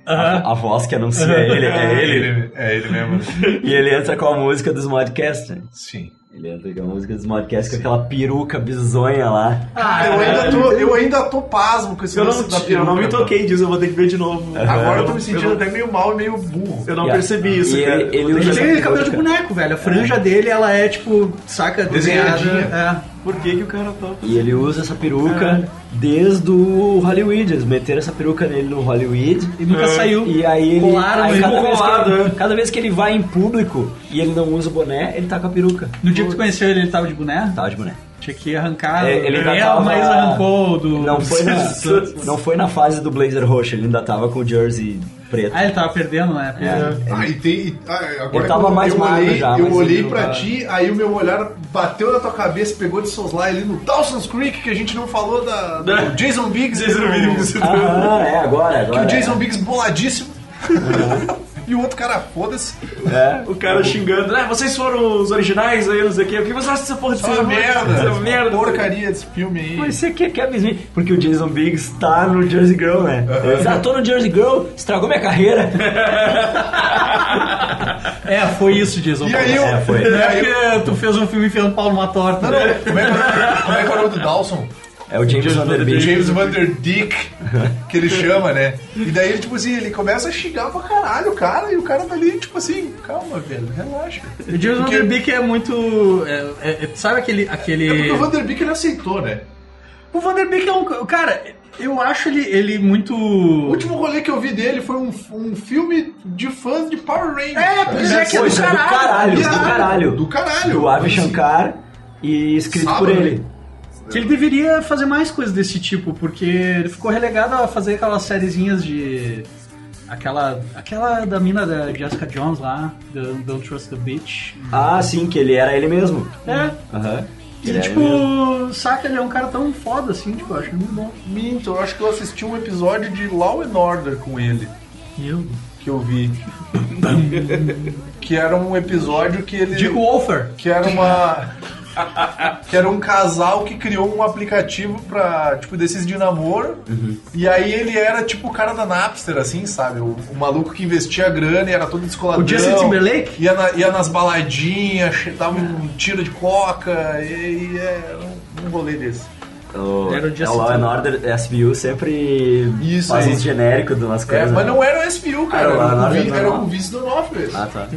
A, a voz que anuncia ele é ele. né? É ele mesmo. E ele entra com a música dos Modcast, né? Sim. Ele entra com a música dos Modcast com aquela peruca bizonha lá. Ah, eu, ainda tô, eu ainda tô pasmo com esse Eu lance não, da te- eu não me peruca, toquei disso, eu vou ter que ver de novo. cara. Agora eu tô me Eu sentindo não- até meio mal e meio burro. Eu não E a- percebi isso, e cara. ele- ele Eu vou ter Ele usa- que- tem cabelo de boneco, velho. A franja dele, ela é tipo, saca? Desenhadinha. desenhada, é. Por que, que o cara tá. E ele usa essa peruca Caralho. desde o Hollywood. Eles meteram essa peruca nele no Hollywood. E nunca É. saiu. E aí ele. Colaram aí ele, cada, vez que colado, ele é. cada vez que ele vai em público e ele não usa o boné, ele tá com a peruca. No dia que tu conheceu ele, ele tava de boné? Tava de boné. Tinha que arrancar. Tá. É, ele ainda É, tava- mas arrancou do. Não foi, na, não foi na fase do blazer roxo, ele ainda tava com o jersey preto. Ah, ele tava perdendo, né? É. Ah, e tem. e- ah, agora Ele tava eu, mais eu magro olhei, já, Eu mas olhei ele pra tava- ti, aí o meu olhar bateu na tua cabeça, pegou de soslar ali no Dawson's Creek, que a gente não falou da, do Jason Biggs. Jason do- Biggs. Ah, Uhum. é, agora, agora, Que o Jason é. Biggs boladíssimo. e o outro cara, foda-se. É. O cara xingando, ah, vocês foram os originais aí, não sei o quê. O que vocês acham dessa porra de Essa filme? merda. Essa merda. Porcaria desse filme aí. Mas você quer, quer mesmo? é Porque o Jason Biggs tá no Jersey Girl, né? Ele já tô no Jersey Girl, estragou minha carreira. É, foi isso, Jason. E aí, eu- é, foi. e Não é aí porque tu fez um filme enfiando pau numa torta. Não, não, como é que é- como é que é o nome do Dawson? É o James Van Der Beek. James Van Der Dick, que ele chama, né? E daí ele, tipo assim, ele começa a xingar pra caralho o cara, e o cara tá ali, tipo assim, calma, velho, relaxa. O Jason Van Der Beek é muito. é- é- é- sabe aquele. É porque aquele... o Van Der Beek ele aceitou, né? O Van Der Beek é um. ca- Cara, eu acho ele, ele muito. O tipo, último rolê que eu vi dele foi um, um filme de fãs de Power Rangers. Né? É, cara. pois é, que é do Pois é, do caralho, caralho. do caralho. Do caralho. Do Avi Assim, Shankar e escrito Sábado, por ele. né? Que ele deveria fazer mais coisas desse tipo, porque ele ficou relegado a fazer aquelas sériezinhas de. Aquela. Aquela da mina da Jessica Jones lá, do Don't Trust the Bitch. Ah, sim, que ele era ele mesmo. É. Aham. E Hum. Ele era tipo, ele mesmo. saca, ele é um cara tão foda assim, tipo, eu acho muito bom. Minto, eu acho que eu assisti um episódio de Law and Order com ele. Meu. Que eu vi. que era um episódio que ele. Dick Wolfer. Que era uma. que era um casal que criou um aplicativo pra, tipo, desses de namoro. Uhum. E aí ele era tipo o cara da Napster, assim, sabe? O, o maluco que investia grana e era todo descoladão. O Justin Timberlake? Ia, na- ia nas baladinhas, che- dava um tiro de coca, e, e é um, um rolê desse. O, Era o é Justin o Law and Order, SBU sempre Isso faz aí. uns genéricos de umas É, coisas. mas né? não era o SPU, cara. Ah, Era, lá, o lá, vi- lá, era lá. o vice do Nófres. Ah, tá.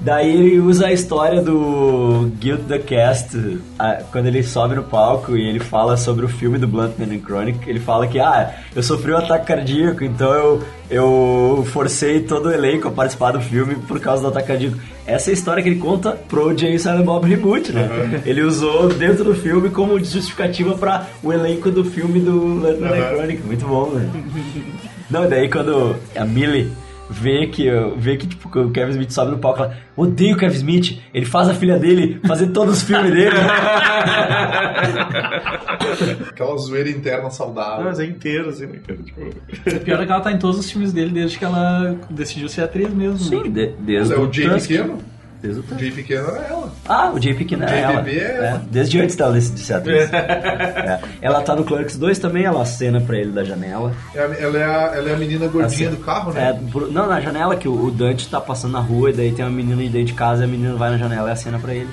Daí ele usa a história do Guild the Cast, a- quando ele sobe no palco e ele fala sobre o filme do Blunt Man and Chronic, ele fala que, ah, eu sofri um ataque cardíaco, então eu, eu forcei todo o elenco a participar do filme por causa do ataque cardíaco. Essa é a história que ele conta pro James Silent Bob Reboot, né? Ele usou dentro do filme como justificativa para o elenco do filme do Blunt Man and Chronic. Muito bom, né? Não, daí quando a Millie vê que, vê que tipo, que o Kevin Smith sobe no palco, ela odeio o Kevin Smith, ele faz a filha dele fazer todos os filmes dele. Aquela zoeira interna saudável. Mas é inteiro, assim, né, cara? Tipo... O pior é que ela tá em todos os filmes dele desde que ela decidiu ser atriz mesmo. né? Sim, de- desde É o Jay Tusk. pequeno? Desde o O Tusk. Jay pequeno era ela. Ah, o Jay Pequeno é Jay ela. Bebê é- É, desde antes dela decidir ser atriz. É. Ela tá no Clerks 2 também, ela acena pra ele da janela. É a- Ela é a, ela é a menina gordinha Assim, do carro, É, né? por- não, na janela que o, o Dante tá passando na rua e daí tem uma menina de dentro de casa e a menina vai na janela e acena pra ele.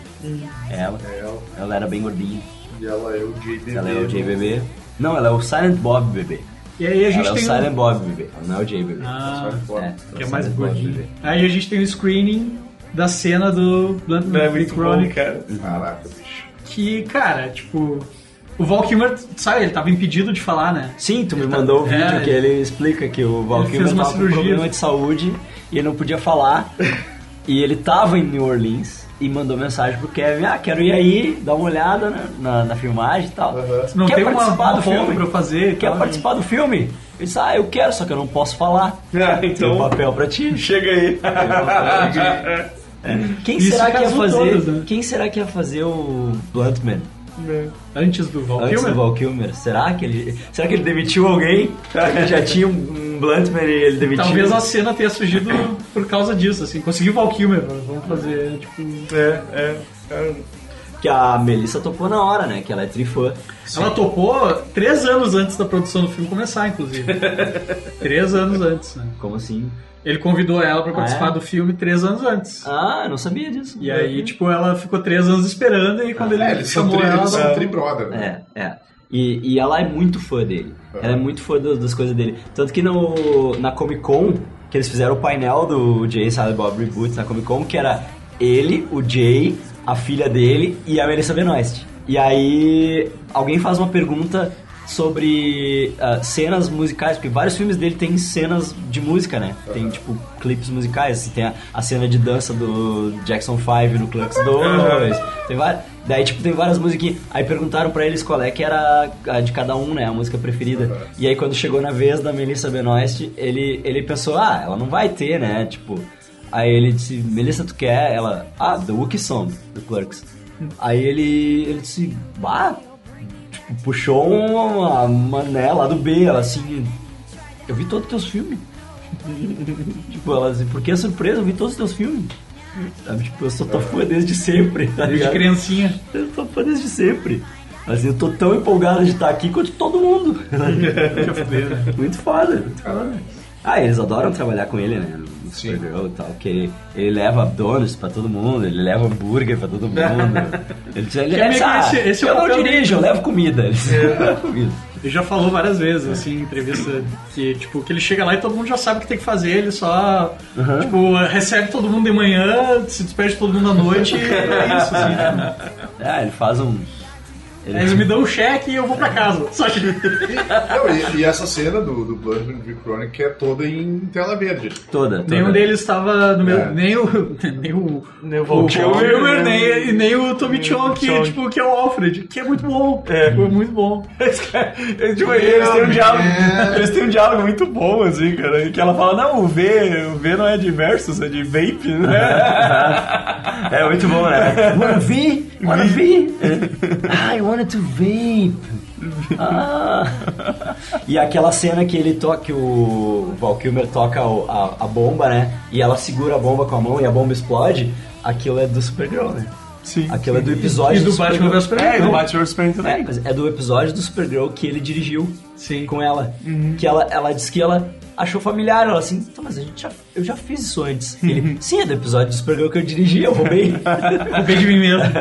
É ela. É ela. Ela era bem gordinha. E ela é o JBB. Ela é o Jay Bebê. Não, ela é o Silent Bob Bebê. E aí a Ela gente é o tem. um- Silent Bob Bebê. Ela não é o Jay Bebê. Ah, é, que é o mais Silent Bob gordinho. Bebê. Aí a gente tem o screening da cena do Blunt É Man muito bom, Chronic. cara. Caraca, bicho. Que, cara, tipo. O Val Kilmer, sabe, ele tava impedido de falar, né? Sim, tu me mandou o É, vídeo que ele explica que o ele Valkyrie fez uma tava com cirurgia. problema de saúde e ele não podia falar. e ele tava em New Orleans e mandou mensagem pro Kevin, ah, quero ir aí, dar uma olhada né, na, na filmagem e tal. Não Quer tem uma, participar uma do ponta filme? pra eu fazer. e Quer tal. né? participar do filme? Ele disse, ah, eu quero, só que eu não posso falar. Ah, Tem um então, papel pra ti. chega aí. Quem Isso será que ia casou fazer? todas, né? Quem será que ia fazer o Bluntman? Antes do Val Antes Kilmer? do Val Kilmer? Será que ele. Será que ele demitiu alguém? Ele já tinha um, um Bluntman e ele demitiu. Talvez a cena tenha surgido por causa disso, assim. Consegui o Val Kilmer, vamos fazer, tipo... É, é. cara. Que a Melissa topou na hora, né? Que ela é trifã. Ela topou três anos antes da produção do filme começar, inclusive. três anos antes, né? Como assim? Ele convidou ela pra participar Ah, é? do filme três anos antes. Ah, eu não sabia disso. E aí, tipo, ela ficou três anos esperando e quando ele É, eles são chamou tri, ela... eles são ela- tri brother. né? É, é. E, e ela é muito fã dele. Ela é muito fã do- das coisas dele. Tanto que no, na Comic Con, que eles fizeram o painel do Jay e Silent Bob Reboot na Comic Con, que era ele, o Jay, a filha dele e a Melissa Benoist. E aí alguém faz uma pergunta sobre ah, cenas musicais, porque vários filmes dele tem cenas de música, né? Tem, tipo, clipes musicais. Tem a, a cena de dança do Jackson 5 no Clux 2. Tem várias, daí, tipo, tem várias musiquinhas. Aí perguntaram pra eles qual é que era a de cada um, né? A música preferida. E aí, quando chegou na vez da Melissa Benoist, ele, ele pensou, ah, ela não vai ter, né? Tipo... Aí ele disse, Melissa, tu quer? Ela, ah, The Wookiee Song, do Clerks. Aí ele, ele disse, bah, tipo, puxou uma mané lá do B, ela assim, eu vi todos os teus filmes. tipo, ela assim, por que a surpresa? Eu vi todos os teus filmes. Sabe, tipo, eu sou tua fã desde sempre, tá Desde ligado? criancinha. Eu sou fã desde sempre. Assim, eu tô tão empolgado de estar aqui quanto todo mundo. muito foda, muito foda. Ah, eles adoram trabalhar com ele, né? No Supergirl e tal, que ele, ele leva donuts pra todo mundo, ele leva hambúrguer pra todo mundo. Ele diz, ele, Que é meio que "Ah, esse- esse é o eu não papel É. dirijo, dele." eu levo comida. Ele diz, "Eu levo comida. Ele já falou várias vezes, assim, em entrevista, que, tipo, que ele chega lá e todo mundo já sabe o que tem que fazer, ele só, tipo, recebe todo mundo de manhã, se despede todo mundo à noite, e é isso, assim, né? É, ele faz um. ele- Eles me dão um cheque e eu vou pra casa, só que... Não, e, e essa cena do, do Bloodman v Chronic é toda em tela verde. Toda, Nenhum deles estava no meu. É. Nem o. Nem o. Nem o Kilmer, nem Kilmer, nem, e nem o Tommy Chong, que, Chong. tipo, que é o Alfred, que é muito bom. É, muito bom. Tipo, eles têm um diálogo, eles têm um diálogo muito bom, assim, cara. em Que ela fala, não, o V, o V não é de versus, é de vape, né? É muito bom, né? Wanna V? Wanna V? I wanted to vape. Ah. E aquela cena que ele toca, que o Val Kilmer toca o- a, a bomba, né? E ela segura a bomba com a mão e a bomba explode. Aquilo é do Supergirl, né? Sim. Aquilo é do episódio E do Supergirl. Batman vs Superman É, e do também. Batman vs Superman também. É, pois é, é do episódio do Supergirl que ele dirigiu Sim. Uhum. com ela. Que ela, ela disse que ela achou familiar. Ela assim, "Tá, mas a gente já, eu já fiz isso antes. Ele, sim, é do episódio do Supergirl que eu dirigi, eu roubei. roubei de mim mesmo.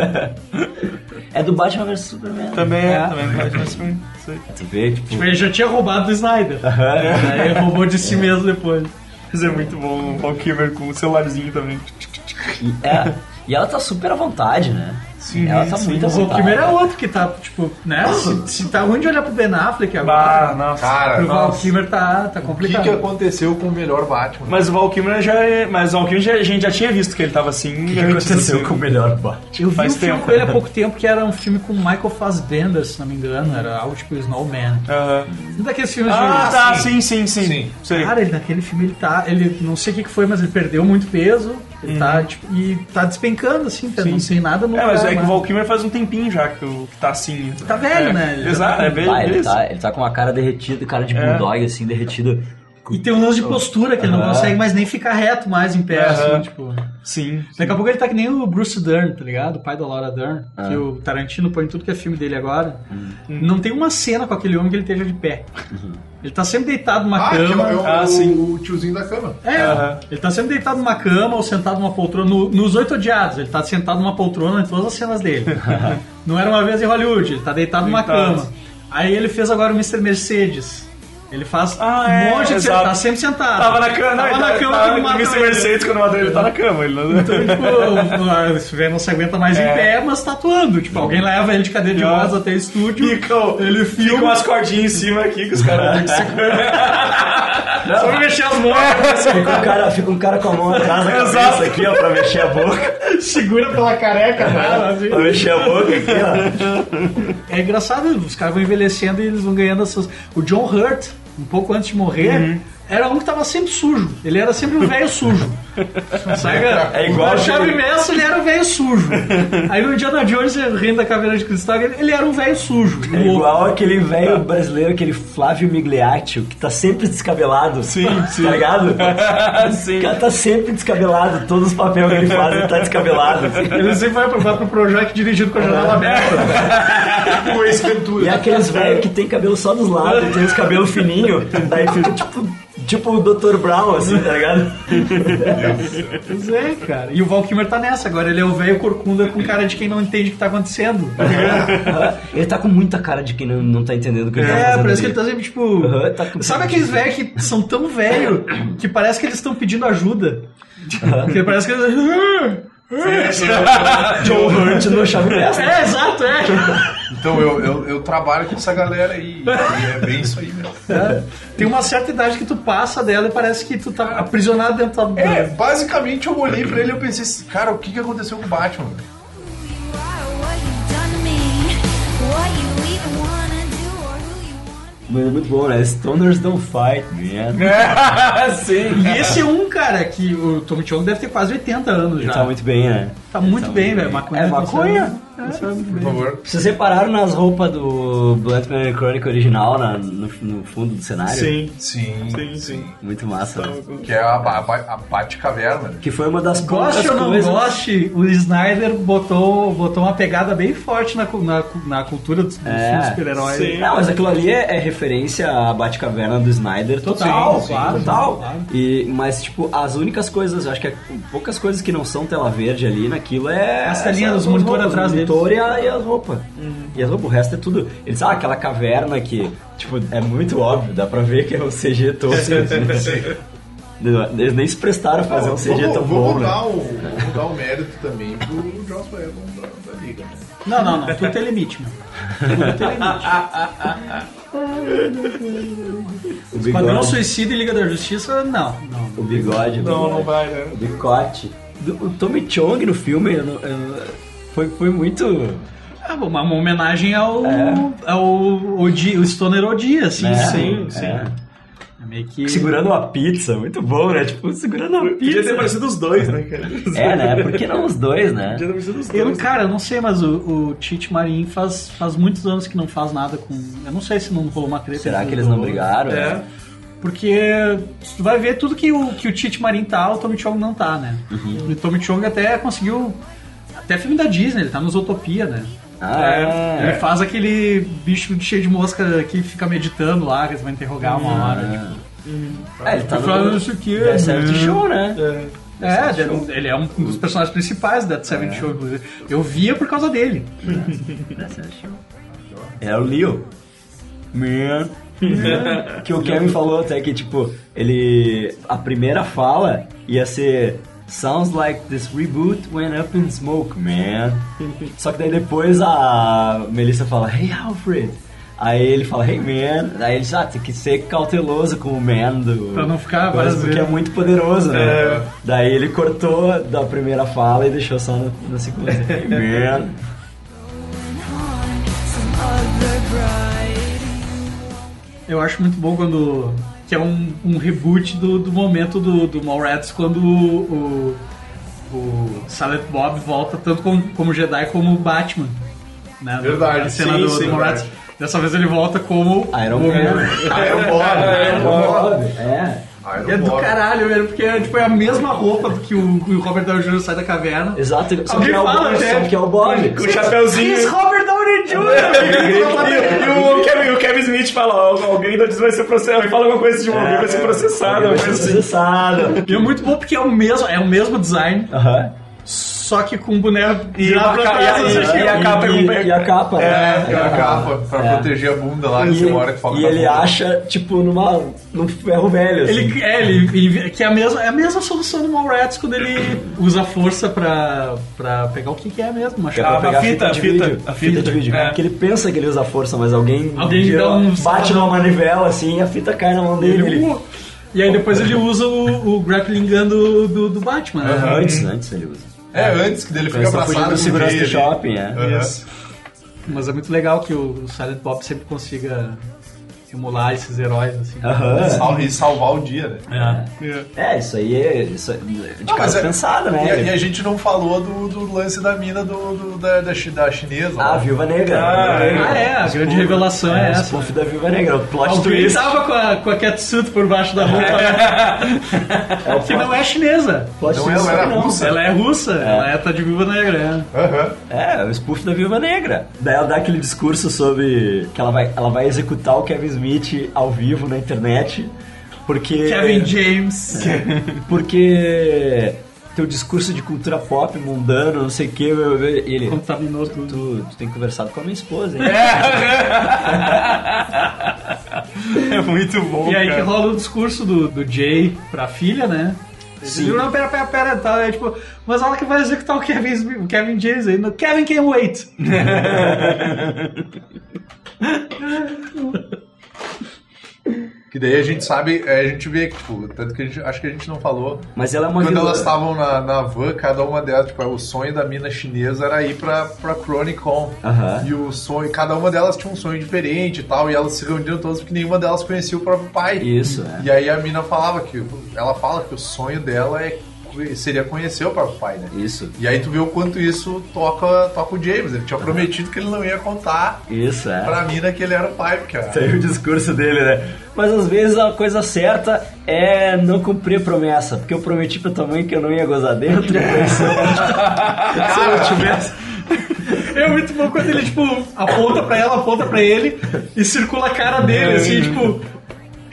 é do Batman vs Superman. Também é, também é Batman vs Superman. isso aí. Tu vê, tipo... Tipo, ele já tinha roubado do Snyder. Aí ele roubou de si mesmo depois. Mas é muito bom o Val Kilmer com o celularzinho também. É, e ela tá super à vontade, né? Sim, ela tá muito à O vontade. primeiro é outro que tá, tipo, né? Se, se tá ruim de olhar pro Ben Affleck é Ah, agora. Cara, pro Val nossa. Kilmer tá, tá complicado. O que, que aconteceu com o melhor Batman? Mas o Val Kilmer já é. Mas o Val Kilmer já- a gente já tinha visto que ele tava assim. O aconteceu com o melhor Batman? Eu vi Faz um filme tempo. com ele há pouco tempo que era um filme com Michael Fassbender, se não me engano. Era algo tipo Snowman. Um daqueles filmes de... assim, Ah, tá, sim, sim, sim. Sei. Cara, ele, naquele filme ele tá. Ele não sei o que, que foi, mas ele perdeu muito peso. Ele tá, tipo, e tá despencando, assim, tá, não sei nada no Uhum. É, mas lugar, é que o né? Val Kilmer faz um tempinho já que, o- que tá assim. Tá velho, É. né? Ele já Exato, tá- é velho. Bah, ele, beleza. tá, ele tá com uma cara derretida, cara de É. bulldog, assim, derretido. E tem um lance de postura que ele não Aham. consegue mais nem ficar reto mais em pé, Aham. assim, tipo. Sim. Daqui a pouco ele tá que nem o Bruce Dern, tá ligado? O pai da Laura Dern, É. que o Tarantino põe em tudo que é filme dele agora. Uhum. Não tem uma cena com aquele homem que ele esteja de pé. Ele tá sempre deitado numa Ah, que é cama. o, Ah, o- sim. o tiozinho da cama. É, ele tá sempre deitado numa cama ou sentado numa poltrona. no- nos Oito Odiados, ele tá sentado numa poltrona em todas as cenas dele. Não era uma vez em Hollywood, ele tá deitado numa Deitado. cama. Aí ele fez agora o Mr. Mercedes. Ele faz Ah, um é, monte de exato. tá sempre sentado. Tava na cama, não, tava ele na tá- cama tá- que ele o matou Mr. ele. Mercedes quando matou ele, ele tá na cama. Ele não... Então, tipo, esse velho não se aguenta mais em É. pé, mas tatuando. Tipo, alguém leva ele de cadeira de rodas até o estúdio. tá? ele Fica filma. umas cordinhas em cima aqui que os caras têm que segurar. Só pra mexer as mãos. Fica um cara, fica um cara com a mão atrás da cabeça Exato. aqui, ó, pra mexer a boca. Segura pela careca, cara. assim. Pra mexer a boca aqui, É engraçado, os caras vão envelhecendo e eles vão ganhando essas. O John Hurt, um pouco antes de morrer, Uhum. era um que tava sempre sujo. Ele era sempre um velho sujo. Saca? É igual O chave aquele- imenso, ele era um velho sujo. Aí no Indiana Jones, o Reino da Caveira de Cristal, ele ele era um velho sujo. ó. É igual aquele velho brasileiro, aquele Flávio Migliaccio, que tá sempre descabelado. Sim, sim. Tá ligado? O cara tá sempre descabelado, todos os papéis que ele faz, ele tá descabelado. Ele sempre vai aprovado pro Projac dirigido com a É. janela aberta. O ex-ventura. E aqueles velhos que tem cabelo só dos lados, tem os cabelos fininhos, daí fica tipo Tipo o Dr. Brown, assim, tá ligado? Pois é, cara. E o Valkymer tá nessa agora. Ele é o velho corcunda com cara de quem não entende o que tá acontecendo. ele tá com muita cara de quem não, não tá entendendo o que ele tá É, fazendo. parece que ali. ele tá sempre, tipo. Aham, tá com- Sabe aqueles velhos que são tão velhos que parece que eles estão pedindo ajuda? Porque parece que eles. tá John Hunt no chave dessa. É, exato, é. Então eu, eu, eu trabalho com essa galera aí. E é bem isso aí mesmo. É. Tem uma certa idade que tu passa dela e parece que tu tá aprisionado dentro da. É, basicamente eu olhei pra ele e eu pensei assim, cara, o que, que aconteceu com o Batman? velho? Mas é muito bom, né? Stoners don't fight, né? man. Sim. E esse é um, cara, que o Tom Chong deve ter quase 80 anos Ele já. tá muito bem, né? Tá muito bem, velho. Maconha. É maconha? Por favor. Vocês repararam nas roupas do Blunt Man Chronic original na- no, no fundo do cenário? Sim. Sim, sim. Muito massa. né? Que é a, ba- ba- a Batcaverna. Que foi uma das poucas Goste ou não coisas... goste, o Snyder botou, botou uma pegada bem forte na, cu- na, cu- na cultura dos, dos filmes super-heróis. É. Não, mas aquilo ali é, é referência à Batcaverna do Snyder total, Sim, sim, claro, total. claro. E, mas, tipo, as únicas coisas, eu acho que é- poucas coisas que não são tela verde ali naquilo é. As telinhas, são os monitor roupas, atrás os monitor deles. Uhum. e, a- e as roupas. E as roupas, o resto é tudo. Eles, ah, aquela caverna que, tipo, é muito óbvio, dá pra ver que é um CG todo. assim. Eles nem se prestaram a fazer um CG vamos, tão vamos bom, né? dar o, vamos dar o mérito também pro Joss Whedon da, da Liga. né? Não, não, não. Tudo tem limite, mano. Tudo tem O limite. Esquadrão bigode, Suicida e Liga da Justiça, não. não. o bigode. o bigode. vai, né? O Bicote. Do- O Tommy Chong no filme eu não- eu- foi, foi muito. É. Ah, bom, uma homenagem ao, ao Odi, o Stoner Odia, assim. né? sim, sim. É. É Meio que... Segurando uma pizza, muito bom, né? Tipo, segurando uma Podia pizza. ter parecido os dois, né, cara? É, né? Por que não os dois, né? Podia ter parecido os Eu, dois. cara, eu não sei, mas o, o Tite Marim faz, faz muitos anos que não faz nada com. Eu não sei se não rolou uma treta. Será entre que os eles não dois. brigaram? É. né? Porque tu vai ver tudo que o, que o Tite Marim tá, o Tommy Chong não tá, né? Uhum. E o Tommy Chong até conseguiu. Até filme da Disney, ele tá nos Utopia, né? Ah, é. Ele faz aquele bicho cheio de mosca que fica meditando lá, que eles vão interrogar uma hora. Tipo, Ah. É, ele tá Ele fala no isso aqui. Dead Seventh né? Show, né? É, ele é um dos personagens principais da Seven É. Show, inclusive. Eu via por causa dele. Dead Seventh Show. É o Leo. Man. que o Kevin falou até que, tipo, ele. A primeira fala ia ser. Sounds like this reboot went up in smoke, man. Só que daí depois a Melissa fala, hey Alfred. Aí ele fala, hey man. Aí ele já ah, tem que ser cauteloso com o man do. Pra não ficar coisa, várias Porque é vezes. muito poderoso, né? Daí ele cortou da primeira fala e deixou só na, na segunda. hey man. Eu acho muito bom quando. Que é um, um reboot do, do momento do, do Mallrats quando o, o, o Silent Bob volta tanto como, como Jedi como Batman. Né? Verdade, Na cena sim, do, sim, do Mallrats. verdade. Dessa vez ele volta como. Iron o- Man. Iron Bob. É. É Iron do Bob. caralho, velho, porque é, tipo, é a mesma roupa do que o, que o Robert Downey Jr. sai da caverna. Exato, só Alguém que é o fala, Bob, né? só que é o Bob. Com o chapeuzinho. He's Robert Downey E, Jr. o, Kevin, o Kevin Smith fala, ó, alguém da Disney vai ser processado. Fala alguma É, coisa tipo, É. de um alguém vai ser processado. Vai né? alguma ser coisa assim. processado. E é muito bom porque é o mesmo, é o mesmo design, Aham. só que com um boneco E virado pra a ca- trás. e a- assim, e a- chega- e a capa é um- E, e a capa, É, né? é a capa pra É. proteger a bunda lá, que E, tem uma hora que falta e na ele bunda. acha, tipo, numa, num ferro velho. Assim. Ele, é, ele, ele- que é a mesma, é a mesma solução do Mallrats quando ele usa a força pra, pra pegar o que, que é mesmo, uma Que é chave. pra a pegar fita, de a fita, vídeo. a fita. de vídeo. É. Porque ele pensa que ele usa força, mas alguém, Alguém gira- dá um- bate numa manivela assim e a fita cai na mão dele. Ele- Ele- E aí depois ele usa o, o grappling gun do, do, do Batman, né? Antes, antes ele usa. É, antes que dele Quando fica eles estão fugindo abraçado do segurança do dele. shopping, é. Aham. Mas é muito legal que o Silent Bob sempre consiga emular esses heróis, assim. Aham. Sal- E salvar o dia, né? É, isso aí é isso é de Ah, mas casa é- pensada, E, a- e né? a gente não falou do, do lance da mina do, do- da, da, chi- da chinesa. Ah, a lá. Viúva Negra. Ah, é. Ah, é, a grande revelação É, é, o essa. Ah, spoof da Viúva Negra, o plot O Twin twist. tava com a, com a catsuit por baixo da roupa, né? É o que não plot, é chinesa. plot Não, twist ela era não. russa. Ela é russa, ela é, tá de viúva negra. é. Aham. É, o spoof da Viúva Negra. Daí ela dá aquele discurso sobre que ela vai, ela vai executar o Kevin Smith ao vivo na internet. Porque. Kevin James. É, porque. Teu discurso de cultura pop, mundano, não sei o que. Ele. É, Contaminou tudo. Tu, tu tem conversado com a minha esposa, hein? É muito bom. E aí cara. que rola o discurso do, do Jay pra filha, né? Sim. Ele, Não, pera, pera, pera, tá, é, tipo, mas olha que vai executar o Kevin, Smith- o Kevin James aí. no- Kevin can wait! Que daí a gente sabe, é, a gente vê que, tipo, tanto que a gente, acho que a gente não falou. Mas ela é uma Quando vilã. elas estavam na, na van, cada uma delas, tipo, o sonho da mina chinesa era ir pra, pra Chronicon. Aham. E o sonho, cada uma delas tinha um sonho diferente e tal, e elas se reuniram todas porque nenhuma delas conhecia o próprio pai. Isso, é. E aí a mina falava que, ela fala que o sonho dela é seria conhecer o próprio pai, né? Isso. E aí tu vê o quanto isso toca, toca o James. Ele tinha prometido que ele não ia contar Isso, é. pra mina que ele era o pai, porque a- Saiu o discurso dele, né? Mas às vezes a coisa certa é não cumprir a promessa. Porque eu prometi pra tua mãe que eu não ia gozar dentro. então Se eu, se eu tivesse. É muito bom quando ele, tipo, aponta pra ela, aponta pra ele e circula a cara dele, assim, tipo.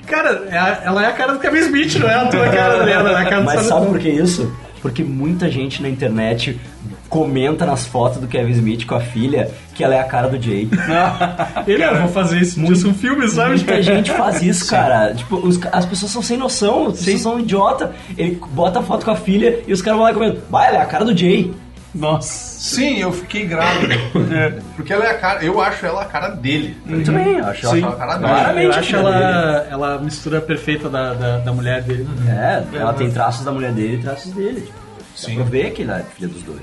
Cara, é a- ela é a cara do Kevin Smith, não é a tua cara dela, é a cara do Mas Sam- sabe por que isso? Porque muita gente na internet comenta nas fotos do Kevin Smith com a filha que ela é a cara do Jay. Ele, eu vou fazer isso, disso um filme, sabe? Muita gente faz isso, cara. Tipo, os ca- as pessoas são sem noção, as pessoas são um idiota. Ele bota a foto com a filha e os caras vão lá comendo. Vai, ela é a cara do Jay. Nossa. Sim, eu fiquei grávida. Porque ela é Uhum. a cara. Eu acho ela a cara dele. Eu também, eu acho ela Sim. a cara dele. Claramente, eu a acho filha ela, ela é a mistura perfeita da, da, da mulher dele. né? É, ela tem traços da mulher dele e traços dele. Tipo. Sim. Pra ver que ela é filha dos dois.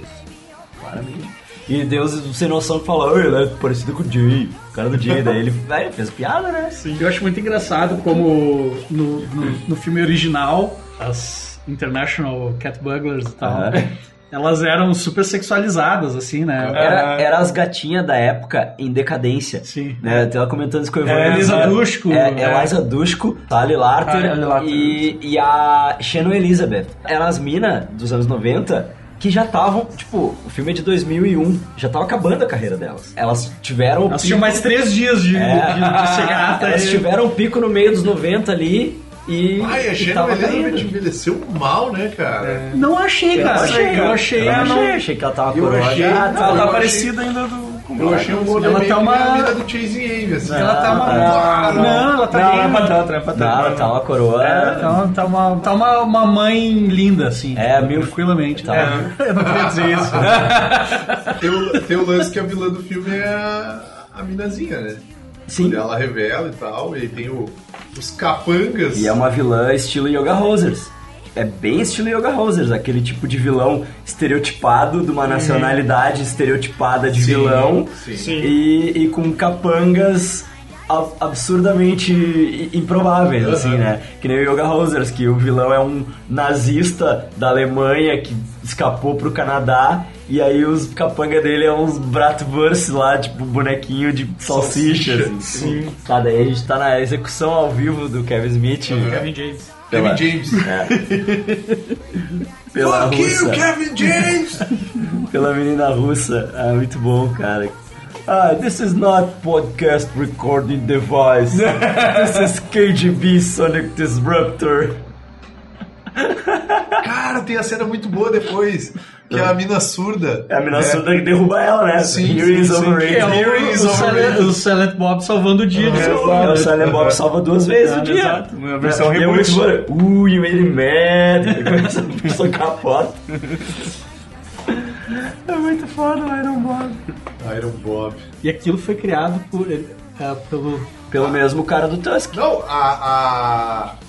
Claramente. E Deus, sem noção, que fala, "Ai, ela é parecida com o Jay. O cara do Jay, daí ele "Ai, fez piada, né? Eu acho muito engraçado como no, no, no filme original, as International Cat Burglars e tal, Aham. elas eram super sexualizadas, assim, né? Era, era as gatinhas da época em decadência. Sim. Né? Eu tava comentando isso com o Ivan. É, Elisa É, Dushku. É, é É. Eliza Dushku, Tali Larter, Ah, Tali Larter. E, e a Shannon Elizabeth. Eram as minas dos anos 90 que já estavam, tipo, o filme é de 2001, já tava acabando a carreira delas. Elas tiveram... o Elas pico- tinham mais três dias de, de, de chegar até É. Elas ele. tiveram um pico no meio dos 90 ali e. Ai, tipo, e a Jenna tava Elizabeth caindo. envelheceu mal, né, cara? Não achei, Eu cara. achei, eu achei. eu ela achei, não- achei que ela tava Eu coroa Ah, achei- já, não, tava- eu Tá achei- parecida ainda do. com Eu achei um rolê Ela meio tá uma- que nem a vida do Chasing Amy, assim. Ela tá uma. Ah, não, ela tá Não, bem. é pra tanto, é pra tanto. Não, tá uma coroa. É, tá uma, tá uma, tá uma, uma mãe linda, assim. É, mil- Tranquilamente. Tá. É, eu não queria dizer isso. É, Ah, Tem o- Tem o lance que a vilã do filme é a, a minazinha, né? Sim. Onde Ela revela e tal, e aí tem o- os capangas. E é uma vilã estilo Yoga Rosers. É bem estilo Yoga Rosers, aquele tipo de vilão estereotipado, de uma nacionalidade estereotipada de Uhum. Sim, vilão sim. Sim. E, e com capangas ab- absurdamente i- improváveis, assim, né? Que nem o Yoga Rosers, que o vilão é um nazista da Alemanha que escapou pro Canadá e aí os capanga dele é uns Bratwurst lá, tipo bonequinho de salsicha. Salsicha, assim. sim. Tá, daí a gente tá na execução ao vivo do Kevin Smith. Kevin James. Kevin Pela- James. Pela Fuck you, russa. Kevin James! Pela menina russa. Ah, muito bom, cara. Ah, this is not podcast recording device. this is KGB Sonic Disruptor. Cara, tem a cena muito boa depois, que é a mina surda. Né? É a menina surda que derruba ela, né? Sim, Here is sim, sim. overrated. É, Theory o, is o, Silent, overrated. o Silent Bob salvando o dia. de seu É, o lado. Silent Bob salva duas vezes É, o dia. exato. Uma versão e é muito reboot. boa. Uh, you made me mad. Ele Começa a socar a foto. É muito foda o Iron Bob. Iron Bob. E aquilo foi criado por, ele- é, pelo. Pelo mesmo cara do Tusk. Não, a. a-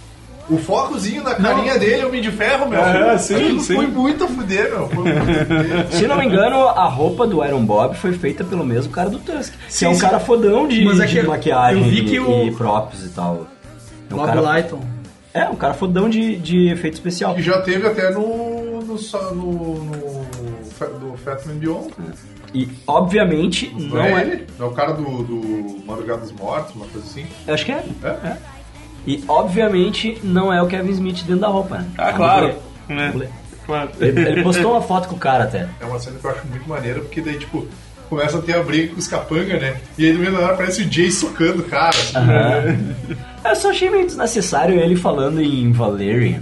O focozinho na carinha dele é o Homem de Ferro, meu. É, sim, Aquilo sim. Foi muito a fuder, meu. Foi muito a fuder. Se não me engano, a roupa do Iron Bob foi feita pelo mesmo cara do Tusk. que é um sim. cara fodão de, Mas é de que eu- maquiagem eu vi que e, o- e props e tal. É um Bob cara, Lighton. É, um cara fodão de, de efeito especial. E já teve até no. no. só- no, no Fa- do Fat Man Beyond. E, obviamente, não é... ele? Não é o cara do, do Madrugada dos Mortos, uma coisa assim. Eu acho que é. É, é. E, obviamente, não é o Kevin Smith dentro da roupa, né? Ah, É um claro. boleto. né? Boleto. Claro. Ele, ele postou uma foto com o cara até. É uma cena que eu acho muito maneira, porque daí, tipo, começa a ter a briga com os capangas, né? E aí no meio da hora aparece o Jay socando o cara. assim, né? É, Eu só achei meio desnecessário ele falando em Valerian.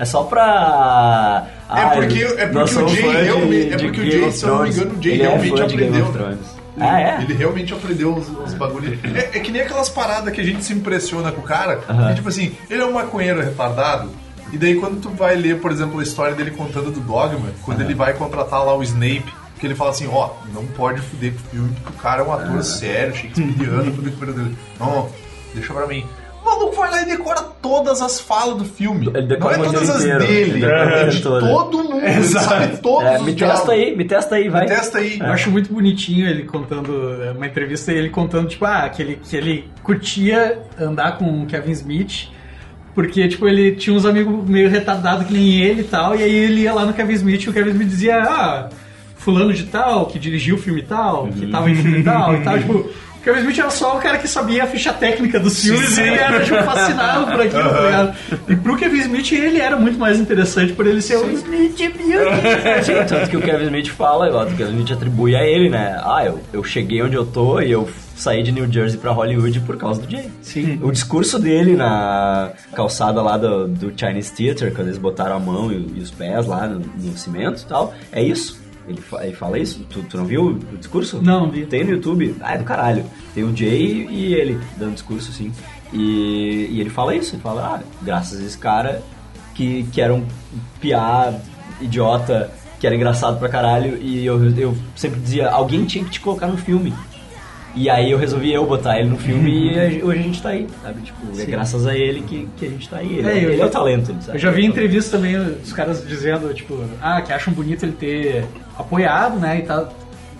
É só pra. É Ah, porque- é porque nós o somos Jay fãs realmente- é de porque o Game Jay, of se eu não me Thrones. engano, o Jay Ele é realmente fã de Game of aprendeu. Thrones. Ah, é? Ele realmente aprendeu uns, uns bagulhos. É, é que nem aquelas paradas que a gente se impressiona com o cara. Aham. que, tipo assim, ele é um maconheiro retardado. E daí quando tu vai ler, por exemplo, a história dele contando do Dogma, quando ele vai contratar lá o Snape, que ele fala assim, ó, não pode fuder com o filme, porque o cara é um ator sério, shakespeariano, tudo que dele. Não, deixa pra mim. O maluco vai lá e decora todas as falas do filme. Não decora é o roteiro todas as inteiro, ele dele, decora o é roteiro de todo. todo mundo. Ele Exato. sabe todos É, os me diálogos. testa aí, É. me testa aí, vai. testa aí. Eu acho muito bonitinho ele contando é, uma entrevista ele contando, tipo, ah, que ele, que ele curtia andar com o Kevin Smith. Porque, tipo, ele tinha uns amigos meio retardados que nem ele e tal, e aí ele ia lá no Kevin Smith e o Kevin Smith dizia, ah, fulano de tal, que dirigiu o filme tal, que Uhum. tava em filme tal e tal, tipo, o Kevin Smith era só o cara que sabia a ficha técnica dos filmes Sim. e ele era, tipo, fascinado por aquilo, tá Aham. ligado? E pro Kevin Smith ele era muito mais interessante por ele ser o Smith, meu Deus. É, Sim, tanto que o Kevin Smith fala, ó, o Kevin Smith atribui a ele, né? Ah, eu, eu cheguei onde eu tô e eu saí de New Jersey pra Hollywood por causa do Jay. Sim. O discurso dele na calçada lá do, do Chinese Theater, quando eles botaram a mão e, e os pés lá no, no cimento e tal, é isso. Ele, fa- ele fala isso? Tu, tu não viu o discurso? Não, vi. Tem no YouTube? Ah, é do caralho. Tem o Jay e ele dando discurso, assim. E, e ele fala isso, ele fala, ah, graças a esse cara que, que era um piá idiota, que era engraçado pra caralho, e eu, eu sempre dizia, alguém tinha que te colocar no filme. E aí eu resolvi eu botar ele no filme e a- hoje a gente tá aí, sabe? Tipo, é Sim. graças a ele que, que a gente tá aí. Ele, É, é, eu ele já- é o talento, ele sabe? Eu já vi em entrevista também os caras dizendo, tipo, ah, que acham bonito ele ter apoiado, né, e tá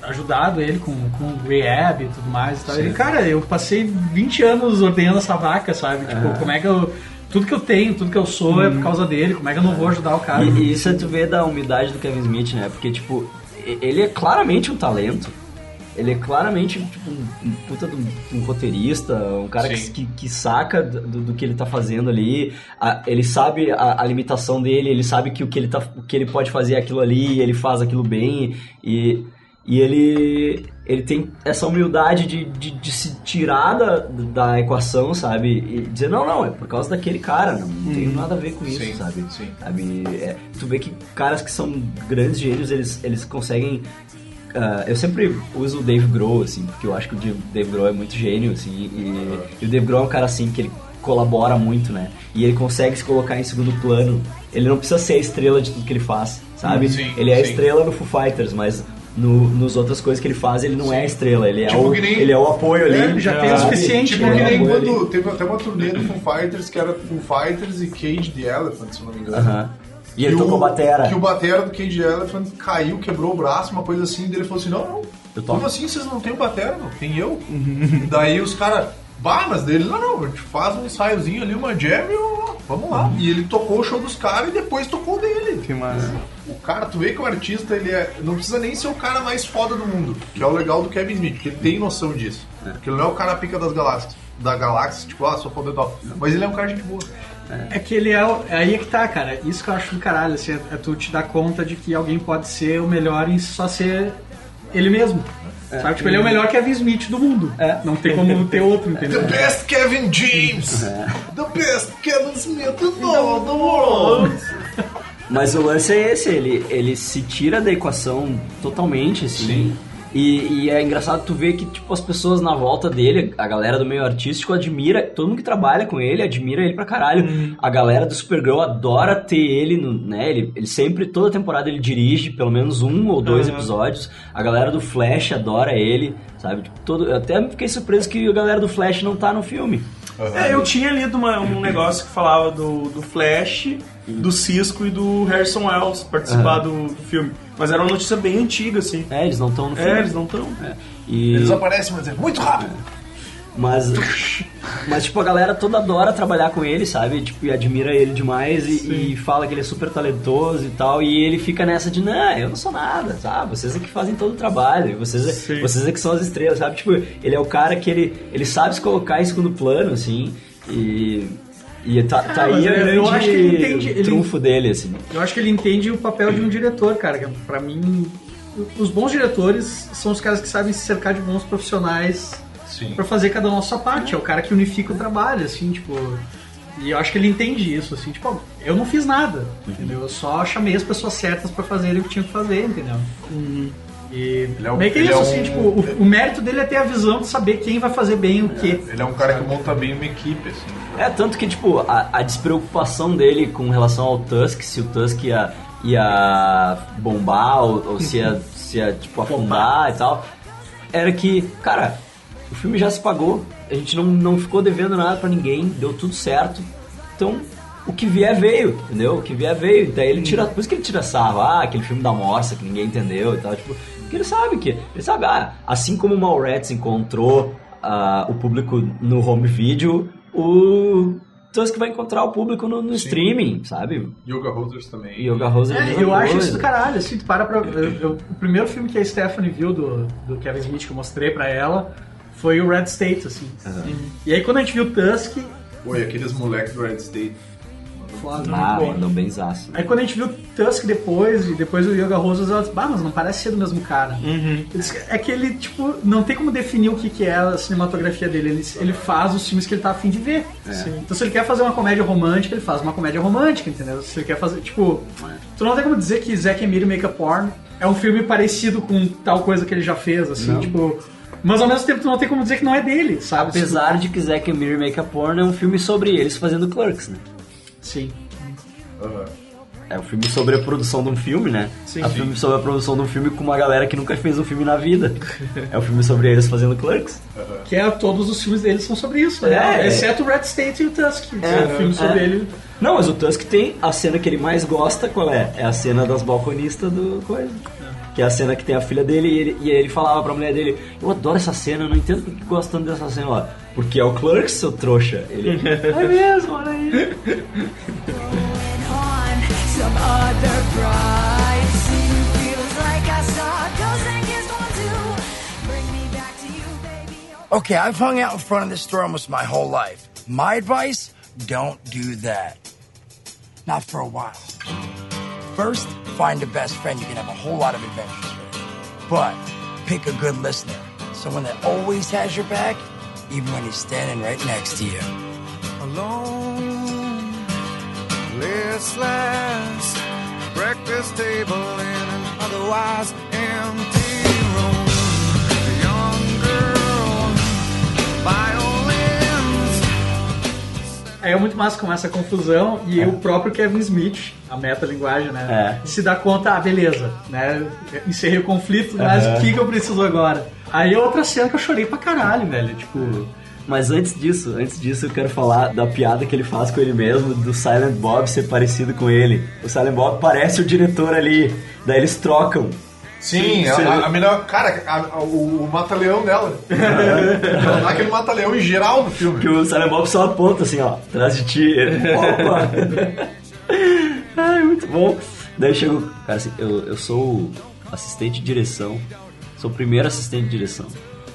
ajudado ele com, com o rehab e tudo mais e tal. Sim. Ele, cara, eu passei 20 anos ordenhando essa vaca, sabe? Tipo, Ah. como é que eu... Tudo que eu tenho, tudo que eu sou é por causa dele, como é que eu não vou ajudar o cara? E, e isso é tu vê da umidade do Kevin Smith, né? Porque, tipo, e- ele é claramente um talento. Ele é claramente tipo, um, um puta de um, um roteirista, um cara que, que, que saca do, do que ele tá fazendo ali. A- ele sabe a, a limitação dele, ele sabe que o que ele, tá, o que ele pode fazer é aquilo ali, ele faz aquilo bem. E, e ele, ele tem essa humildade de, de, de se tirar da, da equação, sabe? E dizer, não, não, é por causa daquele cara, não, não tem Hum. nada a ver com isso, Sim, sabe? Sabe, é, tu vê que caras que são grandes gênios, eles, eles conseguem... ah, eu sempre uso o Dave Grohl, assim, porque eu acho que o Dave- Dave Grohl é muito gênio, assim, e, e o Dave Grohl é um cara, assim, que ele colabora muito, né? E ele consegue se colocar em segundo plano. Ele não precisa ser a estrela de tudo que ele faz, sabe? Hum, sim, ele é a sim. estrela no Foo Fighters, mas... No, nos outras coisas que ele faz, ele não é a estrela, ele é, Tipo o, que nem- ele é o apoio ali. sabe? É, Tipo Ele que é o nem apoio ali. quando teve até uma turnê do Foo Fighters que era Foo Fighters e Cage the Elephant, se eu não me engano. Aham. E ele Que tocou batera. Que o batera do Cage the Elephant caiu, quebrou o braço, uma coisa assim, e ele falou assim: não, não. Eu toco. como assim vocês não têm batera, não? Tem eu? Daí os caras, bah, mas dele, não, não, a gente faz um ensaiozinho ali, uma jam e ó, vamos lá. E ele tocou o show dos caras e depois tocou o dele. Que massa. O cara, tu vê que o artista, ele é. Não precisa nem ser o cara mais foda do mundo. Que é o legal do Kevin Smith, que ele tem noção disso. Porque ele não é o cara pica das galáxias. Da galáxia, tipo, ah, sou foda e tal. Mas ele é um cara de boa. É que ele é, o- é aí que tá, cara. Isso que eu acho do caralho, assim, é, é tu te dar conta de que alguém pode ser o melhor em só ser ele mesmo. Sabe? Tipo, ele é o melhor Kevin Smith do mundo. Não tem como ter outro, entendeu? The best Kevin James! The best Kevin Smith in all the world! Mas o lance é esse, ele, ele se tira da equação totalmente, assim. E, e é engraçado tu ver que, tipo, as pessoas na volta dele, a galera do meio artístico admira, todo mundo que trabalha com ele admira ele pra caralho. Uhum. A galera do Supergirl adora ter ele, no, né? Ele, ele sempre, toda temporada ele dirige pelo menos um ou dois Aham. episódios. A galera do Flash adora ele, sabe? Tipo, todo, eu até fiquei surpreso que a galera do Flash não tá no filme. É, eu tinha lido uma- um negócio que falava do, do Flash, do Cisco e do Harrison Wells participar do, do filme. Mas era uma notícia bem antiga, assim. É, eles não estão no filme. É, eles não estão. E- Eles aparecem, mas é muito rápido! Mas, mas tipo, a galera toda adora trabalhar com ele, sabe? Tipo, e admira ele demais e, e fala que ele é super talentoso e tal. E ele fica nessa de, não, eu não sou nada, sabe? Vocês é que fazem todo o trabalho, vocês é, vocês é que são as estrelas, sabe? Tipo, ele é o cara que ele, ele sabe se colocar em segundo plano, assim. E, e tá, tá mas aí o eu- eu grande acho que ele entende, ele- trunfo dele, assim. Eu acho que ele entende o papel de um diretor, cara. que é, Pra mim, os bons diretores são os caras que sabem se cercar de bons profissionais Sim. pra fazer cada um a sua parte. É o cara que unifica o trabalho, assim, tipo. E eu acho que ele entende isso, assim, tipo, ó, eu não fiz nada, Uhum. entendeu? Eu só chamei as pessoas certas pra fazerem o que tinha que fazer, entendeu? E é um- meio que é ele é isso, um- assim, tipo, o, o mérito dele é ter a visão de saber quem vai fazer bem o quê. Ele é um cara que monta bem uma equipe, assim. É, tanto que, tipo, a, a despreocupação dele com relação ao Tusk, se o Tusk ia, ia bombar ou, ou se ia, se ia tipo, afundar e tal, era que, cara, o filme já se pagou, a gente não, não ficou devendo nada pra ninguém, deu tudo certo, então o que vier veio, entendeu? O que vier veio. Daí ele tira. Por isso que ele tira sarro, ah, aquele filme da morsa que ninguém entendeu e tal. Tipo, porque ele sabe que. Ele sabe, ah, assim como o Mallrats encontrou ah, o público no home video, o Tusk vai encontrar o público no, no streaming, sabe? Yoga Holders também. Yoga Holders é a É, mesma eu acho coisa. isso do caralho, assim, tu para pra. eu- eu- o primeiro filme que a Stephanie viu do, do Kevin Smith que eu mostrei pra ela foi o Red State, assim. E aí quando a gente viu o Tusk, Pô, e aqueles moleques do Red State. Foda, Ah, muito bom. mandam bem zaço. Aí quando a gente viu o Tusk depois, e depois o Yoga Rosas, ela disse, bah, mas não parece ser do mesmo cara. Eu disse, É que ele, tipo, não tem como definir o que, que é a cinematografia dele. Ele, ele faz os filmes que ele tá afim de ver. É. Sim. Então se ele quer fazer uma comédia romântica, ele faz uma comédia romântica, entendeu? Se ele quer fazer, tipo... É. Tu não tem como dizer que Zack Emir Make a Porn é um filme parecido com tal coisa que ele já fez, assim, Não. tipo... Mas ao mesmo tempo tu não tem como dizer que não é dele, sabe? Apesar de que Zack and Miri Make a Porn é um filme sobre eles fazendo clerks, né? Tipo, Sim. É um filme sobre a produção de um filme, né? Sim. é um Sim. filme sobre a produção de um filme com uma galera que nunca fez um filme na vida. é um filme sobre eles fazendo clerks. Que é, todos os filmes deles são sobre isso, né? É. Exceto o Red State e o Tusk. que É, É, um filme sobre é. ele. Não, mas o Tusk tem a cena que ele mais gosta, qual é? É a cena das balconistas do coisa. Que é a cena que tem a filha dele e ele, e ele falava pra mulher dele, eu adoro essa cena, eu não entendo por que gostando dessa cena lá. Porque é o Clerks, seu trouxa. Ele. É mesmo, olha aí. Some other bride scene feels like I saw those angels one too. Okay, I've hung out in front of this store almost my whole life. My advice don't do that. Not for a while. First, find the best friend you can have a whole lot of adventures with. But pick a good listener, someone that always has your back, even when he's standing right next to you. alone, listless breakfast table in an otherwise empty room. A young girl, violins. Aí é muito massa com essa confusão e o próprio Kevin Smith, a metalinguagem, né? Se dá conta, ah, beleza, né? Encerrei o conflito, mas Aham. o que, que eu preciso agora? Aí é outra cena que eu chorei pra caralho, velho. Tipo. Mas antes disso, antes disso eu quero falar da piada que ele faz com ele mesmo, do Silent Bob ser parecido com ele. O Silent Bob parece o diretor ali, daí eles trocam. Sim, a, a- a melhor. Cara, a- a- o, o Mata-Leão dela. Ela dá aquele Mata-Leão em geral no filme. Que o Silent Bob só aponta assim, ó, atrás de ti. Ele, Opa! Ai, muito bom. Daí chega o cara assim, eu, eu sou assistente de direção, sou o primeiro assistente de direção.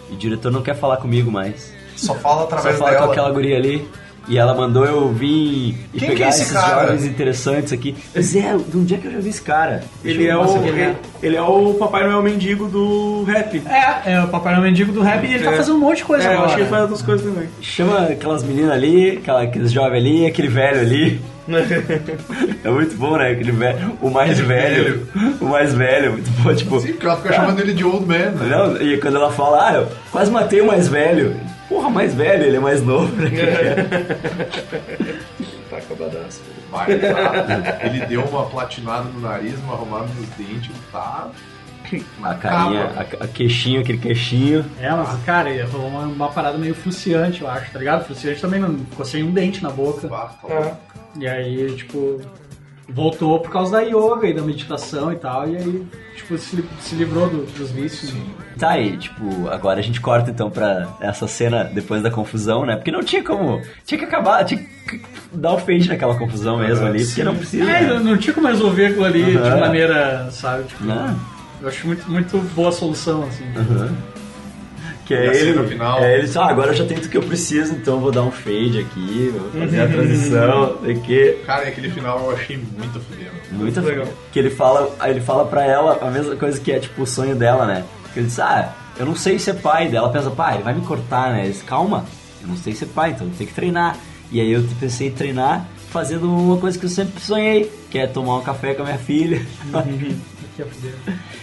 E o diretor não quer falar comigo mais. Só fala através Só fala dela. com aquela guria ali. E ela mandou eu vir e Quem que é pegar esse esses cara? jovens interessantes aqui. Zé, de onde é que eu já vi esse cara? Ele é, o, ele, ele é o Papai Noel Mendigo do rap. É, é o Papai Noel Mendigo do rap e ele tá É. fazendo um monte de coisa É, eu agora. acho que ele faz outras coisas também. Chama aquelas meninas ali, aquela, aqueles jovens ali, aquele velho ali. é muito bom, né? Aquele velho, o mais velho. O mais velho, muito bom, tipo. Sim, porque ela fica chamando ele de old man, né? Não, e quando ela fala, ah, eu quase matei o mais velho. Porra, mais velho, ele é mais novo, né? Tá com a badass. Vai, tá. Ele deu uma platinada no nariz, uma arrumada nos dentes, tá. A carinha, a, a queixinho, aquele queixinho. É, mas, cara, ele rolou uma, uma parada meio fruciante, eu acho, tá ligado? Fruciante também não ficou sem um dente na boca. É. E aí, tipo, voltou por causa da yoga e da meditação e tal, e aí, tipo, se, li- se livrou do- dos vícios. né? Tá aí, tipo, agora a gente corta então pra essa cena depois da confusão, né? Porque não tinha como. Tinha que acabar, tinha que dar o fade naquela confusão mesmo ali, porque não precisa. É, né? não, não tinha como resolver aquilo ali de Aham. maneira, sabe? Tipo, Não. Eu acho muito, muito boa a solução, assim. Aham. Que Que é E a ele, cena final. é ele, ah, agora eu já tenho tudo que eu preciso, então vou dar um fade aqui, vou fazer a Uhum. transição, sei que Cara, e aquele final eu achei muito fudendo. muito legal. Que ele fala, aí ele fala pra ela a mesma coisa que é tipo o sonho dela, né? Que ele diz, ah, eu não sei ser pai. Daí ela pensa, pai, ele vai me cortar, né? Ele diz, calma, eu não sei ser pai, então tem que treinar. E aí eu pensei em treinar fazendo uma coisa que eu sempre sonhei, que é tomar um café com a minha filha.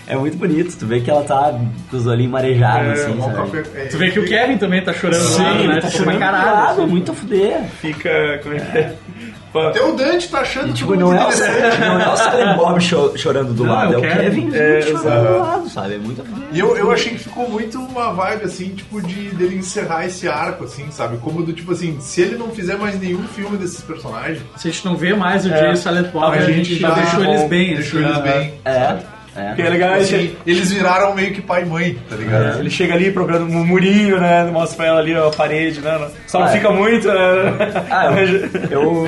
é muito bonito, tu vê que ela tá com os olhinhos marejados, É, assim, tomar um sabe? café- é, Tu vê que o Kevin também tá chorando Sim, lá, ele né? tá Tá chorando chorando pra caralho. água, muito a fuder. Fica. Como é que é? Pô, Até o Dante tá achando E, tipo, não é, o, não é o Silent Bob cho- chorando do Não, lado, é é o o Kevin. Kevin, É, chorando exato. do lado, sabe? É muito a fuder. E eu, eu achei que ficou muito uma vibe, assim, tipo, de dele encerrar esse arco, assim, sabe? Como do tipo assim, se ele não fizer mais nenhum filme desses personagens. Se a gente não vê mais o Jay e o Silent Bob, talvez a gente já deixou eles bem, tá Deixou assim, eles aham. bem. É. Que é legal, Assim, ele- Eles viraram meio que pai e mãe, tá É. ligado? Ele chega ali procurando um murinho, né? Mostra pra ela ali ó, a parede, né? Só não Ah, é. fica muito, né? Ah,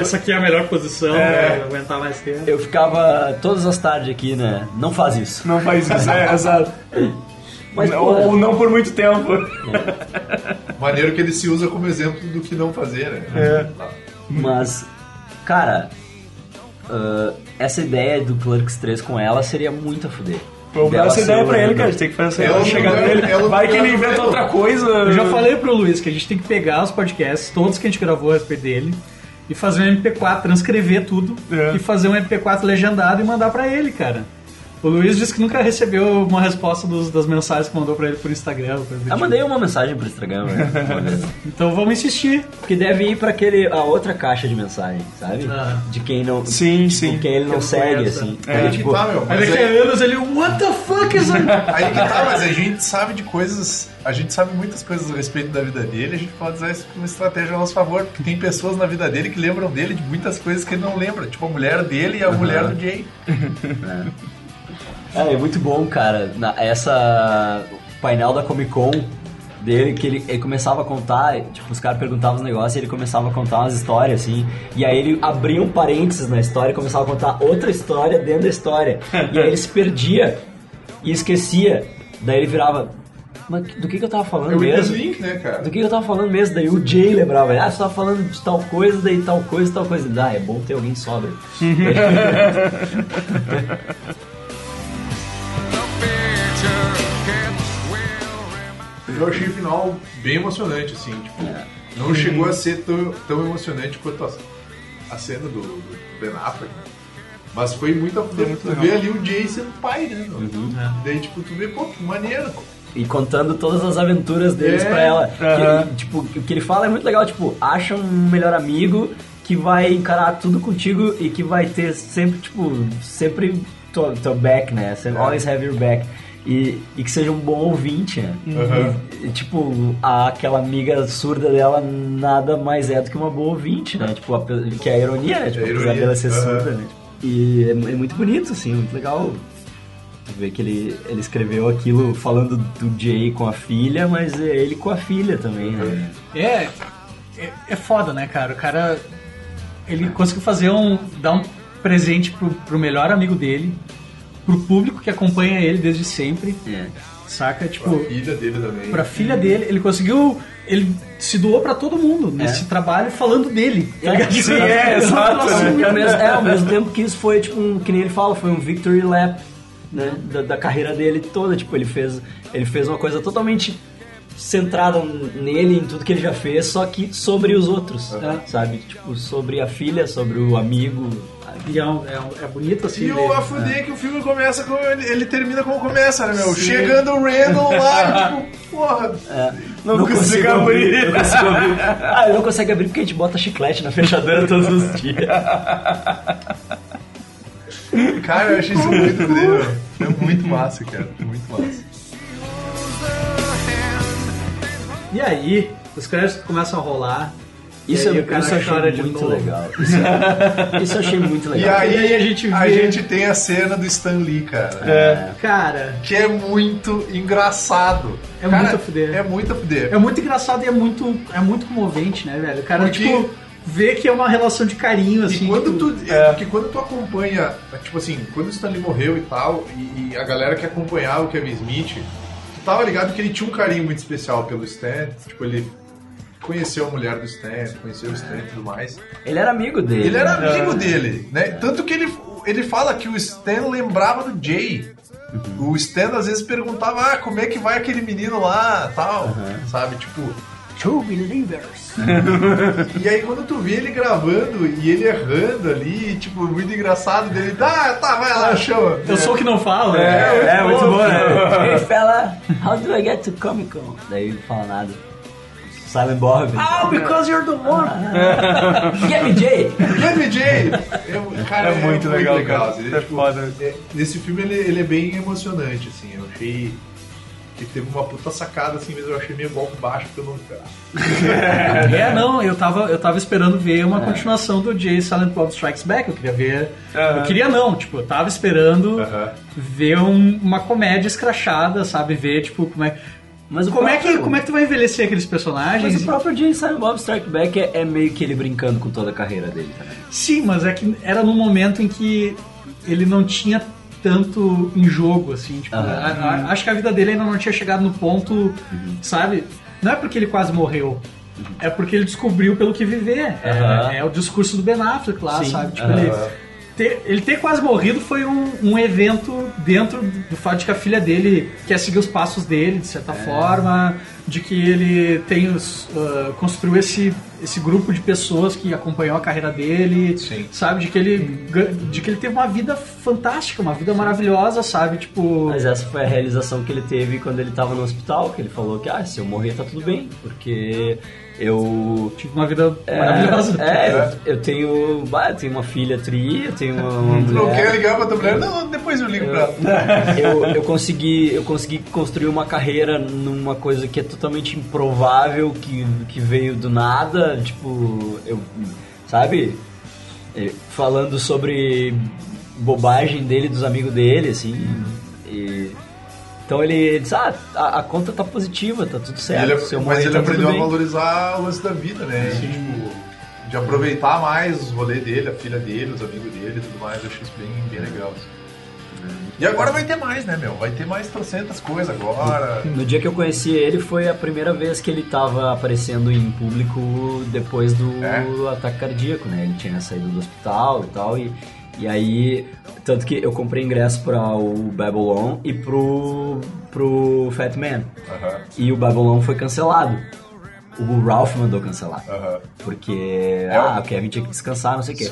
Essa aqui é a melhor posição, É. né? Aguentar mais tempo. Eu ficava todas as tardes aqui, né? Não faz isso. Não faz isso, é, exato. Mas, Ou- pô, ou não por muito tempo. Maneiro que ele se usa como exemplo do que não fazer, né? Mas, cara, ah, essa ideia do Clerks 3 com ela seria muito a fuder. Vou dar Dela essa ser ideia é pra o- ele, cara. A gente tem que fazer Ela essa chegar não- nele. ela não- Vai que ela ele não- inventa outra coisa. Eu já falei pro Luiz que a gente tem que pegar os podcasts, todos que a gente gravou a respeito dele, e fazer um MP4, transcrever tudo, e fazer um MP4 legendado e mandar pra ele, cara. O Luiz disse que nunca recebeu uma resposta dos- das mensagens que mandou pra ele por Instagram. ou coisa do Eu tipo. Ah, mandei uma mensagem pro Instagram, né? Uma vez. Então vamos insistir. Porque deve ir pra aquele, a outra caixa de mensagem, sabe? Ah. De quem não. Sim, sim. quem ele não segue, assim. É, que tá, meu. Aí daqui a anos ele, what the fuck is that? Aí que tá, mas a gente sabe de coisas, a gente sabe muitas coisas a respeito da vida dele, a gente pode usar isso como estratégia a nosso favor, porque tem pessoas na vida dele que lembram dele de muitas coisas que ele não lembra, tipo a mulher dele e a Uhum. mulher do Jay. É, é muito bom, cara. Na, essa o painel da Comic Con dele, que ele, ele começava a contar, tipo, os caras perguntavam os negócios e ele começava a contar umas histórias, assim. E aí ele abria um parênteses na história e começava a contar outra história dentro da história. E aí ele se perdia e esquecia. Daí ele virava. Mas do que, que eu tava falando É o mesmo? Link, né, cara? Do que eu tava falando mesmo, daí o Jay lembrava, ah, você tava falando de tal coisa, daí tal coisa, tal coisa. Ah, é bom ter alguém sóbrio. Eu achei o final bem emocionante, assim, tipo, não Uhum. chegou a ser tão, tão emocionante quanto a, a cena do, do Ben Affleck, né? mas foi muito, a- muito tu legal. vê ali o Jay sendo pai, né? meu? Daí, tipo, tu vê, pô, que maneiro. e contando todas as aventuras deles É, pra ela. Que aham. ele- tipo, o que ele fala é muito legal, tipo, acha um melhor amigo que vai encarar tudo contigo e que vai ter sempre, tipo, sempre teu teu back, né? Sempre, É. Always have your back. E, e que seja um bom ouvinte, né? Uhum. E, e, tipo, a- aquela amiga surda dela nada mais é do que uma boa ouvinte, né? Tipo, a pe- que é a ironia, né? Tipo, É a apesar ironia, dela ser aham. surda, né? E é, é muito bonito, assim, muito legal Tu vê que ele, ele escreveu aquilo falando do Jay com a filha, mas é ele com a filha também, né? É, é, é foda, né, cara? O cara, ele conseguiu fazer um, dar um presente pro, pro melhor amigo dele, pro público que acompanha ele desde sempre, É. saca? Pra Tipo, filha dele também. pra filha dele, ele conseguiu, ele se doou pra todo mundo É. nesse trabalho falando dele. tá ligado? assim, né? E ao mesmo- é, ao mesmo tempo que isso foi, tipo, um, que nem ele fala, foi um victory lap, né? Da, da carreira dele toda. Tipo, ele fez, ele fez uma coisa totalmente centrada nele, em tudo que ele já fez, só que sobre os outros, Aham. sabe? Tipo, sobre a filha, sobre o amigo. E é, um- é um- é bonito assim. E dele, o afudei que o filme começa como ele, ele termina como começa, né, meu? Sim. Chegando o Randall lá, tipo, porra. Não, consigo abrir. Não consigo abrir. Ah, ele não consegue abrir porque a gente bota chiclete na fechadura todos os dias. Cara, eu achei isso muito doido. É muito massa, cara. Muito massa. E aí, os créditos começam a rolar. Isso e aí é- o cara isso eu achei chora de muito novo. legal. Isso- isso eu achei muito E legal. aí, E aí a gente a vê- gente tem a cena do Stan Lee, cara. É. Cara, Que é muito engraçado. É Cara, muito a fuder. É muito a fuder. É muito engraçado e é muito, é muito comovente, né, velho? O cara, Porque- tipo, vê que é uma relação de carinho, assim. E quando tipo, tu, Porque quando tu acompanha, tipo assim, quando o Stanley morreu e tal, e, e a galera que acompanhava o Kevin Smith, tu tava ligado que ele tinha um carinho muito especial pelo Stan. Tipo, ele conheceu a mulher do Stan, conheceu o Stan e tudo mais. Ele era amigo dele. Ele era amigo É. dele, né? Tanto que ele, ele fala que o Stan lembrava do Jay. Uhum. O Stan às vezes perguntava, ah, como é que vai aquele menino lá, tal, Uhum. sabe? Tipo... Two Believers. e aí quando tu vê ele gravando e ele errando ali, tipo, muito engraçado dele, ah, tá, vai lá, chama. Eu sou o que não falo. É, é, muito bom, né? Ele fala, how do I get to Comic Con? Daí ele não fala nada. Silent Bob. Ah, because you're the one. Get me Jay! Get me Jay! Eu, cara, É muito legal, cara. assim, tipo, é- nesse filme ele, ele é bem emocionante, assim. Eu achei que teve uma puta sacada, assim, mas eu achei meio golpe baixo porque eu não esperava. É, não, eu tava, eu tava esperando ver uma continuação do Jay e Silent Bob Strikes Back. Eu queria ver. Aham. Eu queria não, tipo, eu tava esperando ver um- uma comédia escrachada, sabe? Ver, tipo, como é. Mas o como, é que, próprio- como é que tu vai envelhecer aqueles personagens? Mas o próprio Jay Silent Bob Strike Back é, é meio que ele brincando com toda a carreira dele também. Sim, mas é que era num momento em que ele não tinha tanto em jogo, assim, tipo, Aham. a- a- acho que a vida dele ainda não tinha chegado no ponto, Uhum. sabe? Não é porque ele quase morreu, é porque ele descobriu pelo que viver. É- Aham. É, o discurso do Ben Affleck lá, Sim. sabe? Tipo, Aham. ele, ter, ele ter quase morrido foi um, um evento dentro do fato de que a filha dele quer seguir os passos dele, de certa forma, de que ele tem os, ah, construiu esse, esse grupo de pessoas que acompanhou a carreira dele, sabe? De que, ele, gan- de que ele teve uma vida fantástica, uma vida maravilhosa, sabe? Tipo. Mas essa foi a realização que ele teve quando ele tava no hospital, que ele falou que, ah, se eu morrer tá tudo bem, porque eu... Tive uma vida é, maravilhosa. É, eu, eu tenho... Bah, eu tenho uma filha tri, eu tenho uma, uma mulher... Não quer ligar pra tua mulher? Não, depois eu ligo pra ela. eu, eu consegui eu consegui construir uma carreira numa coisa que é totalmente improvável que, que veio do nada tipo eu sabe É, falando sobre bobagem dele dos amigos dele assim E- então ele disse, ah, a, a conta tá positiva, tá tudo certo. Ele- se eu morrer, mas ele tá tudo aprendeu a bem." valorizar o lance da vida, né? E, tipo, de aproveitar mais os rolês dele, a filha dele, os amigos dele e tudo mais. Eu achei isso bem, bem legal. assim. E agora vai ter mais, né, meu? Vai ter mais trocentas coisas agora. No dia que eu conheci ele foi a primeira vez que ele tava aparecendo em público depois do ataque cardíaco, né? Ele tinha saído do hospital e tal e e aí tanto que eu comprei ingresso para o Babylon e pro pro Fat Man. E o Babylon foi cancelado. O Ralph mandou cancelar. Porque ah, o Kevin tinha que descansar, não sei o quê.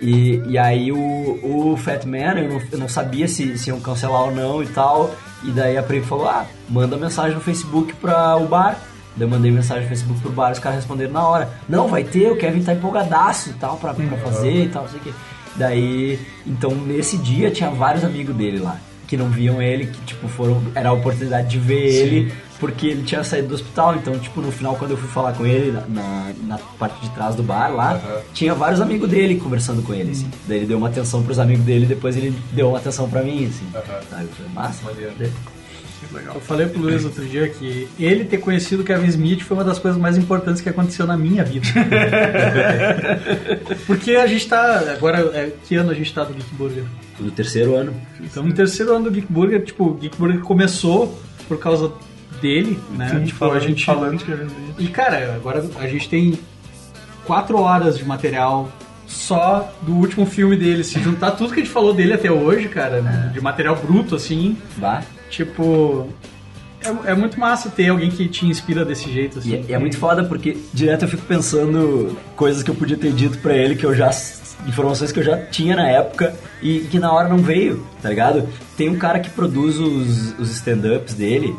E, e aí o, o Fat Man, eu não, eu não sabia se, se iam cancelar ou não e tal. E daí a Pri falou, ah, manda mensagem no Facebook pra o bar. Daí eu mandei mensagem no Facebook pro bar, os caras responderam na hora. Não, vai ter, o Kevin tá empolgadaço e tal pra, pra fazer e tal, não sei o quê. Daí, então nesse dia tinha vários amigos dele lá. Que não viam ele, que tipo, foram. Era a oportunidade de ver Sim. ele porque ele tinha saído do hospital, então, tipo, no final, quando eu fui falar com ele, na, na, na parte de trás do bar lá, tinha vários amigos dele conversando com ele, assim. Daí ele deu uma atenção pros amigos dele, depois ele deu uma atenção pra mim, assim. Aí eu falei, massa, Eu falei pro Luiz outro dia que ele ter conhecido Kevin Smith foi uma das coisas mais importantes que aconteceu na minha vida. Porque a gente tá. Agora, é, que ano a gente tá do Geek Burger? No terceiro ano. Estamos no terceiro ano do Geek Burger. Tipo, o Geek Burger começou por causa dele, né? Sim, tipo, falando- a gente. falando de Kevin Smith. E cara, agora a gente tem quatro horas de material só do último filme dele. Se juntar tudo que a gente falou dele até hoje, cara, É. de material bruto, assim. Bah. Tipo. É, é muito massa ter alguém que te inspira desse jeito, assim. E é- e é muito foda porque direto eu fico pensando coisas que eu podia ter dito pra ele que eu já informações que eu já tinha na época e que na hora não veio, tá ligado? Tem um cara que produz os, os stand-ups dele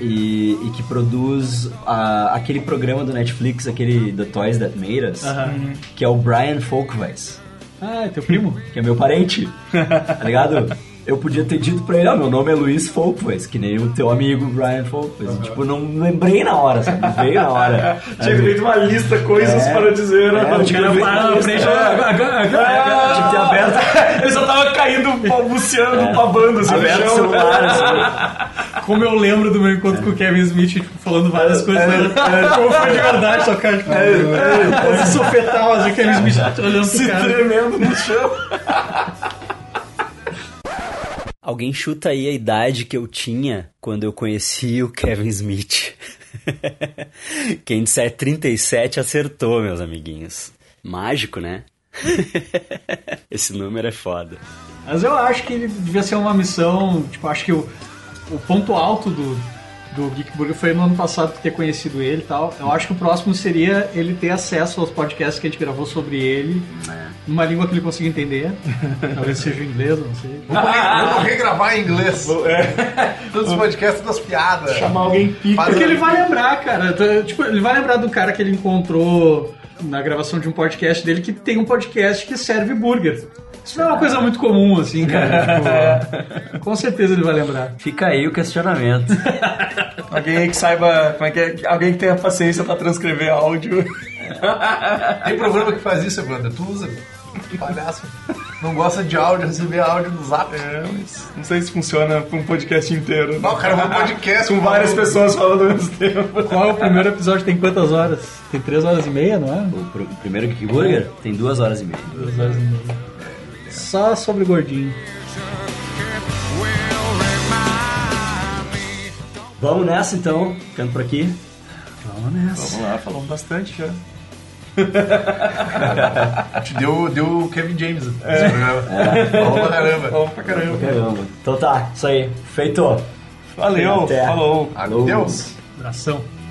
e, e que produz a- aquele programa do Netflix, aquele The Toys That Made Us, Aham. que é o Brian Folkvais Ah, é teu primo? que é meu parente, tá ligado? Eu podia ter dito pra ele, ó, meu nome é Luiz Folkways, que nem o teu amigo Brian Folkways. Tipo, não lembrei na hora, sabe? Não veio na hora. Tinha Sabe? feito uma lista, coisas É. para dizer. É, né? o cara parava na ah, frente, agora, é. Tinha que ter aberto. Ele só tava caindo, balbuciando, É. babando, assim, no Aberto o chão. celular, assim. Como eu lembro do meu encontro com o Kevin Smith, tipo, falando várias É, coisas. né? Como foi de verdade, só cara, tipo, é, sofetal, assim, o Kevin Smith é. olhando pro Se cara. tremendo no chão. Alguém chuta aí a idade que eu tinha quando eu conheci o Kevin Smith. Quem disser 37 acertou, meus amiguinhos. Mágico, né? Esse número é foda. Mas eu acho que ele devia ser uma missão. Tipo, acho que o, o ponto alto do, do Geek Burger foi no ano passado ter conhecido ele e tal. Eu acho que o próximo seria ele ter acesso aos podcasts que a gente gravou sobre ele, numa língua que ele consiga entender. Talvez seja o inglês, não sei. Vamos re- vamos regravar em inglês. é. Todos os podcasts das piadas. Chamar alguém pica. Porque ele vai lembrar, cara. T- Tipo, ele vai lembrar do cara que ele encontrou na gravação de um podcast dele que tem um podcast que serve burger. Isso não é uma coisa muito comum, assim, cara. Tipo, com certeza ele vai lembrar. Fica aí o questionamento. Alguém aí que saiba como é que é. Alguém que tenha paciência pra transcrever áudio. Tem programa que faz isso, Evandro. Tu usa, palhaço. Não gosta de áudio, receber áudio no zap. É. Não sei se funciona pra um podcast inteiro. Não, cara, um podcast, Com mano. várias pessoas falando ao mesmo tempo. Qual é o primeiro episódio? Tem quantas horas? Tem três horas e meia, não é? O pr- primeiro Geek Burger tem duas horas e meia. Duas horas e meia. Só sobre gordinho. Vamos nessa então, ficando por aqui. Vamos nessa. Vamos lá, falamos bastante já. Te deu, deu o Kevin James esse programa. Falou pra caramba. É. Falou pra caramba. Caramba. Então tá, isso aí. Feito. Valeu, Até. falou. Falou. Adeus. Abração.